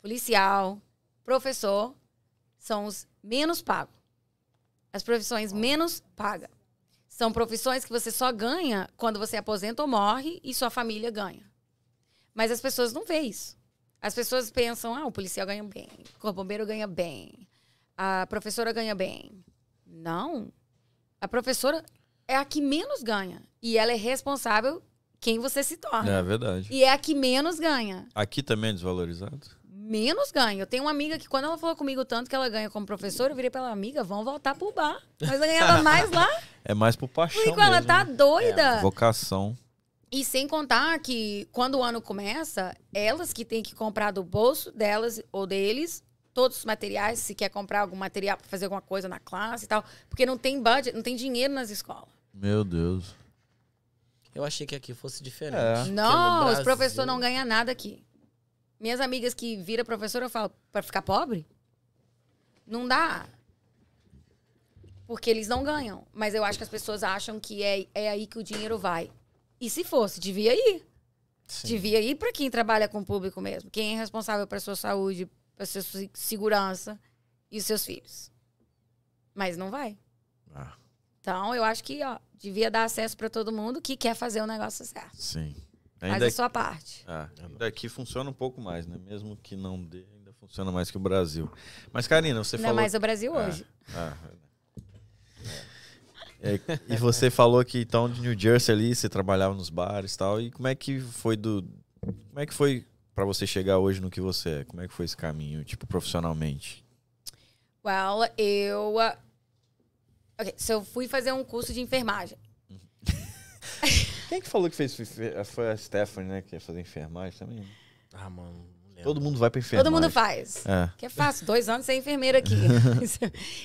Speaker 3: policial, professor, são os menos pagos. As profissões menos pagas. São profissões que você só ganha quando você aposenta ou morre e sua família ganha. Mas as pessoas não veem isso. As pessoas pensam, ah, o policial ganha bem, o corpo bombeiro ganha bem, a professora ganha bem. Não. A professora é a que menos ganha. E ela é responsável quem você se torna.
Speaker 2: É verdade.
Speaker 3: E é a que menos ganha.
Speaker 2: Aqui também é desvalorizado?
Speaker 3: Menos ganha. Eu tenho uma amiga que, quando ela falou comigo tanto que ela ganha como professora, eu virei pra ela, amiga, vamos voltar pro bar. Mas eu ganhava mais lá.
Speaker 2: É mais por paixão
Speaker 3: Rico,
Speaker 2: mesmo.
Speaker 3: ela tá
Speaker 2: né?
Speaker 3: doida.
Speaker 2: Vocação.
Speaker 3: E sem contar que quando o ano começa, elas que têm que comprar do bolso delas ou deles todos os materiais, se quer comprar algum material para fazer alguma coisa na classe e tal, porque não tem budget, não tem dinheiro nas escolas.
Speaker 2: Meu Deus.
Speaker 1: Eu achei que aqui fosse diferente.
Speaker 2: É.
Speaker 1: Porque no
Speaker 3: não, os
Speaker 1: Brasil-
Speaker 3: professores não ganham nada aqui. Minhas amigas que viram professora, eu falo, para ficar pobre? Não dá. Porque eles não ganham. Mas eu acho que as pessoas acham que é, é aí que o dinheiro vai. E se fosse, devia ir. Devia ir para quem trabalha com o público mesmo. Quem é responsável para sua saúde, para sua se- segurança e os seus filhos. Mas não vai.
Speaker 2: Ah,
Speaker 3: Então, eu acho que ó, devia dar acesso para todo mundo que quer fazer o negócio certo.
Speaker 2: sim.
Speaker 3: Faz
Speaker 2: Ainda é
Speaker 3: a sua parte.
Speaker 2: Ah, ainda aqui funciona um pouco mais, né? Mesmo que não dê, ainda funciona mais que o Brasil. Mas, Karina, você
Speaker 3: Ainda
Speaker 2: falou.
Speaker 3: é mais o Brasil
Speaker 2: Ah.
Speaker 3: hoje.
Speaker 2: Ah, é. É, e você falou que então de New Jersey ali, você trabalhava nos bares e tal. E como é que foi do. Como é que foi pra você chegar hoje no que você é? Como é que foi esse caminho, tipo, profissionalmente?
Speaker 3: Well, eu. ah, Ok, so eu fui fazer um curso de enfermagem.
Speaker 2: Quem é que falou que fez? eh, Foi a Stephanie, né? Que ia fazer enfermagem também.
Speaker 1: Ah, mano, não lembro.
Speaker 2: Todo mundo vai pra enfermagem.
Speaker 3: Todo mundo faz.
Speaker 2: É.
Speaker 3: Que é fácil, dois anos você é enfermeira aqui.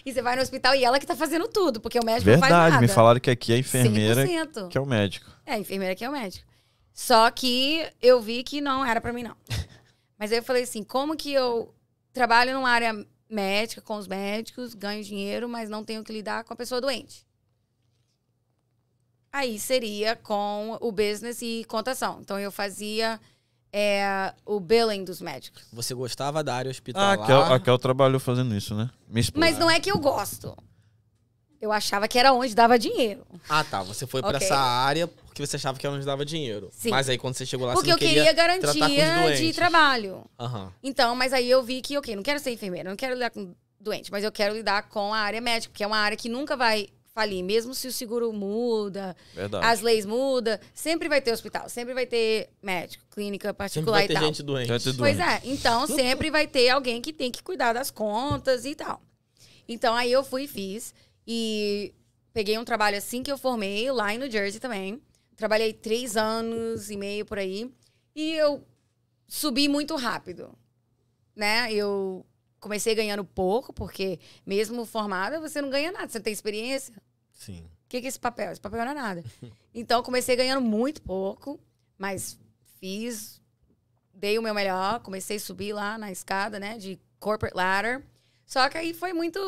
Speaker 3: e você vai no hospital e ela que tá fazendo tudo, porque o médico não faz
Speaker 2: Verdade,
Speaker 3: nada.
Speaker 2: me falaram que aqui é a enfermeira
Speaker 3: 100%.
Speaker 2: que é o médico.
Speaker 3: É, a enfermeira que é o médico. Só que eu vi que não era pra mim, não. Mas aí eu falei assim, como que eu trabalho numa área médica, com os médicos, ganho dinheiro, mas não tenho que lidar com a pessoa doente? Aí seria com o business e contação. Então eu fazia é, o billing dos médicos.
Speaker 1: Você gostava da área
Speaker 2: Ah,
Speaker 1: hospitalar?
Speaker 2: a Kel, a Kel trabalhou fazendo isso, né? Minha esposa.
Speaker 3: Mas não é que eu gosto. Eu achava que era onde dava dinheiro.
Speaker 1: Ah, tá. Você foi pra
Speaker 3: Ok.
Speaker 1: essa área porque você achava que ela nos dava dinheiro.
Speaker 3: Sim.
Speaker 1: Mas aí quando você chegou lá,
Speaker 3: Porque
Speaker 1: você
Speaker 3: eu
Speaker 1: não queria...
Speaker 3: queria
Speaker 1: com os
Speaker 3: garantia de
Speaker 1: doentes.
Speaker 3: trabalho.
Speaker 1: Aham.
Speaker 3: Então, mas aí eu vi que, ok, não quero ser enfermeira, não quero lidar com doente, mas eu quero lidar com a área médica, porque é uma área que nunca vai falir, mesmo se o seguro muda,
Speaker 2: É
Speaker 1: Tá.
Speaker 2: Verdade.
Speaker 3: as leis mudam, sempre vai ter hospital, sempre vai ter médico, clínica
Speaker 1: Sempre
Speaker 3: particular
Speaker 1: vai ter
Speaker 3: e tal.
Speaker 1: gente doente.
Speaker 2: Vai ter doente.
Speaker 3: Pois é, então sempre vai ter alguém que tem que cuidar das contas e tal. Então aí eu fui e fiz. E peguei um trabalho assim que eu formei, lá em New Jersey também. Trabalhei três anos e meio por aí. E eu subi muito rápido, né? Eu comecei ganhando pouco, porque mesmo formada, você não ganha nada. Você não tem experiência,
Speaker 1: Sim.
Speaker 3: o que, que é esse papel? Esse papel não é nada. Então, eu comecei ganhando muito pouco, mas fiz, dei o meu melhor, comecei a subir lá na escada, né, de corporate ladder. Só que aí foi muito,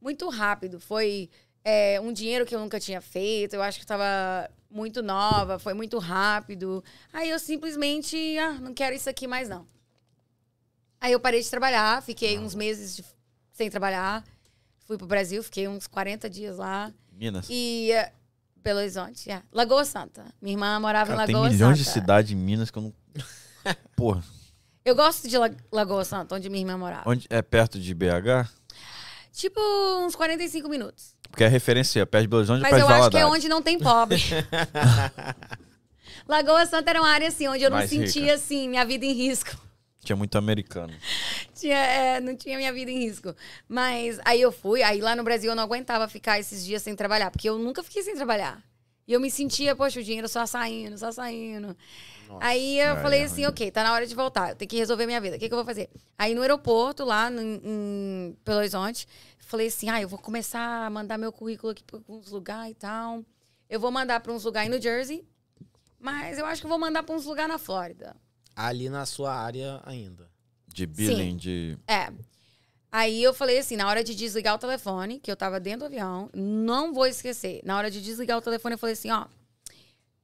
Speaker 3: muito rápido. Foi é, um dinheiro que eu nunca tinha feito, eu acho que estava muito nova, foi muito rápido. Aí eu simplesmente, ah, não quero isso aqui mais não. Aí eu parei de trabalhar, fiquei uns meses de- sem trabalhar. Fui pro Brasil, fiquei uns 40 dias lá.
Speaker 2: Minas.
Speaker 3: E eh, Belo Horizonte, é. Lagoa Santa. Minha irmã morava
Speaker 2: Cara,
Speaker 3: em
Speaker 2: tem
Speaker 3: Lagoa
Speaker 2: milhões de
Speaker 3: Santa.
Speaker 2: cidades em Minas que eu não. Porra,
Speaker 3: Eu gosto de La- Lagoa Santa, onde minha irmã morava.
Speaker 2: onde é perto de BH?
Speaker 3: Tipo, uns 45 minutos.
Speaker 2: Porque é referência, perto de Belo Horizonte é
Speaker 3: Mas
Speaker 2: perto
Speaker 3: eu
Speaker 2: de
Speaker 3: acho que é
Speaker 2: Valadares.
Speaker 3: onde não tem pobre. Lagoa Santa era uma área assim, onde eu não
Speaker 2: Mais rica.
Speaker 3: sentia assim, minha vida em risco.
Speaker 2: Tinha muito americano.
Speaker 3: Tinha, é, não tinha minha vida em risco. Mas aí eu fui, aí lá no Brasil eu não aguentava ficar esses dias sem trabalhar, porque eu nunca fiquei sem trabalhar. E eu me sentia, poxa, o dinheiro só saindo, só saindo.
Speaker 1: Nossa.
Speaker 3: Aí eu
Speaker 2: Ai,
Speaker 3: falei
Speaker 2: ai.
Speaker 3: assim, ok, tá na hora de voltar, eu tenho que resolver minha vida, o que, que eu vou fazer? Aí no aeroporto, lá no- em Belo Horizonte, falei assim, ah, eu vou começar a mandar meu currículo aqui para uns lugares e tal. Eu vou mandar para uns lugares em New Jersey, mas eu acho que eu vou mandar para uns lugares na Flórida.
Speaker 1: Ali na sua área ainda.
Speaker 2: De billing, de.
Speaker 3: É. Aí eu falei assim, na hora de desligar o telefone, que eu tava dentro do avião, não vou esquecer. Na hora de desligar o telefone, eu falei assim, ó,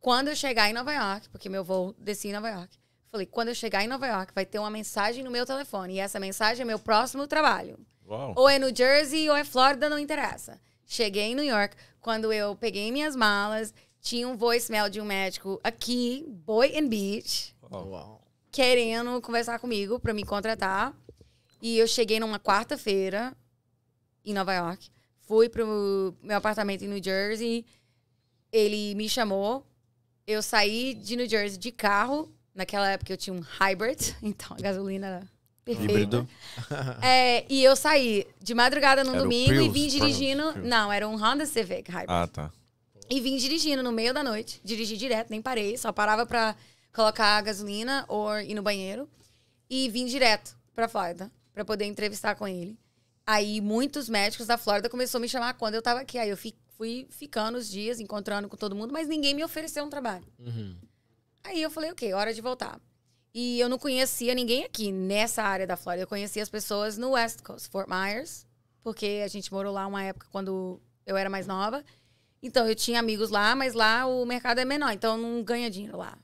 Speaker 3: quando eu chegar em Nova York, porque meu voo descia em Nova York, falei, quando eu chegar em Nova York, vai ter uma mensagem no meu telefone. E essa mensagem é meu próximo trabalho.
Speaker 2: Uau.
Speaker 3: Ou é New Jersey ou é Flórida, não interessa. Cheguei em New York, quando eu peguei minhas malas, tinha um voicemail de um médico aqui, Boy and Beach
Speaker 2: Uau.
Speaker 1: Uau.
Speaker 3: querendo conversar comigo pra me contratar. E eu cheguei numa quarta-feira em Nova York. Fui pro meu apartamento em New Jersey. Ele me chamou. Eu saí de New Jersey de carro. Naquela época eu tinha um hybrid, então a gasolina era perfeita.
Speaker 2: Híbrido.
Speaker 3: É, e eu saí de madrugada no
Speaker 2: Era o
Speaker 3: domingo e
Speaker 2: Prius,
Speaker 3: vim dirigindo.
Speaker 2: Prius.
Speaker 3: Não, era um Honda Civic hybrid.
Speaker 2: Ah, tá.
Speaker 3: E vim dirigindo no meio da noite. Dirigi direto, nem parei. Só parava pra colocar a gasolina ou ir no banheiro. E vim direto pra Flórida pra poder entrevistar com ele. Aí muitos médicos da Flórida começaram a me chamar quando eu tava aqui. Aí eu fi- fui ficando os dias, encontrando com todo mundo, mas ninguém me ofereceu um trabalho.
Speaker 1: Uhum.
Speaker 3: Aí eu falei, ok, hora de voltar. E eu não conhecia ninguém aqui nessa área da Flórida. Eu conhecia as pessoas no West Coast, Fort Myers, porque a gente morou lá uma época quando eu era mais nova. Então eu tinha amigos lá, mas lá o mercado é menor, então não ganha dinheiro lá.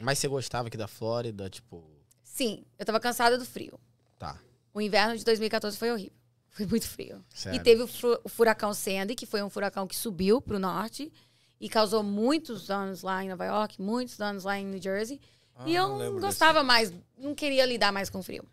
Speaker 1: Mas você gostava aqui da Flórida, tipo.
Speaker 3: Sim, eu tava cansada do frio.
Speaker 1: Tá.
Speaker 3: O inverno de 2014 foi horrível. Foi muito frio.
Speaker 1: Sério.
Speaker 3: E teve o, fru- o furacão Sandy, que foi um furacão que subiu para o norte e causou muitos danos lá em Nova York, muitos danos lá em New Jersey. e
Speaker 2: Ah,
Speaker 3: eu
Speaker 2: lembro
Speaker 3: não gostava mais, não queria lidar mais com frio.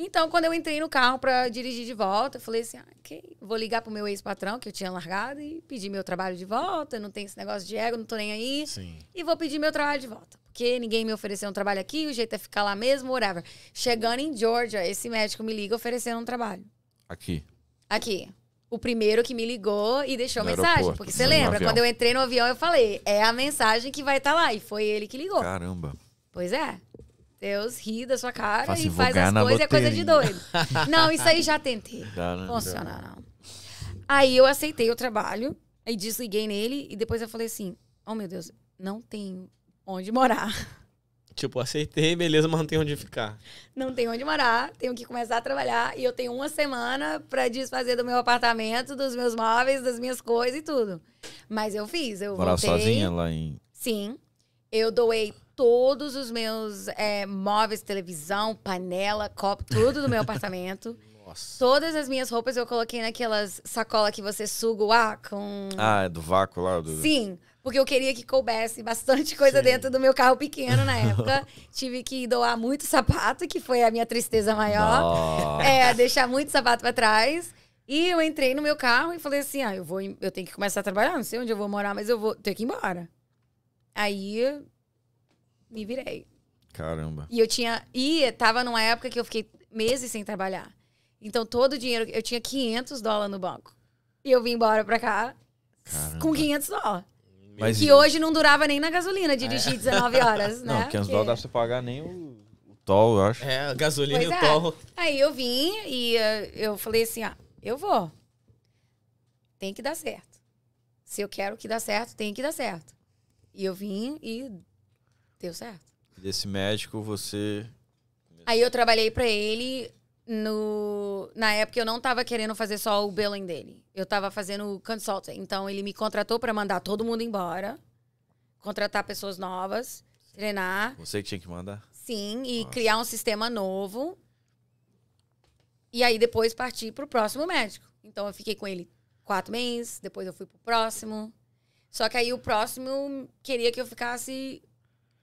Speaker 3: Então, quando eu entrei no carro para dirigir de volta, eu falei assim: ah, ok, vou ligar pro meu ex-patrão, que eu tinha largado, e pedir meu trabalho de volta. Não tem esse negócio de ego, não tô nem aí
Speaker 1: Sim.
Speaker 3: e vou pedir meu trabalho de volta. Porque ninguém me ofereceu um trabalho aqui, o jeito é ficar lá mesmo, whatever. Chegando em Georgia, esse médico me liga oferecendo um trabalho.
Speaker 2: Aqui.
Speaker 3: Aqui. O primeiro que me ligou e deixou
Speaker 2: No
Speaker 3: mensagem.
Speaker 2: aeroporto,
Speaker 3: Porque você
Speaker 2: no
Speaker 3: lembra,
Speaker 2: avião.
Speaker 3: quando eu entrei no avião, eu falei, é a mensagem que vai estar lá. E foi ele que ligou.
Speaker 2: Caramba.
Speaker 3: Pois é. Deus ri da sua cara
Speaker 2: Fala assim,
Speaker 3: e
Speaker 2: "Vou
Speaker 3: faz
Speaker 2: ganhar
Speaker 3: as
Speaker 2: na
Speaker 3: coisas, é coisa de
Speaker 2: loteria."
Speaker 3: doido. Não, isso aí já tentei.
Speaker 2: Caramba.
Speaker 3: Funcionar, não. Aí eu aceitei o trabalho, aí desliguei nele e depois eu falei assim: oh meu Deus, não tenho onde morar.
Speaker 1: Tipo, aceitei, beleza, mas não tem onde ficar.
Speaker 3: Não tenho onde morar, tenho que começar a trabalhar e eu tenho uma semana pra desfazer do meu apartamento, dos meus móveis, das minhas coisas e tudo. Mas eu fiz, eu
Speaker 2: Morar
Speaker 3: voltei.
Speaker 2: sozinha lá em.
Speaker 3: Sim. Eu doei todos os meus eh, móveis, televisão, panela, copo, tudo do meu apartamento.
Speaker 1: Nossa.
Speaker 3: Todas as minhas roupas eu coloquei naquelas sacola que você suga o ar com.
Speaker 2: Ah, é do vácuo lá do.
Speaker 3: Hum. Sim, porque eu queria que coubesse bastante coisa
Speaker 1: Sim.
Speaker 3: dentro do meu carro pequeno na época. Tive que doar muito sapato, que foi a minha tristeza maior.
Speaker 2: Nossa.
Speaker 3: É, deixar muito sapato pra trás. E eu entrei no meu carro e falei assim: ah, eu vou, em- eu tenho que começar a trabalhar, não sei onde eu vou morar, mas eu vou ter que ir embora. Aí me virei.
Speaker 2: Caramba.
Speaker 3: E eu tinha. E tava numa época que eu fiquei meses sem trabalhar. Então todo o dinheiro. Eu tinha 500 dólares no banco. E eu vim embora pra cá
Speaker 2: Caramba.
Speaker 3: com 500 dólares.
Speaker 2: Mas É.
Speaker 3: Que hoje não durava nem na gasolina dirigir 19 horas, né?
Speaker 2: Não, 500 dólares
Speaker 3: Porque-
Speaker 2: dá pra você pagar nem o, o tol, eu acho.
Speaker 1: É, gasolina
Speaker 3: Pois
Speaker 1: e
Speaker 3: é.
Speaker 1: torro.
Speaker 3: Aí eu vim e eh, eu falei assim, ah, eu vou. Tem que dar certo. Se eu quero que dá certo, tem que dar certo. E eu vim e deu certo.
Speaker 2: Desse médico você.
Speaker 3: Aí eu trabalhei pra ele no na época eu não tava querendo fazer só o billing dele. Eu tava fazendo o consulting. Então ele me contratou pra mandar todo mundo embora, contratar pessoas novas, treinar,
Speaker 2: Você que tinha que mandar?
Speaker 3: sim, e
Speaker 2: Nossa.
Speaker 3: criar um sistema novo. E aí depois partir pro próximo médico. Então eu fiquei com ele quatro meses, depois eu fui pro próximo. Só que aí o próximo queria que eu ficasse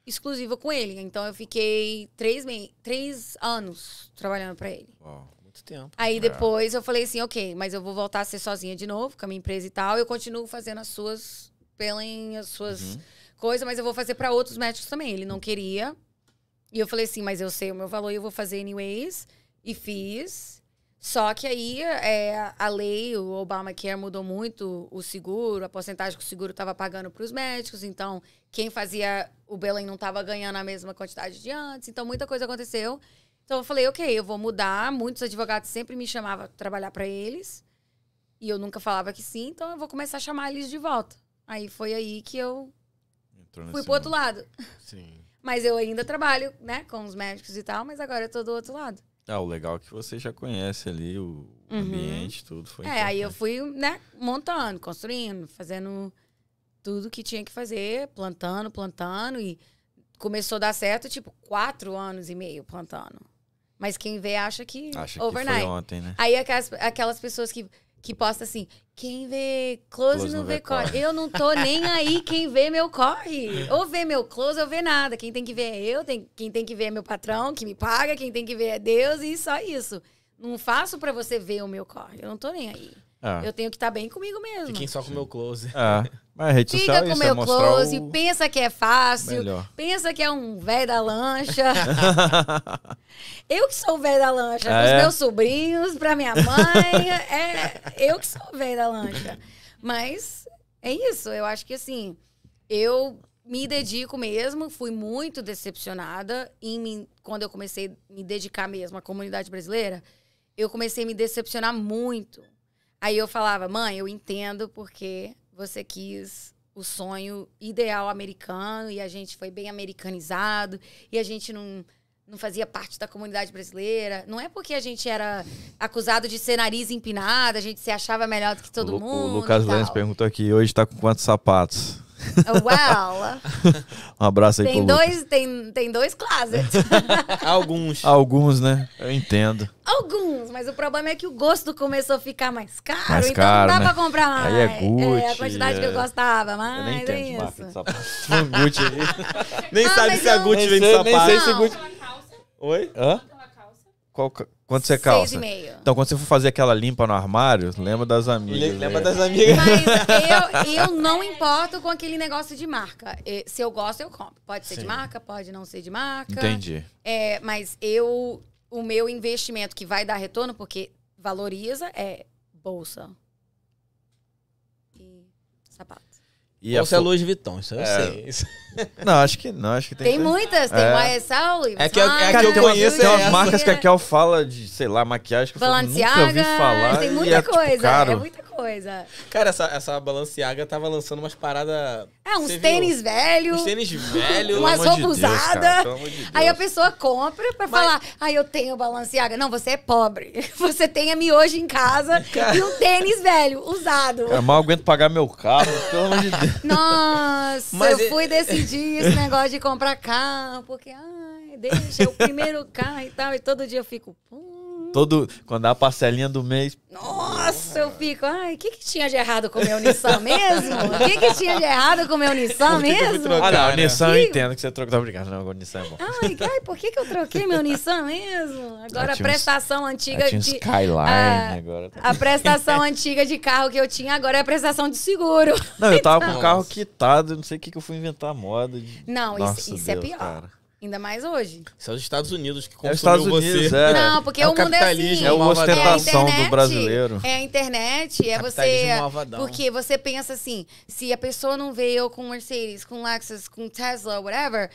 Speaker 3: exclusiva com ele. Então eu fiquei três, me... três anos trabalhando pra ele.
Speaker 2: Ó.
Speaker 1: Muito tempo.
Speaker 3: Aí depois eu falei assim, ok, mas eu vou voltar a ser sozinha de novo, com a minha empresa e tal. Eu continuo fazendo as suas
Speaker 2: Uhum.
Speaker 3: billing, as suas coisas, mas eu vou fazer pra outros médicos também. Ele não queria. E eu falei assim, mas eu sei o meu valor e eu vou fazer anyways. E fiz. Só que aí é, a lei, o Obamacare mudou muito o seguro, a porcentagem que o seguro estava pagando para os médicos. Então, quem fazia o Belém não estava ganhando a mesma quantidade de antes. Então, muita coisa aconteceu. Então, eu falei, ok, eu vou mudar. Muitos advogados sempre me chamavam para trabalhar para eles. E eu nunca falava que sim, então eu vou começar a chamar eles de volta. Aí foi aí que eu
Speaker 2: Entrou
Speaker 3: fui
Speaker 2: nesse
Speaker 3: pro outro lado.
Speaker 1: Uhum. Sim.
Speaker 3: Mas eu ainda trabalho, né, com os médicos e tal, mas agora eu tô do outro lado.
Speaker 2: Ah, o legal é que você já conhece ali o
Speaker 3: Uhum.
Speaker 2: ambiente, tudo. Foi
Speaker 3: é, aí eu
Speaker 2: importante.
Speaker 3: fui, né, montando, construindo, fazendo tudo que tinha que fazer, plantando, plantando. E começou a dar certo, tipo, quatro anos e meio plantando. Mas quem vê acha que
Speaker 2: Acha
Speaker 3: overnight.
Speaker 2: que foi ontem, né?
Speaker 3: Aí aquelas, aquelas pessoas que, que postam assim, quem vê close, não vê corre. Eu não tô nem aí quem vê meu corre. Ou vê meu close ou vê nada. Quem tem que ver é eu, tem, quem tem que ver é meu patrão, que me paga, quem tem que ver é Deus e só isso. Não faço pra você ver o meu corre. Eu não tô nem aí.
Speaker 2: Ah,
Speaker 3: Eu tenho que estar bem comigo mesmo.
Speaker 1: Fiquem só com o meu close.
Speaker 2: ah, mas a rede social
Speaker 3: Fica
Speaker 2: é
Speaker 3: com
Speaker 2: isso,
Speaker 3: o
Speaker 2: é
Speaker 3: meu
Speaker 2: mostrar
Speaker 3: close,
Speaker 2: o
Speaker 3: pensa que é fácil,
Speaker 2: melhor.
Speaker 3: pensa que é um velho da lancha. Ah, Eu que sou o velho da lancha,
Speaker 2: Ah,
Speaker 3: pros
Speaker 2: é?
Speaker 3: meus sobrinhos, pra minha mãe, é eu que sou o velho da lancha. Mas é isso, eu acho que assim, eu me dedico mesmo, fui muito decepcionada em mim, quando eu comecei a me dedicar mesmo à comunidade brasileira, eu comecei a me decepcionar muito. Aí eu falava, mãe, eu entendo porque você quis o sonho ideal americano e a gente foi bem americanizado e a gente não, não fazia parte da comunidade brasileira. Não é porque a gente era acusado de ser nariz empinado, a gente se achava melhor do que todo
Speaker 2: o, Lu- o
Speaker 3: mundo.
Speaker 2: Lucas
Speaker 3: e tal.
Speaker 2: Lemos perguntou aqui, hoje tá com quantos sapatos?
Speaker 3: Uau!
Speaker 2: Um abraço aí pro
Speaker 3: Tem
Speaker 2: Lucas.
Speaker 3: dois, tem, tem dois closets.
Speaker 1: Alguns.
Speaker 2: Alguns, né? Eu entendo.
Speaker 3: Alguns, mas o problema é que o gosto começou a ficar mais caro,
Speaker 2: Mais
Speaker 3: então
Speaker 2: caro,
Speaker 3: não dá
Speaker 2: né?
Speaker 3: pra comprar mais.
Speaker 2: Aí é
Speaker 3: a
Speaker 2: Gucci,
Speaker 3: quantidade que
Speaker 2: é-
Speaker 3: eu gostava,
Speaker 2: eu nem
Speaker 3: mas é
Speaker 2: entendo de marca de
Speaker 3: isso.
Speaker 2: sapato. Se for um Gucci ali.
Speaker 1: Nem
Speaker 3: Ah,
Speaker 1: sabe
Speaker 3: mas
Speaker 1: se a
Speaker 3: eu-
Speaker 1: Gucci
Speaker 2: Nem
Speaker 1: vem de
Speaker 2: sei, nem
Speaker 1: sapato.
Speaker 2: sei.
Speaker 3: Não,
Speaker 2: Esse Gucci-
Speaker 4: Aquela calça,
Speaker 1: Oi?
Speaker 2: Hã?
Speaker 4: aquela calça.
Speaker 2: Qual ca- Quanto você calça?
Speaker 3: Seis e meio.
Speaker 2: Então, quando você for fazer aquela limpa no armário, lembra das
Speaker 1: Le-
Speaker 2: amigas.
Speaker 1: Lembra
Speaker 2: né?
Speaker 1: das amigas?
Speaker 3: Mas eu, eu não importo com aquele negócio de marca. E Se eu gosto, eu compro. Pode ser de
Speaker 1: Sim.
Speaker 3: marca, pode não ser de marca.
Speaker 2: Entendi.
Speaker 3: É, mas eu, o meu investimento que vai dar retorno, porque valoriza, é bolsa e sapato.
Speaker 2: E a
Speaker 1: Ou se é
Speaker 2: fo-
Speaker 1: Louis Vuitton, isso eu
Speaker 2: É.
Speaker 1: sei. Isso-
Speaker 2: Não, acho que não. Acho que tem,
Speaker 3: Tem
Speaker 2: que-
Speaker 3: muitas, tem
Speaker 2: É.
Speaker 3: o YSL, Levi's
Speaker 1: É que eu- é que
Speaker 2: Cara,
Speaker 1: eu
Speaker 2: tem umas-
Speaker 1: conheço
Speaker 2: tem
Speaker 1: é
Speaker 2: umas
Speaker 1: essa.
Speaker 2: marcas que a Kel fala de, sei lá, maquiagem que eu falo, nunca ouvi falar.
Speaker 3: assim, né? Balenciaga, tem
Speaker 2: e
Speaker 3: muita
Speaker 2: é, tipo,
Speaker 3: coisa,
Speaker 2: caro.
Speaker 3: é muita coisa.
Speaker 1: Cara, essa, essa Balenciaga tava lançando umas paradas.
Speaker 3: É, uns
Speaker 1: Você viu?
Speaker 3: tênis velhos,
Speaker 1: Uns tênis
Speaker 2: Pelo
Speaker 1: velho.
Speaker 3: Umas
Speaker 2: amor de
Speaker 3: roupas
Speaker 2: Deus, cara,
Speaker 3: usadas.
Speaker 2: pelo amor de Deus.
Speaker 3: aí a pessoa compra pra falar, ah, eu tenho Balenciaga. Não, você é pobre, você tem a miojo em casa e um tênis velho, usado.
Speaker 2: Cara, mal aguento pagar meu carro, pelo amor de Deus.
Speaker 3: Nossa,
Speaker 1: Mas
Speaker 3: eu
Speaker 1: é-
Speaker 3: fui decidir esse negócio de comprar carro, porque, ai, deixa, é o primeiro carro e tal, e todo dia eu fico... "Hum,
Speaker 2: Todo, quando dá a parcelinha do mês,
Speaker 3: Nossa, eu fico, ai, o que, que tinha de errado com o meu Nissan mesmo? O que, que tinha de errado com o meu Nissan
Speaker 1: Por que que eu fui
Speaker 3: mesmo?
Speaker 1: trocar?
Speaker 2: Ah, não,
Speaker 1: Cara.
Speaker 2: o Nissan eu
Speaker 3: Ih.
Speaker 2: entendo que você trocou. Tá brincando, não, agora o Nissan é bom.
Speaker 3: Ai, ai, por que, que eu troquei meu Nissan mesmo?
Speaker 2: Ah,
Speaker 3: Agora a
Speaker 2: tinha uns-
Speaker 3: prestação antiga
Speaker 2: Ah, tinha um
Speaker 3: de.
Speaker 2: Skyline
Speaker 3: ah,
Speaker 2: agora. tá-
Speaker 3: A prestação antiga de carro que eu tinha agora é a prestação de seguro.
Speaker 2: Não, eu tava com o carro
Speaker 1: Nossa.
Speaker 2: quitado, não sei o que, que eu fui inventar a moda. de-
Speaker 3: Não,
Speaker 2: Nossa,
Speaker 3: isso, isso é
Speaker 2: Deus,
Speaker 3: pior.
Speaker 2: cara.
Speaker 3: Ainda mais hoje.
Speaker 1: Isso é os Estados Unidos que
Speaker 2: É
Speaker 1: consumiu
Speaker 2: os Estados
Speaker 1: você.
Speaker 2: Unidos, é.
Speaker 3: Não, porque
Speaker 1: É o
Speaker 3: o mundo é assim.
Speaker 1: capitalismo,
Speaker 2: É uma
Speaker 1: malvadão.
Speaker 2: ostentação
Speaker 3: É a
Speaker 2: do
Speaker 3: internet.
Speaker 2: brasileiro.
Speaker 3: É a internet, é você.
Speaker 1: Capitalismo malvadão.
Speaker 3: Porque você pensa assim, se a pessoa não vê eu com Mercedes, com Lexus, com Tesla, whatever,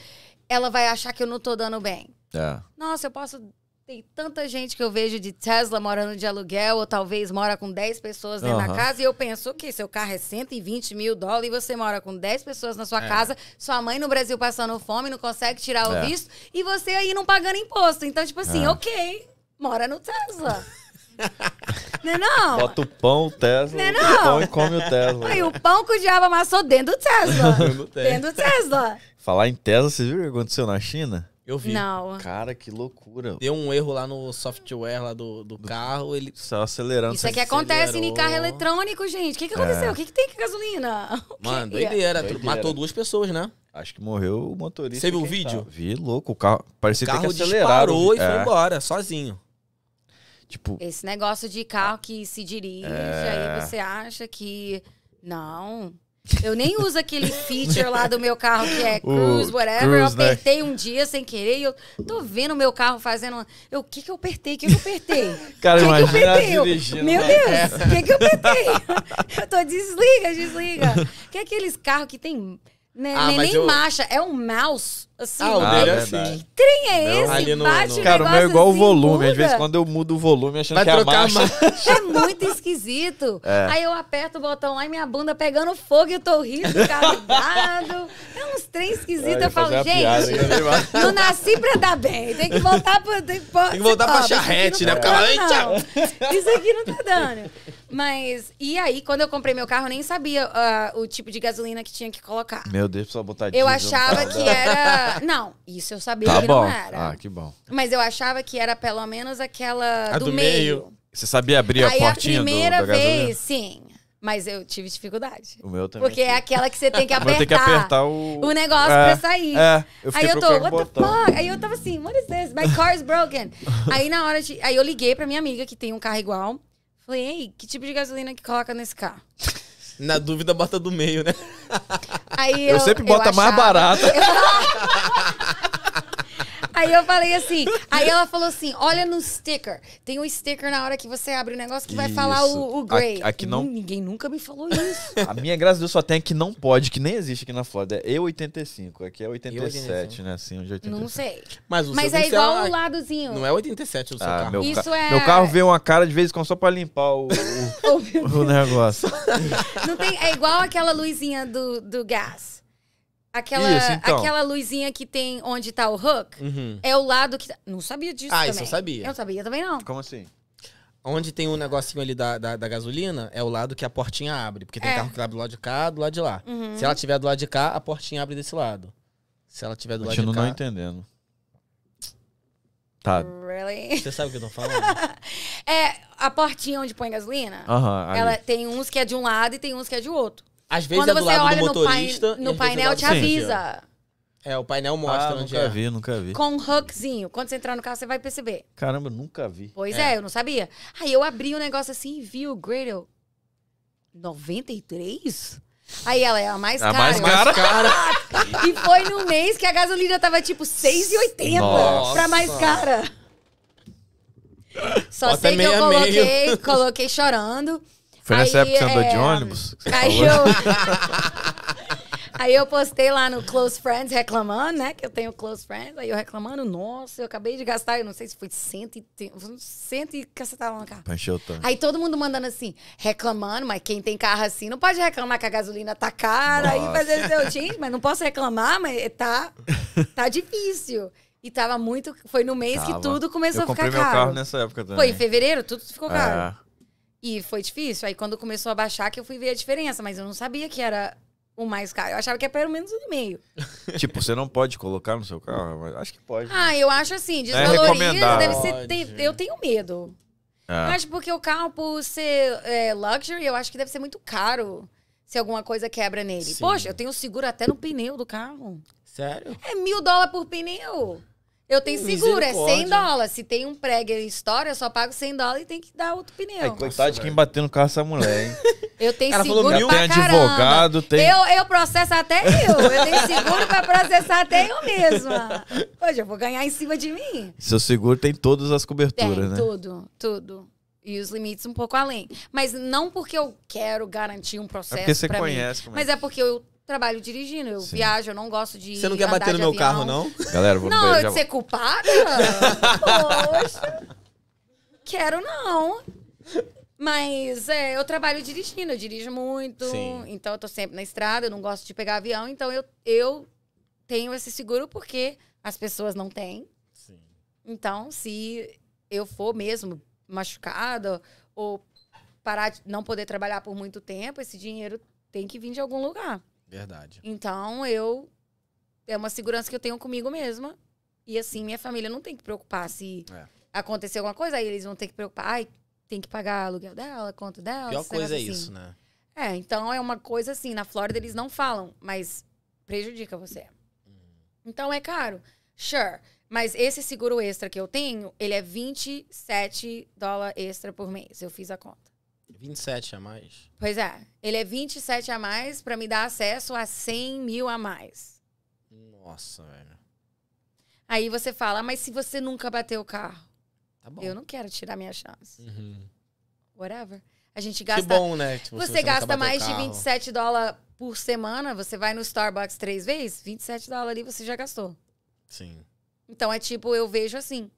Speaker 3: ela vai achar que eu não tô dando bem.
Speaker 2: É.
Speaker 3: Nossa, eu posso. Tem tanta gente que eu vejo de Tesla morando de aluguel, ou talvez mora com 10 pessoas dentro
Speaker 2: Aham.
Speaker 3: da casa, e eu penso, ok, seu carro é 120 mil dólares e você mora com 10 pessoas na sua
Speaker 1: É.
Speaker 3: casa, sua mãe no Brasil passando fome, não consegue tirar o
Speaker 2: É.
Speaker 3: visto, e você aí não pagando imposto. Então, tipo assim,
Speaker 2: É.
Speaker 3: ok, mora no Tesla. não é não?
Speaker 2: Bota o pão, o Tesla,
Speaker 3: Não é
Speaker 2: o
Speaker 3: não?
Speaker 2: pão e come o Tesla.
Speaker 3: Aí o pão que o diabo amassou dentro do Tesla.
Speaker 1: Eu não tenho.
Speaker 3: dentro do Tesla.
Speaker 2: Falar em Tesla, vocês viram o que aconteceu na China?
Speaker 1: Eu vi.
Speaker 3: Não.
Speaker 2: Cara, que loucura.
Speaker 1: Deu um erro lá no software lá do, do carro, ele.
Speaker 2: Só acelerando.
Speaker 3: Isso é
Speaker 2: sem-
Speaker 3: que acontece
Speaker 1: acelerou.
Speaker 3: em carro eletrônico, gente. O que, que aconteceu? O que, que tem com a gasolina? O
Speaker 1: Mano,
Speaker 3: quê?
Speaker 1: doideira.
Speaker 2: Doideira.
Speaker 1: Matou duas pessoas, né?
Speaker 2: Acho que morreu o motorista.
Speaker 1: Você viu o
Speaker 2: quem
Speaker 1: vídeo?
Speaker 2: tava. Vi, louco. O carro parecia
Speaker 1: O carro
Speaker 2: até que aceleraram.
Speaker 1: disparou e foi
Speaker 2: É,
Speaker 1: embora, sozinho.
Speaker 2: Tipo,
Speaker 3: Esse negócio de carro que se dirige,
Speaker 2: É.
Speaker 3: aí você acha que. Não. Eu nem uso aquele feature lá do meu carro que é
Speaker 2: O
Speaker 3: cruise, whatever.
Speaker 2: cruise,
Speaker 3: eu
Speaker 2: né?
Speaker 3: apertei um dia sem querer e eu tô vendo o meu carro fazendo. uma- Eu, o que que eu apertei? O que que eu apertei?
Speaker 2: Cara,
Speaker 3: que que eu
Speaker 2: imagina ela
Speaker 3: apertei? Eu-
Speaker 2: dirigindo.
Speaker 3: Meu
Speaker 2: né?
Speaker 1: É.
Speaker 3: Deus, o que, que eu apertei? Eu tô, desliga, desliga. Que é aqueles carros que tem. Né,
Speaker 1: Ah,
Speaker 3: nem
Speaker 1: mas
Speaker 3: nem
Speaker 1: eu-
Speaker 3: marcha, é um mouse. Assim,
Speaker 1: Ah, o
Speaker 2: Ah,
Speaker 1: dele é
Speaker 2: verdade.
Speaker 1: assim.
Speaker 3: quem é
Speaker 1: Não,
Speaker 3: esse?
Speaker 1: ali no-
Speaker 3: Bate
Speaker 1: no-
Speaker 3: o
Speaker 2: Cara, o meu é
Speaker 3: negócio
Speaker 2: igual o
Speaker 3: assim,
Speaker 2: volume. Às
Speaker 3: muda.
Speaker 2: vezes quando eu mudo o volume, achando
Speaker 1: Vai
Speaker 2: que é a
Speaker 1: trocar a
Speaker 2: marcha.
Speaker 1: marcha.
Speaker 3: É muito esquisito. Aí eu aperto o botão lá e minha bunda pegando fogo e eu tô rindo, carregado. É uns trem
Speaker 2: Ah,
Speaker 3: esquisitos.
Speaker 2: ia
Speaker 3: Eu falo,
Speaker 2: fazer uma
Speaker 3: gente,
Speaker 2: piada ainda, né, mas-
Speaker 3: não nasci pra dar bem. Tem que voltar pra. Tem,
Speaker 1: Tem que voltar pra charrete, né? Porque ela-
Speaker 3: Isso aqui tá não tá dando. Mas, e aí, quando eu comprei meu carro, eu nem sabia ah, o tipo de gasolina que tinha que colocar.
Speaker 2: Meu Deus, precisa botar diesel.
Speaker 3: Eu achava que era. Não, isso eu sabia
Speaker 2: Tá
Speaker 3: que
Speaker 2: bom.
Speaker 3: não era.
Speaker 2: Ah, que bom.
Speaker 3: Mas eu achava que era pelo menos aquela
Speaker 1: A
Speaker 3: do,
Speaker 1: do meio.
Speaker 3: meio.
Speaker 2: Você sabia abrir a
Speaker 3: Aí a
Speaker 2: portinha do-
Speaker 3: primeira
Speaker 2: da gasolina?
Speaker 3: vez, sim. Mas eu tive dificuldade.
Speaker 2: O meu também.
Speaker 3: Porque é aquela que você tem que
Speaker 2: Vou
Speaker 3: apertar.
Speaker 2: ter que apertar o...
Speaker 3: O negócio
Speaker 2: É,
Speaker 3: pra sair.
Speaker 2: É, eu
Speaker 3: aí
Speaker 2: fiquei
Speaker 3: eu tô,
Speaker 2: procurando
Speaker 3: what
Speaker 2: o
Speaker 3: the
Speaker 2: botão.
Speaker 3: fuck? Aí eu tava assim, what is this? My car is broken. aí na hora de. Aí eu liguei pra minha amiga que tem um carro igual. Falei, ei, que tipo de gasolina que coloca nesse carro?
Speaker 1: Na dúvida, bota do meio, né?
Speaker 3: Aí eu,
Speaker 2: Eu sempre boto a mais
Speaker 3: achava-
Speaker 2: barata.
Speaker 3: Aí eu falei assim. Aí ela falou assim: olha no sticker. Tem um sticker na hora que você abre o negócio que vai falar
Speaker 2: Isso.
Speaker 3: o, o grade.
Speaker 2: Aqui- aqui não-
Speaker 3: Hum, Ninguém nunca me falou isso.
Speaker 2: A minha, graças a Deus, só tem a que não pode, que nem existe aqui na Flórida. É E85. Aqui é 87,
Speaker 1: 87,
Speaker 2: né? Assim, onde é 87.
Speaker 3: não sei.
Speaker 1: Mas o
Speaker 3: Mas
Speaker 1: seu
Speaker 3: é
Speaker 1: tem que ser
Speaker 3: igual
Speaker 1: uma-
Speaker 3: o ladozinho.
Speaker 1: Não é 87 o seu
Speaker 2: Ah,
Speaker 1: carro.
Speaker 2: meu,
Speaker 3: Isso
Speaker 2: ca-
Speaker 3: é-
Speaker 2: meu carro veio uma cara de vez em quando só pra limpar o, o-
Speaker 3: Oh, meu
Speaker 2: o negócio.
Speaker 3: Não tem, é igual aquela luzinha do, do gás. Aquela,
Speaker 2: Isso, então.
Speaker 3: aquela luzinha que tem onde tá o hook.
Speaker 1: Uhum.
Speaker 3: É o lado que. tá- Não sabia disso.
Speaker 1: Ah,
Speaker 3: também.
Speaker 1: isso eu sabia.
Speaker 3: Eu não sabia também, não.
Speaker 2: Como assim?
Speaker 1: Onde tem um negocinho ali da, da, da gasolina, é o lado que a portinha abre. Porque tem
Speaker 3: É.
Speaker 1: carro que abre do lado de cá, do lado de lá.
Speaker 3: Uhum.
Speaker 1: Se ela tiver do lado de cá, a portinha abre desse lado. Se ela tiver do lado
Speaker 2: Continuo
Speaker 1: de
Speaker 2: não
Speaker 1: cá...
Speaker 2: entendendo. Tá.
Speaker 3: Really?
Speaker 1: Você sabe o que eu tô falando?
Speaker 3: É, a portinha onde põe gasolina.
Speaker 2: Aham.
Speaker 3: Ela
Speaker 2: ali.
Speaker 3: tem uns que é de um lado e tem uns que é de outro.
Speaker 1: Às vezes
Speaker 3: Quando
Speaker 1: é do
Speaker 3: você
Speaker 1: lado do
Speaker 3: olha no, pai-
Speaker 1: motorista... e
Speaker 3: no
Speaker 1: às vezes é do
Speaker 3: painel,
Speaker 1: lado
Speaker 3: te
Speaker 1: do-
Speaker 3: avisa.
Speaker 1: É, o painel
Speaker 2: Ah,
Speaker 1: mostra onde
Speaker 2: nunca
Speaker 1: é.
Speaker 2: vi, nunca vi.
Speaker 3: Com um hookzinho. Quando você entrar no carro, você vai perceber.
Speaker 2: Caramba, nunca vi.
Speaker 3: Pois
Speaker 1: É.
Speaker 3: é, eu não sabia. Aí eu abri o negócio assim e vi o Gradle. 93? Aí ela é a mais
Speaker 2: A
Speaker 3: cara.
Speaker 2: mais
Speaker 3: eu
Speaker 2: cara.
Speaker 1: Mas, cara...
Speaker 3: E foi num mês que a gasolina tava tipo 6,80
Speaker 2: Nossa.
Speaker 3: pra mais cara. Só
Speaker 1: Bota
Speaker 3: sei que eu
Speaker 1: meia,
Speaker 3: coloquei,
Speaker 1: meio.
Speaker 3: coloquei chorando.
Speaker 2: Foi nessa
Speaker 3: Aí,
Speaker 2: época que você andou de
Speaker 3: é,
Speaker 2: ônibus? que você
Speaker 3: Aí
Speaker 2: falou?
Speaker 3: eu. Aí eu postei lá no Close Friends reclamando, né? Que eu tenho Close Friends. Aí eu reclamando, nossa, eu acabei de gastar, eu não sei se foi cento e... tem- Cento e... Cacetada lá no carro.
Speaker 2: Pra encher o tanque.
Speaker 3: Aí todo mundo mandando assim, reclamando, mas quem tem carro assim não pode reclamar que a gasolina tá cara. Aí
Speaker 2: Nossa.
Speaker 3: fazer seu gente, mas não posso reclamar, mas tá, tá difícil. E tava muito. Foi no mês
Speaker 2: Tava.
Speaker 3: que tudo começou
Speaker 2: Eu
Speaker 3: a ficar
Speaker 2: comprei meu carro
Speaker 3: caro.
Speaker 2: nessa época também.
Speaker 3: Foi em fevereiro, tudo ficou caro.
Speaker 2: É.
Speaker 3: E foi difícil. Aí quando começou a baixar, que eu fui ver a diferença, mas eu não sabia que era o mais caro. Eu achava que era pelo menos um e meio.
Speaker 2: Tipo, você não pode colocar no seu carro? mas Acho que pode.
Speaker 3: Ah, eu acho assim, desvaloriza,
Speaker 2: É recomendado.
Speaker 3: deve ser.
Speaker 1: Pode.
Speaker 3: Eu tenho medo. Eu
Speaker 2: É.
Speaker 3: acho porque o carro, por ser é, luxury, eu acho que deve ser muito caro se alguma coisa quebra nele.
Speaker 1: Sim.
Speaker 3: Poxa, eu tenho seguro até no pneu do carro.
Speaker 1: Sério?
Speaker 3: É mil dólares por pneu. Eu tenho
Speaker 1: Hum,
Speaker 3: seguro, é 100
Speaker 1: misericórdia.
Speaker 3: dólares. Se tem um prego e estoura, eu só pago 100 dólares e tem que dar outro pneu.
Speaker 2: Ai, coitado de
Speaker 1: velho.
Speaker 2: quem bateu no carro essa mulher, hein?
Speaker 3: Eu tenho
Speaker 1: Ela falou
Speaker 3: seguro
Speaker 1: mil.
Speaker 2: Já um tem
Speaker 3: pra caramba.
Speaker 2: advogado, tem.
Speaker 3: Eu, eu processo até eu. Eu tenho seguro pra processar até eu mesma. Hoje eu vou ganhar em cima de mim.
Speaker 2: Seu seguro tem todas as
Speaker 3: Tem,
Speaker 2: coberturas, né?
Speaker 3: tudo, tudo. E os limites um pouco além. Mas não porque eu quero garantir um processo.
Speaker 2: É porque você
Speaker 3: pra mim.
Speaker 2: conhece como é
Speaker 3: Mas é porque eu trabalho dirigindo, eu
Speaker 2: Sim.
Speaker 3: viajo, eu não gosto de.
Speaker 1: Você não quer
Speaker 3: andar
Speaker 1: bater no
Speaker 3: de
Speaker 1: meu
Speaker 3: avião.
Speaker 1: carro, não?
Speaker 2: Galera, vou no
Speaker 3: Não,
Speaker 2: banheiro,
Speaker 3: eu
Speaker 2: já
Speaker 3: de ser culpada? Poxa. Quero não. Mas é, eu trabalho dirigindo, eu dirijo muito.
Speaker 1: Sim.
Speaker 3: Então eu tô sempre na estrada, eu não gosto de pegar avião. Então eu, eu tenho esse seguro porque as pessoas não têm.
Speaker 1: Sim.
Speaker 3: Então, se eu for mesmo machucada ou parar de não poder trabalhar por muito tempo, esse dinheiro tem que vir de algum lugar.
Speaker 1: Verdade.
Speaker 3: Então, eu é uma segurança que eu tenho comigo mesma. E assim, minha família não tem que preocupar se
Speaker 1: É.
Speaker 3: acontecer alguma coisa, aí eles vão ter que preocupar, ai, tem que pagar aluguel dela, conta dela.
Speaker 1: Pior
Speaker 3: esse
Speaker 1: coisa é
Speaker 3: negócio assim.
Speaker 1: isso, né?
Speaker 3: É, então é uma coisa assim, na Flórida eles não falam, mas prejudica você. Então é caro. Sure. Mas esse seguro extra que eu tenho, ele é 27 dólares extra por mês. Eu fiz a conta.
Speaker 1: 27 a mais.
Speaker 3: Pois é, ele é 27 a mais pra me dar acesso a 100 mil a mais.
Speaker 1: Nossa, velho.
Speaker 3: Aí você fala, "Ah, mas se você nunca bateu o carro,
Speaker 1: Tá bom.
Speaker 3: eu não quero tirar minha chance.
Speaker 1: Uhum.
Speaker 3: Whatever. A gente
Speaker 1: Que
Speaker 3: gasta.
Speaker 1: bom, né? Tipo, se
Speaker 3: Você,
Speaker 1: nunca
Speaker 3: gasta
Speaker 1: bateu
Speaker 3: mais de
Speaker 1: carro.
Speaker 3: 27 dólares por semana, você vai no Starbucks três vezes, 27 dólares ali você já gastou.
Speaker 1: Sim.
Speaker 3: Então é tipo, eu vejo assim.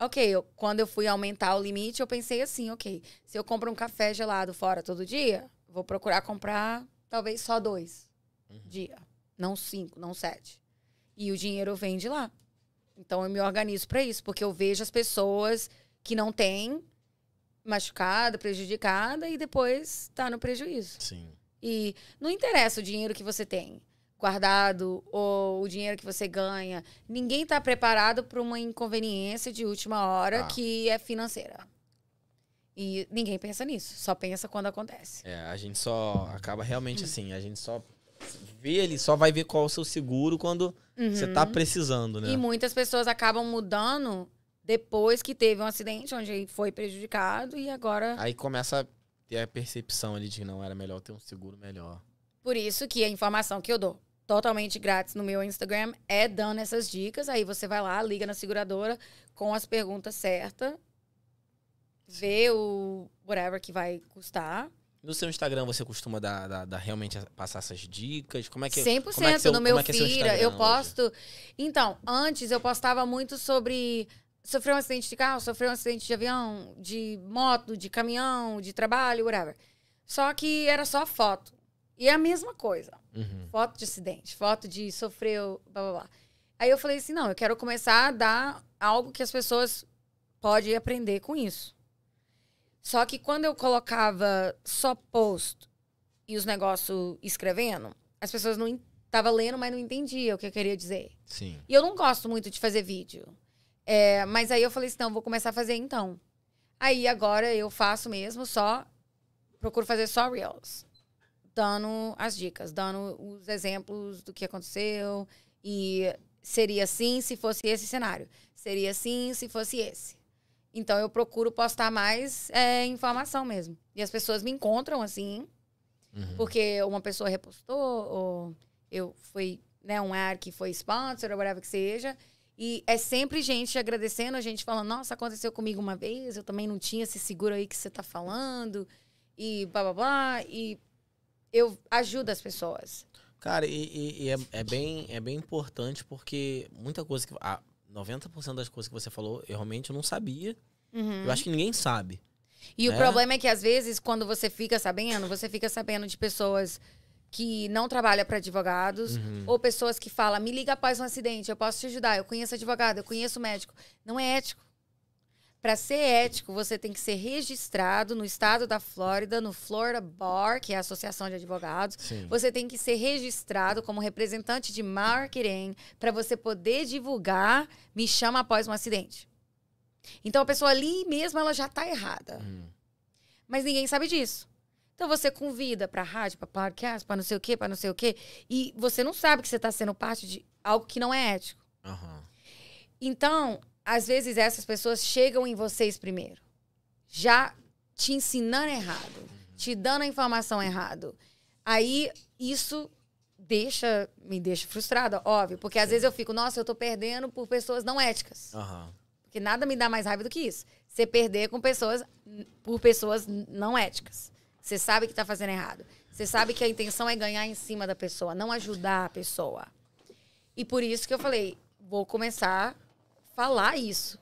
Speaker 3: Ok, eu- quando eu fui aumentar o limite, eu pensei assim, ok, se eu compro um café gelado fora todo dia, vou procurar comprar talvez só dois
Speaker 1: Uhum.
Speaker 3: dia, não cinco, não sete. E o dinheiro vem de lá. Então eu me organizo pra isso, porque eu vejo as pessoas que não têm machucada, prejudicada e depois tá no prejuízo.
Speaker 1: Sim.
Speaker 3: E não interessa o dinheiro que você tem guardado ou o dinheiro que você ganha. Ninguém está preparado para uma inconveniência de última hora
Speaker 1: Ah.
Speaker 3: que é financeira. E ninguém pensa nisso, só pensa quando acontece.
Speaker 1: É, a gente só acaba realmente
Speaker 3: Hum.
Speaker 1: assim, a gente só vê ele, só vai ver qual é o seu seguro quando você tá precisando, né?
Speaker 3: Uhum. E muitas pessoas acabam mudando depois que teve um acidente onde foi prejudicado e agora
Speaker 1: Aí começa a ter a percepção ali de que não era melhor ter um seguro melhor.
Speaker 3: Por isso que a informação que eu dou totalmente grátis no meu Instagram é dando essas dicas. Aí você vai lá, liga na seguradora com as perguntas certas, vê o whatever que vai custar.
Speaker 1: No seu Instagram você costuma dar, dar- dar realmente passar essas dicas? Como é que
Speaker 3: 100%
Speaker 1: como é que seu-
Speaker 3: no meu
Speaker 1: como é que é seu
Speaker 3: feed,
Speaker 1: Instagram
Speaker 3: eu
Speaker 1: hoje?
Speaker 3: posto. Então, antes eu postava muito sobre sofreu um acidente de carro, sofreu um acidente de avião, de moto, de caminhão, de trabalho, whatever. Só que era só foto. E é a mesma coisa.
Speaker 1: Uhum.
Speaker 3: foto de acidente, foto de sofreu, blá blá blá. Aí eu falei assim, não, eu quero começar a dar algo que as pessoas podem aprender com isso. Só que quando eu colocava só post e os negócios escrevendo, as pessoas não estavam lendo, mas não entendiam o que eu queria dizer.
Speaker 1: Sim.
Speaker 3: E eu não gosto muito de fazer vídeo. É, mas aí eu falei assim, não, vou começar a fazer então. Aí agora eu faço mesmo só, procuro fazer só Reels. Dando as dicas, dando os exemplos do que aconteceu. E seria assim se fosse esse cenário. Seria assim se fosse esse. Então eu procuro postar mais é, informação mesmo. E as pessoas me encontram assim,
Speaker 1: Uhum.
Speaker 3: porque uma pessoa repostou, ou eu fui, né, um ar que foi sponsor, ou whatever que seja. E é sempre gente agradecendo, a gente falando, nossa, aconteceu comigo uma vez, eu também não tinha esse seguro aí que você tá falando, e blá blá blá. E eu ajudo as pessoas.
Speaker 1: Cara, e, e- e é, é bem, é bem importante porque muita coisa que. ah, 90% das coisas que você falou, eu realmente não sabia. Eu acho que ninguém sabe.
Speaker 3: E
Speaker 1: né?
Speaker 3: o problema é que, às vezes, quando você fica sabendo, você fica sabendo de pessoas que não trabalham para advogados,
Speaker 1: Uhum.
Speaker 3: Ou pessoas que falam, me liga após um acidente, eu posso te ajudar, eu conheço advogado, eu conheço médico. Não é ético. Para ser ético, você tem que ser registrado no estado da Flórida, no Florida Bar, que é a Associação de Advogados.
Speaker 1: Sim.
Speaker 3: Você tem que ser registrado como representante de marketing para você poder divulgar me chama após um acidente. Então a pessoa ali mesmo ela já tá errada.
Speaker 1: Uhum.
Speaker 3: Mas ninguém sabe disso. Então você convida pra rádio, pra podcast, pra não sei o quê, pra não sei o quê, e você não sabe que você tá sendo parte de algo que não é ético.
Speaker 1: Aham.
Speaker 3: Então, às vezes essas pessoas chegam em vocês primeiro, já te ensinando errado, te dando a informação errado. Aí isso deixa me deixa frustrada, óbvio, porque às vezes eu fico, nossa, eu tô perdendo por pessoas não éticas.
Speaker 1: Aham.
Speaker 3: Porque nada me dá mais raiva do que isso. Você perder com pessoas por pessoas não éticas. Você sabe que tá fazendo errado. Você sabe que a intenção é ganhar em cima da pessoa, não ajudar a pessoa. E por isso que eu falei, vou começar a falar isso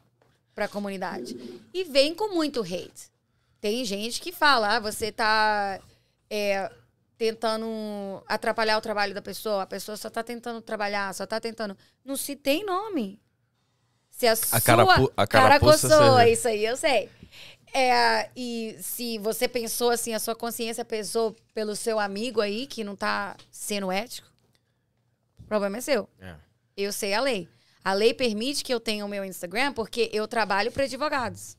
Speaker 3: pra comunidade. E vem com muito hate. Tem gente que fala, ah, você tá é, tentando atrapalhar o trabalho da pessoa, a pessoa só tá tentando trabalhar, só tá tentando. Não se tem nome. Se a, sua
Speaker 2: carapu- a
Speaker 3: cara
Speaker 2: carapuça
Speaker 3: coçou,
Speaker 2: serve.
Speaker 3: isso aí eu sei. É, e se você pensou assim, a sua consciência pesou pelo seu amigo aí, que não tá sendo ético, o problema é seu.
Speaker 1: É.
Speaker 3: Eu sei a lei. A lei permite que eu tenha o meu Instagram porque eu trabalho para advogados.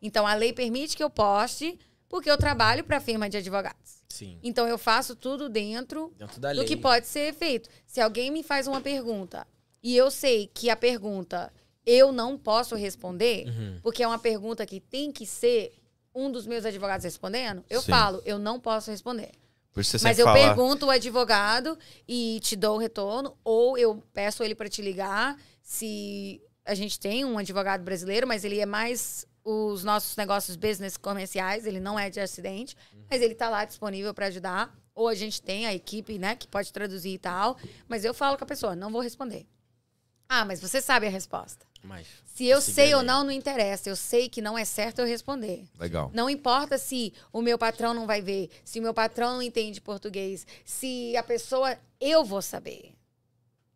Speaker 3: Então a lei permite que eu poste porque eu trabalho para a firma de advogados.
Speaker 1: Sim.
Speaker 3: Então eu faço tudo dentro
Speaker 1: Dentro da
Speaker 3: do
Speaker 1: lei.
Speaker 3: que pode ser feito. Se alguém me faz uma pergunta e eu sei que a pergunta eu não posso responder,
Speaker 1: Uhum.
Speaker 3: porque é uma pergunta que tem que ser um dos meus advogados respondendo, eu
Speaker 2: Sim.
Speaker 3: falo, eu não posso responder.
Speaker 2: Por isso você
Speaker 3: Mas
Speaker 2: sempre
Speaker 3: eu
Speaker 2: fala,
Speaker 3: pergunto o advogado e te dou o retorno, ou eu peço ele para te ligar. Se a gente tem um advogado brasileiro, mas ele é mais os nossos negócios business comerciais, ele não é de acidente, mas ele tá lá disponível para ajudar. Ou a gente tem a equipe, né, que pode traduzir e tal. Mas eu falo com a pessoa, não vou responder. Ah, mas você sabe a resposta.
Speaker 1: Mas.
Speaker 3: Se eu
Speaker 1: Siga
Speaker 3: sei ou
Speaker 1: ali.
Speaker 3: não, não interessa. Eu sei que não é certo eu responder.
Speaker 2: Legal.
Speaker 3: Não importa se o meu patrão não vai ver, se o meu patrão não entende português, se a pessoa. Eu vou saber.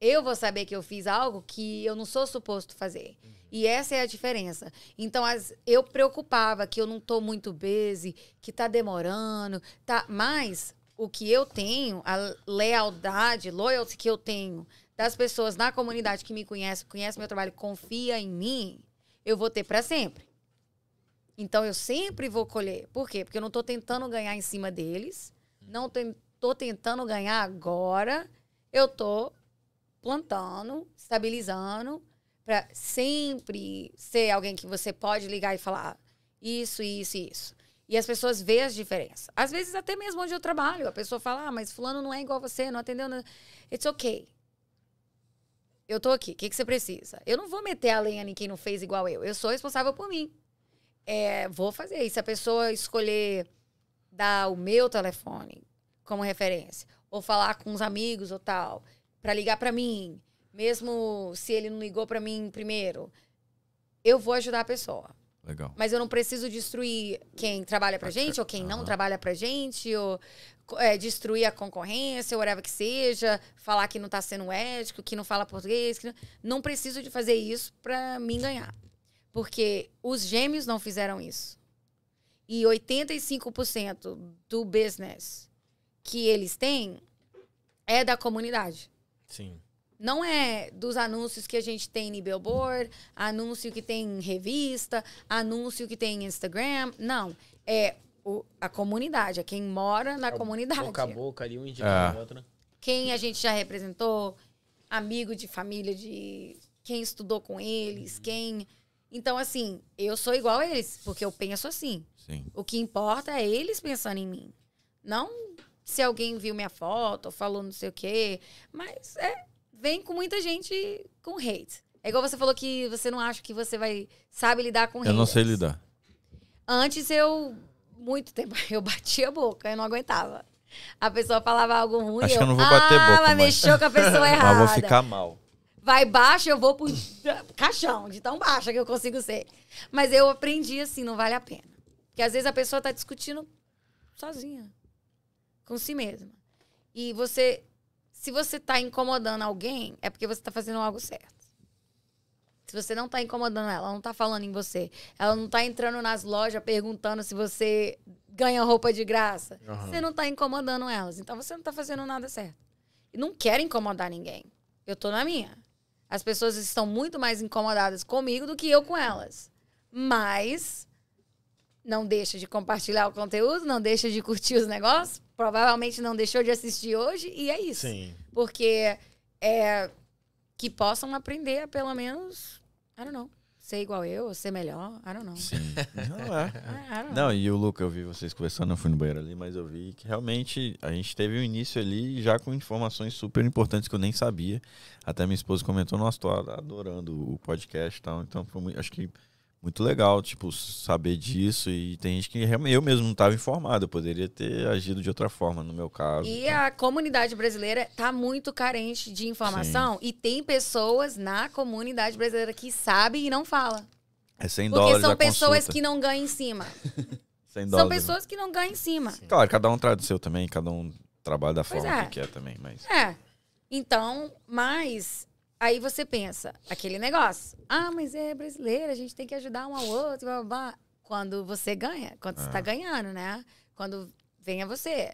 Speaker 3: Eu vou saber que eu fiz algo que eu não sou suposto fazer. E essa é a diferença. Então, as, eu preocupava que eu não tô muito busy, que tá demorando, tá. Mas o que eu tenho, a lealdade, loyalty que eu tenho das pessoas na comunidade que me conhecem, conhecem meu trabalho, confia em mim, eu vou ter para sempre. Então eu sempre vou colher. Por quê? Porque eu não tô tentando ganhar em cima deles, não tem- tô tentando ganhar agora. Eu tô plantando, estabilizando para sempre ser alguém que você pode ligar e falar "Ah, isso, isso, e isso. E as pessoas veem as diferenças. Às vezes até mesmo onde eu trabalho, a pessoa fala: "Ah, mas fulano não é igual a você, não atendeu". Não... It's okay. Eu tô aqui. O que, que você precisa? Eu não vou meter a lenha em quem não fez igual eu. Eu sou responsável por mim. É, vou fazer. E se a pessoa escolher dar o meu telefone como referência, ou falar com os amigos ou tal, pra ligar pra mim, mesmo se ele não ligou pra mim primeiro, eu vou ajudar a pessoa.
Speaker 2: Legal.
Speaker 3: Mas eu não preciso destruir quem trabalha pra gente, ou quem não
Speaker 2: Aham.
Speaker 3: trabalha pra gente, ou co- é, destruir a concorrência, ou whatever que seja, falar que não tá sendo ético, que não fala português. que não... não preciso de fazer isso pra mim ganhar. Porque os gêmeos não fizeram isso. E 85% do business que eles têm é da comunidade
Speaker 1: Sim.
Speaker 3: não é dos anúncios que a gente tem em billboard, anúncio que tem em revista, anúncio que tem em Instagram. Não. É o- a comunidade, é quem mora na comunidade.
Speaker 1: Boca a boca ali, um
Speaker 2: É.
Speaker 1: indicando o outro. né?
Speaker 3: Quem a gente já representou, amigo de família, de quem estudou com eles, quem. Então, assim, eu sou igual a eles, porque eu penso assim.
Speaker 2: Sim.
Speaker 3: O que importa é eles pensando em mim. Não se alguém viu minha foto ou falou não sei o quê. Mas é, vem com muita gente com hate. É igual você falou que você não acha que você vai sabe lidar com hate.
Speaker 2: Eu não sei lidar.
Speaker 3: Antes eu, muito tempo, eu batia a boca, eu não aguentava. A pessoa falava algo ruim.
Speaker 2: Acho que eu não vou bater
Speaker 3: ah,
Speaker 2: boca, mas-
Speaker 3: mas mexeu com a pessoa errada.
Speaker 2: Mas vou ficar mal.
Speaker 3: Vai baixo, eu vou pro caixão, de tão baixa que eu consigo ser. Mas eu aprendi assim, não vale a pena. Porque às vezes a pessoa tá discutindo sozinha, com si mesma. E você, se você tá incomodando alguém, é porque você tá fazendo algo certo. Se você não tá incomodando ela, ela não tá falando em você, ela não tá entrando nas lojas perguntando se você ganha roupa de graça,
Speaker 1: Aham.
Speaker 3: você não tá incomodando elas. Então você não tá fazendo nada certo. E não quero incomodar ninguém. Eu tô na minha. As pessoas estão muito mais incomodadas comigo do que eu com elas. Mas não deixa de compartilhar o conteúdo, não deixa de curtir os negócios. Provavelmente não deixou de assistir hoje e é isso.
Speaker 1: Sim.
Speaker 3: Porque é que possam aprender a pelo menos, I don't know, ser igual eu, ou ser melhor, I don't know.
Speaker 2: Sim. Não é.
Speaker 3: I, I don't know.
Speaker 2: Não, e o Luca, eu vi vocês conversando, eu fui no banheiro ali, mas eu vi que realmente a gente teve um início ali já com informações super importantes que eu nem sabia. Até minha esposa comentou, nossa, tô adorando o podcast e tal. Então, foi muito, acho que muito legal, tipo, saber disso. E tem gente que realmente eu mesmo não estava informado, eu poderia ter agido de outra forma, no meu caso.
Speaker 3: E
Speaker 2: Então,
Speaker 3: a comunidade brasileira tá muito carente de informação e tem pessoas na comunidade brasileira que sabem e não fala.
Speaker 2: é 100
Speaker 3: Porque
Speaker 2: dólares
Speaker 3: são
Speaker 2: a
Speaker 3: pessoas
Speaker 2: consulta,
Speaker 3: que não ganham em cima.
Speaker 2: 100
Speaker 3: São
Speaker 2: dólares.
Speaker 3: pessoas que não ganham em cima.
Speaker 2: Claro, cada um traz o seu também, cada um trabalha da
Speaker 3: Pois
Speaker 2: forma
Speaker 3: é.
Speaker 2: que quer também, mas...
Speaker 3: É. Então, mas aí você pensa, aquele negócio. Ah, mas é brasileira, a gente tem que ajudar um ao outro, blá, blá, blá. Quando você ganha, quando você
Speaker 2: Ah.
Speaker 3: tá ganhando, né? Quando vem a você.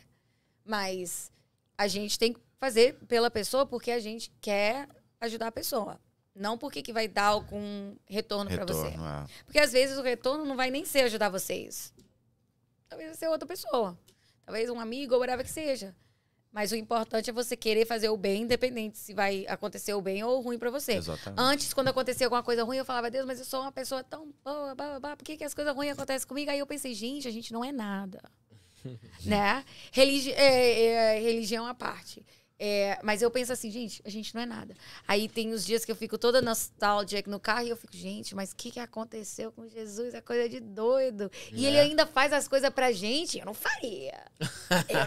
Speaker 3: Mas a gente tem que fazer pela pessoa porque a gente quer ajudar a pessoa. Não porque que vai dar algum retorno, para você.
Speaker 2: Retorno, é.
Speaker 3: Porque às vezes o retorno não vai nem ser ajudar é vocês. Talvez vai ser outra pessoa. Talvez um amigo ou whatever que seja. Mas o importante é você querer fazer o bem, independente se vai acontecer o bem ou o ruim pra você.
Speaker 2: Exatamente.
Speaker 3: Antes, quando acontecia alguma coisa ruim, eu falava, Deus, mas eu sou uma pessoa tão boa, blá, blá, blá, por que, que as coisas ruins acontecem comigo? Aí eu pensei, gente, a gente não é nada. né? Religi é, é, religião à parte. É, mas eu penso assim, gente, a gente não é nada. Aí tem os dias que eu fico toda nostálgica no carro e eu fico, gente, mas o que, que aconteceu com Jesus? É coisa de doido. E
Speaker 1: Né?
Speaker 3: ele ainda faz as coisas pra gente. Eu não faria. Eu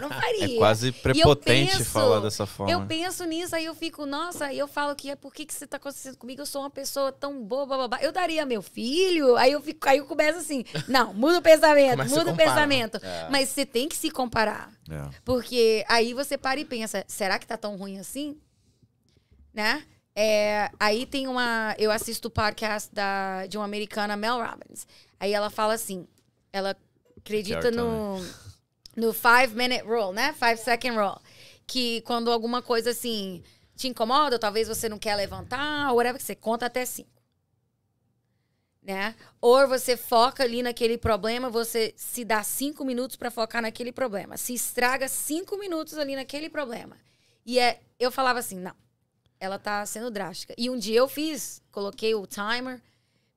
Speaker 3: não faria.
Speaker 2: É quase prepotente
Speaker 3: penso-
Speaker 2: falar dessa forma.
Speaker 3: Eu penso nisso, aí eu fico, nossa, aí eu falo que é por que, que você tá acontecendo comigo? Eu sou uma pessoa tão boa, blá, blá, blá. Eu daria meu filho, aí eu fico, aí eu começo assim, não, muda o pensamento,
Speaker 1: Começa a
Speaker 3: muda o
Speaker 1: comparar.
Speaker 3: pensamento.
Speaker 2: É.
Speaker 3: Mas você tem que se comparar.
Speaker 2: É.
Speaker 3: Porque aí você para e pensa, será que tá tão ruim assim? Né? É, aí tem uma. Eu assisto o podcast da, de uma americana, Mel Robbins. Aí ela fala assim: ela acredita
Speaker 2: Character,
Speaker 3: no, no five minute rule, né? Five second rule. Que quando alguma coisa assim te incomoda, ou talvez você não quer levantar, ou whatever, que você conta até cinco. Né? Ou você foca ali naquele problema, você se dá cinco minutos pra focar naquele problema. Se estraga cinco minutos ali naquele problema. E é, eu falava assim, não, ela tá sendo drástica. E um dia eu fiz, coloquei o timer,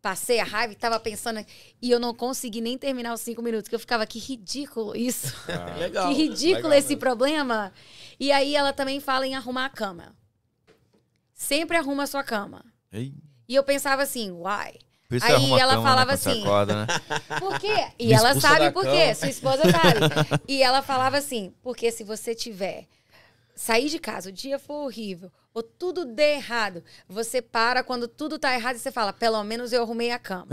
Speaker 3: passei a raiva e tava pensando, e eu não consegui nem terminar os cinco minutos, que eu ficava, que ridículo isso.
Speaker 2: É.
Speaker 1: É Legal.
Speaker 3: Que ridículo
Speaker 1: Legal
Speaker 3: esse
Speaker 1: mesmo.
Speaker 3: problema. E aí ela também fala em arrumar a cama. Sempre arruma a sua cama.
Speaker 2: Ei,
Speaker 3: E eu pensava assim, why?
Speaker 2: Por isso
Speaker 3: Aí
Speaker 2: você arruma a
Speaker 3: ela
Speaker 2: cama, né,
Speaker 3: falava
Speaker 2: quando você
Speaker 3: assim-
Speaker 2: acorda, né?
Speaker 3: Por quê? E
Speaker 2: Me
Speaker 3: ela
Speaker 2: expulsa da
Speaker 3: sabe por quê,
Speaker 2: cama.
Speaker 3: sua esposa sabe. E ela falava assim, porque se você tiver sair de casa, o dia for horrível, ou tudo dê errado, você para quando tudo tá errado e você fala, pelo menos eu arrumei a cama.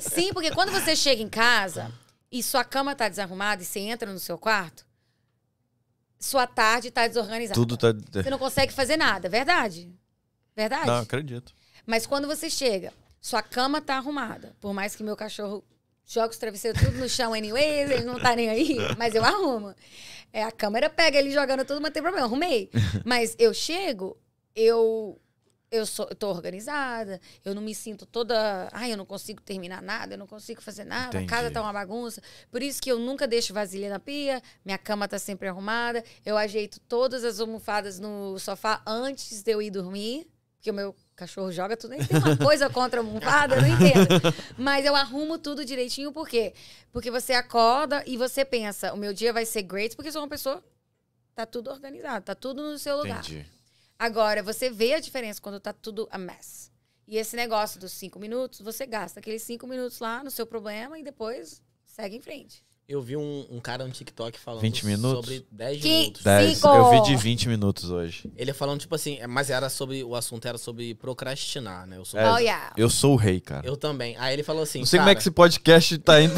Speaker 3: Sim, porque quando você chega em casa e sua cama tá desarrumada e você entra no seu quarto, sua tarde tá desorganizada.
Speaker 2: Tudo tá.
Speaker 3: Você não consegue fazer nada, é verdade? Verdade?
Speaker 2: Não, acredito.
Speaker 3: Mas quando você chega, sua cama tá arrumada. Por mais que meu cachorro joga os travesseiros tudo no chão anyways, ele não tá nem aí, mas eu arrumo. É, a câmera pega ele jogando tudo, mas não tem problema, eu arrumei. Mas eu chego, eu eu sou, eu tô organizada, eu não me sinto toda, ai, eu não consigo terminar nada, eu não consigo fazer nada,
Speaker 2: Entendi.
Speaker 3: a casa tá uma bagunça. Por isso que eu nunca deixo vasilha na pia, minha cama tá sempre arrumada, eu ajeito todas as almofadas no sofá antes de eu ir dormir, porque o meu cachorro joga tudo, aí tem é uma coisa contra a almofada, eu não entendo. Mas eu arrumo tudo direitinho, por quê? Porque você acorda e você pensa, o meu dia vai ser great, porque eu sou uma pessoa tá tudo organizado, tá tudo no seu lugar.
Speaker 2: Entendi.
Speaker 3: Agora, você vê a diferença quando tá tudo a mess. E esse negócio dos cinco minutos, você gasta aqueles cinco minutos lá no seu problema e depois segue em frente.
Speaker 1: Eu vi um, um cara no TikTok falando
Speaker 2: 20 minutos?
Speaker 1: sobre 10
Speaker 3: Que-
Speaker 1: minutos.
Speaker 3: Dez.
Speaker 2: Dez.
Speaker 3: Cinco!
Speaker 2: Eu vi de 20 minutos hoje.
Speaker 1: Ele falando, tipo assim, é, mas era sobre. O assunto era sobre procrastinar, né? Eu, sou-
Speaker 2: É.
Speaker 3: Oh, yeah.
Speaker 2: Eu sou o rei, cara.
Speaker 1: eu também. Aí ele falou assim.
Speaker 2: Não sei como é
Speaker 1: cara,
Speaker 2: que esse podcast tá indo.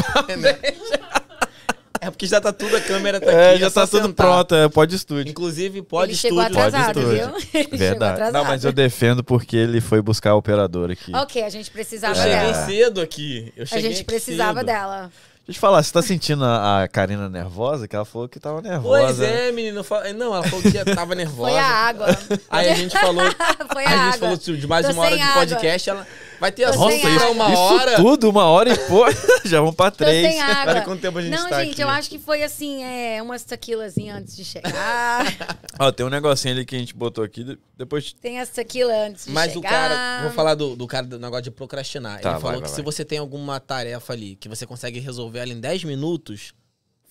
Speaker 1: É porque já tá tudo, a câmera tá aqui.
Speaker 2: É, já
Speaker 1: só
Speaker 2: tá tudo
Speaker 1: sentar.
Speaker 2: pronto, é pode estúdio.
Speaker 1: Inclusive, pode
Speaker 3: Ele
Speaker 1: estúdio.
Speaker 3: chegou atrasado,
Speaker 2: Pode
Speaker 3: viu?
Speaker 2: tudo.
Speaker 3: Ele chegou
Speaker 2: Verdade.
Speaker 3: atrasado.
Speaker 2: Não, mas eu defendo porque ele foi buscar a operadora aqui.
Speaker 3: Ok, a gente
Speaker 1: Eu
Speaker 3: precisava
Speaker 1: cheguei
Speaker 3: dela.
Speaker 1: cedo aqui. Eu
Speaker 3: A
Speaker 1: cheguei
Speaker 3: gente
Speaker 1: aqui
Speaker 3: precisava
Speaker 1: cedo.
Speaker 3: dela.
Speaker 2: Deixa eu te falar, você tá sentindo a, a Karina nervosa? Que ela falou que tava nervosa.
Speaker 1: Pois
Speaker 2: né?
Speaker 1: é, menino. fa- Não, ela falou que tava nervosa.
Speaker 3: Foi a água.
Speaker 1: Aí a gente falou.
Speaker 3: Foi a,
Speaker 1: A gente
Speaker 3: água.
Speaker 1: falou "Tipo, de mais
Speaker 3: Tô
Speaker 1: uma hora
Speaker 3: sem
Speaker 1: de
Speaker 3: água.
Speaker 1: podcast. Ela vai ter
Speaker 3: Tô
Speaker 1: assunto
Speaker 3: sem
Speaker 1: pra
Speaker 3: água.
Speaker 1: tá uma
Speaker 2: Isso
Speaker 1: hora.
Speaker 2: tudo, uma hora e pouco. já vamos pra
Speaker 3: Tô
Speaker 2: três.
Speaker 3: sem água.
Speaker 1: Olha quanto tempo a gente
Speaker 3: Não,
Speaker 1: tá
Speaker 3: gente,
Speaker 1: aqui.
Speaker 3: eu acho que foi assim, é, umas tequilazinhas antes de chegar.
Speaker 2: Ó, tem um negocinho ali que a gente botou aqui. de- Depois.
Speaker 3: Tem as tequilas antes de
Speaker 1: Mas
Speaker 3: chegar.
Speaker 1: o cara, vou falar do, do cara do negócio de procrastinar.
Speaker 2: Tá,
Speaker 1: Ele falou
Speaker 2: vai,
Speaker 1: que
Speaker 2: vai,
Speaker 1: se
Speaker 2: vai.
Speaker 1: você tem alguma tarefa ali que você consegue resolver ela em 10 minutos,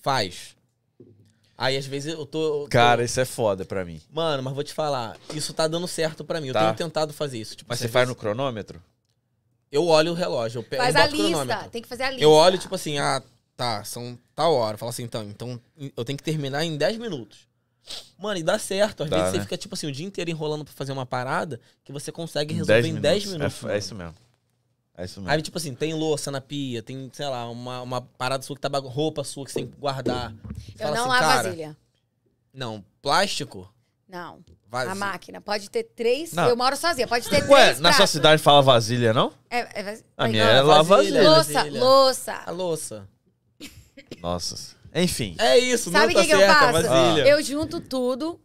Speaker 1: faz. Aí às vezes eu tô. eu tô-
Speaker 2: Cara, isso é foda pra mim.
Speaker 1: Mano, mas vou te falar, isso tá dando certo pra mim. Eu
Speaker 2: Tá.
Speaker 1: tenho tentado fazer isso. Tipo,
Speaker 2: Mas
Speaker 1: assim,
Speaker 2: você
Speaker 1: às
Speaker 2: faz no
Speaker 1: vezes
Speaker 2: cronômetro?
Speaker 1: Eu olho o relógio, eu pego
Speaker 3: Faz
Speaker 1: eu
Speaker 3: a
Speaker 1: boto o cronômetro.
Speaker 3: lista. Tem que fazer a lista.
Speaker 1: Eu olho, tipo assim, ah, tá, são tal hora. Fala assim, então, então eu tenho que terminar em 10 minutos. Mano, e dá certo. Às
Speaker 2: Dá,
Speaker 1: vezes você
Speaker 2: né?
Speaker 1: fica, tipo assim, o dia inteiro enrolando pra fazer uma parada que você consegue
Speaker 2: Em
Speaker 1: resolver em 10 minutos.
Speaker 2: É, é
Speaker 1: mano.
Speaker 2: isso mesmo. É isso mesmo.
Speaker 1: Aí, tipo assim, tem louça na pia, tem, sei lá, uma, uma parada sua que tá bagun- roupa sua que você tem que guardar. Você
Speaker 3: Eu
Speaker 1: fala
Speaker 3: não
Speaker 1: assim,
Speaker 3: lavo
Speaker 1: cara,
Speaker 3: vasilha.
Speaker 1: Não, plástico,
Speaker 3: Não. A
Speaker 1: vazio.
Speaker 3: máquina. Pode ter três.
Speaker 2: Não.
Speaker 3: Eu moro sozinha. Pode ter
Speaker 2: Ué,
Speaker 3: três.
Speaker 2: na sua
Speaker 3: pratos.
Speaker 2: cidade fala vasilha, não?
Speaker 3: É, é vaz-
Speaker 2: A
Speaker 3: Não,
Speaker 2: minha é lava
Speaker 1: vasilha.
Speaker 2: vasilha.
Speaker 3: Louça,
Speaker 1: vasilha. A
Speaker 3: louça.
Speaker 1: louça.
Speaker 2: Nossa. Enfim.
Speaker 1: É isso,
Speaker 3: Sabe
Speaker 1: não tá
Speaker 3: o que que eu
Speaker 1: certo, a
Speaker 3: faço?
Speaker 1: vasilha.
Speaker 3: Eu junto tudo.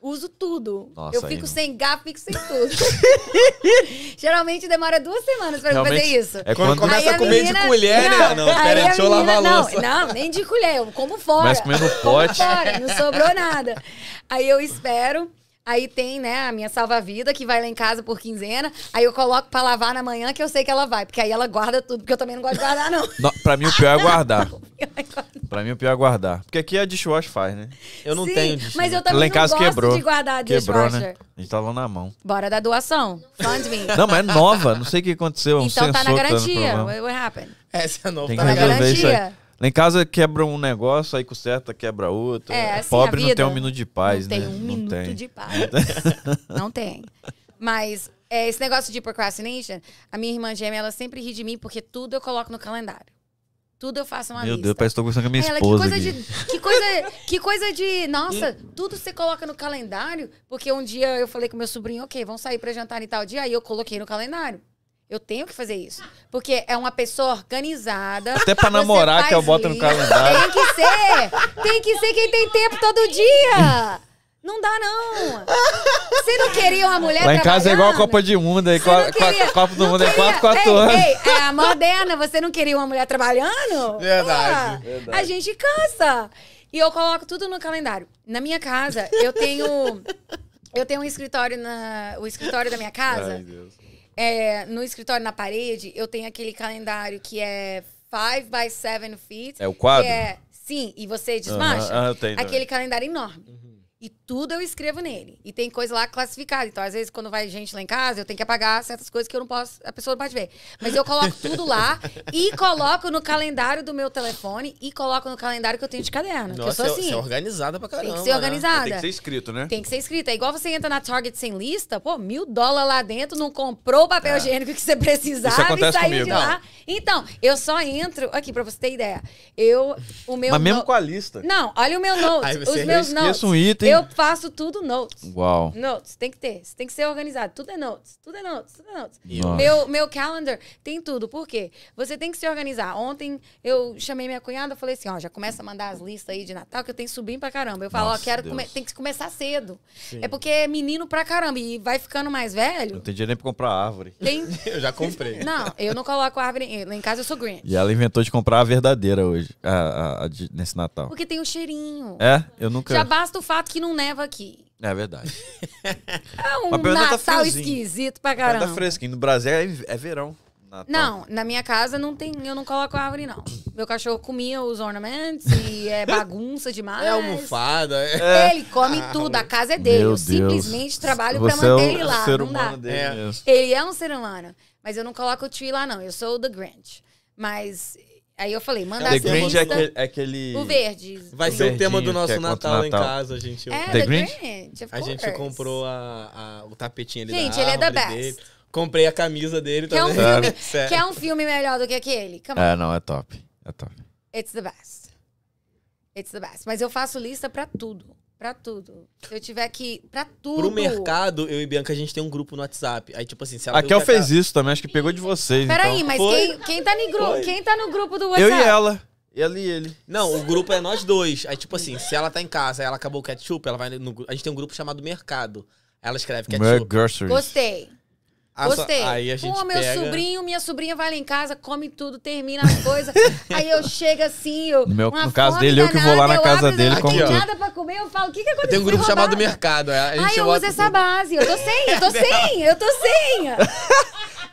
Speaker 3: Uso tudo.
Speaker 2: Nossa,
Speaker 3: eu
Speaker 2: aí
Speaker 3: fico
Speaker 2: não.
Speaker 3: sem gá, fico sem tudo. Geralmente demora duas semanas pra eu fazer
Speaker 2: Realmente,
Speaker 3: isso.
Speaker 2: É
Speaker 1: Quando
Speaker 2: quando
Speaker 1: come- começa
Speaker 3: Aí
Speaker 1: a comer de colher, né? Não,
Speaker 3: aí
Speaker 1: pera aí,
Speaker 3: a
Speaker 1: deixa eu lavar a
Speaker 3: menina-
Speaker 1: louça.
Speaker 3: Não, não, nem de colher, eu como fora.
Speaker 2: começa comendo pote.
Speaker 3: Fora, não sobrou nada. Aí eu espero. Aí tem, né, a minha salva-vida que vai lá em casa por quinzena. Aí eu coloco pra lavar na manhã que eu sei que ela vai. Porque aí ela guarda tudo, porque eu também não gosto de guardar, não.
Speaker 2: Não, pra mim o pior é guardar. Pra mim o pior é guardar. Porque aqui a dishwash faz, né?
Speaker 1: Eu não
Speaker 3: Sim,
Speaker 1: tenho né?
Speaker 3: Mas
Speaker 1: destino.
Speaker 3: eu também
Speaker 2: Lá em casa
Speaker 3: não gosto
Speaker 2: quebrou.
Speaker 3: de guardar
Speaker 2: Quebrou,
Speaker 3: dishwasher.
Speaker 2: né? A gente tá lá na mão.
Speaker 3: Bora dar doação. Fund me.
Speaker 2: Não, mas é nova. Não sei o que aconteceu. um
Speaker 3: então
Speaker 2: sensor
Speaker 3: tá na
Speaker 2: dando
Speaker 3: garantia.
Speaker 2: problema.
Speaker 3: What what happened?
Speaker 1: Essa é nova.
Speaker 2: Tem
Speaker 1: tá
Speaker 2: que
Speaker 3: na
Speaker 1: ligado?
Speaker 2: resolver isso aí.
Speaker 3: garantia.
Speaker 2: Lá em casa quebra um negócio, aí conserta, quebra outro.
Speaker 3: É, assim,
Speaker 2: Pobre
Speaker 3: a
Speaker 2: não tem
Speaker 3: vida.
Speaker 2: um minuto de paz,
Speaker 3: não tem
Speaker 2: né?
Speaker 3: um
Speaker 2: não
Speaker 3: minuto
Speaker 2: tem.
Speaker 3: de paz. não tem. Mas é, esse negócio de procrastination, a minha irmã gêmea, ela sempre ri de mim porque tudo eu coloco no calendário. Tudo eu faço uma
Speaker 2: Meu
Speaker 3: lista.
Speaker 2: Deus, parece que tô conversando com a minha
Speaker 3: Aí ela,
Speaker 2: esposa.
Speaker 3: que coisa
Speaker 2: aqui.
Speaker 3: de. Que coisa, que coisa de. Nossa, tudo você coloca no calendário. Porque um dia eu falei com meu sobrinho, ok, vamos sair pra jantar em tal dia. Aí eu coloquei no calendário. Eu tenho que fazer isso. Porque é uma pessoa organizada.
Speaker 2: Até pra
Speaker 3: você
Speaker 2: namorar que
Speaker 3: faz
Speaker 2: eu boto no
Speaker 3: lista.
Speaker 2: calendário.
Speaker 3: Tem que ser! Tem que ser quem tem tempo todo dia! Não dá, não! Você não queria uma mulher
Speaker 2: Lá em casa é igual a
Speaker 3: trabalhando?
Speaker 2: Copa de Mundo, aí
Speaker 3: Você não
Speaker 2: qua-
Speaker 3: queria-
Speaker 2: qua- Copa do
Speaker 3: não
Speaker 2: Mundo é
Speaker 3: queria-
Speaker 2: 4, 4
Speaker 3: Ei,
Speaker 2: anos.
Speaker 3: Ei, é a moderna, você não queria uma mulher trabalhando?
Speaker 1: Verdade,
Speaker 3: Pô, A gente cansa. E eu coloco tudo no calendário. Na minha casa, eu tenho. Eu tenho um escritório na. O escritório da minha casa. é, no escritório na parede, eu tenho aquele calendário que é 5 by 7 feet.
Speaker 2: É o quadro?
Speaker 3: Que é, sim, e você desmancha.
Speaker 2: Aham, ah, eu tenho também.
Speaker 3: aquele calendário enorme. E tudo eu escrevo nele. E tem coisa lá classificada. Então, às vezes, quando vai gente lá em casa, eu tenho que apagar certas coisas que eu não posso, a pessoa não pode ver. Mas eu coloco tudo lá e coloco no calendário do meu telefone e coloco no calendário que eu tenho de
Speaker 1: Nossa,
Speaker 3: caderno. que eu
Speaker 1: é-
Speaker 3: sou assim.
Speaker 1: você é organizada pra
Speaker 3: tem
Speaker 1: caramba.
Speaker 3: que ser
Speaker 1: né?
Speaker 3: organizada.
Speaker 2: escrito, né?
Speaker 3: Tem que ser escrita. É igual você entra na Target sem lista, pô, mil dólares lá dentro, não comprou o papel higiênico que você
Speaker 2: Isso
Speaker 3: precisava e
Speaker 2: acontece
Speaker 3: saiu de
Speaker 2: comigo.
Speaker 3: lá. Então, eu só entro. Aqui, pra você ter ideia. Eu, o meu.
Speaker 2: Mas mesmo
Speaker 3: no-
Speaker 2: com a lista.
Speaker 3: Não, olha o meu notes.
Speaker 1: Aí você
Speaker 3: Os
Speaker 1: não
Speaker 3: meus notes.
Speaker 2: Esqueça um item.
Speaker 3: Eu faço tudo notes.
Speaker 2: Uau.
Speaker 3: Notes, tem que ter. Isso Tem que ser organizado. Tudo é notes. Tudo é notes. Tudo é notes.
Speaker 2: Nossa.
Speaker 3: Meu, meu calendar tem tudo. Por quê? Você tem que se organizar. Ontem eu chamei minha cunhada e falei assim: ó, já começa a mandar as listas aí de Natal que eu tenho que subir pra caramba. Eu falo,
Speaker 2: Nossa,
Speaker 3: ó, quero
Speaker 2: Deus.
Speaker 3: come- tem que começar cedo.
Speaker 1: Sim.
Speaker 3: É porque é menino pra caramba e vai ficando mais
Speaker 2: Não
Speaker 3: velho.
Speaker 2: tem dinheiro nem pra comprar árvore.
Speaker 3: Tem.
Speaker 1: Eu já comprei.
Speaker 3: Não, eu não coloco árvore. Lá em casa eu sou green.
Speaker 2: E ela inventou de comprar a verdadeira hoje, a- a- a de- nesse Natal.
Speaker 3: Porque tem o cheirinho.
Speaker 2: É? Eu nunca.
Speaker 3: Já basta o fato que não neva aqui.
Speaker 2: É verdade.
Speaker 3: É um
Speaker 2: Mas pelo menos tá
Speaker 3: Natal
Speaker 2: friozinho.
Speaker 3: esquisito pra
Speaker 2: Tá
Speaker 3: caramba.
Speaker 2: fresquinho. No Brasil é, é verão. Natal.
Speaker 3: Não, na minha casa não tem, eu não coloco árvore, não. Meu cachorro comia os ornamentos e é bagunça demais.
Speaker 1: É almofada. É.
Speaker 3: Ele come tudo, a casa é dele. eu simplesmente trabalho
Speaker 2: Você
Speaker 3: pra manter
Speaker 2: é o
Speaker 3: ele lá.
Speaker 2: Ser
Speaker 3: não dá.
Speaker 2: humano dele
Speaker 1: É.
Speaker 2: mesmo.
Speaker 3: Ele é um ser humano, mas eu não coloco o tree lá, não. Eu sou o The Grinch. Mas aí eu falei, manda
Speaker 2: The
Speaker 3: as
Speaker 2: Grinch é
Speaker 3: listas.
Speaker 2: aquele. é aquele-
Speaker 3: O verde.
Speaker 1: Vai
Speaker 2: O
Speaker 1: ser o tema
Speaker 2: verdinho
Speaker 1: do
Speaker 2: que é
Speaker 1: nosso
Speaker 2: contra o
Speaker 1: Natal, lá em
Speaker 2: Natal.
Speaker 1: casa, gente.
Speaker 3: É,
Speaker 2: The
Speaker 3: The,
Speaker 2: Grinch?
Speaker 3: Grinch. of
Speaker 1: A gente
Speaker 3: course.
Speaker 1: comprou a, a- o tapetinho ali
Speaker 3: Gente,
Speaker 1: da
Speaker 3: ele é da
Speaker 1: árvore
Speaker 3: best.
Speaker 1: dele. Comprei a camisa dele
Speaker 3: Que é, um
Speaker 1: também.
Speaker 3: filme,
Speaker 1: Sério.
Speaker 3: que é um filme melhor do que aquele. Come
Speaker 2: É, não, é top. É top.
Speaker 3: It's the best. It's the best. Mas eu faço lista pra tudo. Pra tudo. Se eu tiver que. Pra tudo.
Speaker 1: Pro mercado, eu e Bianca, a gente tem um grupo no WhatsApp. Aí, tipo assim, se ela
Speaker 2: A Kel
Speaker 1: perguntar-
Speaker 2: é fez isso também, acho que pegou de vocês.
Speaker 3: Peraí,
Speaker 2: então.
Speaker 3: mas
Speaker 1: Foi.
Speaker 3: quem, quem tá no grupo,
Speaker 1: Foi.
Speaker 3: quem tá no grupo do
Speaker 2: Eu
Speaker 3: WhatsApp?
Speaker 2: e ela. Ela e ele.
Speaker 1: Não, o grupo é nós dois. Aí, tipo assim, se ela tá em casa e ela acabou o ketchup, ela vai no... gru- A gente tem um grupo chamado Mercado. Ela escreve ketchup.
Speaker 2: é Groceries.
Speaker 3: Gostei.
Speaker 1: Ah, só-
Speaker 3: Gostei.
Speaker 1: Aí a gente
Speaker 3: Pô, meu
Speaker 1: pega...
Speaker 3: sobrinho, minha sobrinha vai lá em casa, come tudo, termina as coisas. aí eu chego assim, eu.
Speaker 2: No meu-
Speaker 3: uma
Speaker 2: no caso
Speaker 3: fome
Speaker 2: dele, eu que vou lá na
Speaker 3: eu
Speaker 2: casa
Speaker 3: abro,
Speaker 2: dele
Speaker 3: não
Speaker 1: e como
Speaker 3: tem
Speaker 1: tudo.
Speaker 3: nada pra comer, eu falo, o que que aconteceu?
Speaker 1: Tem um grupo
Speaker 3: Foi
Speaker 1: chamado
Speaker 3: roubado?"
Speaker 1: Mercado. aí A gente
Speaker 3: Ai, eu uso
Speaker 1: bota-
Speaker 3: essa base. Eu tô sem, eu tô sem, eu tô sem.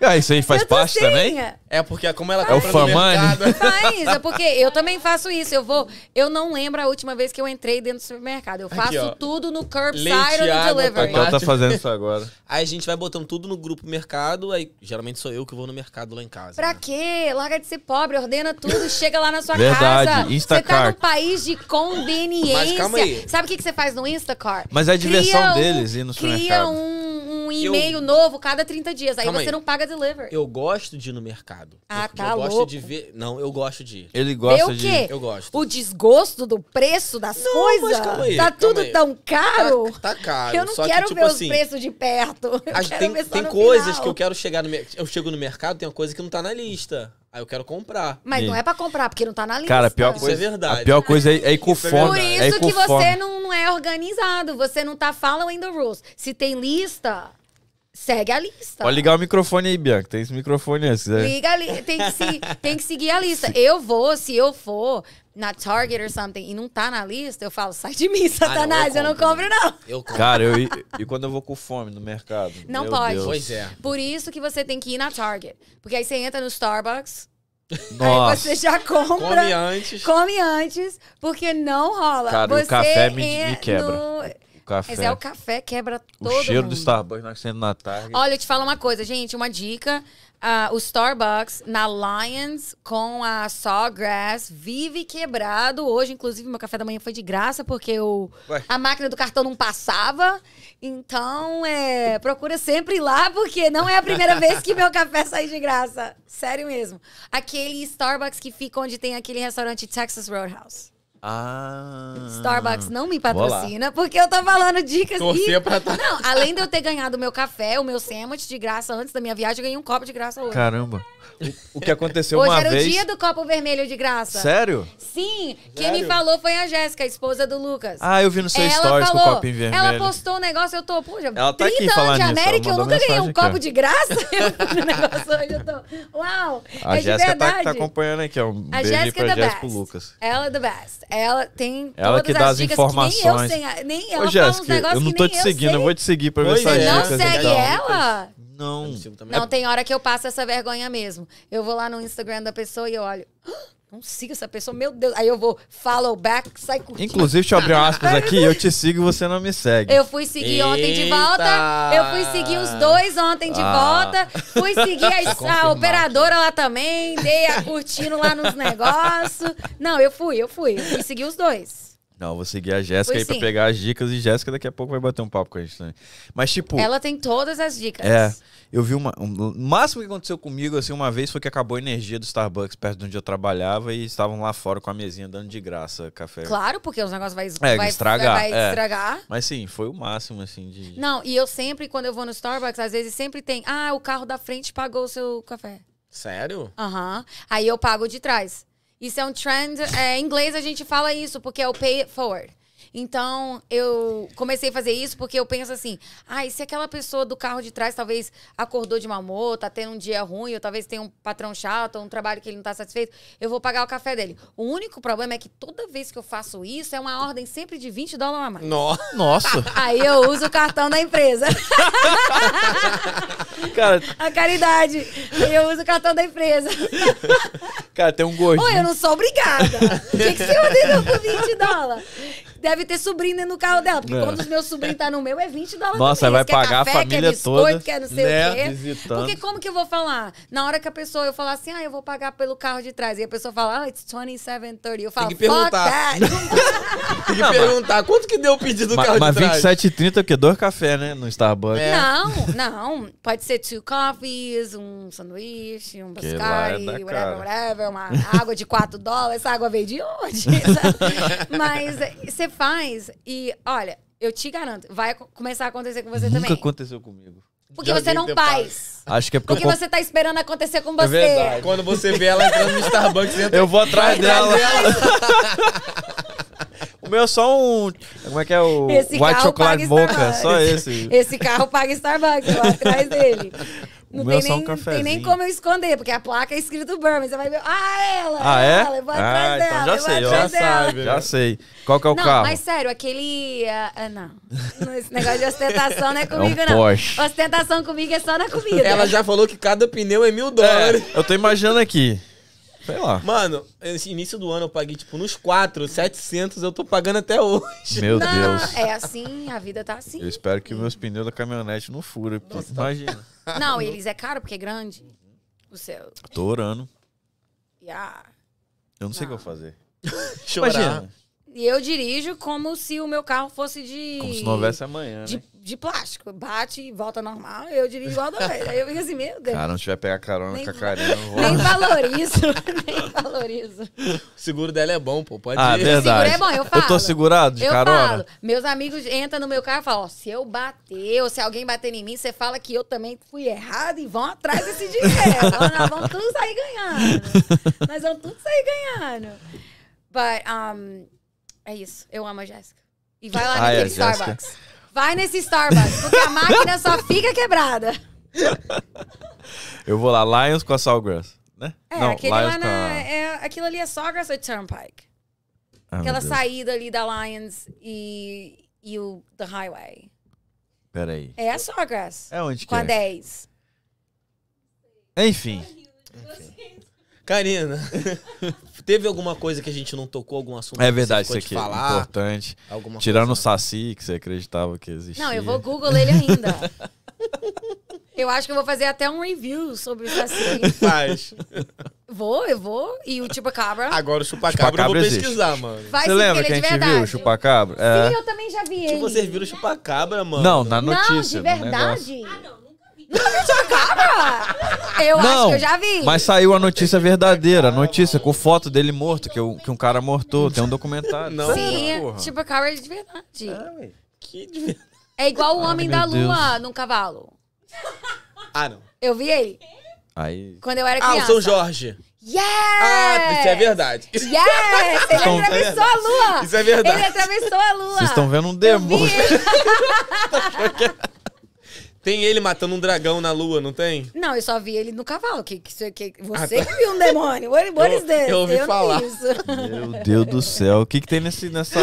Speaker 2: Ah, isso aí faz
Speaker 3: eu tô
Speaker 2: parte
Speaker 3: sem.
Speaker 2: também?
Speaker 1: É porque como ela
Speaker 2: É o
Speaker 1: compra no
Speaker 2: Famani.
Speaker 1: mercado...
Speaker 3: Faz, é porque eu também faço isso. Eu vou. Eu não lembro a última vez que eu entrei dentro do supermercado. Eu faço
Speaker 1: ó.
Speaker 3: tudo no curbside
Speaker 1: Leite,
Speaker 3: ou no
Speaker 1: água,
Speaker 2: A
Speaker 3: delivery.
Speaker 1: tomate.
Speaker 2: Kel tá fazendo isso agora.
Speaker 1: Aí a gente vai botando tudo no grupo mercado, aí geralmente sou eu que vou no mercado lá em casa.
Speaker 3: Pra
Speaker 1: né?
Speaker 3: quê? Larga de ser pobre, ordena tudo, chega lá na sua
Speaker 2: Verdade,
Speaker 3: casa. Você tá
Speaker 2: Instacart.
Speaker 3: num país de conveniência.
Speaker 1: Mas calma aí.
Speaker 3: Sabe o que que você faz no Instacart?
Speaker 2: Mas é a diversão
Speaker 3: Cria um-
Speaker 2: deles ir no
Speaker 3: Cria
Speaker 2: supermercado.
Speaker 3: um, um
Speaker 1: Eu-
Speaker 3: e-mail novo cada 30 dias. Aí
Speaker 1: Calma
Speaker 3: você
Speaker 1: aí.
Speaker 3: não paga delivery.
Speaker 1: Eu gosto de ir no mercado.
Speaker 3: Ah,
Speaker 1: Porque
Speaker 3: tá
Speaker 1: Eu gosto
Speaker 3: louco.
Speaker 1: de ver... Não, eu gosto de ir.
Speaker 2: Ele gosta
Speaker 3: Vê o
Speaker 2: de.
Speaker 3: quê?
Speaker 1: Eu gosto.
Speaker 3: O desgosto do preço das
Speaker 1: mas
Speaker 3: coisas.
Speaker 1: calma aí,
Speaker 3: tá
Speaker 1: calma
Speaker 3: tudo
Speaker 1: aí.
Speaker 3: tão caro.
Speaker 1: Tá, tá caro.
Speaker 3: eu não
Speaker 1: só
Speaker 3: quero
Speaker 1: que, tipo
Speaker 3: ver
Speaker 1: assim,
Speaker 3: os preços de perto. Eu
Speaker 1: as-
Speaker 3: quero
Speaker 1: tem
Speaker 3: ver só
Speaker 1: tem
Speaker 3: no
Speaker 1: coisas
Speaker 3: final.
Speaker 1: que eu quero chegar no mer- Eu chego no mercado, tem uma coisa que não tá na lista. Aí eu quero comprar.
Speaker 3: Mas
Speaker 2: E-
Speaker 3: não é pra comprar, porque não tá na lista.
Speaker 2: Cara, a pior
Speaker 1: Isso
Speaker 2: coisa.
Speaker 1: é verdade.
Speaker 2: A pior coisa é, é ir com
Speaker 1: Isso é
Speaker 2: fome.
Speaker 3: Por
Speaker 2: é ir
Speaker 3: isso
Speaker 2: com
Speaker 3: que você
Speaker 2: fome.
Speaker 3: não, não é organizado. Você não tá following the rules. Se tem lista, segue a lista.
Speaker 2: Pode ligar o microfone aí, Bianca. Tem esse microfone aí, se quiser.
Speaker 3: Liga ali, tem que, se- tem que seguir a lista. Eu vou, se eu for na Target or something e não tá na lista, eu falo, sai de mim, Satanás, eu, não compro, não.
Speaker 1: Eu Ah, compro. né?"
Speaker 2: Cara, eu, e quando eu vou com fome no mercado?
Speaker 3: Não
Speaker 2: Meu
Speaker 3: pode.
Speaker 2: Deus.
Speaker 1: Pois é.
Speaker 3: Por isso que você tem que ir na Target. Porque aí você entra no Starbucks, aí
Speaker 2: Nossa.
Speaker 3: você já compra.
Speaker 1: Come antes.
Speaker 3: Come antes, porque não rola.
Speaker 2: Cara, o
Speaker 3: você
Speaker 2: café me- me
Speaker 3: é
Speaker 2: quebra.
Speaker 3: no-
Speaker 2: O café.
Speaker 3: Mas é o café quebra
Speaker 2: O
Speaker 3: todo
Speaker 2: cheiro
Speaker 3: mundo.
Speaker 2: do Starbucks na sendo na tarde.
Speaker 3: Olha, eu te falo uma coisa, gente, uma dica. Ah, o Starbucks na Lions com a Sawgrass vive quebrado. Hoje, inclusive, meu café da manhã foi de graça porque o,
Speaker 2: Ué.
Speaker 3: a máquina do cartão não passava. Então, é, procura sempre ir lá porque não é a primeira vez que meu café sai de graça. Sério mesmo. Aquele Starbucks que fica onde tem aquele restaurante Texas Roadhouse.
Speaker 2: Ah.
Speaker 3: Starbucks não me
Speaker 2: Vou lá.
Speaker 3: patrocina, porque eu tô falando dicas.
Speaker 1: Torcer
Speaker 3: e-
Speaker 1: pra tá-
Speaker 3: Não, além de eu ter ganhado o meu café, o meu sandwich de graça antes da minha viagem, eu ganhei um copo de graça hoje.
Speaker 2: Caramba. O, o que aconteceu
Speaker 3: hoje
Speaker 2: uma
Speaker 3: era
Speaker 2: vez.
Speaker 3: o dia do copo vermelho de graça.
Speaker 2: Sério?
Speaker 3: Sim, quem
Speaker 1: Sério?
Speaker 3: me falou foi a Jéssica, a esposa do Lucas.
Speaker 2: Ah, eu vi no seu stories com o copinho vermelho.
Speaker 3: Ela postou um negócio, eu tô, poxa,
Speaker 2: Ela tá aqui
Speaker 3: 30 anos
Speaker 2: falando
Speaker 3: de
Speaker 2: nisso, ela
Speaker 3: América, eu
Speaker 2: mandou
Speaker 3: nunca ganhei um
Speaker 2: mensagem aqui, ó.
Speaker 3: copo de graça. Eu fui no negócio hoje, eu tô, uau,
Speaker 2: A
Speaker 3: é de
Speaker 2: Jéssica tá,
Speaker 3: verdade.
Speaker 2: tá acompanhando aqui, ó. Um beijo
Speaker 3: A
Speaker 2: aí
Speaker 3: Jéssica é
Speaker 2: pra
Speaker 3: the
Speaker 2: Jéssica e pro
Speaker 3: best.
Speaker 2: Lucas.
Speaker 3: Ela é the best. Ela tem
Speaker 2: Ela
Speaker 3: todas
Speaker 2: que dá
Speaker 3: as
Speaker 2: as
Speaker 3: dicas
Speaker 2: informações.
Speaker 3: que nem eu sei. Nem
Speaker 2: Ô,
Speaker 3: ela fala uns
Speaker 2: Jéssica,
Speaker 3: negócios
Speaker 2: eu não
Speaker 3: que
Speaker 2: tô
Speaker 3: nem
Speaker 2: te seguindo,
Speaker 3: sei.
Speaker 2: eu vou te seguir pra ver
Speaker 1: Pois
Speaker 2: essas
Speaker 1: é.
Speaker 3: Não
Speaker 2: dicas.
Speaker 1: Jéssica,
Speaker 3: segue
Speaker 2: então.
Speaker 3: ela?
Speaker 1: Eu
Speaker 2: Não.
Speaker 1: não é sigo também.
Speaker 3: Não, tem hora que eu passo essa vergonha mesmo. Eu vou lá no Instagram da pessoa e eu olho. "Ah, Não siga essa pessoa, meu Deus. Aí eu vou follow back, sai curtindo.
Speaker 2: Inclusive, deixa eu abrir um
Speaker 3: Ah.
Speaker 2: aspas aqui, eu te sigo e você não me segue.
Speaker 3: Eu fui seguir ontem de volta.
Speaker 1: Eita!
Speaker 3: Eu fui seguir os dois ontem de
Speaker 2: Ah.
Speaker 3: volta. Fui seguir a,
Speaker 1: Confirmado.
Speaker 3: a operadora lá também. Dei a curtindo lá nos negócios. Não, eu fui, eu fui. Eu fui seguir os dois.
Speaker 2: Não, eu vou seguir a Jéssica
Speaker 3: Pois
Speaker 2: aí pra
Speaker 3: sim.
Speaker 2: pegar as dicas e Jéssica daqui a pouco vai bater um papo com a gente também. Mas, tipo,
Speaker 3: Ela tem todas as dicas.
Speaker 2: É. eu vi uma. um- o máximo que aconteceu comigo, assim, uma vez foi que acabou a energia do Starbucks perto de onde eu trabalhava e estavam lá fora com a mesinha dando de graça café.
Speaker 3: Claro, porque os negócios vai,
Speaker 2: É,
Speaker 3: vai
Speaker 2: estragar,
Speaker 3: Vai
Speaker 2: é.
Speaker 3: estragar.
Speaker 2: Mas sim, foi o máximo, assim, de.
Speaker 3: Não, e eu sempre, quando eu vou no Starbucks, às vezes sempre tem. Ah, o carro da frente pagou o seu café.
Speaker 1: Sério?
Speaker 3: Aham. Aí eu pago o de trás. Isso é um trend. É, em inglês a gente fala isso, porque é o pay it forward. Então, eu comecei a fazer isso porque eu penso assim: ah, e se aquela pessoa do carro de trás talvez acordou de mau humor, tá tendo um dia ruim, ou talvez tenha um patrão chato, ou um trabalho que ele não tá satisfeito, eu vou pagar o café dele. O único problema é que toda vez que eu faço isso, é uma ordem sempre de 20 dólares a mais.
Speaker 1: Nossa.
Speaker 2: Nossa!
Speaker 3: Aí eu uso o cartão da empresa.
Speaker 2: cara,
Speaker 3: A caridade. Aí eu uso o cartão da empresa.
Speaker 2: cara, tem um gordinho.
Speaker 3: Oi, eu não sou obrigada. O que, que você ordenou por 20 dólares? Deve ter sobrinho dentro do carro dela. Porque
Speaker 2: É.
Speaker 3: quando os meus sobrinhos tá no meu, é 20 dólares.
Speaker 2: Nossa,
Speaker 3: também.
Speaker 2: vai
Speaker 3: Eles querem
Speaker 2: pagar a
Speaker 3: café,
Speaker 2: família
Speaker 3: quer biscoito,
Speaker 2: toda,
Speaker 3: Quer não sei
Speaker 2: né,
Speaker 3: o quê.
Speaker 2: visitando.
Speaker 3: Porque como que eu vou falar? Na hora que a pessoa, eu falar assim, ah, eu vou pagar pelo carro de trás. E a pessoa fala, ah, it's 27,30. Eu falo,
Speaker 1: que
Speaker 3: fuck
Speaker 1: perguntar."
Speaker 3: that.
Speaker 1: Tem que
Speaker 3: é
Speaker 1: perguntar quanto que deu o pedido do
Speaker 2: Ma-
Speaker 1: carro
Speaker 2: Mas
Speaker 1: de trás?
Speaker 2: 27,30 é o quê? Dois cafés, né? No Starbucks.
Speaker 1: É.
Speaker 3: Não, não. Pode ser two coffees, um sanduíche, um
Speaker 2: Que lá é
Speaker 3: biscotti,
Speaker 2: da cara.
Speaker 3: whatever, whatever, uma água de 4 dólares. Essa água veio de onde? sabe? Mas eh, você faz e, olha, eu te garanto, vai co- começar a acontecer com você
Speaker 2: Nunca
Speaker 3: também.
Speaker 2: aconteceu comigo.
Speaker 3: Porque
Speaker 1: Já
Speaker 3: você não
Speaker 1: dei
Speaker 3: faz.
Speaker 2: Acho que é porque,
Speaker 3: Porque
Speaker 2: eu,
Speaker 3: você tá esperando acontecer com
Speaker 2: É
Speaker 3: você.
Speaker 2: verdade.
Speaker 1: Quando você vê ela entrando no Starbucks, você entra
Speaker 2: eu vou atrás dela.
Speaker 1: dela.
Speaker 2: O meu é só um. Como é que é o.
Speaker 3: Esse
Speaker 2: white
Speaker 3: carro
Speaker 2: chocolate
Speaker 3: paga
Speaker 2: mocha.
Speaker 3: Starbucks.
Speaker 2: Só esse.
Speaker 3: Esse carro paga Starbucks, eu vou atrás dele.
Speaker 2: O
Speaker 3: Não
Speaker 2: meu é
Speaker 3: tem
Speaker 2: só um
Speaker 3: nem, tem nem
Speaker 2: cafezinho.
Speaker 3: como eu esconder, porque a placa é escrito Burma. Você vai ver, ah, ela!
Speaker 2: Ah, é?
Speaker 3: Ela, eu vou
Speaker 2: Ah,
Speaker 3: atrás
Speaker 2: então
Speaker 3: dela,
Speaker 2: já
Speaker 3: eu vou
Speaker 2: sei, ó.
Speaker 3: atrás
Speaker 1: Já
Speaker 3: dela.
Speaker 1: sabe.
Speaker 2: Já sei. Qual que é o
Speaker 3: não,
Speaker 2: carro?
Speaker 3: mas sério, aquele. ah, ah, não. Não, Esse negócio de ostentação não é comigo,
Speaker 2: É um
Speaker 3: não.
Speaker 2: Porsche.
Speaker 3: Ostentação comigo é só na comida.
Speaker 1: Ela já falou que cada pneu é mil dólares.
Speaker 2: É, eu tô imaginando aqui. Sei lá.
Speaker 1: Mano, esse início do ano eu paguei, tipo, nos quatro, 700, eu tô pagando até hoje.
Speaker 2: Meu
Speaker 3: não,
Speaker 2: Deus.
Speaker 3: É assim, a vida tá assim.
Speaker 2: Eu espero que meus pneus da caminhonete não furem. porque Imagina.
Speaker 3: Não, eles é caro porque é grande. O seu.
Speaker 2: Tô orando.
Speaker 3: Yeah.
Speaker 2: Eu não sei o que eu
Speaker 3: Não.
Speaker 2: vou fazer.
Speaker 1: Chorar.
Speaker 2: Imagina.
Speaker 3: E eu dirijo como se o meu carro fosse de.
Speaker 2: Como se não houvesse amanhã,
Speaker 3: de,
Speaker 2: né?
Speaker 3: de plástico. Bate e volta normal, eu dirijo igual da vez. Aí eu fico assim, meu Deus.
Speaker 2: Cara, não tiver pegar carona
Speaker 3: Nem-
Speaker 2: com a Karina, eu não vou.
Speaker 3: Nem valorizo, nem valorizo.
Speaker 1: O seguro dela é bom, pô. Pode
Speaker 2: Ah,
Speaker 1: ir.
Speaker 2: verdade.
Speaker 3: Seguro é bom, eu
Speaker 2: tô
Speaker 3: falo.
Speaker 2: segurado de
Speaker 3: eu
Speaker 2: carona?
Speaker 3: falo, meus amigos entram no meu carro e falam: ó, se eu bater ou se alguém bater em mim, você fala que eu também fui errado e vão atrás desse dinheiro. Nós- Nós vamos todos sair ganhando. Nós vamos todos sair ganhando. But, um, é isso. Eu amo a Jéssica. E vai lá
Speaker 2: Ah,
Speaker 3: naquele
Speaker 2: é, Jéssica.
Speaker 3: Starbucks. Vai nesse Starbucks, porque a máquina só fica quebrada.
Speaker 2: Eu vou lá, Lions com a Sawgrass, né?
Speaker 3: É,
Speaker 2: não,
Speaker 3: aquele
Speaker 2: Lions
Speaker 3: lá
Speaker 2: com
Speaker 3: na,
Speaker 2: a...
Speaker 3: é, aquilo ali é Sawgrass ou Turnpike?
Speaker 2: Ah, meu
Speaker 3: Aquela
Speaker 2: Deus.
Speaker 3: saída ali da Lions e, e o The Highway.
Speaker 2: Peraí.
Speaker 3: É a Sawgrass.
Speaker 2: É onde que
Speaker 3: Com a
Speaker 2: é?
Speaker 3: 10. é-
Speaker 2: Enfim.
Speaker 1: Karina, teve alguma coisa que a gente não tocou, algum assunto
Speaker 2: É
Speaker 1: que
Speaker 2: verdade
Speaker 1: você
Speaker 2: isso
Speaker 1: ficou de
Speaker 2: aqui.
Speaker 1: falar?
Speaker 2: Importante.
Speaker 1: Alguma
Speaker 2: Tirando o
Speaker 1: coisa?
Speaker 2: Saci, que você acreditava que existia.
Speaker 3: Não, eu vou Google ele ainda. eu acho que eu vou fazer até um review sobre o Saci.
Speaker 1: Faz.
Speaker 3: Vou, eu vou. E o Chupacabra.
Speaker 1: Agora o chupacabra eu vou
Speaker 2: Chupacabra existe.
Speaker 1: pesquisar, mano.
Speaker 3: Vai
Speaker 2: Você
Speaker 3: sim,
Speaker 2: lembra
Speaker 3: porque
Speaker 2: que a
Speaker 3: ele é de
Speaker 2: gente
Speaker 3: verdade.
Speaker 2: viu o chupacabra? É.
Speaker 3: Sim, eu também já vi ele.
Speaker 1: Tipo, vocês viram o chupacabra, mano?
Speaker 2: Não, na
Speaker 3: Não,
Speaker 2: notícia.
Speaker 3: de
Speaker 2: no negócio.
Speaker 3: verdade. Ah, não, nunca vi. Nunca vi Chupacabra? Eu acho
Speaker 2: Não,
Speaker 3: que eu já vi.
Speaker 2: Mas saiu a notícia verdadeira, a notícia com foto dele morto, que, o- que um cara mortou. Tem um documentário.
Speaker 1: Não.
Speaker 3: Sim,
Speaker 2: porra. Ah.
Speaker 3: Chupacabra é de verdade.
Speaker 1: Que de-
Speaker 3: É igual o Homem
Speaker 2: meu
Speaker 3: da
Speaker 2: Deus.
Speaker 3: Lua num cavalo.
Speaker 1: Ah, não.
Speaker 3: Eu vi ele
Speaker 2: Aí.
Speaker 3: quando eu era
Speaker 1: Ah,
Speaker 3: criança.
Speaker 1: o seu Jorge.
Speaker 3: Yes!
Speaker 1: Ah, isso é verdade.
Speaker 3: Yes! Ele
Speaker 2: Então,
Speaker 3: atravessou a lua!
Speaker 1: Isso é verdade.
Speaker 3: Ele atravessou a lua!
Speaker 2: Vocês estão vendo um
Speaker 3: Eu vi
Speaker 2: demônio.
Speaker 3: ele.
Speaker 1: Tem ele matando um dragão na lua, não tem?
Speaker 3: Não, eu só vi ele no cavalo. Que, que, isso- é que- você que viu um demônio. What,
Speaker 1: Ah, tá.
Speaker 3: what
Speaker 1: Eu-
Speaker 3: is this?
Speaker 1: eu ouvi
Speaker 3: não
Speaker 1: falar.
Speaker 3: vi isso.
Speaker 2: Meu Deus do céu. O que, que tem nesse, nessa.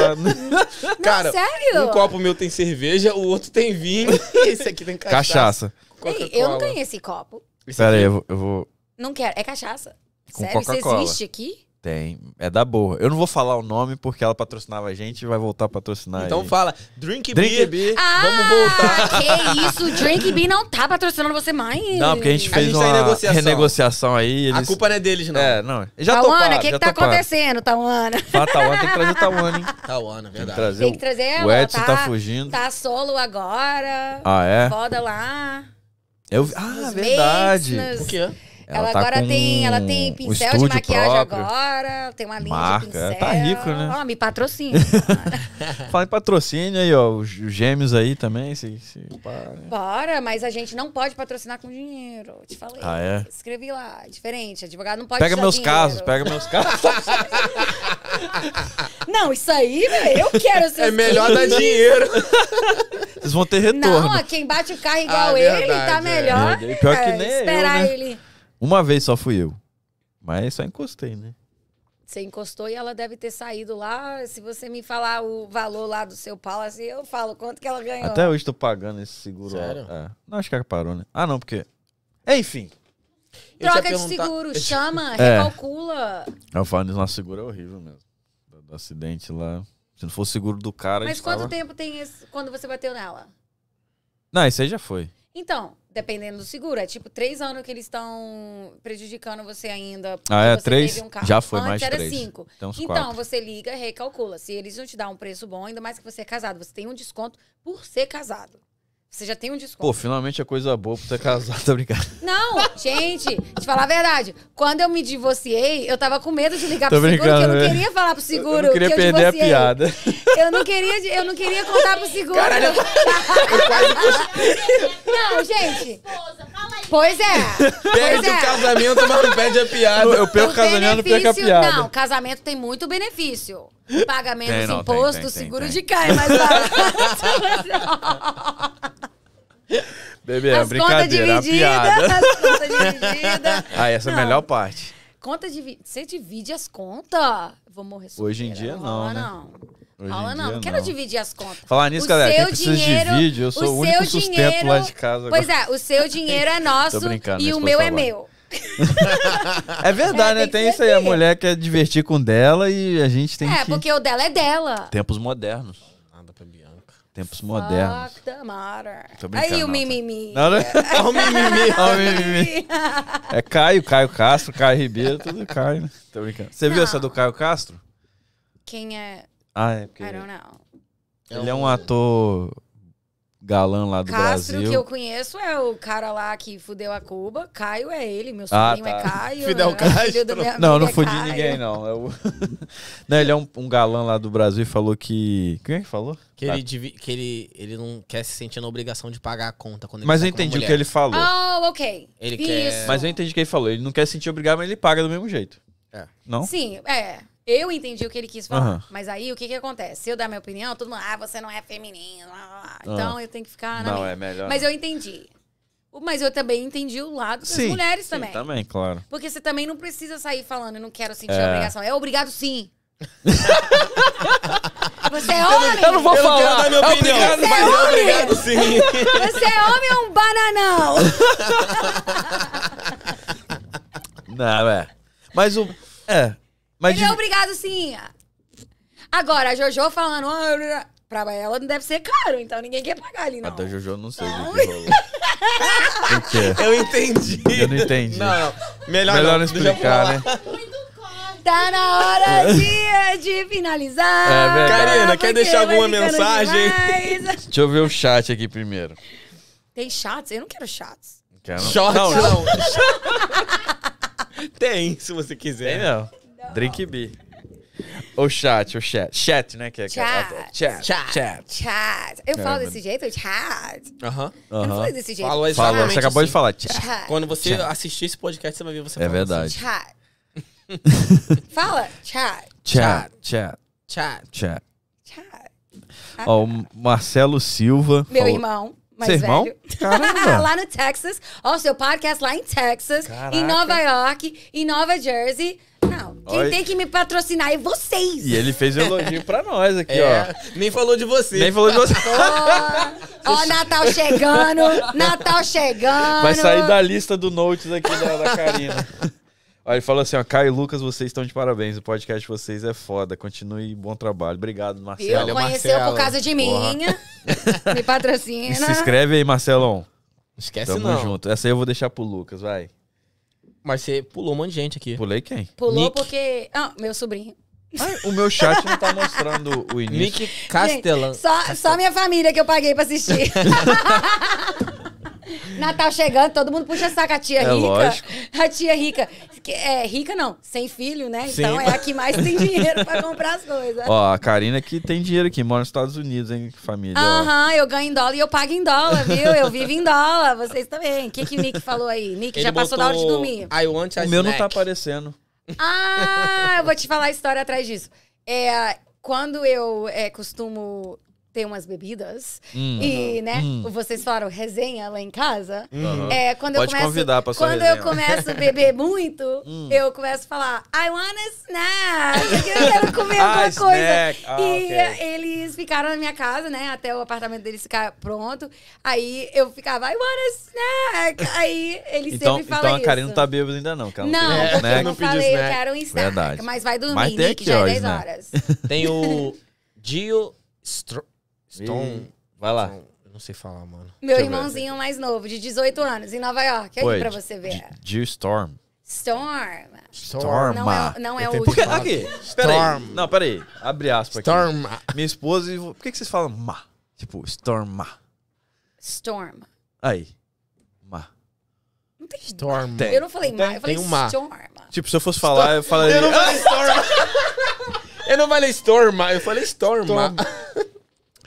Speaker 1: Cara,
Speaker 3: sério?
Speaker 1: um copo meu tem cerveja, o outro tem vinho e esse aqui tem cachaça.
Speaker 2: Cachaça.
Speaker 3: Ei, eu não ganhei esse copo.
Speaker 2: Pera aí, eu vou- eu vou.
Speaker 3: Não quero. É cachaça.
Speaker 2: Com
Speaker 3: sério?
Speaker 2: Coca-Cola.
Speaker 3: existe aqui?
Speaker 2: Tem. É da boa. Eu não vou falar o nome porque ela patrocinava a gente e vai voltar a patrocinar.
Speaker 1: Então
Speaker 2: aí.
Speaker 1: fala, drink,
Speaker 2: Drink
Speaker 1: beer,
Speaker 2: beer.
Speaker 1: vamos voltar.
Speaker 3: Ah, que isso. Drink Bee não tá patrocinando você mais.
Speaker 2: Não, porque a gente fez
Speaker 1: gente tá em
Speaker 2: uma
Speaker 1: negociação.
Speaker 2: renegociação aí.
Speaker 3: Ah,
Speaker 2: Eles...
Speaker 1: A culpa não é deles, não.
Speaker 2: É, não. Já
Speaker 3: Tawana,
Speaker 2: toparam,
Speaker 3: o que,
Speaker 2: já
Speaker 3: que tá
Speaker 2: toparam.
Speaker 3: acontecendo, Tawana?
Speaker 2: Fala, Tawana, tem que trazer Tawana, hein?
Speaker 1: Tawana,
Speaker 2: Tem que
Speaker 1: Tá é verdade.
Speaker 2: trazer.
Speaker 3: Tem
Speaker 2: o-
Speaker 3: que trazer ela.
Speaker 2: O Edson tá
Speaker 3: tá
Speaker 2: fugindo.
Speaker 3: Tá solo agora.
Speaker 2: Ah, é?
Speaker 3: Foda lá.
Speaker 2: Eu... vi- Ah,
Speaker 3: Nos
Speaker 2: verdade.
Speaker 3: mates,
Speaker 1: O
Speaker 3: nos-
Speaker 1: quê?
Speaker 3: né? Ela,
Speaker 2: tá
Speaker 3: agora
Speaker 2: com
Speaker 3: tem, ela tem
Speaker 2: um
Speaker 3: pincel de
Speaker 2: estúdio
Speaker 3: maquiagem
Speaker 2: próprio.
Speaker 3: agora, tem uma linha
Speaker 2: Marca,
Speaker 3: de pincel.
Speaker 2: tá rico, né?
Speaker 3: Ó, me patrocina.
Speaker 2: Fala em patrocínio aí, ó. Os os gêmeos aí também. Se, se... pá, né?
Speaker 3: Bora, mas a gente não pode patrocinar com dinheiro. Eu Te falei.
Speaker 2: Ah, é?
Speaker 3: Escrevi lá, é diferente. Advogado não pode
Speaker 2: Pega
Speaker 3: usar
Speaker 2: meus
Speaker 3: dinheiro.
Speaker 2: casos, pega meus casos.
Speaker 3: Não, isso aí, velho, eu quero ser assim.
Speaker 1: É melhor dar dinheiro.
Speaker 2: Vocês vão ter retorno.
Speaker 3: Não, ó, quem bate o carro igual
Speaker 1: Ah,
Speaker 3: ele,
Speaker 1: verdade,
Speaker 3: tá
Speaker 1: é.
Speaker 3: melhor.
Speaker 2: É, pior que nem eu,
Speaker 3: Esperar
Speaker 2: né?
Speaker 3: ele.
Speaker 2: Uma vez só fui eu. Mas só encostei, né?
Speaker 3: Você encostou e ela deve ter saído lá. Se você me falar o valor lá do seu pau, assim, eu falo quanto que ela ganhou.
Speaker 2: Até hoje tô pagando esse seguro. ó.
Speaker 1: Sério?
Speaker 2: É. Não, acho que parou, né? Ah, não, porque. Enfim.
Speaker 1: Eu
Speaker 3: Troca
Speaker 1: tinha
Speaker 3: de
Speaker 1: perguntado-
Speaker 3: seguro, chama,
Speaker 2: É.
Speaker 3: recalcula.
Speaker 2: Eu falo nisso, nosso seguro é horrível mesmo. Do, do acidente lá. Se não fosse o seguro do cara. a
Speaker 3: Mas
Speaker 2: gente
Speaker 3: quanto
Speaker 2: tava-
Speaker 3: tempo tem esse, quando você bateu nela?
Speaker 2: Não, isso aí já foi.
Speaker 3: Então, dependendo do seguro, é tipo três anos que eles estão prejudicando você ainda. porque
Speaker 2: Ah, é?
Speaker 3: você
Speaker 2: Três?
Speaker 3: teve um carro.
Speaker 2: Já foi
Speaker 3: Antes
Speaker 2: mais
Speaker 3: era
Speaker 2: três.
Speaker 3: cinco.
Speaker 2: Então, uns
Speaker 3: então,
Speaker 2: quatro.
Speaker 3: você liga, recalcula. Se eles não te dar um preço bom, ainda mais que você é casado, você tem um desconto por ser casado. Você já tem um desconto.
Speaker 2: Pô, finalmente é coisa boa pra ser casado, tá brincando?
Speaker 3: Não, gente, te falar a verdade. Quando eu me divorciei, eu tava com medo de ligar
Speaker 2: Tô
Speaker 3: pro seguro, que eu
Speaker 2: brincando,
Speaker 3: não
Speaker 2: né?
Speaker 3: queria falar pro seguro
Speaker 2: eu não queria
Speaker 3: que eu assim,
Speaker 2: perder a
Speaker 3: divorciei.
Speaker 2: piada.
Speaker 3: Eu não queria, eu não queria contar pro seguro. Não, gente. Pois é. Pois
Speaker 1: Perde o
Speaker 3: é.
Speaker 1: casamento, mas não perde a piada.
Speaker 2: Eu perco o casamento, não perco a
Speaker 3: benefício-
Speaker 2: piada.
Speaker 3: Não, casamento tem muito benefício. Paga
Speaker 2: Tem,
Speaker 3: menos
Speaker 2: não, tem,
Speaker 3: imposto,
Speaker 2: tem, tem,
Speaker 3: seguro
Speaker 2: tem.
Speaker 3: de cá é mais barato.
Speaker 2: Bebê, é
Speaker 3: As contas
Speaker 2: brincadeira, é uma
Speaker 3: divididas.
Speaker 2: piada.
Speaker 3: As contas divididas.
Speaker 2: Ah, essa é a
Speaker 3: Não.
Speaker 2: melhor parte.
Speaker 3: Conta divi... Você divide as contas? Vou morrer solteira.
Speaker 2: Hoje em dia
Speaker 3: não.
Speaker 2: não,
Speaker 3: rola,
Speaker 2: né?
Speaker 3: não.
Speaker 2: Hoje
Speaker 3: Rola
Speaker 2: em
Speaker 3: não.
Speaker 2: dia,
Speaker 3: Não quero dividir as contas.
Speaker 2: Falar nisso,
Speaker 3: O
Speaker 2: galera, quem
Speaker 3: seu
Speaker 2: precisa
Speaker 3: dinheiro-
Speaker 2: de vídeo, eu sou o, único
Speaker 3: seu
Speaker 2: sustento
Speaker 3: dinheiro-
Speaker 2: lá de casa.
Speaker 3: Pois é, o seu dinheiro é nosso
Speaker 2: brincando,
Speaker 3: e
Speaker 2: minha
Speaker 3: o
Speaker 2: esposa
Speaker 3: meu é
Speaker 2: trabalha.
Speaker 3: meu.
Speaker 2: É verdade, né?
Speaker 3: É, tem que
Speaker 2: Tem
Speaker 3: ser
Speaker 2: isso aí. A
Speaker 3: assim.
Speaker 2: mulher quer divertir com dela e a gente tem
Speaker 3: é,
Speaker 2: que.
Speaker 3: porque o dela é dela.
Speaker 2: Tempos modernos.
Speaker 1: Nada pra Bianca.
Speaker 2: Tempos modernos.
Speaker 3: Fuck the matter.
Speaker 2: Tô brincando,
Speaker 3: Ah, Aí o
Speaker 2: não, tá?
Speaker 3: mimimi.
Speaker 2: Não, não.
Speaker 1: Ó, o mimimi.
Speaker 2: Ó, o mimimi. É Caio, Caio Castro, Caio Ribeiro, tudo Caio. né? Tô brincando. Você viu
Speaker 3: Não.
Speaker 2: essa do Caio Castro?
Speaker 3: Quem é?
Speaker 2: Ah, é porque
Speaker 3: I don't know.
Speaker 2: ele é um ator galã lá do
Speaker 3: Castro,
Speaker 2: Brasil.
Speaker 3: que eu conheço, é o cara lá que fudeu a Cuba. Caio é ele, meu
Speaker 2: Ah,
Speaker 3: sobrinho
Speaker 2: tá.
Speaker 3: é Caio.
Speaker 1: Fidel
Speaker 3: né? O filho do
Speaker 1: Castro.
Speaker 3: meu amigo
Speaker 2: Não, não
Speaker 3: é
Speaker 2: fudi
Speaker 3: Caio.
Speaker 2: ninguém, não. Eu- não, ele é um, um galã lá do Brasil e falou que. Quem é que falou?
Speaker 1: Que, ele, tá divi- que ele, ele não quer se sentir na obrigação de pagar a conta quando ele
Speaker 2: Mas
Speaker 1: tá
Speaker 2: eu
Speaker 1: com uma
Speaker 2: entendi o que
Speaker 1: mulher.
Speaker 2: ele falou.
Speaker 3: Oh, ok.
Speaker 1: Ele quer-
Speaker 3: Isso.
Speaker 2: Mas eu entendi o que ele falou. Ele não quer se sentir obrigado, mas ele paga do mesmo jeito.
Speaker 1: É.
Speaker 2: Não?
Speaker 3: Sim, é. Eu entendi o que ele quis falar.
Speaker 2: Aham.
Speaker 3: Mas aí, o que que acontece? Se eu dar minha opinião, todo mundo, ah, você não é feminino. blá, blá,
Speaker 2: Ah.
Speaker 3: blá. Então, eu tenho que ficar na
Speaker 2: não,
Speaker 3: minha.
Speaker 2: é melhor.
Speaker 3: Mas eu entendi. O- Mas eu também entendi o lado das
Speaker 2: Sim,
Speaker 3: mulheres
Speaker 2: Sim, tá.
Speaker 3: também.
Speaker 2: Também, claro.
Speaker 3: Porque você também não precisa sair falando, eu não quero sentir
Speaker 2: É.
Speaker 3: obrigação. É obrigado sim. você é homem!
Speaker 2: vou
Speaker 1: Eu não quero dar minha opinião. mas é obrigado sim.
Speaker 3: Você é homem ou um bananão?
Speaker 2: Não, é. Mas o. É. Mas
Speaker 3: Ele é
Speaker 2: de-
Speaker 3: obrigado sim. Agora, a Jojo falando, "Ah, blá, blá." pra ela não deve ser caro, então ninguém quer pagar ali,
Speaker 2: A
Speaker 3: não.
Speaker 2: da Ah, Jojo, eu não sei o que que rolou. O que é?
Speaker 1: Eu entendi.
Speaker 2: Eu não entendi.
Speaker 1: Não, não. Melhor, não
Speaker 2: Melhor não
Speaker 1: Deixa eu
Speaker 2: explicar,
Speaker 1: falar.
Speaker 2: né?
Speaker 3: Tá na hora de, de finalizar.
Speaker 2: É verdade.
Speaker 1: Karina, quer
Speaker 3: porque
Speaker 1: deixar
Speaker 3: vai
Speaker 1: alguma
Speaker 3: ficando
Speaker 1: mensagem?
Speaker 3: demais.
Speaker 2: Deixa eu ver o chat aqui primeiro.
Speaker 3: Tem chats? Eu não quero chats.
Speaker 2: Quero...
Speaker 1: Short
Speaker 2: Não, não.
Speaker 1: não. Tem, se você
Speaker 2: Tem
Speaker 1: quiser.
Speaker 2: não. Drink B. Ou chat, ou chat. Chat, né? Que é, que é-
Speaker 3: Chat.
Speaker 2: chat. Chat.
Speaker 3: Chats. Eu
Speaker 2: É,
Speaker 3: falo
Speaker 2: mas-
Speaker 3: desse jeito? Chats.
Speaker 1: Aham.
Speaker 3: Eu não
Speaker 2: Aham.
Speaker 3: falei desse jeito.
Speaker 1: Falou exatamente
Speaker 2: Falou, você acabou de
Speaker 1: assim.
Speaker 2: falar. Chat.
Speaker 3: Chats.
Speaker 1: Tá. Quando você assistir esse podcast, você vai ver você
Speaker 2: É
Speaker 1: falando
Speaker 2: verdade.
Speaker 3: Chat. Fala. Chat.
Speaker 2: Chat. Chat.
Speaker 1: assim, Tchá.
Speaker 2: Chat.
Speaker 3: Chat.
Speaker 2: Ó, o Marcelo Silva.
Speaker 3: Meu
Speaker 2: falou-
Speaker 3: irmão. Mais
Speaker 2: Seu irmão?
Speaker 3: velho.
Speaker 2: Caramba.
Speaker 3: lá no Texas. Ó, o seu podcast lá em Texas.
Speaker 2: Caraca.
Speaker 3: Em Nova York. Em Nova Jersey. Não. Quem
Speaker 2: Olha.
Speaker 3: tem que me patrocinar é vocês.
Speaker 2: E ele fez elogio pra nós aqui, ó.
Speaker 1: É, nem falou de você.
Speaker 2: Nem falou de você.
Speaker 3: Ó, ó, Natal chegando. Natal chegando.
Speaker 2: Vai sair da lista do Notes aqui da, da Karina. Olha, ele falou assim, ó, Caio e Lucas, vocês estão de parabéns. O podcast de vocês é foda. Continue bom trabalho. Obrigado,
Speaker 3: Viu?
Speaker 2: Marcelo.
Speaker 1: Olha,
Speaker 3: Conheceu
Speaker 1: Marcelo.
Speaker 3: por causa de mim. Me
Speaker 2: E
Speaker 3: patrocina.
Speaker 2: se inscreve aí, Marcelão.
Speaker 1: Esquece
Speaker 2: Tamo
Speaker 1: não.
Speaker 2: junto. Essa aí eu vou deixar pro Lucas, vai.
Speaker 1: Mas você pulou um monte de gente aqui.
Speaker 2: Pulei quem?
Speaker 3: Pulou
Speaker 1: Nick.
Speaker 3: porque. Ah, meu sobrinho.
Speaker 2: o meu chat não tá mostrando o início.
Speaker 1: Nick Castellan.
Speaker 3: Só, só minha família que eu paguei pra assistir. Natal chegando, todo mundo puxa saco. A tia
Speaker 2: É
Speaker 3: rica.
Speaker 2: lógico.
Speaker 3: A tia rica. que É rica não, sem filho, né? Então
Speaker 1: Sim.
Speaker 3: é a que mais tem dinheiro pra comprar as coisas.
Speaker 2: Ó, a Karina que tem dinheiro aqui, mora nos Estados Unidos, hein, família. ó.
Speaker 3: Aham, eu ganho em dólar e eu pago em dólar, viu? Eu vivo em dólar, vocês também. O que, que o Nick falou aí? Nick,
Speaker 1: Ele
Speaker 3: já passou da hora de
Speaker 1: botou
Speaker 3: dormir.
Speaker 1: I want a
Speaker 2: O meu não tá
Speaker 1: snack.
Speaker 2: aparecendo.
Speaker 3: Ah, eu vou te falar a história atrás disso. É, quando eu é, costumo ter umas bebidas,
Speaker 2: Hum.
Speaker 3: e, né,
Speaker 2: Hum.
Speaker 3: vocês falaram resenha lá em casa.
Speaker 2: Aham.
Speaker 3: É, quando
Speaker 2: Hum.
Speaker 3: eu
Speaker 2: Uhum. Pode
Speaker 3: começo,
Speaker 2: convidar pra sua
Speaker 3: Quando
Speaker 2: resenha.
Speaker 3: eu começo a beber muito,
Speaker 2: Hum.
Speaker 3: eu começo a falar, I want a snack, porque eu quero comer
Speaker 2: Ah,
Speaker 3: alguma coisa.
Speaker 2: snack. Ah,
Speaker 3: e
Speaker 2: ok.
Speaker 3: eh, eles ficaram na minha casa, né, até o apartamento deles ficar pronto. Aí eu ficava, I want a snack. Aí eles
Speaker 2: Então,
Speaker 3: sempre falam
Speaker 2: então a Karina
Speaker 3: isso.
Speaker 2: não tá bêbada ainda não, cara.
Speaker 3: Não,
Speaker 2: tem-
Speaker 3: porque
Speaker 2: né?
Speaker 3: eu não
Speaker 1: Não pediu
Speaker 3: falei, eu
Speaker 1: snack.
Speaker 3: quero um snack.
Speaker 2: Verdade.
Speaker 3: Mas vai dormir,
Speaker 2: Mas tem
Speaker 3: Nick,
Speaker 2: aqui, né? ó,
Speaker 3: já é 10
Speaker 2: snack.
Speaker 3: horas.
Speaker 1: Tem o Dio Stro... Stone...
Speaker 2: Vai lá.
Speaker 1: Stone- Eu não sei falar, mano.
Speaker 3: Meu
Speaker 2: Deixa eu ver.
Speaker 3: irmãozinho mais novo, de 18 anos, em Nova York. Aí
Speaker 2: Oi,
Speaker 3: pra você ver.
Speaker 2: G- Jill Storm.
Speaker 3: Storm.
Speaker 2: Storm.
Speaker 3: Não é, não é o
Speaker 2: Porque,
Speaker 3: último.
Speaker 2: aqui, peraí.
Speaker 1: Storm.
Speaker 2: Não, peraí. Abre aspas aqui.
Speaker 1: Storm.
Speaker 2: Minha esposa e... vo- Por que, que vocês falam ma? Tipo, Storm ma.
Speaker 3: Storm.
Speaker 2: Aí. Ma.
Speaker 3: Não tem
Speaker 1: Storm.
Speaker 2: Tem.
Speaker 3: Eu não falei
Speaker 1: Tem-
Speaker 3: mar, eu falei
Speaker 1: tem um mar.
Speaker 3: storm.
Speaker 2: Tipo, se eu fosse falar, eu falaria...
Speaker 1: Eu não falei Storm. eu não falei Storm, eu falei Storm.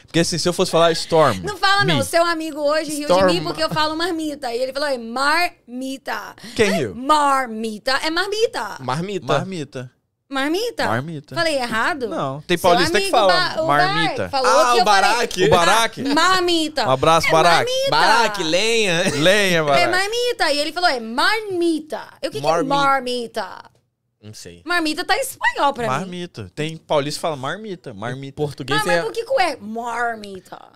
Speaker 2: Porque assim, se eu fosse falar Storm...
Speaker 3: Não fala não,
Speaker 2: me.
Speaker 3: seu amigo hoje riu de mim
Speaker 1: Storm.
Speaker 3: porque eu falo marmita. E ele falou, é marmita. É
Speaker 2: Quem riu?
Speaker 3: Marmita é marmita.
Speaker 1: Marmita.
Speaker 2: Marmita.
Speaker 3: Marmita?
Speaker 2: Marmita.
Speaker 3: Falei errado?
Speaker 2: Não. Tem
Speaker 3: Seu
Speaker 2: paulista que
Speaker 3: amigo
Speaker 2: fala
Speaker 3: Ba- o
Speaker 2: marmita.
Speaker 3: Barack falou
Speaker 1: Ah,
Speaker 3: que eu
Speaker 1: o Barack.
Speaker 2: O Baraque?
Speaker 3: falei marmita.
Speaker 2: Um abraço,
Speaker 3: é
Speaker 2: Baraque.
Speaker 3: Marmita.
Speaker 1: Baraque, lenha.
Speaker 2: Lenha,
Speaker 3: É
Speaker 2: Baraque.
Speaker 3: marmita. E ele falou, é marmita. E o que, que é
Speaker 1: Marmi-
Speaker 3: marmita?
Speaker 1: Não sei.
Speaker 3: Marmita tá em espanhol pra mim.
Speaker 2: Marmita. Tem paulista que fala marmita. Marmita.
Speaker 1: Português
Speaker 3: Ah,
Speaker 1: é
Speaker 3: mas por que que é marmita?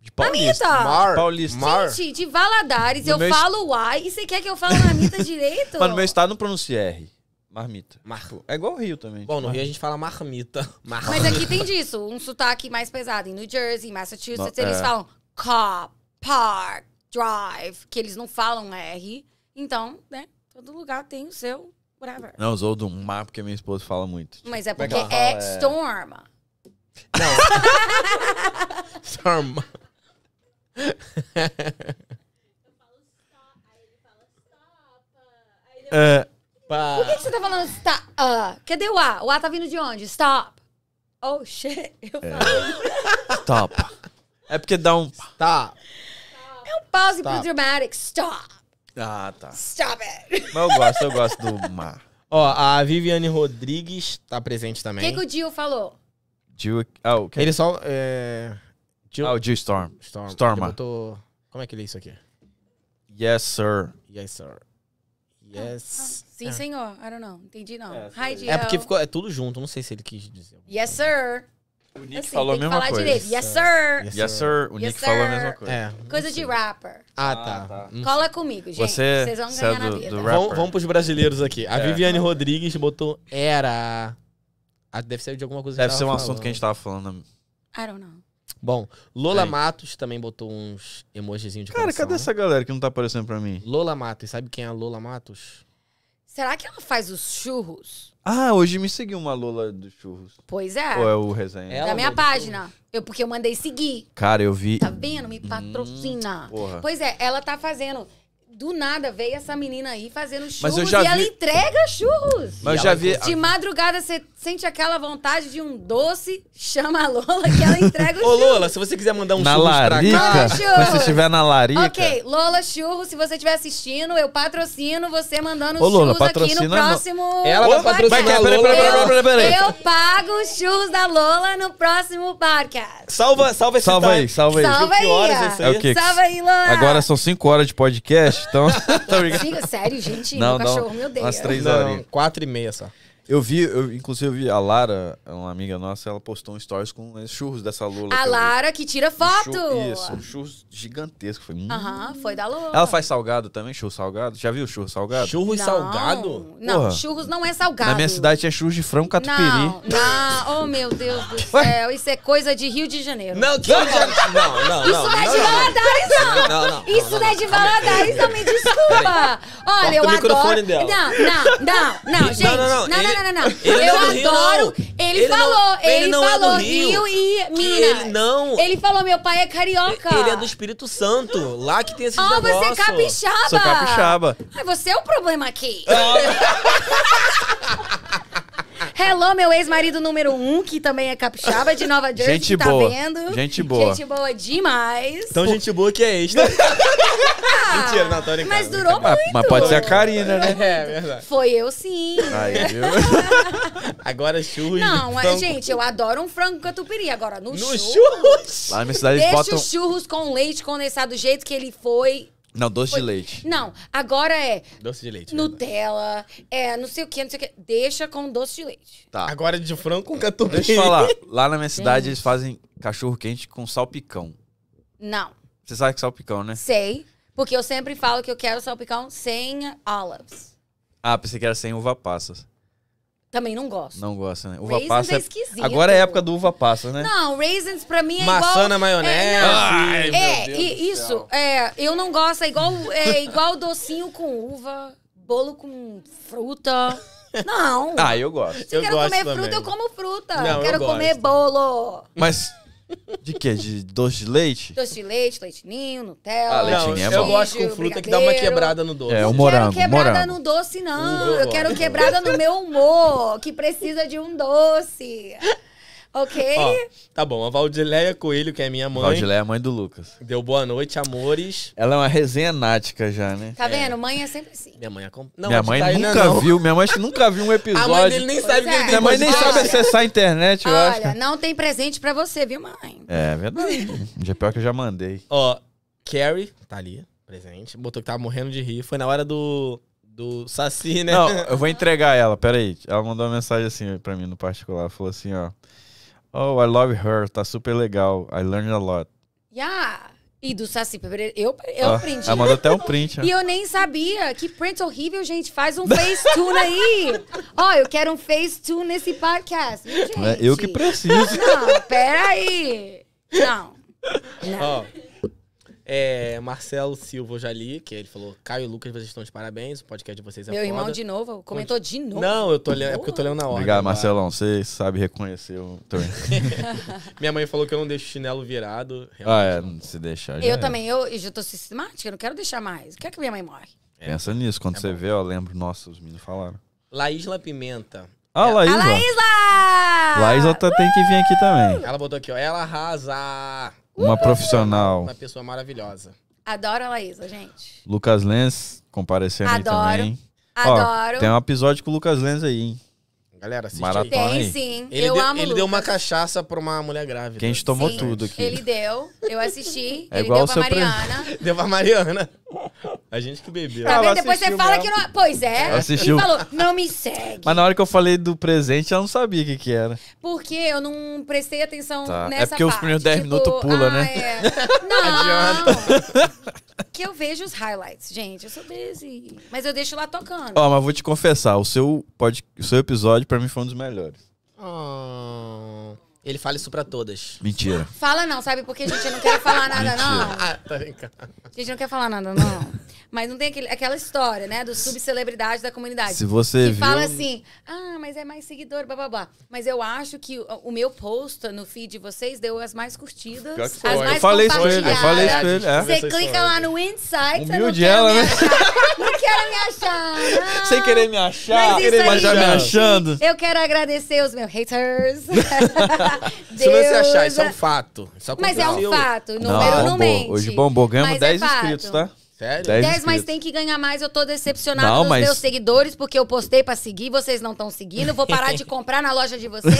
Speaker 2: De paulista.
Speaker 3: Marmita.
Speaker 1: mar.
Speaker 2: Paulista.
Speaker 1: Mar.
Speaker 3: Gente, de Valadares,
Speaker 2: No
Speaker 3: eu
Speaker 2: meu
Speaker 3: falo uai e você quer que eu fale marmita direito?
Speaker 2: Mas no meu estado não pronuncia R. Marmita.
Speaker 1: Marco.
Speaker 2: É igual o Rio também.
Speaker 1: Bom, no Rio a gente fala marmita. Marmita.
Speaker 3: Mas aqui tem disso, um sotaque mais pesado. Em New Jersey, em Massachusetts,
Speaker 2: No-
Speaker 3: eles
Speaker 2: é.
Speaker 3: falam car, park, drive, que eles não falam R. Então, né, todo lugar tem o seu whatever.
Speaker 2: né? Não, usou do mar porque minha esposa fala muito.
Speaker 3: Mas é
Speaker 1: Como é que
Speaker 3: porque
Speaker 1: ela
Speaker 3: é storm.
Speaker 1: Não. Sua irmã.
Speaker 2: É,
Speaker 1: Pá.
Speaker 3: Por que, que você tá falando stop? Ah, cadê o A? O A tá vindo de onde? Stop. Oh, shit. Eu
Speaker 2: É.
Speaker 3: falei.
Speaker 2: stop. É porque dá um.
Speaker 1: Tá.
Speaker 3: É um pause
Speaker 1: Stop.
Speaker 3: pro dramatic. Stop.
Speaker 2: Ah, tá.
Speaker 3: Stop it.
Speaker 2: Mas eu gosto, eu gosto do mar.
Speaker 1: Ó, a Viviane Rodrigues tá presente
Speaker 3: O
Speaker 1: também.
Speaker 3: que, que o Gil falou?
Speaker 2: Jill. Ah, o que?
Speaker 1: Ele só. É... Jill-
Speaker 2: Ah, o Jill Storm.
Speaker 1: Storm.
Speaker 2: Storma.
Speaker 1: Ele botou... Como é que lê isso aqui?
Speaker 2: Yes, sir.
Speaker 1: Yes, sir. Yes.
Speaker 3: Sim, senhor. I don't know. Entendi, não.
Speaker 2: É,
Speaker 3: Hi, Gil.
Speaker 1: É porque ficou é tudo junto, não sei se ele quis dizer.
Speaker 3: Yes, sir.
Speaker 2: O Nick
Speaker 3: Assim,
Speaker 2: falou a
Speaker 3: tem que
Speaker 2: mesma
Speaker 3: falar
Speaker 2: coisa. É.
Speaker 3: direito. Yes, sir.
Speaker 1: Yes,
Speaker 2: Yes, sir. O
Speaker 3: Yes,
Speaker 2: Nick falou a
Speaker 3: sir.
Speaker 2: mesma coisa.
Speaker 1: É.
Speaker 3: Coisa de rapper.
Speaker 1: Ah,
Speaker 2: Ah,
Speaker 1: tá.
Speaker 2: tá.
Speaker 1: Hum.
Speaker 3: Cola comigo, gente.
Speaker 2: Você-
Speaker 3: Vocês vão
Speaker 2: você
Speaker 3: ganhar
Speaker 2: é
Speaker 3: na
Speaker 2: do-
Speaker 3: vida.
Speaker 2: do rap?
Speaker 1: Vamos,
Speaker 2: Rapper.
Speaker 1: vamos pros brasileiros aqui. A
Speaker 2: É.
Speaker 1: Viviane Rodrigues botou era. Ah, deve ser de alguma coisa que
Speaker 2: Deve
Speaker 1: eu
Speaker 2: ser um
Speaker 1: tava
Speaker 2: assunto que a gente
Speaker 1: falando.
Speaker 2: tava falando.
Speaker 3: I don't know.
Speaker 1: Bom, Lola
Speaker 2: Tem.
Speaker 1: Matos também botou uns emojizinhos de
Speaker 2: Cara,
Speaker 1: coração,
Speaker 2: cadê
Speaker 1: né?
Speaker 2: essa galera que não tá aparecendo pra mim?
Speaker 1: Lola Matos, sabe quem é a Lola Matos?
Speaker 3: Será que ela faz os churros?
Speaker 2: Ah, hoje me seguiu uma Lola do Churros.
Speaker 3: Pois é.
Speaker 2: Ou é o resenha?
Speaker 1: É.
Speaker 3: da
Speaker 1: Ela
Speaker 3: minha
Speaker 1: manda os
Speaker 3: página. Eu, porque eu mandei seguir.
Speaker 2: Cara, eu vi.
Speaker 3: Tá vendo?
Speaker 2: Hum,
Speaker 3: Me patrocina.
Speaker 2: Porra.
Speaker 3: Pois é, ela tá fazendo. Do nada veio essa menina aí fazendo churros
Speaker 2: eu já
Speaker 3: e ela
Speaker 2: vi-
Speaker 3: entrega churros.
Speaker 2: Mas
Speaker 1: E
Speaker 2: eu já
Speaker 1: ela
Speaker 2: vi.
Speaker 3: De madrugada você sente aquela vontade de um doce, chama a Lola que ela entrega o
Speaker 1: Ô,
Speaker 3: churro.
Speaker 1: Lola, se você quiser mandar um
Speaker 2: Na
Speaker 1: churros pra cá...
Speaker 2: larica?
Speaker 3: Lola
Speaker 2: Quando você
Speaker 3: Churros.
Speaker 2: estiver na larica.
Speaker 3: Ok, Lola Churros, se você estiver assistindo, eu patrocino você mandando
Speaker 2: Ô,
Speaker 3: os
Speaker 2: Lola,
Speaker 3: churros aqui no
Speaker 2: patrocina a
Speaker 3: próximo.
Speaker 1: Ela vai
Speaker 3: podcast.
Speaker 1: patrocinar é a Lola.
Speaker 2: é, Peraí, peraí, peraí, peraí, peraí.
Speaker 3: Eu, eu pago os churros da Lola no próximo podcast.
Speaker 1: Salva, salva esse tá.
Speaker 2: Salva
Speaker 1: time.
Speaker 2: aí, salva aí.
Speaker 3: Salva
Speaker 1: Que horas
Speaker 3: aí,
Speaker 1: é isso
Speaker 2: É o quê?
Speaker 3: Salva aí, Lola.
Speaker 2: Agora são 5 horas de podcast, então. tá brincando?
Speaker 3: Fica sério, gente.
Speaker 2: Não,
Speaker 3: meu
Speaker 2: não.
Speaker 3: cachorro, meu Deus.
Speaker 2: Umas três
Speaker 1: Não,
Speaker 2: horinhas.
Speaker 1: quatro e meia só.
Speaker 2: Eu vi, eu, inclusive, eu vi a Lara, uma amiga nossa, ela postou um stories com esses churros dessa Lula.
Speaker 3: A Lara que tira foto.
Speaker 2: Um Isso, um churros gigantesco. Foi, hum.
Speaker 3: Aham, foi da Lola.
Speaker 2: Ela faz salgado também, churro salgado? Já viu churro salgado?
Speaker 1: Churros
Speaker 3: Não,
Speaker 1: salgado?
Speaker 3: Não,
Speaker 2: Porra.
Speaker 3: churros não é salgado.
Speaker 2: Na minha cidade tinha churros de frango catupiry.
Speaker 3: Não, não. Oh, meu Deus do céu. Isso é coisa de Rio de Janeiro.
Speaker 1: Não, que eu já... Não, não,
Speaker 3: Isso
Speaker 1: não.
Speaker 3: não é
Speaker 1: não,
Speaker 3: de Valadares, não.
Speaker 1: Não, não, não,
Speaker 3: Isso
Speaker 1: não,
Speaker 3: não é de Valadares, não. Me desculpa. Olha, eu
Speaker 1: o microfone
Speaker 3: adoro...
Speaker 1: dela.
Speaker 3: Não, não, não, não, gente.
Speaker 1: Não, não, não,
Speaker 3: não,
Speaker 1: ele-
Speaker 3: não, não, não.
Speaker 1: ele
Speaker 3: eu
Speaker 1: não é do Rio,
Speaker 3: adoro...
Speaker 1: não.
Speaker 3: Ele,
Speaker 1: Ele não-
Speaker 3: falou,
Speaker 1: ele
Speaker 3: ele,
Speaker 1: não é do
Speaker 3: falou
Speaker 1: Rio.
Speaker 3: Rio, e
Speaker 1: Que
Speaker 3: Minas.
Speaker 1: ele não.
Speaker 3: Ele falou, meu pai é carioca.
Speaker 1: Ele é do Espírito Santo. Lá que tem esses
Speaker 3: Oh,
Speaker 1: negócios.
Speaker 3: você é capixaba.
Speaker 2: Sou capixaba.
Speaker 3: Ai, você é o problema aqui. Hello, meu ex-marido número um, que também é capixaba de Nova Jersey.
Speaker 2: Gente
Speaker 3: tá
Speaker 2: boa.
Speaker 3: Vendo.
Speaker 2: Gente boa.
Speaker 3: Gente boa demais.
Speaker 1: Então, gente boa que é extra. Mentira, não, tô brincando.
Speaker 3: Mas durou
Speaker 2: Mas,
Speaker 3: muito.
Speaker 2: mas pode ser a Karina, né?
Speaker 1: É, verdade.
Speaker 3: Foi eu sim.
Speaker 2: Aí, viu?
Speaker 1: Agora churros.
Speaker 3: Não, é,
Speaker 1: então,
Speaker 3: gente, eu adoro um frango catupiry. Agora, no,
Speaker 1: No
Speaker 3: churro,
Speaker 1: churros.
Speaker 2: Lá na minha cidade eles
Speaker 3: deixa
Speaker 2: botam.
Speaker 3: os churros com leite condensado do jeito que ele foi.
Speaker 2: Não, doce de leite.
Speaker 3: Não, agora é
Speaker 1: Doce de leite. verdade.
Speaker 3: Nutella, é não sei o que, não sei o que. Deixa com doce de leite.
Speaker 2: Tá.
Speaker 1: Agora de frango com catupiry.
Speaker 2: Deixa eu te falar. Lá na minha cidade eles fazem cachorro quente com salpicão.
Speaker 3: Não,
Speaker 2: Você sabe que é salpicão, né?
Speaker 3: sei. Porque eu sempre falo que eu quero salpicão sem olives.
Speaker 2: Ah, pensei que era sem uva passas.
Speaker 3: Também não gosto.
Speaker 2: Não gosta, né? Uva
Speaker 3: Raisins
Speaker 2: passa.
Speaker 3: é
Speaker 2: é-
Speaker 3: esquisito.
Speaker 2: Agora é a época do uva passa, né?
Speaker 3: Não, raisins pra mim é
Speaker 1: Maçã
Speaker 3: igual...
Speaker 1: na maionese.
Speaker 3: É, não.
Speaker 2: Ai, meu
Speaker 3: É,
Speaker 2: Deus
Speaker 3: e
Speaker 2: do
Speaker 3: isso.
Speaker 2: céu.
Speaker 3: É, eu não gosto. É igual, é igual docinho com uva, bolo com fruta. Não.
Speaker 2: Ah, eu gosto.
Speaker 3: Se
Speaker 1: eu
Speaker 3: eu quero
Speaker 1: gosto
Speaker 3: comer
Speaker 1: também.
Speaker 3: fruta, eu como fruta.
Speaker 1: Não, eu
Speaker 3: quero comer
Speaker 1: gosto.
Speaker 3: bolo.
Speaker 2: Mas. De quê? De doce de leite?
Speaker 3: Doce de leite, leite ninho, Nutella.
Speaker 2: Ah, leite
Speaker 1: Não,
Speaker 2: ninho é
Speaker 1: eu
Speaker 2: bom.
Speaker 1: gosto com fruta que dá uma
Speaker 3: brigadeiro.
Speaker 1: quebrada no doce.
Speaker 2: É,
Speaker 3: Não
Speaker 2: um
Speaker 3: quero
Speaker 2: morango,
Speaker 3: quebrada
Speaker 2: morango.
Speaker 3: no doce, não.
Speaker 1: Uva eu
Speaker 3: eu quero
Speaker 1: gosto.
Speaker 3: quebrada no meu humor, que precisa de um doce. Ok?
Speaker 1: Ó, tá bom, a Valdileia Coelho, que é minha mãe,
Speaker 2: Valdilé é a mãe do Lucas.
Speaker 1: deu boa noite, amores.
Speaker 2: Ela é uma resenha nática já, né?
Speaker 3: tá vendo? Mãe é sempre assim.
Speaker 1: Minha mãe acompanha. Não,
Speaker 2: minha
Speaker 1: a
Speaker 2: mãe
Speaker 1: Tainá
Speaker 2: nunca
Speaker 1: não.
Speaker 2: viu, minha mãe acho que nunca viu um episódio.
Speaker 1: A mãe dele nem sabe que
Speaker 3: Pois
Speaker 1: ele
Speaker 3: é.
Speaker 1: tem
Speaker 2: minha mãe nem
Speaker 1: podcast.
Speaker 2: sabe acessar a internet, eu acho.
Speaker 3: Olha,
Speaker 2: cara.
Speaker 3: não tem presente pra você, viu, mãe?
Speaker 2: É verdade. Já pior que eu já mandei.
Speaker 1: Ó, Carrie, tá ali, presente. Botou que tava morrendo de rir. Foi na hora do. Do Saci, né?
Speaker 2: Não, eu vou entregar ela, peraí. Ela mandou uma mensagem assim pra mim no particular. Falou assim, ó. Oh, I love her, tá super legal. I learned a lot.
Speaker 3: Yeah. E do Saci Pereira, eu, eu
Speaker 2: Ó,
Speaker 3: aprendi.
Speaker 2: Ela mandou até um print. ó.
Speaker 3: É E eu nem sabia. Que print horrível, gente. Faz um Facetune aí. Ó, eu quero um Facetune nesse podcast. viu, Gente.
Speaker 2: Não é eu que preciso.
Speaker 3: Não, peraí. Não. Não.
Speaker 1: Ó. É, Marcelo Silva, eu já li, que ele falou: Caio e Lucas, vocês estão de parabéns, o podcast de vocês é
Speaker 3: Meu
Speaker 1: foda.
Speaker 3: irmão de novo comentou de novo.
Speaker 1: Não, eu tô lendo, é porque eu tô lendo na ordem.
Speaker 2: Obrigado,
Speaker 1: lá.
Speaker 2: Marcelão. Você sabe reconhecer o teu.
Speaker 1: Minha mãe falou que eu não deixo o chinelo virado.
Speaker 2: ah, é, não se deixar. já
Speaker 3: Eu
Speaker 2: é.
Speaker 3: também, eu, eu já tô sistemática, eu não quero deixar mais. Quer que minha mãe morre?
Speaker 2: Pensa nisso. Quando
Speaker 1: É
Speaker 2: você
Speaker 1: bom.
Speaker 2: vê, ó, lembro. Nossa, os meninos falaram.
Speaker 1: Laísla Pimenta.
Speaker 2: Ah,
Speaker 1: É.
Speaker 2: Laís.
Speaker 3: A
Speaker 2: ó.
Speaker 3: Laísla!
Speaker 2: Laís ela tá- tem que vir aqui também.
Speaker 1: Ela botou aqui, ó. Ela arrasa.
Speaker 3: Uh!
Speaker 2: Uma profissional.
Speaker 1: Uma pessoa maravilhosa.
Speaker 3: Ah, Adoro a Laísla, gente.
Speaker 2: Lucas Lenz comparecendo
Speaker 3: Adoro.
Speaker 2: aí também. Ó,
Speaker 3: Adoro.
Speaker 2: Tem um episódio com o Lucas Lenz aí, hein?
Speaker 1: Galera, assiste
Speaker 2: Maratona.
Speaker 1: aí.
Speaker 2: Fala
Speaker 3: Tem
Speaker 2: aí.
Speaker 3: sim.
Speaker 1: Ele,
Speaker 3: eu
Speaker 1: deu,
Speaker 3: amo
Speaker 1: ele deu uma
Speaker 3: Lucas.
Speaker 1: cachaça pra uma mulher grávida.
Speaker 2: Que a gente tomou
Speaker 3: Sim,
Speaker 2: tudo aqui.
Speaker 3: Ele deu, eu assisti.
Speaker 2: É
Speaker 3: ele
Speaker 2: igual o
Speaker 3: deu pra
Speaker 2: seu presente.
Speaker 3: Mariana.
Speaker 1: Deu pra Mariana. A gente que bebeu.
Speaker 3: Tá
Speaker 2: Ela
Speaker 3: vendo? Depois você
Speaker 2: assistiu
Speaker 3: fala
Speaker 2: mesmo.
Speaker 3: que não. Pois é.
Speaker 2: Ela assistiu.
Speaker 3: E falou, não me segue.
Speaker 2: Mas na hora que eu falei do presente, ela não sabia o que, que era.
Speaker 3: Porque eu não prestei atenção
Speaker 2: Tá.
Speaker 3: nessa
Speaker 2: É porque os
Speaker 3: parte.
Speaker 2: primeiros 10 minutos pula,
Speaker 3: ah,
Speaker 2: né?
Speaker 3: É. Não. que eu vejo os highlights, gente. Eu sou busy. Mas eu deixo lá tocando.
Speaker 2: Ó, mas vou te confessar, o seu, pod... o seu episódio pra mim foi um dos melhores.
Speaker 1: Ah, ele fala isso pra todas.
Speaker 2: Mentira.
Speaker 3: Fala não, sabe? Porque a gente não quer falar nada, não.
Speaker 1: Ah, tá brincando.
Speaker 3: A gente não quer falar nada, não. Mas não tem aquele- aquela história, né? Do subcelebridade da comunidade.
Speaker 2: Se você
Speaker 3: que
Speaker 2: viu.
Speaker 3: fala assim, ah, mas é mais seguidor, blá blá blá. Mas eu acho que o, o meu post no feed de vocês deu as mais curtidas,
Speaker 2: Pior que foi.
Speaker 3: as
Speaker 1: Eu
Speaker 3: mais
Speaker 2: eu falei isso pra ele, eu
Speaker 3: compartilhadas.
Speaker 2: falei isso pra ele. é.
Speaker 3: Você clica lá no Insight, você não
Speaker 2: Humilde
Speaker 3: quer
Speaker 2: ela,
Speaker 3: me
Speaker 2: né?
Speaker 3: achar. Não quero me achar, não.
Speaker 2: Sem querer me achar,
Speaker 3: Mas
Speaker 2: mas,
Speaker 3: isso é aí,
Speaker 2: já me
Speaker 3: gente.
Speaker 2: achando.
Speaker 3: Eu quero agradecer os meus haters.
Speaker 1: Isso não é se
Speaker 3: Deus.
Speaker 1: achar, isso é um fato. Isso
Speaker 3: Mas é um
Speaker 1: aconteceu.
Speaker 3: fato, número
Speaker 2: Não,
Speaker 3: não,
Speaker 2: bombou.
Speaker 3: mente.
Speaker 2: Hoje bombou, ganhamos
Speaker 3: Mas é
Speaker 2: 10
Speaker 3: fato.
Speaker 2: inscritos, tá?
Speaker 1: Sério?
Speaker 2: Dez-
Speaker 3: 10, mas
Speaker 2: inscritos.
Speaker 3: tem que ganhar mais. Eu tô decepcionada
Speaker 2: Não,
Speaker 3: com os
Speaker 2: mas-
Speaker 3: meus seguidores, porque eu postei pra seguir, vocês não estão seguindo. Vou parar de comprar na loja de vocês.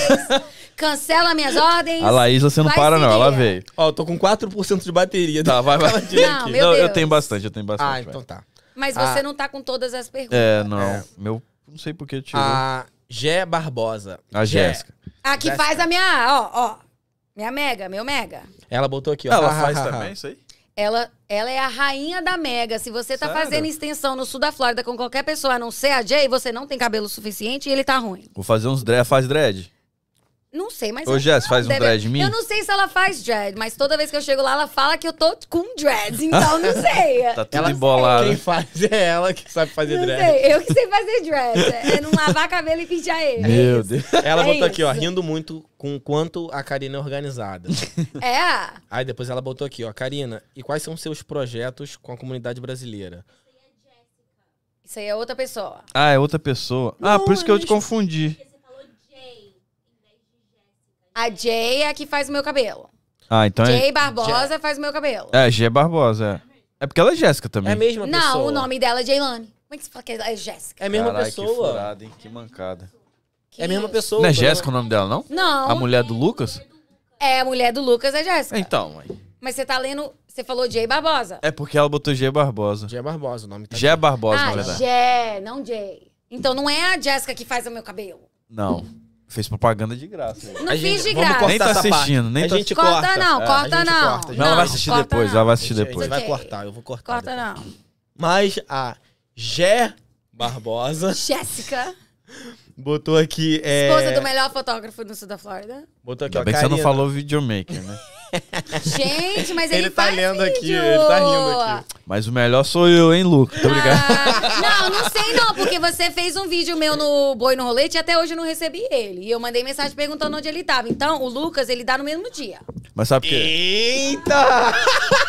Speaker 3: Cancela minhas ordens.
Speaker 2: A Laís, você não
Speaker 3: Vai
Speaker 2: para,
Speaker 3: se
Speaker 2: não. Ela
Speaker 3: virar.
Speaker 2: veio.
Speaker 1: Ó, eu tô com 4% de bateria.
Speaker 2: Tá, vai, vai.
Speaker 3: Não, aqui. Ah, meu
Speaker 2: Não, eu
Speaker 3: Deus.
Speaker 2: tenho bastante, eu tenho bastante.
Speaker 1: Ah,
Speaker 2: vai.
Speaker 1: então tá.
Speaker 3: Mas
Speaker 1: Ah.
Speaker 3: você não tá com todas as perguntas.
Speaker 2: É, não. Meu, não sei por que tirou.
Speaker 1: A Gé Barbosa.
Speaker 2: a
Speaker 1: Gé,
Speaker 2: Jéssica.
Speaker 3: A que faz a minha, ó, ó. Minha mega, meu mega.
Speaker 1: Ela botou aqui, ó.
Speaker 2: Ela
Speaker 1: "Ha, ha,
Speaker 2: faz
Speaker 1: ha, ha."
Speaker 2: também isso aí?
Speaker 3: Ela, ela é a rainha da mega. Se você tá
Speaker 2: Sério?
Speaker 3: fazendo extensão no sul da Flórida com qualquer pessoa, a não ser a Jay, você não tem cabelo suficiente e ele tá ruim.
Speaker 2: Vou fazer uns dread. Faz dread?
Speaker 3: Não sei, mas...
Speaker 2: Ô, Jéssica, faz um
Speaker 3: deve-
Speaker 2: dread em mim?
Speaker 3: Eu não sei se ela faz dread, mas toda vez que eu chego lá, ela fala que eu tô com dreads, então não sei.
Speaker 2: Tá tudo
Speaker 1: Ela-
Speaker 2: embolado.
Speaker 1: Quem faz é ela que sabe fazer
Speaker 3: não
Speaker 1: dread.
Speaker 3: sei, eu que sei fazer dread. É não lavar cabelo e pentear ele.
Speaker 2: Meu Deus.
Speaker 1: Ela
Speaker 3: É
Speaker 1: botou aqui, ó,
Speaker 3: isso.
Speaker 1: rindo muito com o quanto a Karina é organizada.
Speaker 3: É.
Speaker 1: Aí depois ela botou aqui, ó, Karina, e quais são seus projetos com a comunidade brasileira?
Speaker 3: Isso aí é outra pessoa.
Speaker 2: Ah, é outra pessoa. ah, por isso que eu te confundi.
Speaker 3: A Jay é a que faz o meu cabelo.
Speaker 2: Ah, então é.
Speaker 3: Jay Barbosa faz o meu cabelo.
Speaker 2: É, G Barbosa. é. É porque ela é Jéssica também.
Speaker 1: É a mesma
Speaker 3: não,
Speaker 1: pessoa.
Speaker 3: o nome dela é Jaylane. Como é que você fala que ela é Jéssica?
Speaker 1: É a mesma
Speaker 2: Carai, Que
Speaker 1: pessoa.
Speaker 2: furada, hein? Que mancada.
Speaker 3: Que
Speaker 1: É a mesma
Speaker 3: isso?
Speaker 1: pessoa.
Speaker 2: Não é
Speaker 1: tá
Speaker 2: Jéssica o nome dela, não?
Speaker 3: Não,
Speaker 2: A mulher do Lucas?
Speaker 3: é a mulher do Lucas, é Jéssica.
Speaker 2: Então, mãe.
Speaker 3: Mas você tá lendo, você falou Jay Barbosa.
Speaker 2: É porque ela botou G Barbosa.
Speaker 1: Gé Barbosa, o nome tá
Speaker 2: G é Barbosa, na
Speaker 3: ah,
Speaker 2: verdade.
Speaker 3: Jé, não Jay. Então não é a Jéssica que faz o meu cabelo.
Speaker 2: Não. Fez propaganda de graça.
Speaker 3: Não
Speaker 1: A
Speaker 3: fiz
Speaker 1: gente- vamos
Speaker 3: de graça.
Speaker 1: cortar
Speaker 2: Nem tá
Speaker 1: essa parte.
Speaker 2: assistindo, nem
Speaker 1: a
Speaker 2: tá
Speaker 1: gente
Speaker 3: Corta
Speaker 1: corta.
Speaker 3: não,
Speaker 1: É, a
Speaker 3: corta
Speaker 1: gente
Speaker 3: não.
Speaker 1: corta.
Speaker 2: Não, ela
Speaker 3: Não,
Speaker 2: vai assistir
Speaker 3: corta
Speaker 2: depois,
Speaker 3: não.
Speaker 2: ela vai
Speaker 1: A
Speaker 2: assistir
Speaker 1: gente- a gente
Speaker 2: depois.
Speaker 1: vai
Speaker 3: Ok.
Speaker 1: cortar, eu vou cortar.
Speaker 3: Corta
Speaker 1: depois.
Speaker 3: não.
Speaker 1: Mas a Gé Barbosa
Speaker 3: Jéssica,
Speaker 1: botou aqui. É...
Speaker 3: esposa do melhor fotógrafo do sul da Flórida.
Speaker 1: Botou aqui,
Speaker 2: Ainda
Speaker 1: ó,
Speaker 2: bem que você não
Speaker 1: Karina.
Speaker 2: falou videomaker, né?
Speaker 3: Gente, mas ele,
Speaker 1: Ele tá
Speaker 3: faz
Speaker 1: lendo
Speaker 3: vídeo.
Speaker 1: aqui, ele tá rindo aqui.
Speaker 2: Mas o melhor sou eu, hein, Luca? Muito obrigado.
Speaker 3: Ah, não, não sei não, porque você fez um vídeo meu no Boi no Rolete e até hoje eu não recebi ele. E eu mandei mensagem perguntando onde ele tava. Então, o Lucas, ele dá no mesmo dia.
Speaker 2: Mas sabe por quê?
Speaker 1: Eita!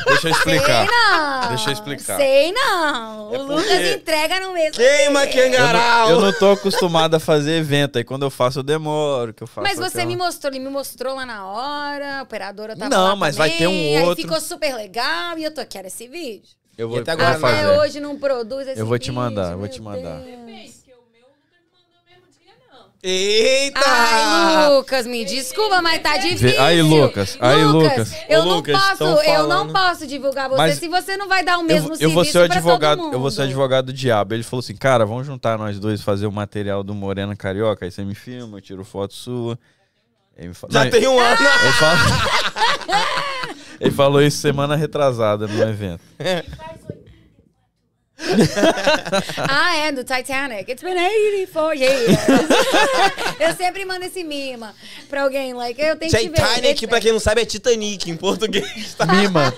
Speaker 2: Deixa eu
Speaker 3: Sei
Speaker 2: explicar.
Speaker 3: não.
Speaker 2: Deixa eu explicar. É
Speaker 3: Sei não. o Lucas entrega no mesmo
Speaker 1: Queima
Speaker 3: dia.
Speaker 2: Eu não,
Speaker 1: Kengarau!
Speaker 2: eu não tô acostumado a fazer evento. Aí quando eu faço, eu demoro. Que eu faço
Speaker 3: Mas você
Speaker 2: aquela-
Speaker 3: me mostrou, ele me mostrou lá na hora, a operadora tava
Speaker 2: Não,
Speaker 3: lá
Speaker 2: mas
Speaker 3: também,
Speaker 2: vai ter um
Speaker 3: Aí
Speaker 2: outro.
Speaker 3: ficou super legal e eu tô, quero esse vídeo.
Speaker 2: Eu vou,
Speaker 1: E até
Speaker 2: eu
Speaker 1: agora
Speaker 2: vou
Speaker 3: Até
Speaker 2: fazer.
Speaker 3: hoje não produz esse
Speaker 2: Eu vou te
Speaker 3: vídeo,
Speaker 2: mandar, eu vou
Speaker 3: meu
Speaker 2: te mandar.
Speaker 3: Deus.
Speaker 4: Porque o meu Lucas não mandou mesmo dia, não.
Speaker 1: Eita!
Speaker 3: Ai, Lucas, me desculpa, mas tá difícil.
Speaker 2: Ah! aí, Lucas, aí, Lucas.
Speaker 3: Eu
Speaker 1: Ô,
Speaker 3: não
Speaker 1: Lucas, tão
Speaker 3: posso, eu não
Speaker 1: falando.
Speaker 3: posso divulgar você
Speaker 2: Mas
Speaker 3: se você não vai dar o
Speaker 2: Eu,
Speaker 3: mesmo
Speaker 2: vou-
Speaker 3: serviço
Speaker 2: eu vou ser o
Speaker 3: pra
Speaker 2: advogado,
Speaker 3: todo mundo.
Speaker 2: eu vou ser o advogado do diabo. Ele falou assim: "Cara, vamos juntar nós dois fazer o material do Morena Carioca, aí você me filma, eu tiro foto sua". Ele me fa-
Speaker 1: Já
Speaker 2: Não,
Speaker 1: tem um ano.
Speaker 2: ele fala- ele falou isso semana retrasada no evento.
Speaker 3: Ah, é, do Titanic. It's been 84 years. eu sempre mando esse mima pra alguém. Like, eu tenho que ver.
Speaker 1: Titanic, pra quem não sabe, é Titanic em português. Tá?
Speaker 2: Mima.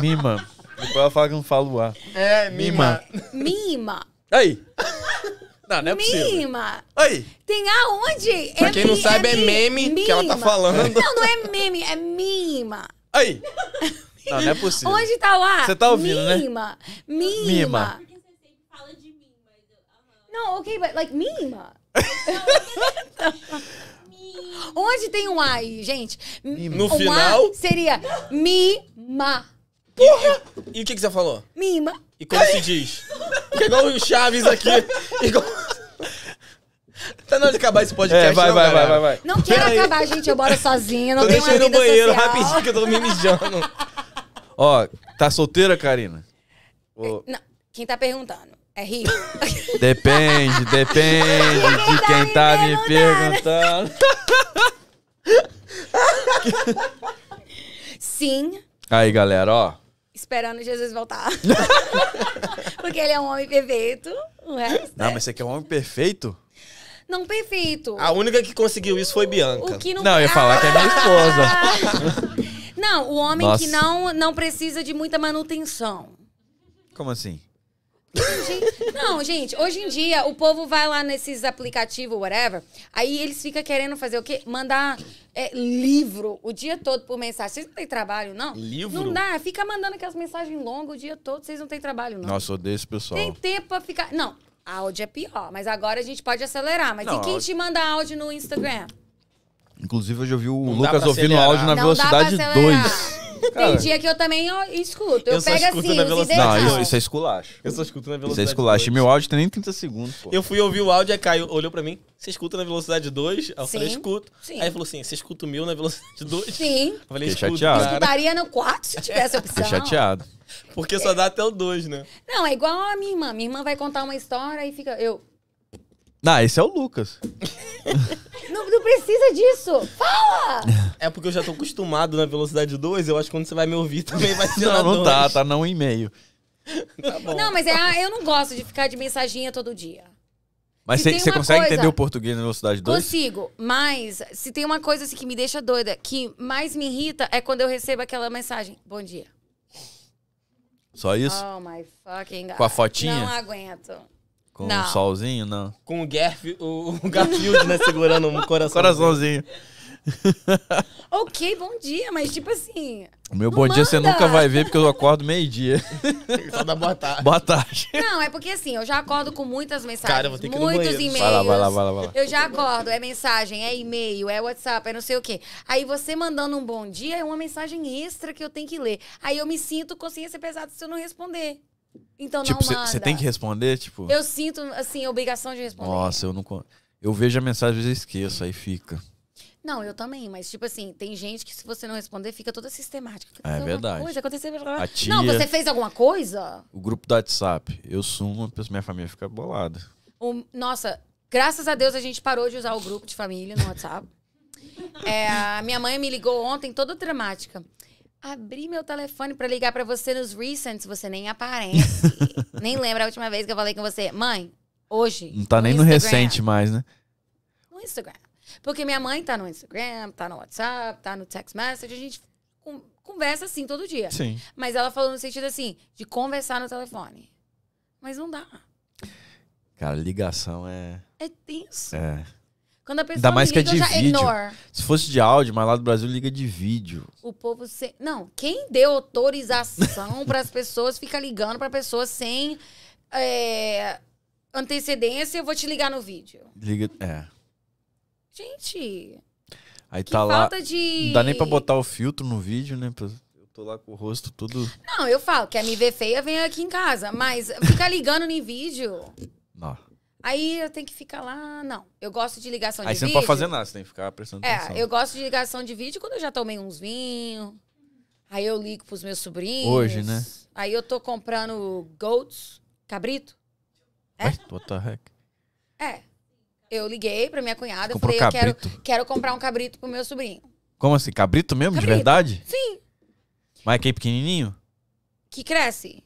Speaker 2: Mima. Depois ela fala que eu não falo o A.
Speaker 1: É,
Speaker 2: Mima.
Speaker 3: Mima.
Speaker 1: Aí. Não, não é possível.
Speaker 3: Mima.
Speaker 1: Aí.
Speaker 3: Tem aonde?
Speaker 1: Pra quem não sabe, é meme que ela tá falando.
Speaker 3: Não, não é meme, é mima.
Speaker 1: Aí. Não, não é possível.
Speaker 3: Onde tá o ar?
Speaker 2: Você tá ouvindo, né?
Speaker 3: mima. Mima.
Speaker 2: Mima.
Speaker 4: Porque você sempre fala de mim, mas. eu- Aham.
Speaker 3: Não, ok, but like mima.
Speaker 4: Mim.
Speaker 3: Onde tem um A aí, gente? M-
Speaker 1: No
Speaker 3: um A
Speaker 1: final?
Speaker 3: seria mima.
Speaker 1: E o que, que você falou?
Speaker 3: Mima.
Speaker 1: E como se diz? Porque é igual o Chaves aqui. Igual... Tá na hora de acabar esse podcast.
Speaker 2: É, vai,
Speaker 1: não,
Speaker 2: vai, vai,
Speaker 1: galera?
Speaker 2: vai, vai.
Speaker 3: Não quero
Speaker 1: Peraí.
Speaker 3: acabar, gente. Eu moro sozinha, não
Speaker 1: Tô
Speaker 3: tenho uma
Speaker 1: deixando ir
Speaker 3: vida
Speaker 1: no banheiro
Speaker 3: social.
Speaker 1: rapidinho que eu tô me mijando.
Speaker 2: Ó, tá solteira, Karina? Ô,
Speaker 3: Não, quem tá perguntando? É rico.
Speaker 2: Depende, depende de quem tá me
Speaker 3: né?
Speaker 2: perguntando.
Speaker 3: Sim,
Speaker 2: Aí, galera, ó.
Speaker 3: esperando Jesus voltar. Porque ele é um homem perfeito. O resto
Speaker 2: Não,
Speaker 3: é-
Speaker 2: mas você quer um homem perfeito?
Speaker 3: não perfeito.
Speaker 1: A única que conseguiu isso foi Bianca.
Speaker 3: O que não...
Speaker 2: Não, eu ia falar que é minha
Speaker 3: esposa. Não, o homem
Speaker 2: Nossa.
Speaker 3: que não, não precisa de muita manutenção.
Speaker 2: Como assim?
Speaker 3: Gente, Não, gente, hoje em dia o povo vai lá nesses aplicativos, whatever, aí eles ficam querendo fazer o quê? Mandar é, livro o dia todo por mensagem. Vocês não têm trabalho, não?
Speaker 1: Livro?
Speaker 3: Não dá, fica mandando aquelas mensagens longas o dia todo, vocês não têm trabalho, não.
Speaker 2: Nossa, eu odeio esse pessoal.
Speaker 3: Tem tempo pra ficar. Não, áudio é pior, mas agora a gente pode acelerar. Mas
Speaker 2: Não,
Speaker 3: e quem
Speaker 2: áudio-
Speaker 3: te manda áudio no Instagram?
Speaker 2: Inclusive, eu já ouvi o
Speaker 1: Não dá
Speaker 2: Lucas
Speaker 1: pra
Speaker 2: ouvindo
Speaker 1: acelerar.
Speaker 2: áudio na
Speaker 3: Não
Speaker 2: velocidade
Speaker 3: dá pra acelerar.
Speaker 2: 2.
Speaker 3: Tem
Speaker 2: Cara.
Speaker 3: dia que eu também ó, escuto. Eu,
Speaker 1: Eu só
Speaker 3: pego
Speaker 1: escuto
Speaker 3: assim,
Speaker 1: na
Speaker 3: os
Speaker 1: velocidade.
Speaker 2: Não,
Speaker 3: ideais.
Speaker 2: isso, isso é esculacho.
Speaker 1: Eu só escuto na
Speaker 2: Isso é
Speaker 1: velocidade
Speaker 2: esculacho. E
Speaker 1: 2.
Speaker 2: meu áudio tem nem 30 segundos, pô.
Speaker 1: Eu fui ouvir o áudio, aí Caio olhou pra mim, você escuta na velocidade 2? Aí eu falei,
Speaker 3: Sim,
Speaker 1: escuto.
Speaker 3: sim.
Speaker 1: Aí ele falou assim, você escuta o meu na velocidade 2? Eu
Speaker 3: Sim.
Speaker 1: falei,
Speaker 2: Fiquei
Speaker 1: escuto,
Speaker 2: chateado.
Speaker 1: cara.
Speaker 3: Escutaria no quarto se tivesse opção.
Speaker 2: Fiquei chateado.
Speaker 1: Porque só dá até o 2, né?
Speaker 3: Não, é igual a minha irmã. Minha irmã vai contar uma história e fica. Eu.
Speaker 2: Não, esse é o Lucas.
Speaker 3: Não, não precisa disso! Fala!
Speaker 1: É porque eu já tô acostumado na velocidade 2, eu acho que quando você vai me ouvir também vai ser na
Speaker 2: Não, não
Speaker 1: é dois.
Speaker 2: tá, tá não e meio.
Speaker 1: Tá bom.
Speaker 3: Não, mas é, a- eu não gosto de ficar de mensaginha todo dia.
Speaker 2: Mas
Speaker 3: Se
Speaker 2: você
Speaker 3: tem
Speaker 2: você
Speaker 3: uma
Speaker 2: consegue
Speaker 3: coisa-
Speaker 2: entender o português na velocidade 2?
Speaker 3: Consigo, mas se tem uma coisa assim, que me deixa doida, que mais me irrita, é quando eu recebo aquela mensagem: Bom dia.
Speaker 2: Só isso?
Speaker 3: Oh my fucking God.
Speaker 2: Com a fotinha?
Speaker 3: Não aguento.
Speaker 2: Com um
Speaker 3: não.
Speaker 2: solzinho? Não.
Speaker 1: Com o, Garf, o, o Garfield, né, segurando um coração.
Speaker 2: Coraçãozinho.
Speaker 3: Ok, bom dia, mas tipo assim.
Speaker 2: O meu
Speaker 3: Não
Speaker 2: bom dia você
Speaker 3: manda.
Speaker 2: nunca vai ver porque eu acordo meio-dia.
Speaker 1: Só dá boa tarde.
Speaker 2: Boa tarde.
Speaker 3: Não, é porque assim, eu já acordo com muitas mensagens.
Speaker 1: Cara, eu vou ter que ir no
Speaker 3: muitos
Speaker 1: banheiro.
Speaker 3: e-mails.
Speaker 2: Vai lá, vai lá, vai lá, vai lá.
Speaker 3: Eu já acordo, é mensagem, é e-mail, é WhatsApp, é não sei o quê. Aí você mandando um bom dia é uma mensagem extra que eu tenho que ler. Aí eu me sinto consciência pesada se eu não responder. Então
Speaker 2: tipo,
Speaker 3: não manda.
Speaker 2: você tem que responder, tipo.
Speaker 3: Eu sinto, assim, a obrigação de responder.
Speaker 2: Nossa, eu não. con- Eu vejo a mensagem, às vezes eu esqueço, aí fica.
Speaker 3: Não, eu também, mas tipo assim, tem gente que se você não responder fica toda
Speaker 2: É
Speaker 3: sistemática. Aconteceu alguma
Speaker 2: verdade.
Speaker 3: Coisa, aconteceu...
Speaker 2: A tia,
Speaker 3: Não, você fez alguma coisa?
Speaker 2: o grupo do WhatsApp. Eu sumo, a pessoa- minha família fica bolada.
Speaker 3: O- nossa, graças a Deus a gente parou de usar o grupo de família no WhatsApp. É, a minha mãe me ligou ontem, toda dramática. Abri meu telefone pra ligar pra você nos recents, você nem aparece. nem lembra a última vez que eu falei com você. Mãe, hoje.
Speaker 2: Não tá nem no
Speaker 3: Instagram.
Speaker 2: recente mais, né?
Speaker 3: No Instagram. Porque minha mãe tá no Instagram, tá no WhatsApp, tá no text message, a gente con- conversa assim todo dia.
Speaker 2: Sim.
Speaker 3: Mas ela falou no sentido assim, de conversar no telefone. Mas não dá.
Speaker 2: Cara, ligação é.
Speaker 3: É tenso.
Speaker 2: é.
Speaker 3: Quando a pessoa
Speaker 2: Ainda mais
Speaker 3: me
Speaker 2: que é
Speaker 3: liga, eu
Speaker 2: de
Speaker 3: já
Speaker 2: vídeo.
Speaker 3: ignore.
Speaker 2: Se fosse de áudio, mas lá do Brasil liga de vídeo.
Speaker 3: O povo sem. Não, quem deu autorização para as pessoas fica ligando para pessoas sem é, antecedência, eu vou te ligar no vídeo.
Speaker 2: Liga. É.
Speaker 3: Gente,
Speaker 2: Aí
Speaker 3: que
Speaker 2: tá lá.
Speaker 3: falta de.
Speaker 2: Não dá nem pra botar o filtro no vídeo, né? pra- Eu tô lá com o rosto todo.
Speaker 3: Não, eu falo, quer me ver feia, vem aqui em casa. Mas ficar ligando em vídeo,
Speaker 2: Não.
Speaker 3: aí eu tenho que ficar lá. Não, eu gosto de ligação
Speaker 2: Aí
Speaker 3: de
Speaker 2: você não
Speaker 3: vídeo.
Speaker 2: pode fazer nada, você tem que ficar prestando atenção.
Speaker 3: É, eu gosto de ligação de vídeo quando eu já tomei uns vinhos. Aí eu ligo pros meus sobrinhos.
Speaker 2: Hoje, né?
Speaker 3: Aí eu tô comprando goats, cabrito. É?
Speaker 2: Mas, what the heck?
Speaker 3: É. Eu liguei pra minha cunhada e
Speaker 2: Comprou
Speaker 3: falei, eu quero,
Speaker 2: cabrito?
Speaker 3: quero comprar um cabrito pro meu sobrinho.
Speaker 2: Como assim? Cabrito mesmo? De
Speaker 3: Cabrito.
Speaker 2: verdade? é
Speaker 3: Sim.
Speaker 2: Mas aquele pequenininho?
Speaker 3: Que cresce.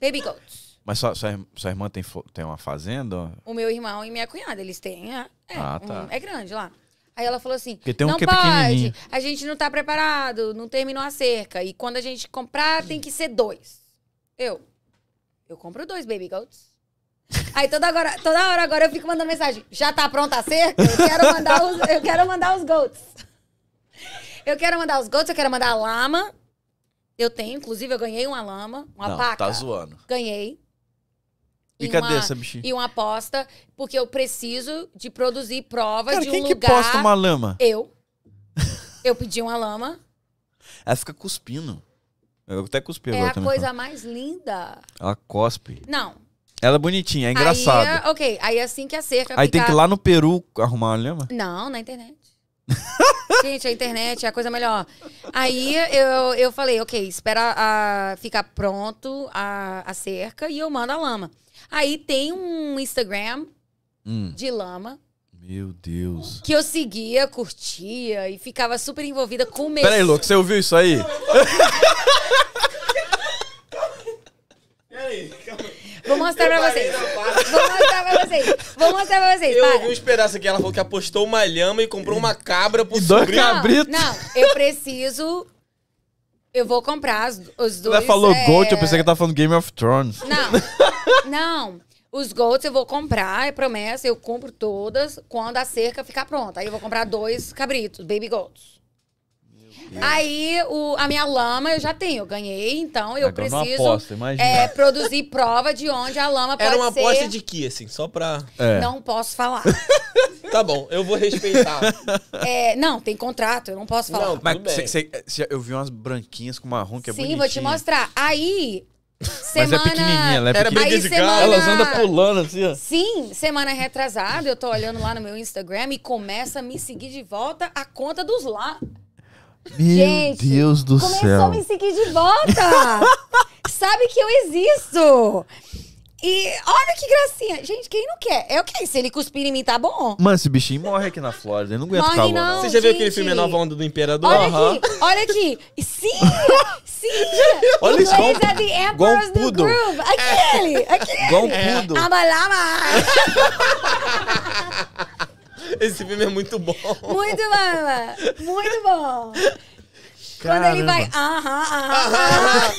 Speaker 3: Baby goats.
Speaker 2: Mas sua, sua, ir- sua irmã tem, fo- tem uma fazenda?
Speaker 3: O meu irmão e minha cunhada, eles têm. É, é,
Speaker 2: Ah, tá.
Speaker 3: um- é grande lá. Aí ela falou assim:
Speaker 2: Porque tem um
Speaker 3: não
Speaker 2: que é
Speaker 3: pode,
Speaker 2: pequenininho.
Speaker 3: a gente não tá preparado, não terminou a cerca. E quando a gente comprar, tem que ser dois. Eu, eu compro dois baby goats. Aí toda, agora, toda hora agora eu fico mandando mensagem: já tá pronta a cerca? Eu quero mandar os, eu quero mandar os goats. Eu quero mandar os goats, eu quero mandar a lama. Eu tenho, inclusive, eu ganhei uma lama, uma
Speaker 2: não,
Speaker 3: paca.
Speaker 2: tá zoando.
Speaker 3: Ganhei.
Speaker 2: E,
Speaker 3: E
Speaker 2: cadê
Speaker 3: uma-
Speaker 2: essa bichinha?
Speaker 3: E uma aposta, porque eu preciso de produzir prova
Speaker 2: Cara,
Speaker 3: de um
Speaker 2: quem que
Speaker 3: lugar.
Speaker 2: posta uma lama?
Speaker 3: Eu. Eu pedi uma lama.
Speaker 2: Ela fica cuspindo. Eu até cuspi
Speaker 3: é
Speaker 2: agora
Speaker 3: a
Speaker 2: também. tá?
Speaker 3: coisa mais linda.
Speaker 2: Ela cospe.
Speaker 3: Não.
Speaker 2: Ela é bonitinha, é engraçada.
Speaker 3: Aí, é- ok, aí assim que a cerca
Speaker 2: Aí
Speaker 3: ficar...
Speaker 2: tem que ir lá no Peru arrumar uma lama?
Speaker 3: Não, na internet. Gente, a internet é a coisa melhor. Aí eu, eu falei, ok, espera a, ficar pronto a, a cerca e eu mando a lama. Aí tem um Instagram
Speaker 2: Hum,
Speaker 3: de lama
Speaker 2: meu Deus.
Speaker 3: que eu seguia, curtia e ficava super envolvida com o meu.
Speaker 2: Peraí, louco, você ouviu isso aí?
Speaker 1: Peraí, calma.
Speaker 3: Vou mostrar pra
Speaker 1: parei
Speaker 3: vocês.
Speaker 1: na parte.
Speaker 3: Vou mostrar pra vocês. Vou mostrar pra vocês.
Speaker 1: Eu
Speaker 3: para.
Speaker 1: ouvi uns pedaços aqui. Ela falou que apostou uma lhama e comprou uma cabra pro
Speaker 2: E dois
Speaker 1: sobrinho.
Speaker 2: cabras. cabrito.
Speaker 3: Não, não, eu preciso. Eu vou comprar as- os dois.
Speaker 2: Ela falou
Speaker 3: é,
Speaker 2: Gold, eu pensei que tava falando Game of Thrones.
Speaker 3: Não, não. Os Golds eu vou comprar, é promessa, eu compro todas quando a cerca ficar pronta. Aí eu vou comprar dois cabritos, Baby Golds. Aí o- a minha lama eu já tenho, eu ganhei, então eu
Speaker 2: Agora
Speaker 3: preciso
Speaker 2: Não aposta, imagina.
Speaker 3: é, produzir prova de onde a lama pode
Speaker 1: Era uma
Speaker 3: ser.
Speaker 1: aposta de que, assim, só pra.
Speaker 2: É.
Speaker 3: Não posso falar.
Speaker 1: Tá bom, eu vou respeitar.
Speaker 3: É, não, tem contrato, eu não posso falar.
Speaker 1: Não,
Speaker 2: Mas
Speaker 1: Tudo bem.
Speaker 2: cê- cê- cê- eu vi umas branquinhas com marrom que é
Speaker 3: Sim,
Speaker 2: bonitinha.
Speaker 3: vou te mostrar. Aí,
Speaker 2: Mas
Speaker 3: semana...
Speaker 2: é pequenininha, ela é
Speaker 1: Era
Speaker 2: pequenininha.
Speaker 1: briga
Speaker 3: Aí,
Speaker 1: de
Speaker 3: semana...
Speaker 1: galo,
Speaker 2: Elas andam pulando assim, ó.
Speaker 3: Sim, semana retrasada, eu tô olhando lá no meu Instagram e começa a me seguir de volta a conta dos lá. Gente,
Speaker 2: Deus do
Speaker 3: Começou a me seguir de volta! Sabe que eu existo! E olha que gracinha. Gente, quem não quer? É o que? Se ele cuspir em mim, tá bom.
Speaker 2: Mano, esse bichinho morre aqui na Flórida, ele não aguenta
Speaker 3: Morre
Speaker 2: calor.
Speaker 3: não.
Speaker 1: Você já viu aquele
Speaker 3: gente.
Speaker 1: filme Nova Onda do Imperador?
Speaker 3: Olha
Speaker 1: Aham.
Speaker 3: aqui, olha aqui. Sim, sim.
Speaker 2: Olha isso, igual um-
Speaker 3: Blaze at the
Speaker 2: igual um
Speaker 3: Emperor's New
Speaker 2: poodle.
Speaker 3: Groove. Aquele, aquele.
Speaker 2: Igual um poodle.
Speaker 3: Amalama.
Speaker 1: Esse filme é muito bom.
Speaker 3: Muito bom, muito bom. Quando ele
Speaker 2: Caramba.
Speaker 3: vai, aham, aham, aham.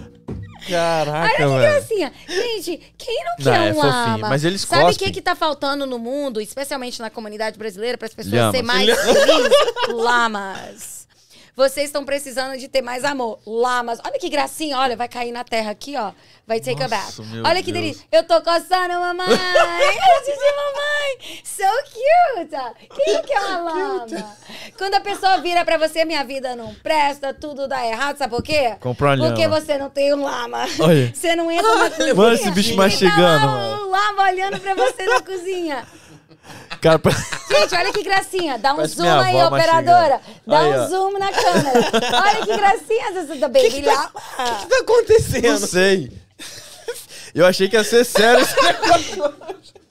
Speaker 3: Olha
Speaker 2: Caraca,
Speaker 3: que
Speaker 2: velho.
Speaker 3: gracinha. Gente, quem não quer
Speaker 2: Não, é
Speaker 3: um
Speaker 2: fofinho,
Speaker 3: lama?
Speaker 2: mas eles
Speaker 3: Sabe o
Speaker 2: cospem.
Speaker 3: que, que tá faltando no mundo, especialmente na comunidade brasileira, para as pessoas
Speaker 2: Lhamas.
Speaker 3: serem mais felizes? Lamas. Vocês estão precisando de ter mais amor. Lamas. Olha que gracinha, olha, vai cair na terra aqui, ó. Vai take a bath.
Speaker 2: Nossa, meu
Speaker 3: Olha que
Speaker 2: Deus.
Speaker 3: delícia. Eu tô coçando, mamãe. Eu disse, mamãe. So cute. Quem não quer uma lama? Quando a pessoa vira pra você, minha vida não presta, tudo dá errado, sabe por quê?
Speaker 2: Comprar uma
Speaker 3: Porque
Speaker 2: lhama.
Speaker 3: você não tem um lama.
Speaker 2: Olha.
Speaker 3: Você não entra na cozinha.
Speaker 2: Mano, esse bicho
Speaker 3: e
Speaker 2: mastigando,
Speaker 3: Tá lá,
Speaker 2: mano.
Speaker 3: o lava olhando pra você na cozinha.
Speaker 2: Cara, pra-
Speaker 3: Gente, olha que gracinha. Dá um
Speaker 2: Parece
Speaker 3: zoom
Speaker 2: minha
Speaker 3: aí,
Speaker 2: avó
Speaker 3: operadora. Dá
Speaker 2: Aí,
Speaker 3: um
Speaker 2: ó.
Speaker 3: zoom na câmera. Olha que gracinha essa da baby lava.
Speaker 1: O que tá
Speaker 2: não
Speaker 1: acontecendo?
Speaker 2: sei. Eu achei que ia ser sério. esse negócio.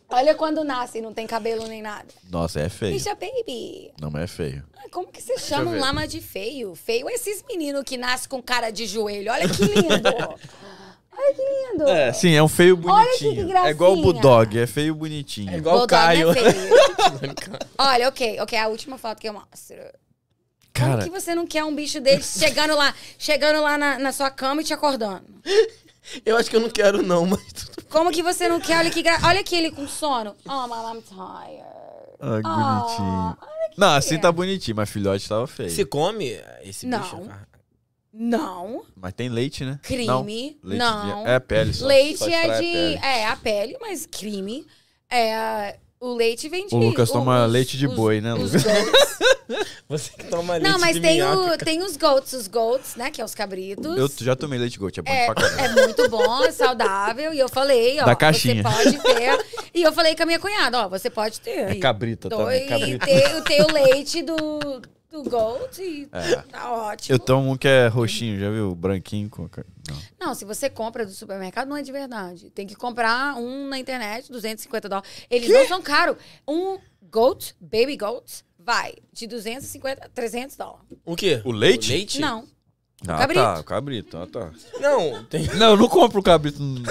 Speaker 3: Olha quando nasce, não tem cabelo nem nada.
Speaker 2: Nossa, é feio.
Speaker 3: Bicha baby.
Speaker 2: Não, mas é feio.
Speaker 3: Ah, Como que você chama
Speaker 2: eu
Speaker 3: um
Speaker 2: ver.
Speaker 3: lama de feio? Feio é esses meninos que nascem com cara de joelho. Olha que lindo. Olha que lindo.
Speaker 2: É, sim, é um feio
Speaker 3: Olha que
Speaker 2: bonitinho.
Speaker 3: gracinha.
Speaker 2: é igual o Bulldog, é feio bonitinho.
Speaker 1: É igual o
Speaker 3: Bulldog
Speaker 1: Caio.
Speaker 3: é feio. Olha, ok, ok. A última foto que eu mostro. Como
Speaker 2: Cara,
Speaker 3: que você não quer um bicho desse chegando lá, chegando lá na, na sua cama e te acordando?
Speaker 1: Eu acho que eu não quero, não, mas tudo
Speaker 3: Como que você não quer? Olha que gra... Olha aquele com sono. Oh, mom, I'm tired.
Speaker 2: ah,
Speaker 3: Ah,
Speaker 2: bonitinho.
Speaker 3: olha que
Speaker 2: Não, assim
Speaker 3: é.
Speaker 2: tá bonitinho, mas filhote tava feio.
Speaker 1: bem. Você come esse
Speaker 3: Não.
Speaker 1: bicho? cara?
Speaker 3: Não.
Speaker 2: Mas tem leite, né?
Speaker 3: Crime.
Speaker 2: Não, leite de-
Speaker 3: Não.
Speaker 2: É pele só. Só
Speaker 3: Leite
Speaker 2: extrai
Speaker 3: é
Speaker 2: a
Speaker 3: de.
Speaker 2: pele.
Speaker 3: É, a pele, mas crime. É. O leite vem de.
Speaker 2: O Lucas
Speaker 3: o-
Speaker 2: toma
Speaker 3: os-
Speaker 2: leite de
Speaker 3: os-
Speaker 2: boi, né,
Speaker 3: os
Speaker 2: Lucas?
Speaker 3: goats.
Speaker 1: Você que toma leite
Speaker 3: Não, mas
Speaker 1: de
Speaker 3: tem,
Speaker 1: minhoca.
Speaker 3: o, tem os goats, os goats, né? Que é os cabritos.
Speaker 2: Eu já tomei leite gold, é bom
Speaker 3: É,
Speaker 2: pra caramba.
Speaker 3: é muito bom, é saudável. E eu falei, ó,
Speaker 2: Da caixinha.
Speaker 3: você pode ter. E eu falei com a minha cunhada, ó, você pode ter.
Speaker 2: É
Speaker 3: aí.
Speaker 2: cabrita
Speaker 3: Dois,
Speaker 2: também, cabrita.
Speaker 3: Ter, ter o leite do, do Gold e
Speaker 2: É.
Speaker 3: tá ótimo.
Speaker 2: Eu tomo um que é roxinho, já viu? Branquinho com... ca- Não.
Speaker 3: Não, se você compra do supermercado, não é de verdade. Tem que comprar um na internet, 250 dólares. Eles não são caros. Um Goat, Baby Goat, vai de 250 a 300 dólares.
Speaker 1: O quê?
Speaker 2: O leite?
Speaker 1: O leite?
Speaker 3: Não.
Speaker 2: Ah,
Speaker 3: Cabrito.
Speaker 2: tá, o cabrito. Ah, tá.
Speaker 1: Não, tem.
Speaker 2: Não, eu não compro o cabrito.
Speaker 3: Não,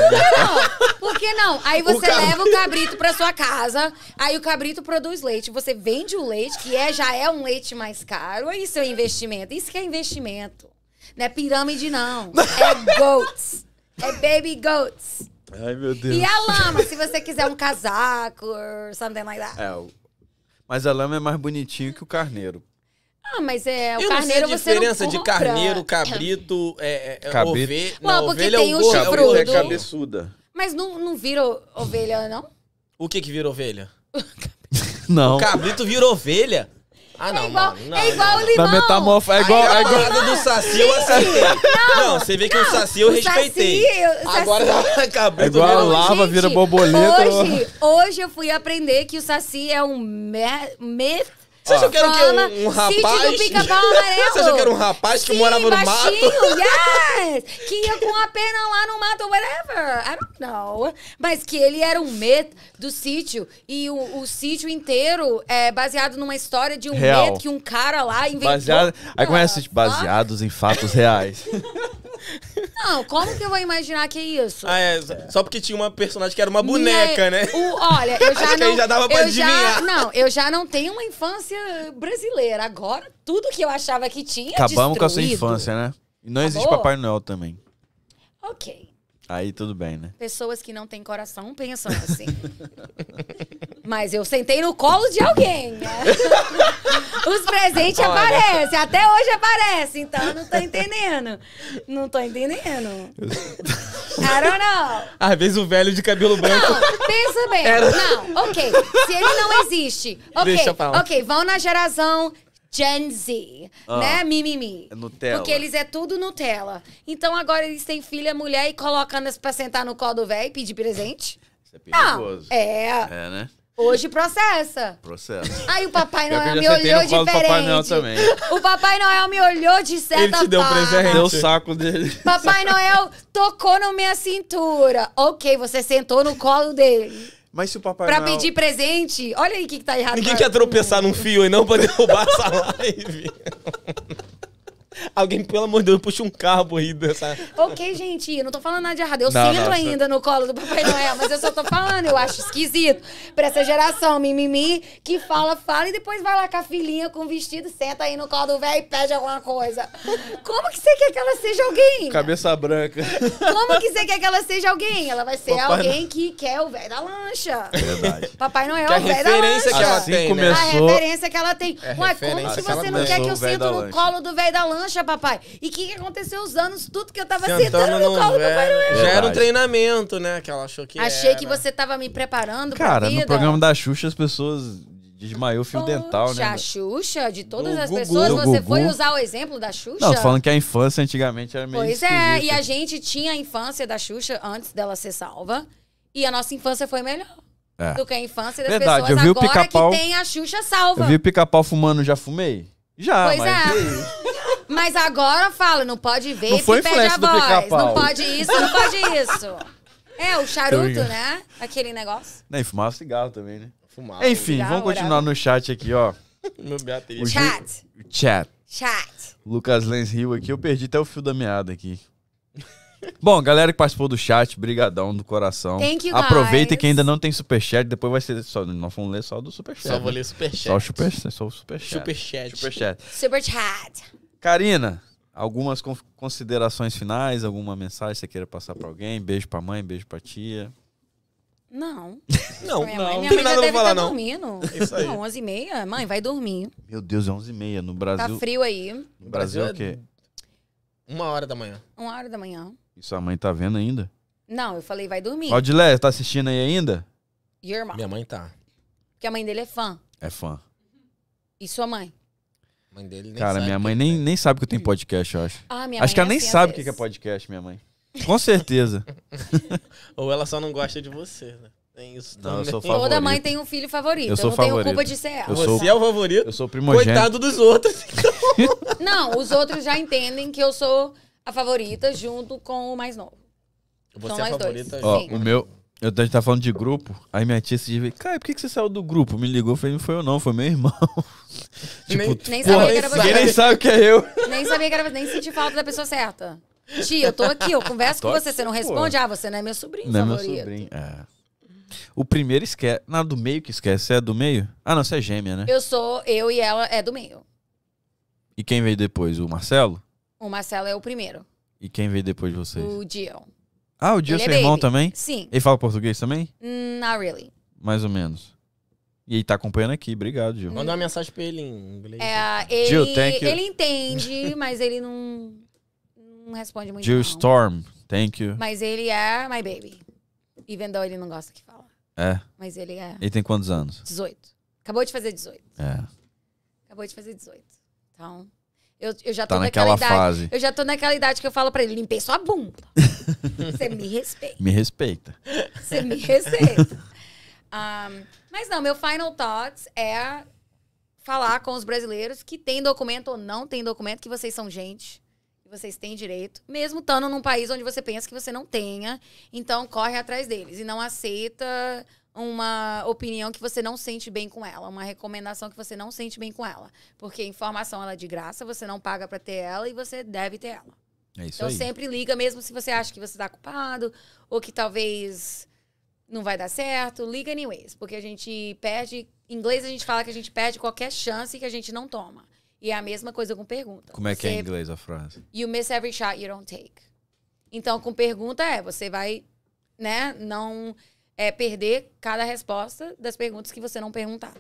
Speaker 3: por que não? Aí você
Speaker 1: cab-
Speaker 3: leva o cabrito pra sua casa, aí o cabrito produz leite. Você vende o leite, que é, já é um leite mais caro, aí seu investimento. Isso que é investimento. Não é pirâmide, não. É goats. É baby goats.
Speaker 2: Ai, meu Deus.
Speaker 3: E a lama, se você quiser um casaco, or something like that.
Speaker 2: É, o- Mas a lama é mais bonitinho que o carneiro.
Speaker 3: Ah, mas é, o
Speaker 1: eu não sei a
Speaker 3: carneiro você não
Speaker 1: diferença de
Speaker 3: compra.
Speaker 1: carneiro, cabrito, é, é, é,
Speaker 2: Cabrito.
Speaker 1: ovelha.
Speaker 3: Ué,
Speaker 1: não,
Speaker 3: porque
Speaker 1: ovelha é
Speaker 3: tem o
Speaker 1: gordo, é
Speaker 3: chifrudo.
Speaker 2: é
Speaker 1: gordinho.
Speaker 2: cabeçuda.
Speaker 3: Mas não, não vira o- ovelha, não?
Speaker 1: O que que vira ovelha?
Speaker 2: Não.
Speaker 1: Cabrito vira ovelha? Ah, não,
Speaker 3: é igual,
Speaker 1: mano, não,
Speaker 3: é igual
Speaker 1: não.
Speaker 3: o limão.
Speaker 2: Na metamorfose. É igual.
Speaker 1: Aí
Speaker 2: É
Speaker 1: a
Speaker 2: igual...
Speaker 1: parada do Saci eu aceitei. Não, você vê que o Saci eu
Speaker 3: o Saci,
Speaker 1: respeitei.
Speaker 3: eu- o
Speaker 1: Agora
Speaker 2: É
Speaker 1: cabrito
Speaker 2: igual a
Speaker 1: virou...
Speaker 2: lava,
Speaker 3: Então, Gente,
Speaker 2: vira borboleta.
Speaker 3: Hoje, hoje eu fui aprender que o Saci é um me- myth.
Speaker 1: Você achou que era o quê? Um- um
Speaker 3: fama, sítio
Speaker 1: rapaz?
Speaker 3: do pica-pau amarelo.
Speaker 1: Você achou que era um rapaz que
Speaker 3: Sim,
Speaker 1: morava no mato?
Speaker 3: baixinho, yes! Que ia com a perna lá no mato, whatever. I don't know. Mas que ele era um myth do sítio. E o, o sítio inteiro é baseado numa história de um
Speaker 2: Real.
Speaker 3: myth que um cara lá inventou.
Speaker 2: Baseado. Aí começa tipo,
Speaker 3: Ah,
Speaker 2: baseados em fatos reais.
Speaker 3: Não, como que eu vou imaginar que é isso?
Speaker 1: Ah, é, só- só porque tinha uma personagem que era uma boneca,
Speaker 3: Minha-
Speaker 1: né?
Speaker 3: o- olha, eu já
Speaker 1: Acho que
Speaker 3: não.
Speaker 1: aí já dava pra
Speaker 3: eu já-
Speaker 1: adivinhar.
Speaker 3: não, eu já não tenho uma infância brasileira. Agora, tudo que eu achava que tinha.
Speaker 2: Acabamos Tá com a sua
Speaker 3: destruído.
Speaker 2: infância, né? E não existe
Speaker 3: Acabou?
Speaker 2: Papai Noel também.
Speaker 3: Ok.
Speaker 2: Aí tudo bem, né?
Speaker 3: Pessoas que não têm coração pensam assim. Mas eu sentei no colo de alguém. né? Os presentes aparecem, até hoje aparecem, então eu não tô entendendo. Não tô entendendo. I don't know.
Speaker 1: Às vezes o velho de cabelo branco.
Speaker 3: Não, pensa bem. Não, ok. Se ele não existe, ok.
Speaker 1: Deixa pra lá.
Speaker 3: Ok, vão na geração Gen Z,
Speaker 2: Ah.
Speaker 3: né? Mimimi.
Speaker 2: Nutella.
Speaker 3: Porque eles é tudo Nutella. Então agora eles têm filha, mulher e colocando as pra sentar no colo do velho e pedir presente?
Speaker 2: Isso é
Speaker 3: Não. É.
Speaker 2: É, né?
Speaker 3: Hoje processa.
Speaker 2: Processo.
Speaker 3: Aí o Papai
Speaker 2: Pior que
Speaker 3: Noel
Speaker 2: eu
Speaker 3: me
Speaker 2: já sentei
Speaker 3: olhou
Speaker 2: no colo do
Speaker 3: diferente.
Speaker 2: Papai Noel também.
Speaker 3: O Papai Noel me olhou de certa
Speaker 1: Ele te deu um
Speaker 3: forma.
Speaker 1: presente?
Speaker 2: Deu o saco dele.
Speaker 3: Papai Noel tocou na minha cintura. Ok, você sentou no colo dele.
Speaker 2: Mas se o Papai
Speaker 3: Pra
Speaker 2: Noel...
Speaker 3: pedir presente. Olha aí o que, que tá errado.
Speaker 1: Ninguém
Speaker 3: agora.
Speaker 1: quer tropeçar num fio aí não pra derrubar essa live. Alguém, pelo amor de Deus, puxa um carro aí dessa.
Speaker 3: Ok, gente, eu não tô falando nada de errado. Eu
Speaker 2: Não,
Speaker 3: sento
Speaker 2: não,
Speaker 3: ainda no colo do Papai Noel, mas eu só tô falando, eu acho esquisito. Pra essa geração mimimi que fala, fala e depois vai lá com a filhinha com o vestido, senta aí no colo do velho e pede alguma coisa. Como que você quer que ela seja alguém?
Speaker 2: Cabeça branca.
Speaker 3: Como que você quer que ela seja alguém? Ela vai ser
Speaker 1: Papai É.
Speaker 3: alguém que quer o velho da lancha.
Speaker 2: Verdade.
Speaker 3: Papai Noel, é
Speaker 1: Que a
Speaker 3: o velho da lancha.
Speaker 1: referência que ela
Speaker 2: Assim
Speaker 1: tem, né?
Speaker 2: começou-
Speaker 3: A referência que ela tem.
Speaker 2: É
Speaker 3: Ué, como
Speaker 1: referência
Speaker 3: que
Speaker 1: que ela
Speaker 3: você não
Speaker 1: tem.
Speaker 3: quer que eu
Speaker 2: Começou o velho
Speaker 3: sinto
Speaker 2: da
Speaker 3: no
Speaker 2: lancha.
Speaker 3: colo do velho da lancha, papai? E o que, que aconteceu os anos, tudo que eu tava
Speaker 1: Sentando
Speaker 3: sentando, no
Speaker 1: num
Speaker 3: colo do papai Noel?
Speaker 1: velho. Já era um
Speaker 2: Verdade.
Speaker 1: treinamento, né? Que ela achou que é, né?
Speaker 3: Achei que
Speaker 1: era.
Speaker 3: você tava me preparando pra
Speaker 2: Cara,
Speaker 3: vida.
Speaker 2: no programa da Xuxa as pessoas desmaiou o fio dental,
Speaker 3: Poxa,
Speaker 2: né?
Speaker 3: a Xuxa, de todas
Speaker 1: Do
Speaker 3: as
Speaker 1: Gugu.
Speaker 3: pessoas,
Speaker 2: Do
Speaker 3: você foi
Speaker 2: Gugu.
Speaker 3: usar o exemplo da Xuxa?
Speaker 2: Não, tô falando que a infância antigamente era meio
Speaker 3: Pois é, e
Speaker 2: esquisita.
Speaker 3: a gente tinha a infância da Xuxa antes dela ser salva. E a nossa infância foi melhor
Speaker 2: É.
Speaker 3: do que a infância das
Speaker 2: Verdade, eu
Speaker 3: pessoas
Speaker 2: vi o
Speaker 3: agora
Speaker 2: pica-pau-
Speaker 3: que tem a Xuxa salva.
Speaker 2: Eu vi o pica-pau fumando, já fumei? Já,
Speaker 3: Pois
Speaker 2: mas...
Speaker 3: é. Mas agora fala, não pode ver
Speaker 2: Não foi
Speaker 3: que perde a
Speaker 2: influência do
Speaker 3: voz.
Speaker 2: pica-pau.
Speaker 3: Não pode isso, não pode isso. É, o charuto,
Speaker 2: brincando.
Speaker 3: né? Aquele negócio.
Speaker 2: Não, né, e fumava cigarro também, né?
Speaker 1: Fumava.
Speaker 2: Enfim,
Speaker 3: cigarro,
Speaker 2: vamos continuar no chat aqui, ó.
Speaker 1: Meu Beatriz.
Speaker 2: O Ju-
Speaker 3: Chat,
Speaker 2: Chat.
Speaker 3: chat.
Speaker 2: Lucas Lenz riu aqui, eu perdi até o fio da meada aqui. Bom, galera que participou do chat, brigadão do coração.
Speaker 3: Thank you,
Speaker 2: Aproveita
Speaker 3: guys.
Speaker 2: que ainda não tem superchat, depois vai ser só, nós vamos ler só do superchat. né?
Speaker 1: Só vou ler
Speaker 2: Só o
Speaker 1: superchat.
Speaker 2: superchat, só o superchat.
Speaker 1: Superchat.
Speaker 2: Superchat.
Speaker 3: Super chat.
Speaker 2: Karina, algumas con- considerações finais, alguma mensagem que você queira passar pra alguém? Beijo pra mãe, beijo pra tia.
Speaker 3: Não.
Speaker 1: Não,
Speaker 3: minha mãe,
Speaker 1: não, não
Speaker 3: minha
Speaker 1: tem
Speaker 3: mãe
Speaker 1: nada
Speaker 3: já
Speaker 1: pra
Speaker 3: deve
Speaker 1: falar,
Speaker 3: estar
Speaker 1: não.
Speaker 3: dormindo.
Speaker 1: Isso aí.
Speaker 3: Não, 11 e meia. Mãe, vai dormir.
Speaker 2: Meu Deus, é 11h30 no
Speaker 3: Tá
Speaker 2: Brasil.
Speaker 3: frio aí.
Speaker 2: no Brasil é
Speaker 1: Brasil
Speaker 2: o quê?
Speaker 1: Uma hora da manhã.
Speaker 3: Uma hora da manhã.
Speaker 2: E sua mãe tá vendo ainda?
Speaker 3: Não, eu falei, vai dormir.
Speaker 2: Odilé, tá assistindo aí ainda?
Speaker 3: Your mom.
Speaker 1: Minha mãe tá.
Speaker 3: Porque a mãe dele é fã.
Speaker 2: É fã.
Speaker 3: E sua mãe?
Speaker 1: A Mãe dele nem
Speaker 2: Cara,
Speaker 1: sabe é, né?
Speaker 2: minha
Speaker 1: que
Speaker 2: mãe
Speaker 1: ele
Speaker 2: nem,
Speaker 1: tem.
Speaker 2: nem sabe que eu tenho podcast, eu acho.
Speaker 3: Ah, minha mãe
Speaker 2: Acho que ela
Speaker 3: é
Speaker 2: nem
Speaker 3: assim, às
Speaker 2: sabe o que que é
Speaker 3: vezes.
Speaker 2: podcast, minha mãe. Com certeza.
Speaker 1: Ou ela só não gosta de você, né? Tem isso
Speaker 2: Não, eu
Speaker 1: também.
Speaker 2: sou
Speaker 3: Toda
Speaker 2: Favorito.
Speaker 3: mãe tem um filho favorito.
Speaker 2: Eu
Speaker 3: Eu,
Speaker 2: sou
Speaker 3: não
Speaker 2: favorito.
Speaker 3: tenho culpa de ser ela.
Speaker 2: Eu
Speaker 1: Você
Speaker 2: sou-
Speaker 1: é o favorito.
Speaker 2: Eu sou primogênito.
Speaker 1: Coitado dos outros.
Speaker 3: Não, os outros já entendem que eu sou a favorita junto com o mais novo.
Speaker 1: Você
Speaker 3: São
Speaker 1: é a
Speaker 3: nós dois.
Speaker 1: favorita.
Speaker 2: Ó,
Speaker 3: Sim.
Speaker 2: o meu, Eu a gente tava falando de grupo, aí minha tia se veio, cara, por que, que você saiu do grupo? Me ligou, eu falei, não foi eu não, foi meu irmão.
Speaker 1: Nem-
Speaker 2: tu-
Speaker 3: nem
Speaker 2: porra,
Speaker 3: sabia que era você.
Speaker 2: Ninguém nem sabe o que é eu.
Speaker 3: Nem sabia que era. Nem senti falta da pessoa certa. Tia, eu tô aqui, eu converso
Speaker 2: Tô
Speaker 3: com você,
Speaker 2: aqui,
Speaker 3: você não
Speaker 2: pô.
Speaker 3: responde. Ah, você não é meu sobrinho
Speaker 2: Não é meu
Speaker 3: favorito.
Speaker 2: sobrinho. É. O primeiro esquece. Não, do meio que esquece. Você é do meio? Ah, não, você é gêmea, né?
Speaker 3: Eu sou, eu e ela é do meio.
Speaker 2: E quem veio depois? O Marcelo?
Speaker 3: O Marcelo é o primeiro,
Speaker 2: E quem veio depois de vocês?
Speaker 3: o Dion.
Speaker 2: Ah, o Dia
Speaker 3: Ele é
Speaker 2: seu irmão
Speaker 3: baby.
Speaker 2: também?
Speaker 3: Sim,
Speaker 2: Ele fala português também?
Speaker 3: not really.
Speaker 2: Mais ou menos. E ele tá acompanhando aqui. Obrigado, Gil.
Speaker 1: Manda uma mensagem pra ele em inglês.
Speaker 3: É, ele,
Speaker 2: Jill, thank you.
Speaker 3: ele entende, mas ele não, não responde muito.
Speaker 2: Jill
Speaker 3: não.
Speaker 2: Storm, thank you.
Speaker 3: Mas ele é my baby. Even though ele não gosta que fala.
Speaker 2: É.
Speaker 3: Mas ele é
Speaker 2: Ele tem quantos anos?
Speaker 3: 18. Acabou de fazer 18.
Speaker 2: É.
Speaker 3: Acabou de fazer 18. Então, eu, eu já tô
Speaker 2: Tá
Speaker 3: naquela,
Speaker 2: naquela
Speaker 3: idade.
Speaker 2: fase.
Speaker 3: Eu já tô naquela idade que eu falo pra ele, limpei sua bunda. Você me respeita.
Speaker 2: Me respeita.
Speaker 3: Você me respeita. Ahn, mas não, meu final thoughts é falar com os brasileiros que tem documento ou não tem documento, que vocês são gente, que vocês têm direito, mesmo estando num país onde você pensa que você não tenha. Então, corre atrás deles e não aceita uma opinião que você não sente bem com ela, uma recomendação que você não sente bem com ela. Porque informação ela é de graça, você não paga pra ter ela e você deve ter ela.
Speaker 2: É isso
Speaker 3: Então
Speaker 2: aí.
Speaker 3: sempre liga, mesmo se você acha que você tá culpado ou que talvez não vai dar certo, liga anyways, porque a gente perde. Em inglês a gente fala que a gente perde qualquer chance que a gente não toma. E é a mesma coisa com pergunta.
Speaker 2: Como é que é em
Speaker 3: Você-
Speaker 2: inglês a frase?
Speaker 3: You miss every shot you don't take. Então, com pergunta é, você vai, né, não é, perder cada resposta das perguntas que você não perguntar.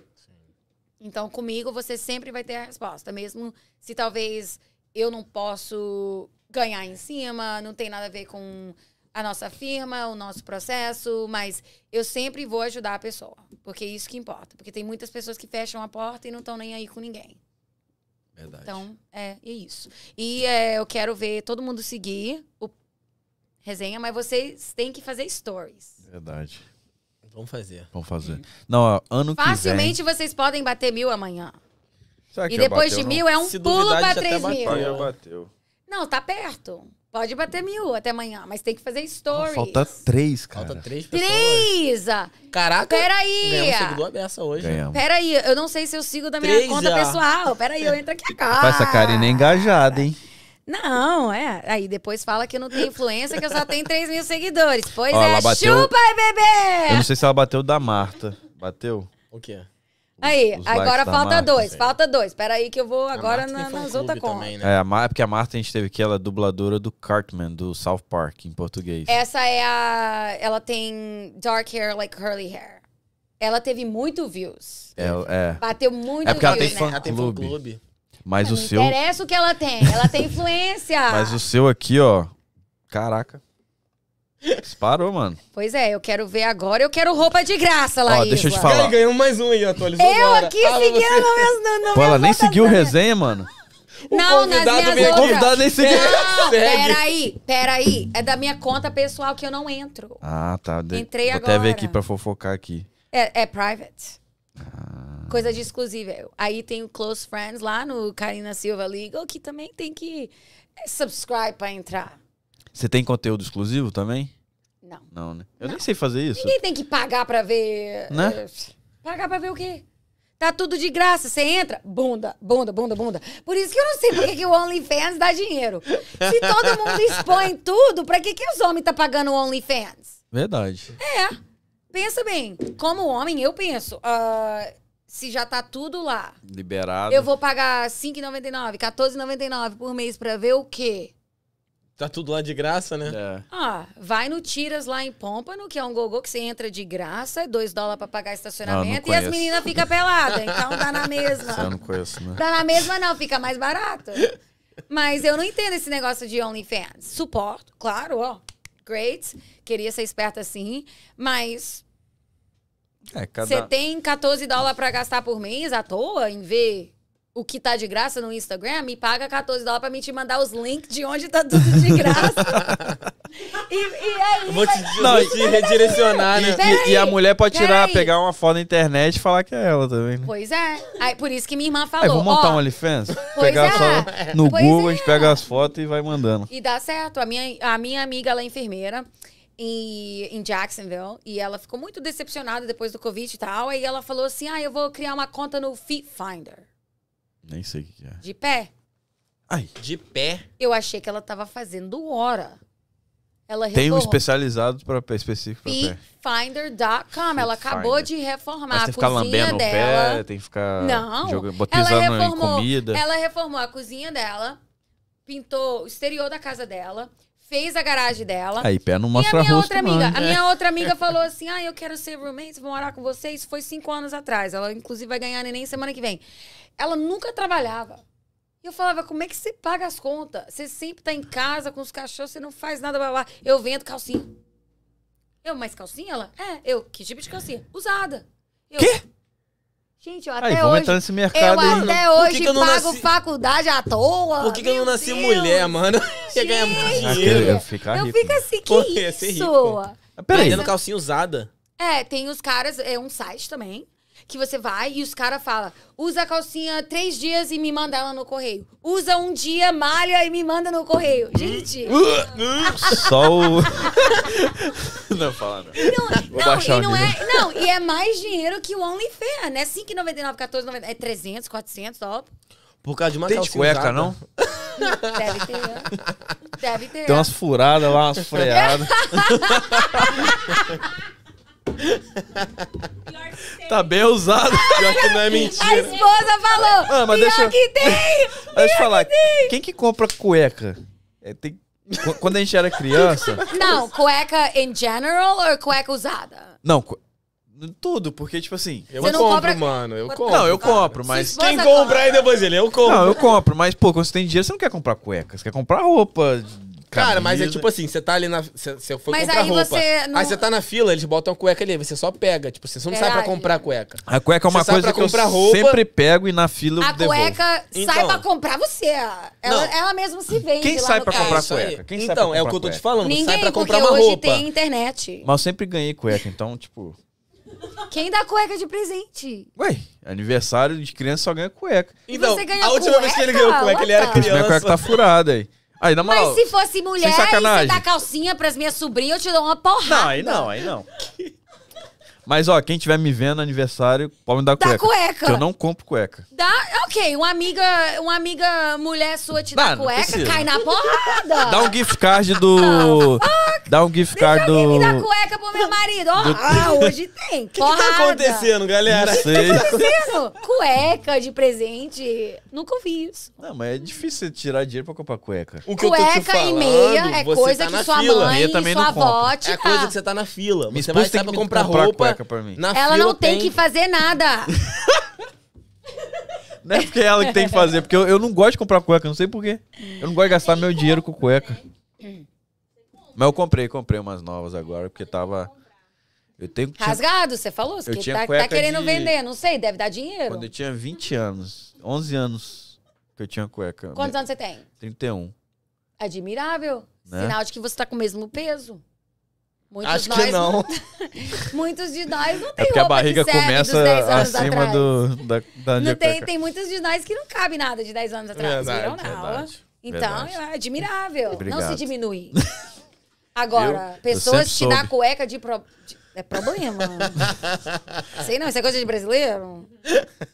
Speaker 3: Então, comigo, você sempre vai ter a resposta, mesmo se talvez eu não posso ganhar em cima, não tem nada a ver com a nossa firma, o nosso processo, mas eu sempre vou ajudar a pessoa, porque é isso que importa. Porque tem muitas pessoas que fecham a porta e não estão nem aí com ninguém.
Speaker 2: Verdade.
Speaker 3: Então, é, é isso. E é, eu quero ver todo mundo seguir o resenha, mas vocês têm que fazer stories.
Speaker 2: Verdade.
Speaker 1: Vamos fazer.
Speaker 2: Vamos fazer. Não, ó, ano
Speaker 3: Facilmente vocês podem bater mil amanhã.
Speaker 2: que vem. Será que
Speaker 3: E
Speaker 2: já
Speaker 3: depois
Speaker 2: bateu,
Speaker 3: de
Speaker 2: não?
Speaker 3: mil é um
Speaker 1: Se
Speaker 3: pulo
Speaker 1: duvidar, a
Speaker 3: pra
Speaker 1: gente até
Speaker 3: três mil.
Speaker 1: bateu.
Speaker 2: Já bateu.
Speaker 3: Não, tá perto. Pode bater mil até amanhã, mas tem que fazer
Speaker 2: Ó,
Speaker 3: stories.
Speaker 2: falta três, cara.
Speaker 1: Falta três pessoas.
Speaker 3: Trisa!
Speaker 1: Caraca,
Speaker 3: Peraí!
Speaker 1: ganhamos seguidor a beça hoje. né?
Speaker 2: Ganhamos.
Speaker 3: Peraí, eu não sei se eu sigo da minha
Speaker 1: Três
Speaker 3: conta
Speaker 1: já.
Speaker 3: pessoal. Peraí, eu entro aqui agora.
Speaker 2: Rapaz, essa Karina é engajada, hein?
Speaker 3: Não, é. Aí depois fala que eu não tenho influência, que eu só tenho 3 mil seguidores. Pois
Speaker 2: Ó,
Speaker 3: é,
Speaker 2: lá bateu-
Speaker 3: chupa aí, bebê!
Speaker 2: Eu não sei se ela bateu da Marta. Bateu?
Speaker 1: O quê?
Speaker 3: Aí,
Speaker 2: os
Speaker 3: agora
Speaker 2: likes da
Speaker 3: falta
Speaker 2: marca,
Speaker 3: dois,
Speaker 2: sim.
Speaker 3: falta dois. Peraí que eu vou
Speaker 1: A
Speaker 3: agora
Speaker 1: Marta
Speaker 3: na-
Speaker 1: tem
Speaker 3: nas
Speaker 1: fã-clube
Speaker 3: outras contas.
Speaker 1: também, né?
Speaker 2: É, a Mar- é porque a Marta a gente teve aqui, ela é dubladora do Cartman, do South Park, em português.
Speaker 3: Essa é a... Ela tem dark hair like curly hair. Ela teve muito views.
Speaker 2: É, é.
Speaker 3: Bateu muito
Speaker 2: É porque ela tem
Speaker 3: views,
Speaker 2: fã-
Speaker 3: né?
Speaker 1: Ah, tem fã
Speaker 2: Clube.
Speaker 1: clube.
Speaker 2: Mas o
Speaker 3: Não
Speaker 2: seu.
Speaker 3: interessa o que ela tem, ela tem influência.
Speaker 2: Mas o seu aqui, ó. Caraca. Disparou, mano.
Speaker 3: Pois é, eu quero ver agora, eu quero roupa de graça, Laís.
Speaker 2: Ó, deixa eu te
Speaker 3: lá.
Speaker 2: falar.
Speaker 1: Cara, ganhamos mais um aí, atualizou
Speaker 3: Eu
Speaker 1: agora.
Speaker 3: aqui
Speaker 1: Ah,
Speaker 3: seguindo
Speaker 1: você-
Speaker 3: no meu... No, no
Speaker 2: Pô,
Speaker 3: meu
Speaker 2: ela nem
Speaker 3: conta-
Speaker 2: seguiu o resenha, mano.
Speaker 3: Não, nas
Speaker 1: convidado
Speaker 3: minhas
Speaker 1: veio
Speaker 2: O
Speaker 1: aqui.
Speaker 3: outras.
Speaker 2: convidado nem seguiu.
Speaker 3: Não,
Speaker 1: Segue.
Speaker 3: peraí, peraí. É da minha conta pessoal que eu não entro.
Speaker 2: Ah, tá. De-
Speaker 3: Entrei
Speaker 2: Vou até ver
Speaker 3: agora.
Speaker 2: aqui pra fofocar aqui. Ah.
Speaker 3: É, é private. Coisa de exclusiva. Aí tem o Close Friends lá no Karina Silva Legal, que também tem que é, subscribe pra entrar.
Speaker 2: Você tem conteúdo exclusivo também?
Speaker 3: Não.
Speaker 2: Não, né? Eu nem sei fazer isso.
Speaker 3: Ninguém tem que pagar pra ver.
Speaker 2: Né?
Speaker 3: eh, Pagar pra ver o quê? Tá tudo de graça. Você entra, bunda, bunda, bunda, bunda. Por isso que eu não sei por que que o OnlyFans dá dinheiro. Se todo mundo expõe tudo, pra que, que os homens tá pagando o OnlyFans?
Speaker 2: Verdade.
Speaker 3: Pensa bem, como homem, eu penso, ah, se já tá tudo lá,
Speaker 2: Liberado.
Speaker 3: eu vou pagar R$ 5,99, R$ 14,99 por mês pra ver o quê?
Speaker 1: Tá tudo lá de graça, né?
Speaker 2: É.
Speaker 3: Ah, vai no Tiras lá em Pompano, que é um gogô que você entra de graça, é 2 dólares pra pagar
Speaker 2: Ah, não
Speaker 3: estacionamento, e as
Speaker 2: conheço.
Speaker 3: meninas ficam peladas, então dá na
Speaker 2: Essa eu não
Speaker 3: mesma.
Speaker 2: conheço, né?
Speaker 3: Dá na mesma não, fica mais barato. Mas eu não entendo esse negócio de OnlyFans. Suporto, claro, ó, great, queria ser esperta assim, mas...
Speaker 2: É,
Speaker 3: Você
Speaker 2: cada.
Speaker 3: tem 14 dólares pra gastar por mês à toa em ver o que tá de graça no Instagram? Me paga 14 dólares pra mim te mandar os links de onde tá tudo de graça. e, e aí,
Speaker 1: Eu vou te,
Speaker 2: Não,
Speaker 1: vou te redirecionar, né?
Speaker 2: Ah, E, e- e a mulher pode tirar,
Speaker 3: peraí.
Speaker 2: pegar uma foto na internet e falar que é ela também, né?
Speaker 3: Pois é. Aí, por isso que minha irmã
Speaker 2: Aí,
Speaker 3: falou.
Speaker 2: vou montar
Speaker 3: ó,
Speaker 2: um OnlyFans,
Speaker 3: Pois
Speaker 2: pegar
Speaker 3: é.
Speaker 2: só no
Speaker 3: Pois
Speaker 2: Google,
Speaker 3: é.
Speaker 2: a gente pega as fotos e vai mandando.
Speaker 3: E dá certo. A minha, a minha amiga, ela é enfermeira. e- em Jacksonville e ela ficou muito decepcionada depois do Covid e tal. Aí ela falou assim: ah, eu vou criar uma conta no Fit Finder,
Speaker 2: Nem sei o que que é.
Speaker 3: de pé.
Speaker 2: Ai,
Speaker 1: De pé.
Speaker 3: Eu achei que ela tava fazendo hora. Ela
Speaker 2: tem um
Speaker 3: reformou-
Speaker 2: especializado pra pé, específico pra pé.
Speaker 3: Feetfinder.com. Ela acabou
Speaker 2: Feetfinder.
Speaker 3: de
Speaker 2: Mas
Speaker 3: reformar
Speaker 2: tem
Speaker 3: a
Speaker 2: que ficar
Speaker 3: cozinha
Speaker 2: lambendo o pé,
Speaker 3: dela.
Speaker 2: tem que ficar
Speaker 3: Não,
Speaker 2: jogando,
Speaker 3: ela
Speaker 2: botizando em
Speaker 3: reformou.
Speaker 2: comida.
Speaker 3: Ela reformou a cozinha dela, pintou o exterior da casa dela, fez a garagem dela.
Speaker 2: Aí, pé não
Speaker 3: E a
Speaker 2: mostra
Speaker 3: minha
Speaker 2: rosto, né?
Speaker 3: outra
Speaker 2: não.
Speaker 3: amiga, a
Speaker 1: É.
Speaker 3: minha outra amiga falou assim: Ah, eu quero ser roommate, vou morar com você. Isso foi cinco anos atrás. Ela, inclusive, vai ganhar neném semana que vem. Ela nunca trabalhava. E eu falava, como é que você paga as contas? Você sempre tá em casa com os cachorros, você não faz nada, blá, blá. blá. Eu vendo calcinha. Eu, mas calcinha? Ela? É, eu, que tipo de calcinha? Usada. Eu, Quê? Gente, eu até
Speaker 2: Aí, vamos
Speaker 3: hoje.
Speaker 2: entrar nesse
Speaker 3: Eu
Speaker 2: mercado aí.
Speaker 3: até
Speaker 1: Por que
Speaker 3: hoje
Speaker 1: que eu não
Speaker 3: pago
Speaker 1: nasci-
Speaker 3: faculdade à toa.
Speaker 1: Por que, que eu não
Speaker 3: Oh, Meu
Speaker 1: nasci
Speaker 3: Deus.
Speaker 1: mulher, mano? Ia ganhar
Speaker 3: Gente!
Speaker 1: muito
Speaker 2: Ah,
Speaker 1: dinheiro.
Speaker 2: queria ficar
Speaker 3: Eu
Speaker 2: rico.
Speaker 3: fico assim, que
Speaker 1: Pô, ia ser
Speaker 3: isso?
Speaker 1: rico.
Speaker 2: Ah, Peraí,
Speaker 1: Vendendo Tá calcinha usada.
Speaker 3: É, tem os caras, é um site também, que você vai e os caras falam, usa a calcinha três dias e me manda ela no correio. Usa um dia, malha e me manda no
Speaker 2: Hum?
Speaker 3: correio. Gente,
Speaker 2: só o... um não, fala não. Vou
Speaker 3: não,
Speaker 2: baixar
Speaker 3: e
Speaker 2: o
Speaker 3: não
Speaker 2: nível.
Speaker 3: é, não, e é mais dinheiro que o OnlyFans, né? 5,99, 14,99, é 300, 400, ó.
Speaker 1: Por causa de uma
Speaker 2: Tem de
Speaker 1: calcinha
Speaker 2: cueca,
Speaker 1: usada.
Speaker 2: não?
Speaker 3: Deve ter, né? deve ter.
Speaker 2: Tem umas furadas lá, umas freadas.
Speaker 4: Pior que tem.
Speaker 2: tá bem usado.
Speaker 1: Pior que não é
Speaker 3: A
Speaker 1: mentira.
Speaker 3: esposa falou,
Speaker 2: Ah, mas
Speaker 3: pior
Speaker 2: deixa eu-
Speaker 3: que tem!
Speaker 2: Deixa eu falar, quem que compra cueca? É, tem- Qu- Quando a gente era criança...
Speaker 3: Não, cueca in general ou cueca usada?
Speaker 2: Não, cu- tudo, porque, tipo assim...
Speaker 1: Eu
Speaker 3: Você não
Speaker 1: compro,
Speaker 3: compra-
Speaker 1: mano. Eu compro.
Speaker 2: Não, eu
Speaker 1: cara.
Speaker 2: compro, mas...
Speaker 3: Se
Speaker 1: Quem
Speaker 3: Você
Speaker 1: compra
Speaker 3: compra.
Speaker 1: aí depois ele, eu compro.
Speaker 2: Não, eu compro, mas, pô, quando você tem dinheiro, você não quer comprar cueca. Você quer comprar roupa,
Speaker 1: Cara, mas é
Speaker 2: camisa.
Speaker 1: tipo assim, você tá ali na. Você você foi
Speaker 3: Mas
Speaker 1: comprar
Speaker 3: aí
Speaker 1: roupa.
Speaker 3: você não-
Speaker 1: Aí você tá na fila, eles botam a cueca ali, você só pega. Tipo, você não sai pra
Speaker 3: Verdade.
Speaker 1: comprar cueca.
Speaker 2: A cueca é uma
Speaker 1: Você sai
Speaker 2: coisa
Speaker 1: pra
Speaker 2: que eu
Speaker 1: comprar roupa-
Speaker 2: sempre pego e na fila eu
Speaker 3: A
Speaker 2: devolvo.
Speaker 3: cueca sai
Speaker 1: Então.
Speaker 3: pra comprar você. Ela,
Speaker 1: Não.
Speaker 3: ela mesma se vende.
Speaker 2: Quem
Speaker 3: lá
Speaker 2: sai
Speaker 3: no
Speaker 2: pra
Speaker 3: caixa.
Speaker 2: comprar
Speaker 1: Isso aí.
Speaker 2: cueca? Quem sai pra
Speaker 1: então, é o
Speaker 2: comprar
Speaker 1: que eu tô te
Speaker 2: cueca?
Speaker 1: falando.
Speaker 3: Ninguém,
Speaker 1: você sai pra
Speaker 3: porque
Speaker 1: comprar uma
Speaker 3: hoje
Speaker 1: roupa.
Speaker 3: tem internet.
Speaker 2: Mas eu sempre ganhei cueca, então, tipo...
Speaker 3: Quem dá cueca de presente?
Speaker 2: Ué, aniversário de criança só ganha cueca.
Speaker 1: Então,
Speaker 3: você ganha
Speaker 1: a última vez que ele
Speaker 3: cueca?
Speaker 1: ganhou cueca, ele era
Speaker 3: What the-
Speaker 2: Minha
Speaker 1: criança.
Speaker 2: cueca tá furada aí. Aí, na moral...
Speaker 3: Mas se fosse mulher e você
Speaker 2: sacanagem.
Speaker 3: dá calcinha pras minhas sobrinhas, eu te dou uma porrada.
Speaker 2: Não, aí não, aí não. Mas, ó, quem tiver me vendo no aniversário, pode me dar cueca.
Speaker 3: Dá cueca.
Speaker 2: Que eu não compro cueca.
Speaker 3: Dá, ok, uma amiga, uma amiga mulher sua te dá
Speaker 2: Não, não
Speaker 3: cueca,
Speaker 2: precisa.
Speaker 3: cai na porrada.
Speaker 2: Dá um gift card do... Dá um gift card
Speaker 3: Ah, Alguém me dá
Speaker 2: do...
Speaker 3: cueca pro meu marido. Ó, Ah, hoje tem. O que,
Speaker 1: O que tá acontecendo, galera?
Speaker 2: Não sei.
Speaker 3: Cueca de presente. Nunca ouvi isso.
Speaker 2: Não, mas é difícil você tirar dinheiro pra comprar cueca.
Speaker 1: O que eu tô te
Speaker 3: Cueca e
Speaker 1: falando,
Speaker 3: meia é
Speaker 1: você
Speaker 3: coisa
Speaker 1: tá
Speaker 3: que
Speaker 1: na
Speaker 3: sua
Speaker 1: fila.
Speaker 3: mãe
Speaker 2: Meia
Speaker 3: e
Speaker 2: também não
Speaker 3: sua avó te
Speaker 1: É coisa
Speaker 3: dá.
Speaker 1: que você tá na fila.
Speaker 2: Minha
Speaker 1: Você
Speaker 2: esposa
Speaker 1: vai
Speaker 2: tem
Speaker 1: sair pra
Speaker 2: que me
Speaker 1: comprar
Speaker 2: comprar
Speaker 1: roupa.
Speaker 2: cueca pra mim.
Speaker 1: Na
Speaker 3: Ela
Speaker 1: fila
Speaker 3: não tem que
Speaker 1: tem.
Speaker 3: fazer nada.
Speaker 2: Não é porque é ela que tem que fazer, porque eu, eu não gosto de comprar cueca, não sei porquê. Eu não gosto de gastar meu dinheiro com cueca. Mas eu comprei, comprei umas novas agora, porque tava. Eu tenho. tinha-
Speaker 3: Rasgado, você falou? Você
Speaker 2: Eu
Speaker 3: que
Speaker 2: tinha
Speaker 3: tá, tá
Speaker 2: cueca
Speaker 3: querendo
Speaker 2: de-
Speaker 3: vender, não sei, deve dar dinheiro.
Speaker 2: quando eu tinha 20 anos, 11 anos que eu tinha cueca.
Speaker 3: Quantos anos você tem?
Speaker 2: 31.
Speaker 3: Admirável.
Speaker 2: Né?
Speaker 3: Sinal de que você tá com o mesmo peso. Muitos
Speaker 1: Acho
Speaker 3: de
Speaker 1: que
Speaker 3: nós
Speaker 1: não.
Speaker 3: Muitos de nós não
Speaker 2: É
Speaker 3: tem
Speaker 2: porque a
Speaker 3: roupa
Speaker 2: barriga
Speaker 3: que serve dos
Speaker 2: começa
Speaker 3: 10 anos
Speaker 2: acima
Speaker 3: atrás.
Speaker 2: do, da, da minha
Speaker 3: Não tem,
Speaker 2: cueca.
Speaker 3: tem muitos de nós que não cabe nada de 10 anos atrás, viram
Speaker 1: Verdade,
Speaker 3: na aula.
Speaker 1: verdade.
Speaker 3: Então,
Speaker 2: Verdade.
Speaker 3: é admirável. Não
Speaker 2: Obrigado.
Speaker 3: se diminui. Agora,
Speaker 2: Eu- eu
Speaker 3: pessoas te
Speaker 2: sempre
Speaker 3: dão
Speaker 2: soube.
Speaker 3: cueca de, pro- de- É problema. Sei não, isso é coisa de brasileiro.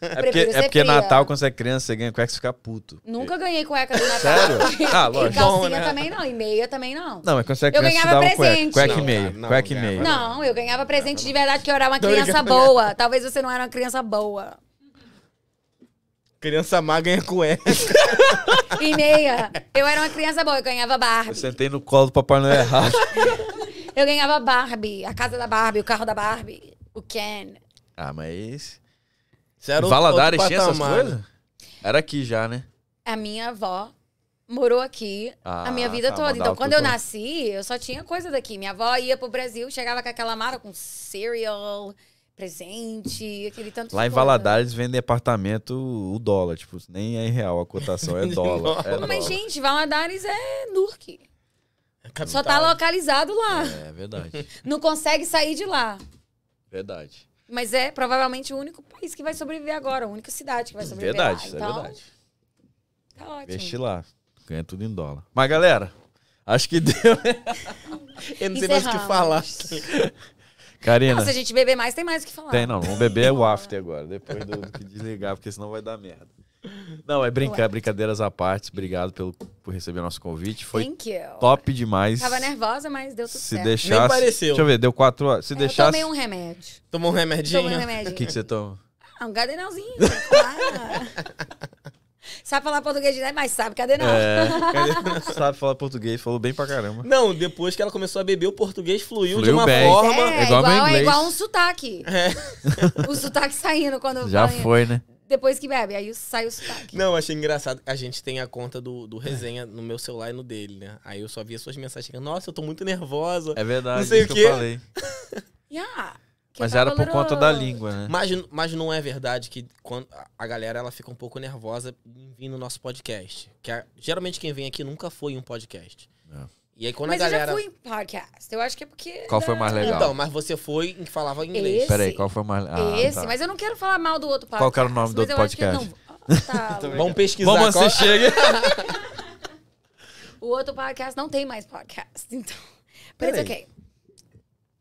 Speaker 2: É porque,
Speaker 3: Prefiro
Speaker 2: é
Speaker 3: ser
Speaker 2: porque
Speaker 3: fria.
Speaker 2: Natal, quando você é criança, você ganha cueca e fica puto.
Speaker 3: Nunca ganhei cueca do Natal.
Speaker 2: Sério? Ah,
Speaker 3: E
Speaker 2: lógico.
Speaker 1: Bom,
Speaker 3: calcinha
Speaker 1: né?
Speaker 3: também não, e meia também não.
Speaker 2: Não, mas quando você é
Speaker 3: Eu
Speaker 2: criança, você
Speaker 3: ganhava
Speaker 2: dava cueca.
Speaker 3: presente.
Speaker 2: Cueca e
Speaker 3: Não,
Speaker 2: meia.
Speaker 1: não,
Speaker 2: Cueca e
Speaker 1: ganhava
Speaker 2: meia. Ah, tá
Speaker 3: Não, eu ganhava presente de verdade, que eu era uma
Speaker 1: Tô
Speaker 3: criança
Speaker 1: ligado.
Speaker 3: boa. Talvez você não era uma criança boa.
Speaker 1: Criança má ganha cueca.
Speaker 3: E meia. Eu era uma criança boa, eu ganhava
Speaker 2: Eu
Speaker 3: Barbie.
Speaker 2: sentei no colo do Papai Noel errado.
Speaker 3: Eu ganhava Barbie, a casa da Barbie, o carro da Barbie, o Ken.
Speaker 2: ah, mas.
Speaker 1: Você era outro-
Speaker 2: Valadares
Speaker 1: outro
Speaker 2: tinha essas
Speaker 1: patamar. né?
Speaker 2: coisas? Era aqui já, né?
Speaker 3: A minha avó morou aqui
Speaker 2: Ah,
Speaker 3: a minha vida
Speaker 2: tá,
Speaker 3: toda.
Speaker 2: mandava
Speaker 3: Então, quando
Speaker 2: tudo
Speaker 3: eu
Speaker 2: lá.
Speaker 3: nasci, eu só tinha coisa daqui. Minha avó ia pro Brasil, chegava com aquela mara com cereal, presente, aquele tanto de
Speaker 2: Lá em
Speaker 3: coisa.
Speaker 2: Valadares vendem apartamento o dólar. Tipo, nem é em real a cotação, é dólar. É, dólar.
Speaker 3: Mas, gente, Valadares é Nurk.
Speaker 1: Capital.
Speaker 3: Só tá localizado lá.
Speaker 2: é verdade.
Speaker 3: Não consegue sair de lá.
Speaker 2: Verdade.
Speaker 3: Mas é provavelmente o único país que vai sobreviver agora, a única cidade que vai sobreviver.
Speaker 2: Verdade, isso
Speaker 3: lá. Então,
Speaker 2: é verdade.
Speaker 3: Tá ótimo.
Speaker 2: Investir lá. Ganha tudo em dólar. Mas, galera, acho que deu. né?
Speaker 1: Eu não sei mais o que falar.
Speaker 2: Karina,
Speaker 3: Não, se a gente beber mais, tem mais o que falar.
Speaker 2: tem não. Vamos beber é o after agora, depois do, do que desligar, porque senão vai dar merda. Não, é brincar, brincadeiras à parte. Obrigado pelo, por receber nosso convite. Foi
Speaker 3: Thank you.
Speaker 2: top demais.
Speaker 3: Tava nervosa, mas deu tudo
Speaker 2: Se
Speaker 3: certo.
Speaker 2: deixasse.
Speaker 1: Nem pareceu.
Speaker 2: Deixa eu ver, deu quatro horas. Se
Speaker 3: Eu
Speaker 2: deixasse.
Speaker 3: tomei um remédio.
Speaker 1: Tomou um remedinho?
Speaker 3: Tomei um
Speaker 2: O
Speaker 3: remédio.
Speaker 2: que, que você toma?
Speaker 3: Ah, um gadenalzinho. claro. sabe falar português de nada, mas sabe gadenal.
Speaker 2: É, Karina sabe falar português, falou bem pra caramba.
Speaker 1: Não, depois que ela começou a beber, o português fluiu, de
Speaker 2: Fluiu
Speaker 1: uma
Speaker 2: bem.
Speaker 1: forma.
Speaker 2: É igual meu inglês.
Speaker 3: igual um sotaque.
Speaker 1: É.
Speaker 3: O sotaque saindo quando
Speaker 2: Já
Speaker 3: fala-
Speaker 2: foi, né?
Speaker 3: Depois que bebe, aí sai o sotaque.
Speaker 1: Não, achei engraçado. A gente tem a conta do, do resenha no meu celular e no dele, né? Aí eu só via suas mensagens chegando. Nossa, eu tô muito nervosa.
Speaker 2: É verdade,
Speaker 1: Não sei
Speaker 2: isso
Speaker 1: o
Speaker 2: que eu
Speaker 1: quê.
Speaker 2: falei.
Speaker 3: Yeah, que
Speaker 2: Mas
Speaker 3: tá
Speaker 2: era por conta
Speaker 3: valoroso.
Speaker 2: da língua, né?
Speaker 1: Mas, mas não é verdade que quando a- a galera ela fica um pouco nervosa em vir no nosso podcast. Que a- geralmente quem vem aqui nunca foi em um podcast.
Speaker 2: É.
Speaker 1: E aí quando
Speaker 3: Mas
Speaker 1: a
Speaker 3: eu já
Speaker 1: galera.
Speaker 3: fui em podcast. Eu acho que é porque.
Speaker 2: Qual foi o mais legal?
Speaker 1: Então, mas você foi e falava inglês.
Speaker 3: Esse?
Speaker 2: Peraí, qual foi o mais. Ah,
Speaker 3: Esse,
Speaker 2: tá.
Speaker 3: mas eu não quero falar mal do outro podcast.
Speaker 2: Qual que era o nome do
Speaker 3: mas
Speaker 2: outro
Speaker 3: eu acho que
Speaker 2: podcast?
Speaker 3: não- Ah, tá.
Speaker 1: Vamos pesquisar.
Speaker 2: Vamos
Speaker 1: qual-
Speaker 2: assistir aqui.
Speaker 3: o outro podcast não tem mais podcast, então. Mas
Speaker 2: Peraí.
Speaker 3: ok.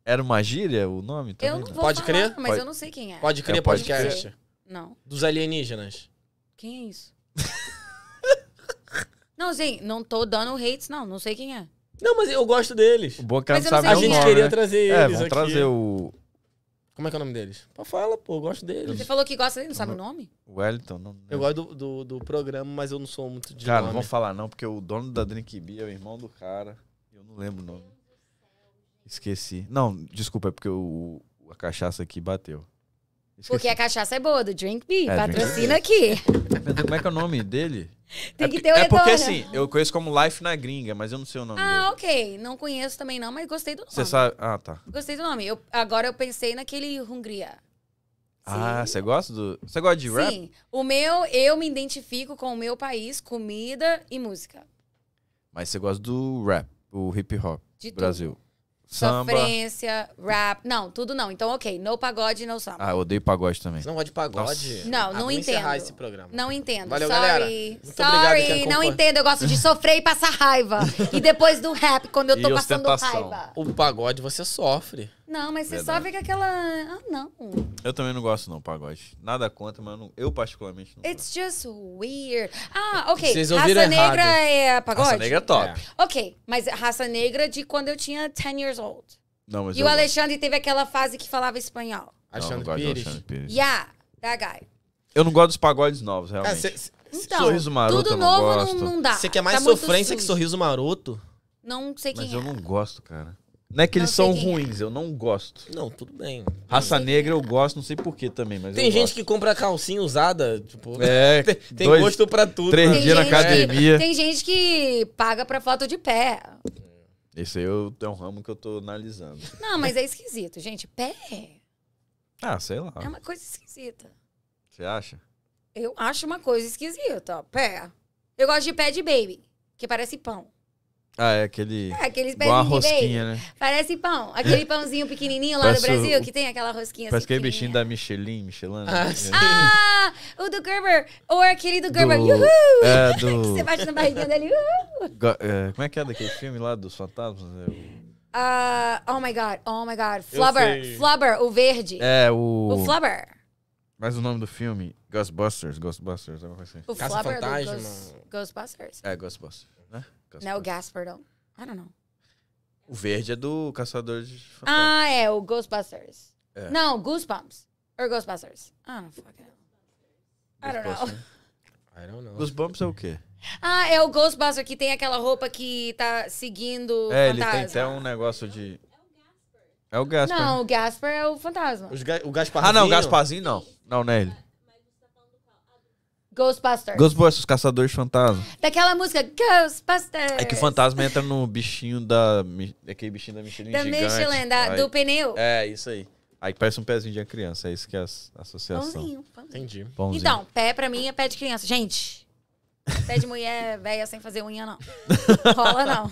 Speaker 2: Era uma gíria o nome? Também,
Speaker 3: Eu não vou
Speaker 1: Pode
Speaker 3: falar,
Speaker 1: crer?
Speaker 3: mas
Speaker 2: Pode-
Speaker 3: eu não sei quem é.
Speaker 1: Pode crer
Speaker 2: É o
Speaker 1: podcast.
Speaker 3: podcast. Não.
Speaker 1: Dos alienígenas.
Speaker 3: Quem é isso? não, gente, não tô dando hates, não. Não sei quem é.
Speaker 1: Não, mas eu gosto deles.
Speaker 2: O Boca
Speaker 3: Mas
Speaker 2: não
Speaker 3: eu não
Speaker 2: sabe
Speaker 3: sei
Speaker 1: A
Speaker 2: o
Speaker 1: gente
Speaker 2: nome,
Speaker 1: queria
Speaker 2: né?
Speaker 1: trazer eles
Speaker 2: É, vamos
Speaker 1: aqui.
Speaker 2: trazer o
Speaker 1: Como é que é o nome deles? Pô, fala, pô, eu gosto deles.
Speaker 3: Você falou que gosta dele, não sabe o nome?
Speaker 2: o Wellington. Não, né?
Speaker 1: Eu gosto do, do, do programa, mas eu não sou muito de
Speaker 2: Cara, não
Speaker 1: nome.
Speaker 2: vamos falar não, porque o dono da Drink Bee é o irmão do cara. Eu não lembro o nome. Esqueci. Não, desculpa, é porque o, a cachaça aqui bateu. Esqueci.
Speaker 3: Porque a cachaça é boa, do Drink Bee.
Speaker 2: É, Drink
Speaker 3: patrocina aqui.
Speaker 2: Meu Deus, Como é que é o nome dele?
Speaker 3: Tem
Speaker 2: é, porque-
Speaker 3: que ter o
Speaker 2: É porque
Speaker 3: retorno.
Speaker 2: assim, eu conheço como Life na Gringa, mas eu não sei o nome dele.
Speaker 3: Ah, ok. Não conheço também não, mas gostei do nome.
Speaker 2: Você sabe. Ah, tá.
Speaker 3: Gostei do nome. Eu, agora eu pensei naquele Hungria.
Speaker 2: Ah, você gosta do. Você gosta de rap?
Speaker 3: Sim. O meu, eu me identifico com o meu país, comida e música.
Speaker 2: Mas você gosta do rap, o hip hop
Speaker 3: De
Speaker 2: do
Speaker 3: tudo.
Speaker 2: Brasil. Samba.
Speaker 3: Sofrência, rap. Não, tudo não. Então, ok. No pagode, no samba.
Speaker 2: Ah, eu odeio pagode também.
Speaker 1: Você não gosta de pagode?
Speaker 2: Nossa.
Speaker 3: Não,
Speaker 1: Ah,
Speaker 3: não
Speaker 1: vamos encerrar
Speaker 3: entendo.
Speaker 1: esse programa.
Speaker 3: Não entendo.
Speaker 1: Valeu,
Speaker 3: Sorry.
Speaker 1: galera. Muito obrigado quem
Speaker 3: Sorry.
Speaker 1: acompanha.
Speaker 3: Não entendo. Eu gosto de sofrer e passar raiva. e depois do rap, quando eu tô
Speaker 2: E
Speaker 3: passando
Speaker 2: ostentação.
Speaker 3: raiva.
Speaker 1: O pagode você sofre.
Speaker 3: Não, mas você
Speaker 2: Verdade.
Speaker 3: só vê com aquela. Ah, não.
Speaker 2: Eu também não gosto, não, pagode. Nada contra, mas eu, não- eu particularmente não.
Speaker 3: It's just weird. Ah, ok.
Speaker 1: Vocês
Speaker 3: raça
Speaker 1: ouviram errado.
Speaker 3: negra é pagode?
Speaker 2: Raça negra é top.
Speaker 1: É.
Speaker 3: Ok, mas raça negra de quando eu tinha 10 years old.
Speaker 2: Não, mas
Speaker 3: E
Speaker 2: eu
Speaker 3: o
Speaker 2: gosto.
Speaker 3: Alexandre teve aquela fase que falava espanhol.
Speaker 2: Não, eu não
Speaker 1: Alexandre
Speaker 2: gosto de
Speaker 1: Pires.
Speaker 2: Alexandre Pires.
Speaker 3: Yeah, that guy.
Speaker 2: Eu não gosto dos pagodes novos,
Speaker 1: É,
Speaker 2: realmente.
Speaker 1: cê- cê-
Speaker 3: Então,
Speaker 2: Sorriso Maroto eu
Speaker 3: tudo
Speaker 2: não
Speaker 3: novo
Speaker 2: gosto.
Speaker 3: Não, não dá.
Speaker 1: Você quer mais
Speaker 3: Tá muito
Speaker 1: sofrência que
Speaker 3: sujo.
Speaker 1: sorriso maroto?
Speaker 3: Não sei quem
Speaker 2: Mas eu
Speaker 3: é.
Speaker 2: não gosto, cara. Não é que eles
Speaker 3: Não sei
Speaker 2: são
Speaker 3: quem é.
Speaker 2: ruins, eu não gosto.
Speaker 1: Não, tudo bem.
Speaker 2: Raça negra eu gosto, não sei porquê também, mas
Speaker 1: Tem
Speaker 2: eu
Speaker 1: gente
Speaker 2: gosto.
Speaker 1: que compra calcinha usada, tipo.
Speaker 2: É,
Speaker 1: Tem, tem
Speaker 2: dois,
Speaker 1: gosto pra tudo.
Speaker 2: três
Speaker 1: né?
Speaker 3: Tem
Speaker 2: dias na
Speaker 3: gente,
Speaker 2: academia.
Speaker 3: que, tem gente que paga pra foto de pé.
Speaker 2: Esse aí eu, é um ramo que eu tô analisando.
Speaker 3: Não, mas é esquisito, gente. Pé
Speaker 2: Ah, sei lá.
Speaker 3: é uma coisa esquisita.
Speaker 2: Você acha?
Speaker 3: Eu acho uma coisa esquisita, ó. Pé. Eu gosto de pé de baby, que parece pão.
Speaker 2: Ah, é aquele...
Speaker 3: É, aqueles
Speaker 2: Igual uma
Speaker 3: pezinhos de baby.
Speaker 2: rosquinha, né?
Speaker 3: Parece pão. Aquele pãozinho pequenininho lá do
Speaker 2: Parece o-
Speaker 3: Brasil, que tem aquela rosquinha
Speaker 2: Parece que é
Speaker 3: assim.
Speaker 2: bichinho da Michelin, Michelin.
Speaker 1: Ah,
Speaker 2: né?
Speaker 1: sim.
Speaker 3: Ah, o do Gerber. Ou aquele do Gerber.
Speaker 2: Do-
Speaker 3: Uhul!
Speaker 2: É,
Speaker 3: Que você
Speaker 2: do...
Speaker 3: bate na barriguinha dele.
Speaker 2: Go- é, como é que é daquele filme lá dos fantasmas? É o-
Speaker 3: Ah, oh my god, oh my god.
Speaker 1: Eu sei.
Speaker 3: Flubber, Flubber, o verde.
Speaker 2: É,
Speaker 3: O Flubber.
Speaker 2: Mas o nome do filme? Ghostbusters, Ghostbusters, alguma coisa assim.
Speaker 3: O
Speaker 1: Caça
Speaker 3: Flubber do
Speaker 1: Fantasma.
Speaker 3: Ghost, Ghostbusters.
Speaker 2: É, Ghostbusters, né?
Speaker 3: Não, o
Speaker 2: Ghostbusters.
Speaker 3: Gasper, não. I don't know.
Speaker 2: O verde é do Caçador de Fantasmas.
Speaker 3: Ah, é, o Ghostbusters.
Speaker 2: Tá É.
Speaker 3: Não, Goosebumps. Or Ghostbusters. Ah, não, fuck it. I don't know.
Speaker 2: Ghostbusters, né?
Speaker 1: I don't know.
Speaker 2: Ghostbumps é o quê?
Speaker 3: Ah, é o Ghostbuster que tem aquela roupa que tá seguindo o
Speaker 2: é, ele
Speaker 3: fantasma.
Speaker 2: tem até um negócio de... É o Gaspar.
Speaker 3: Não, o Gasper é o fantasma.
Speaker 1: Os ga- o Gasparzinho.
Speaker 2: ah, não, o Gasparzinho não. Não, não é ele.
Speaker 3: Ghostbusters.
Speaker 2: É. Ghostbusters, Caçadores de Fantasmas.
Speaker 3: Daquela música Ghostbusters.
Speaker 2: É que o fantasma entra no bichinho da... Mi- é Aquele bichinho da Michelin
Speaker 3: Da
Speaker 2: gigante.
Speaker 3: Michelin, da-
Speaker 2: Aí-
Speaker 3: do pneu.
Speaker 2: É, isso aí. Aí parece um pezinho de uma criança, é isso que é a as- a associação.
Speaker 3: Pãozinho, pãozinho.
Speaker 1: Entendi.
Speaker 2: Pãozinho.
Speaker 3: Então, pé pra mim é pé de criança. Gente, pé de mulher velha sem fazer unha, não. Rola, não.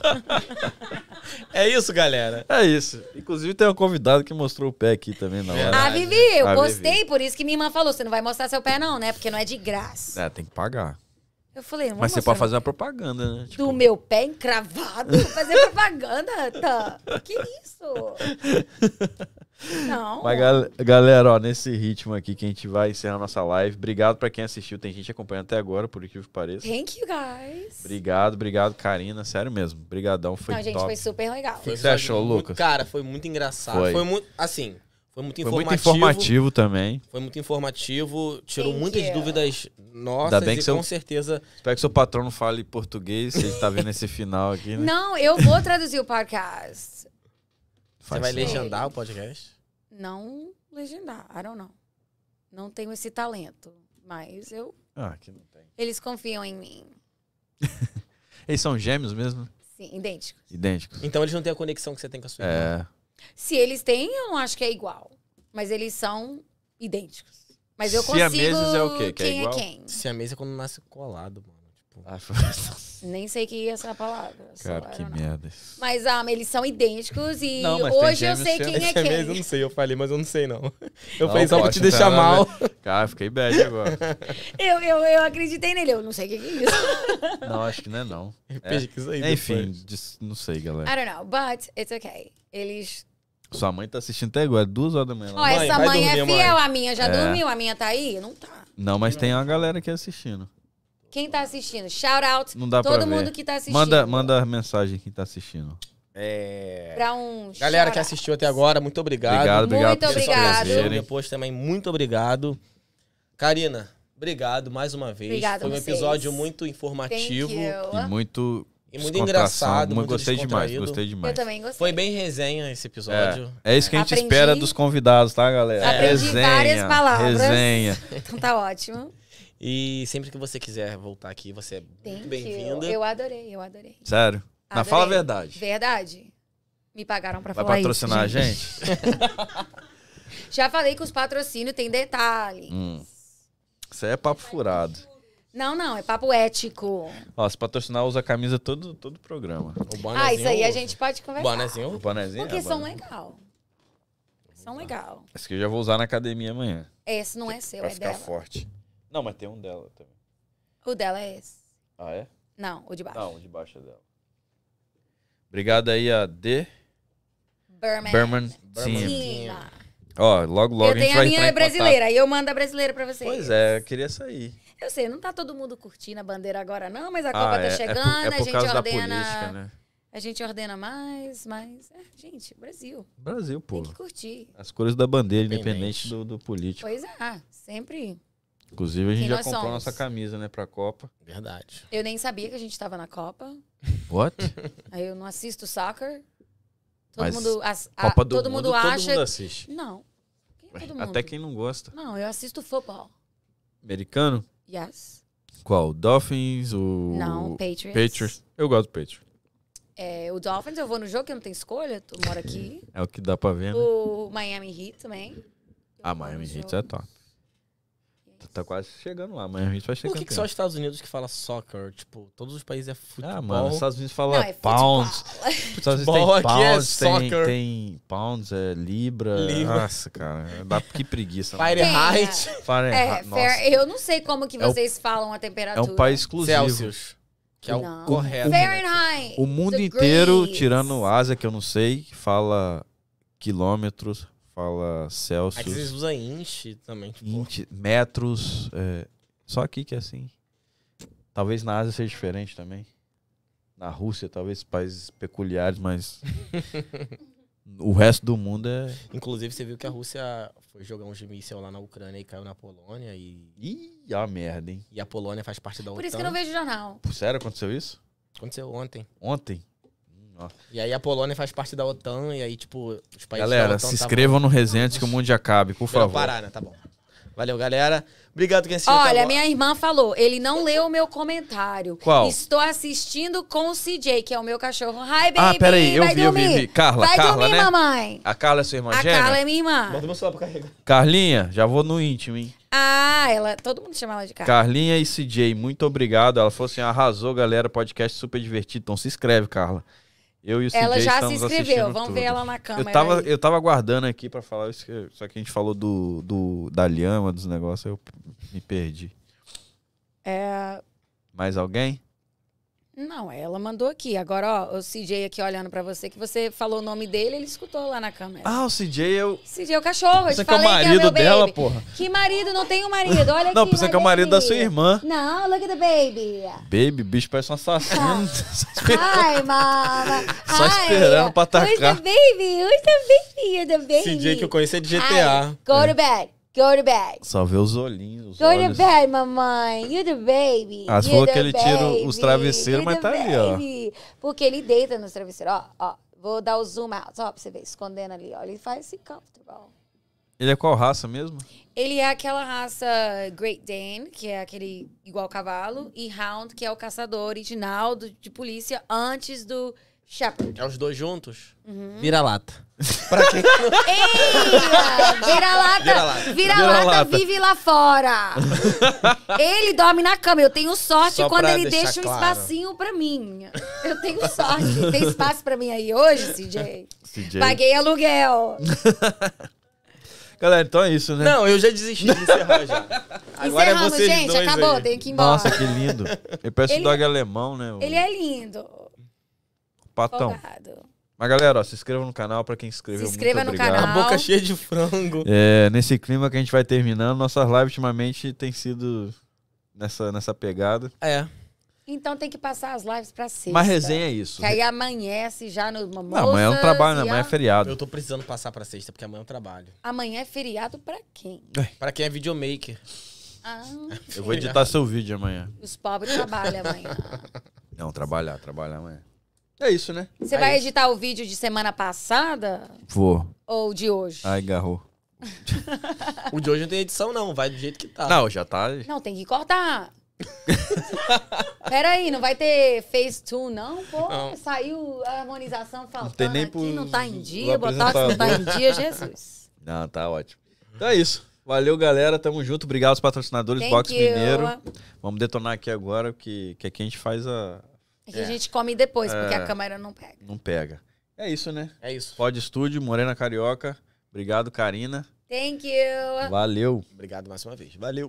Speaker 1: É isso, galera.
Speaker 2: É isso. Inclusive tem um convidado que mostrou o pé aqui também na hora.
Speaker 3: Ah,
Speaker 1: Verdade.
Speaker 3: Vivi, eu
Speaker 2: Ah, Vivi.
Speaker 3: gostei, por isso que minha irmã falou, você não vai mostrar seu pé não, né? Porque não é de graça.
Speaker 2: É, tem Ah, que pagar.
Speaker 3: Eu falei, não vou
Speaker 2: Mas você
Speaker 3: mostrar
Speaker 2: pode fazer uma propaganda, né? Tipo,
Speaker 3: do meu pé encravado fazer propaganda, tá? Que isso? Não.
Speaker 2: Mas, gal- galera, ó, nesse ritmo aqui que a gente vai encerrar nossa live. Obrigado pra quem assistiu. Tem gente acompanhando até agora, por incrível que pareça.
Speaker 3: Thank you guys.
Speaker 2: Obrigado, obrigado, Karina. Sério mesmo. Obrigadão, foi
Speaker 3: não, gente,
Speaker 2: top.
Speaker 3: foi super legal.
Speaker 2: Foi-
Speaker 1: Foi
Speaker 2: que
Speaker 1: um
Speaker 2: você
Speaker 1: episódio
Speaker 2: achou,
Speaker 1: muito-
Speaker 2: Lucas?
Speaker 1: Cara, foi muito engraçado.
Speaker 2: Foi.
Speaker 1: Foi, muito. Assim, foi muito
Speaker 2: Foi
Speaker 1: informativo.
Speaker 2: muito informativo também.
Speaker 1: Foi muito informativo. Tirou
Speaker 3: Thank
Speaker 1: muitas
Speaker 3: you.
Speaker 1: dúvidas nossas
Speaker 2: Ainda bem que
Speaker 1: e
Speaker 2: seu-
Speaker 1: com certeza.
Speaker 2: Espero que seu patrão não fale português, se ele tá vendo esse final aqui, né?
Speaker 3: Não, eu vou traduzir o podcast.
Speaker 1: Você
Speaker 2: Faz
Speaker 1: vai
Speaker 2: isso.
Speaker 1: legendar o podcast?
Speaker 3: Não legendar, I don't know. Não tenho esse talento, mas eu
Speaker 2: Ah, aqui não tem.
Speaker 3: eles confiam em mim.
Speaker 2: Eles são gêmeos mesmo?
Speaker 3: Sim, idênticos.
Speaker 2: Idênticos.
Speaker 1: Então eles não têm a conexão que você tem com a sua irmã.
Speaker 2: É.
Speaker 3: Se eles têm, eu não acho que é igual, mas eles são idênticos. Mas eu consigo
Speaker 2: Siameses é o quê? Que é
Speaker 3: quem
Speaker 2: igual?
Speaker 3: quem.
Speaker 1: Se a mesa é quando nasce colado, mano. Tipo,
Speaker 2: Ah, foi-
Speaker 3: Nem sei que é essa palavra. só
Speaker 2: Cara,
Speaker 3: I
Speaker 2: que
Speaker 3: don't know.
Speaker 2: merda.
Speaker 3: Mas ah, eles são idênticos e
Speaker 2: Não, mas tem
Speaker 3: hoje eu
Speaker 2: gêmeos
Speaker 3: sei quem
Speaker 2: sendo-
Speaker 3: é
Speaker 1: Esse mês eu
Speaker 3: quem.
Speaker 1: não sei, eu falei, mas eu não sei não. Eu
Speaker 2: Não,
Speaker 1: falei só pra te
Speaker 2: poxa,
Speaker 1: deixar
Speaker 2: tá,
Speaker 1: mal.
Speaker 2: Cara, fiquei bad agora.
Speaker 3: Eu, eu, eu acreditei nele, eu não sei o que que é isso.
Speaker 2: Não, acho que não é não.
Speaker 1: Pesquisa aí
Speaker 2: É, Enfim,
Speaker 1: depois.
Speaker 2: dis- não sei, galera.
Speaker 3: I don't know, but it's okay. Eles.
Speaker 2: Sua mãe tá assistindo até agora, duas horas da manhã.
Speaker 3: Ó,
Speaker 2: lá.
Speaker 3: essa
Speaker 1: vai
Speaker 3: mãe é
Speaker 1: dormir,
Speaker 3: fiel, a minha já
Speaker 2: É.
Speaker 3: dormiu, a minha tá aí? Não tá.
Speaker 2: Não, mas tem uma galera aqui assistindo.
Speaker 3: Quem tá assistindo? Shout out
Speaker 2: Não dá pra
Speaker 3: todo
Speaker 2: ver.
Speaker 3: mundo que tá assistindo.
Speaker 2: Manda, manda mensagem quem tá assistindo.
Speaker 3: Pra um
Speaker 1: Galera
Speaker 3: shout
Speaker 1: que
Speaker 3: out.
Speaker 1: assistiu até agora, muito obrigado.
Speaker 2: Obrigado,
Speaker 3: Muito
Speaker 2: obrigado por vocês
Speaker 3: obrigado.
Speaker 1: Obrigado.
Speaker 2: trazerem.
Speaker 1: Depois também, muito obrigado. Karina, obrigado mais uma vez.
Speaker 3: Obrigada a
Speaker 1: Foi um
Speaker 3: vocês.
Speaker 1: episódio muito
Speaker 3: Thank
Speaker 1: informativo
Speaker 2: E
Speaker 3: you.
Speaker 2: muito.
Speaker 1: e muito
Speaker 2: descontração,
Speaker 1: engraçado, muito
Speaker 2: gostei demais,
Speaker 1: descontraído.
Speaker 2: gostei
Speaker 3: Eu
Speaker 2: demais.
Speaker 3: também gostei.
Speaker 1: Foi bem resenha esse episódio.
Speaker 2: É isso que a gente
Speaker 3: Aprendi.
Speaker 2: espera dos convidados, tá, galera?
Speaker 3: Aprendi várias palavras.
Speaker 2: Resenha.
Speaker 3: Então tá ótimo.
Speaker 1: E sempre que você quiser voltar aqui, você é muito
Speaker 3: Thank
Speaker 1: bem-vinda.
Speaker 3: you. Eu adorei, eu adorei.
Speaker 2: Sério. Não, fala a
Speaker 3: Adorei.
Speaker 2: verdade.
Speaker 3: Verdade. Me pagaram pra
Speaker 2: Vai
Speaker 3: falar
Speaker 2: patrocinar
Speaker 3: isso.
Speaker 2: a gente?
Speaker 3: gente. Já falei que os patrocínios tem detalhe.
Speaker 2: Hum. Isso aí é papo furado.
Speaker 3: Não, não, é papo ético.
Speaker 2: Ó, se patrocinar, usa a camisa todo, todo o programa.
Speaker 1: O bonezinho,
Speaker 3: Ah, isso aí a gente pode
Speaker 1: O
Speaker 3: conversar.
Speaker 1: bonezinho.
Speaker 2: O bonezinho?
Speaker 3: Porque
Speaker 2: é,
Speaker 3: são
Speaker 2: bonezinho.
Speaker 3: legal. São legal.
Speaker 2: Esse que eu já vou usar na academia amanhã.
Speaker 3: Esse não é seu,
Speaker 2: pra
Speaker 3: é
Speaker 2: ficar
Speaker 3: dela.
Speaker 2: forte. Não, mas tem um dela também.
Speaker 3: O dela é esse.
Speaker 2: Ah, é?
Speaker 3: Não, o de baixo.
Speaker 2: Não, o de baixo é dela. Obrigado aí a D.
Speaker 3: Berman.
Speaker 2: Berman
Speaker 1: Berman.
Speaker 2: Team.
Speaker 1: Sim.
Speaker 3: Tina.
Speaker 2: Ó, logo, logo a
Speaker 3: eu
Speaker 2: gente
Speaker 3: tenho a
Speaker 2: vai
Speaker 3: minha
Speaker 2: entrar em
Speaker 3: brasileira, aí eu mando a brasileira pra vocês.
Speaker 2: contato. Pois é, eu queria sair.
Speaker 3: Eu sei, não tá todo mundo curtindo a bandeira agora, não, mas a Copa tá chegando,
Speaker 2: é por, é por
Speaker 3: a gente
Speaker 2: causa
Speaker 3: ordena.
Speaker 2: da política, né?
Speaker 3: A gente ordena mais, mais. É, gente, Brasil.
Speaker 2: Brasil, pô.
Speaker 3: Tem que curtir.
Speaker 2: As cores da bandeira, independente
Speaker 1: Independente.
Speaker 2: do, do político.
Speaker 3: Pois é, sempre.
Speaker 2: Inclusive, a gente
Speaker 3: Quem
Speaker 2: já
Speaker 3: nós
Speaker 2: comprou
Speaker 3: somos?
Speaker 2: nossa camisa, né, pra Copa.
Speaker 1: Verdade.
Speaker 3: Eu nem sabia que a gente tava na Copa.
Speaker 2: What?
Speaker 3: Aí eu não assisto soccer. Todo
Speaker 2: Mas
Speaker 3: mundo, as- a-
Speaker 2: Copa do
Speaker 3: todo
Speaker 2: Mundo,
Speaker 3: mundo
Speaker 2: todo
Speaker 3: acha.
Speaker 2: mundo assiste.
Speaker 3: Não. Quem é todo mundo?
Speaker 2: Até quem não gosta.
Speaker 3: Não, eu assisto futebol.
Speaker 2: Americano?
Speaker 3: Yes.
Speaker 2: Qual? Dolphins? O...
Speaker 3: Não, Patriots.
Speaker 2: Patriots. Eu gosto do Patriots.
Speaker 3: É, o Dolphins eu vou no jogo que eu não tenho escolha, tu mora aqui.
Speaker 2: É o que dá pra ver, né?
Speaker 3: o Miami Heat também.
Speaker 2: Ah, Miami Heat é top. Tá- Tá quase chegando lá. Miami Heat vai chegar.
Speaker 1: Por que, que só os Estados Unidos que fala soccer? Tipo, todos os países é futebol.
Speaker 2: Ah, mano, os Estados Unidos fala
Speaker 3: Não, é futebol.
Speaker 2: pounds. Os Estados Unidos
Speaker 1: Futebol
Speaker 2: tem
Speaker 1: aqui é
Speaker 2: pounds, tem,
Speaker 1: soccer.
Speaker 2: tem pounds, é libra.
Speaker 1: Libra.
Speaker 2: Nossa, cara. Dá, que preguiça. mano.
Speaker 1: Fahrenheit.
Speaker 2: Fahrenheit,
Speaker 3: É,
Speaker 2: nossa.
Speaker 3: fair, eu não sei como que
Speaker 2: É o-
Speaker 3: vocês falam a
Speaker 2: É
Speaker 3: temperatura.
Speaker 2: um país exclusivo.
Speaker 1: Celsius. Que é o
Speaker 3: Não.
Speaker 1: correto. né?
Speaker 3: Fahrenheit.
Speaker 2: O mundo
Speaker 3: degrees.
Speaker 2: inteiro, tirando Ásia, que eu não sei, fala quilômetros, fala
Speaker 1: Aí vocês
Speaker 2: Celsius,
Speaker 1: usam inch também. Tipo,
Speaker 2: inti- metros. é, só aqui que é assim. Talvez na Ásia seja diferente também. Na Rússia, talvez países peculiares, mas. o resto do mundo é.
Speaker 1: Inclusive, você viu que a Rússia foi jogar um míssel lá na Ucrânia e caiu na Polônia. E,
Speaker 2: Ih, a merda, hein?
Speaker 1: e a Polônia faz parte da OTAN.
Speaker 3: Por isso que eu
Speaker 2: Então,
Speaker 3: não vejo jornal.
Speaker 2: Pô, Sério, aconteceu isso?
Speaker 1: Aconteceu ontem.
Speaker 2: Ontem? Hum, ó.
Speaker 1: E aí a Polônia faz parte da OTAN. E aí, tipo, os países da
Speaker 2: Galera,
Speaker 1: OTAN
Speaker 2: se
Speaker 1: tavam-
Speaker 2: inscrevam no Resenha antes que o mundo acabe, por
Speaker 1: Melhor
Speaker 2: favor.
Speaker 1: tá parar, né? Tá bom. Valeu, galera. Obrigado quem assistiu até
Speaker 3: Olha,
Speaker 1: agora.
Speaker 3: minha irmã falou, ele não leu o meu comentário.
Speaker 2: Qual?
Speaker 3: Estou assistindo com o CJ, que é o meu cachorro. Hi, baby,
Speaker 2: Ah, peraí, eu
Speaker 3: vai
Speaker 2: vi, eu vi,
Speaker 3: dormir.
Speaker 2: vi. Carla,
Speaker 3: vai
Speaker 2: Carla,
Speaker 3: dormir,
Speaker 2: né?
Speaker 3: mamãe.
Speaker 2: A Carla é sua irmã
Speaker 3: A
Speaker 2: gêmea?
Speaker 3: Carla é minha irmã.
Speaker 1: Manda meu celular pra carregar.
Speaker 2: Carlinha, já vou no íntimo, hein?
Speaker 3: Ah, ela, todo mundo chama ela de Carla.
Speaker 2: Carlinha e CJ, muito obrigado. Ela falou assim: arrasou, galera. Podcast super divertido. Então se inscreve, Carla. Eu e o CJ
Speaker 3: ela já se
Speaker 2: estamos
Speaker 3: inscreveu,
Speaker 2: assistindo
Speaker 3: vamos
Speaker 2: tudo.
Speaker 3: ver ela na câmera.
Speaker 2: Eu tava,
Speaker 3: aí.
Speaker 2: eu tava aguardando aqui pra falar, isso que- só que a gente falou do, do- da lhama, dos negócios, eu me perdi.
Speaker 3: É,
Speaker 2: Mais alguém?
Speaker 3: Não, ela mandou aqui. Agora, ó, o CJ aqui olhando pra você, que você falou o nome dele, ele escutou lá na câmera.
Speaker 2: Ah, o CJ é o.
Speaker 3: CJ é o cachorro, eu
Speaker 2: Você
Speaker 3: te
Speaker 2: que é o
Speaker 3: falei que é o
Speaker 2: marido
Speaker 3: meu
Speaker 2: dela,
Speaker 3: baby.
Speaker 2: porra.
Speaker 3: Que marido? Não tenho marido, olha
Speaker 2: Não,
Speaker 3: aqui.
Speaker 2: você
Speaker 3: olha
Speaker 2: que é o marido da
Speaker 3: aqui.
Speaker 2: sua irmã.
Speaker 3: Não, look at the baby.
Speaker 2: Baby, bicho, parece um assassino.
Speaker 3: Hi, mama.
Speaker 2: Só
Speaker 3: Hi.
Speaker 2: esperando pra
Speaker 3: Who's
Speaker 2: atacar.
Speaker 3: the baby? Who's the baby? You're the baby.
Speaker 1: Esse dia que eu conheci é de GTA.
Speaker 3: Hi. Go to bed. Go to bed.
Speaker 2: Só vê os olhinhos. Os
Speaker 3: Go to
Speaker 2: olhos.
Speaker 3: bed, mamãe. You're the baby.
Speaker 2: Ah, você
Speaker 3: You're
Speaker 2: falou
Speaker 3: the
Speaker 2: que ele tira os
Speaker 3: baby.
Speaker 2: travesseiros,
Speaker 3: You're
Speaker 2: mas
Speaker 3: the
Speaker 2: tá ali, ó.
Speaker 3: baby. Porque ele deita nos travesseiros. Ó, ó. Vou dar o zoom out, ó, pra você ver. Escondendo ali, ó. Ele faz se comfortable.
Speaker 2: Ele é qual raça mesmo?
Speaker 3: Ele é aquela raça Great Dane, que é aquele igual cavalo, e Hound, que é o caçador original do- de polícia antes do Shepherd.
Speaker 1: É os dois juntos?
Speaker 3: Uhum.
Speaker 1: Vira-lata.
Speaker 3: Eia!
Speaker 1: Vira-lata.
Speaker 3: Vira-lata! Vira-lata
Speaker 2: Vira-lata.
Speaker 3: vive lá fora! ele dorme na cama. Eu tenho sorte
Speaker 1: Só
Speaker 3: quando
Speaker 1: pra
Speaker 3: ele
Speaker 1: deixar
Speaker 3: deixa um
Speaker 1: claro.
Speaker 3: espacinho pra mim. Eu tenho sorte. Tem espaço pra mim aí hoje, CJ?
Speaker 2: CJ.
Speaker 3: Paguei aluguel.
Speaker 2: Galera, então é isso, né?
Speaker 1: Não, eu já desisti de encerrar já. Agora é
Speaker 3: Encerramos,
Speaker 1: vocês
Speaker 3: gente.
Speaker 1: dois
Speaker 3: Acabou,
Speaker 1: aí.
Speaker 3: tenho que ir embora.
Speaker 2: Nossa, que lindo. Ele parece um
Speaker 3: Ele-
Speaker 2: dog alemão, né? O
Speaker 3: Ele é lindo.
Speaker 1: Então.
Speaker 2: patão.
Speaker 3: Folgado.
Speaker 2: Mas galera, ó, se inscreva no canal pra quem se inscreveu.
Speaker 3: Se inscreva
Speaker 2: muito
Speaker 3: no
Speaker 2: obrigado.
Speaker 1: A
Speaker 3: canal.
Speaker 1: boca cheia de frango.
Speaker 2: É, nesse clima que a gente vai terminando, nossas lives ultimamente tem sido nessa, nessa pegada.
Speaker 1: É.
Speaker 3: Então tem que passar as lives pra sexta.
Speaker 2: Mas resenha é isso.
Speaker 3: Que aí amanhece já no
Speaker 2: Não, amanhã eu não trabalho,
Speaker 3: assim,
Speaker 2: né? Amanhã é feriado.
Speaker 1: Eu tô precisando passar pra sexta, porque amanhã eu trabalho.
Speaker 3: Amanhã é feriado pra quem?
Speaker 1: Pra quem é videomaker.
Speaker 3: Ah,
Speaker 2: Eu vou editar seu vídeo amanhã.
Speaker 3: os pobres trabalham amanhã.
Speaker 2: Não, trabalhar, trabalhar amanhã. É isso, né?
Speaker 3: Você
Speaker 1: É
Speaker 3: vai
Speaker 1: isso.
Speaker 3: editar o vídeo de semana passada
Speaker 2: Vou.
Speaker 3: ou de hoje?
Speaker 2: Ai, garrou.
Speaker 1: O de hoje não tem edição, não. Vai do jeito que tá.
Speaker 2: Não, já tá.
Speaker 3: Não, tem que cortar. Peraí, não vai ter FaceTune, não? Pô,
Speaker 1: Não.
Speaker 3: saiu a harmonização faltando
Speaker 2: tem nem
Speaker 3: aqui,
Speaker 2: pros-
Speaker 3: não tá em
Speaker 2: o
Speaker 3: dia, Botox não tá em dia, Jesus.
Speaker 2: Não, tá ótimo. Então é isso. Valeu, galera. Tamo junto. Obrigado aos patrocinadores
Speaker 3: Thank
Speaker 2: Box
Speaker 3: you.
Speaker 2: Mineiro. Vamos detonar aqui agora, que, que aqui a gente faz a.
Speaker 3: É que a gente come depois, porque
Speaker 2: É.
Speaker 3: a câmera não pega.
Speaker 2: Não pega. É isso, né?
Speaker 1: É isso.
Speaker 2: Pod Estúdio, Morena Carioca. Obrigado, Karina.
Speaker 3: Thank you.
Speaker 2: Valeu.
Speaker 1: Obrigado mais uma vez. Valeu.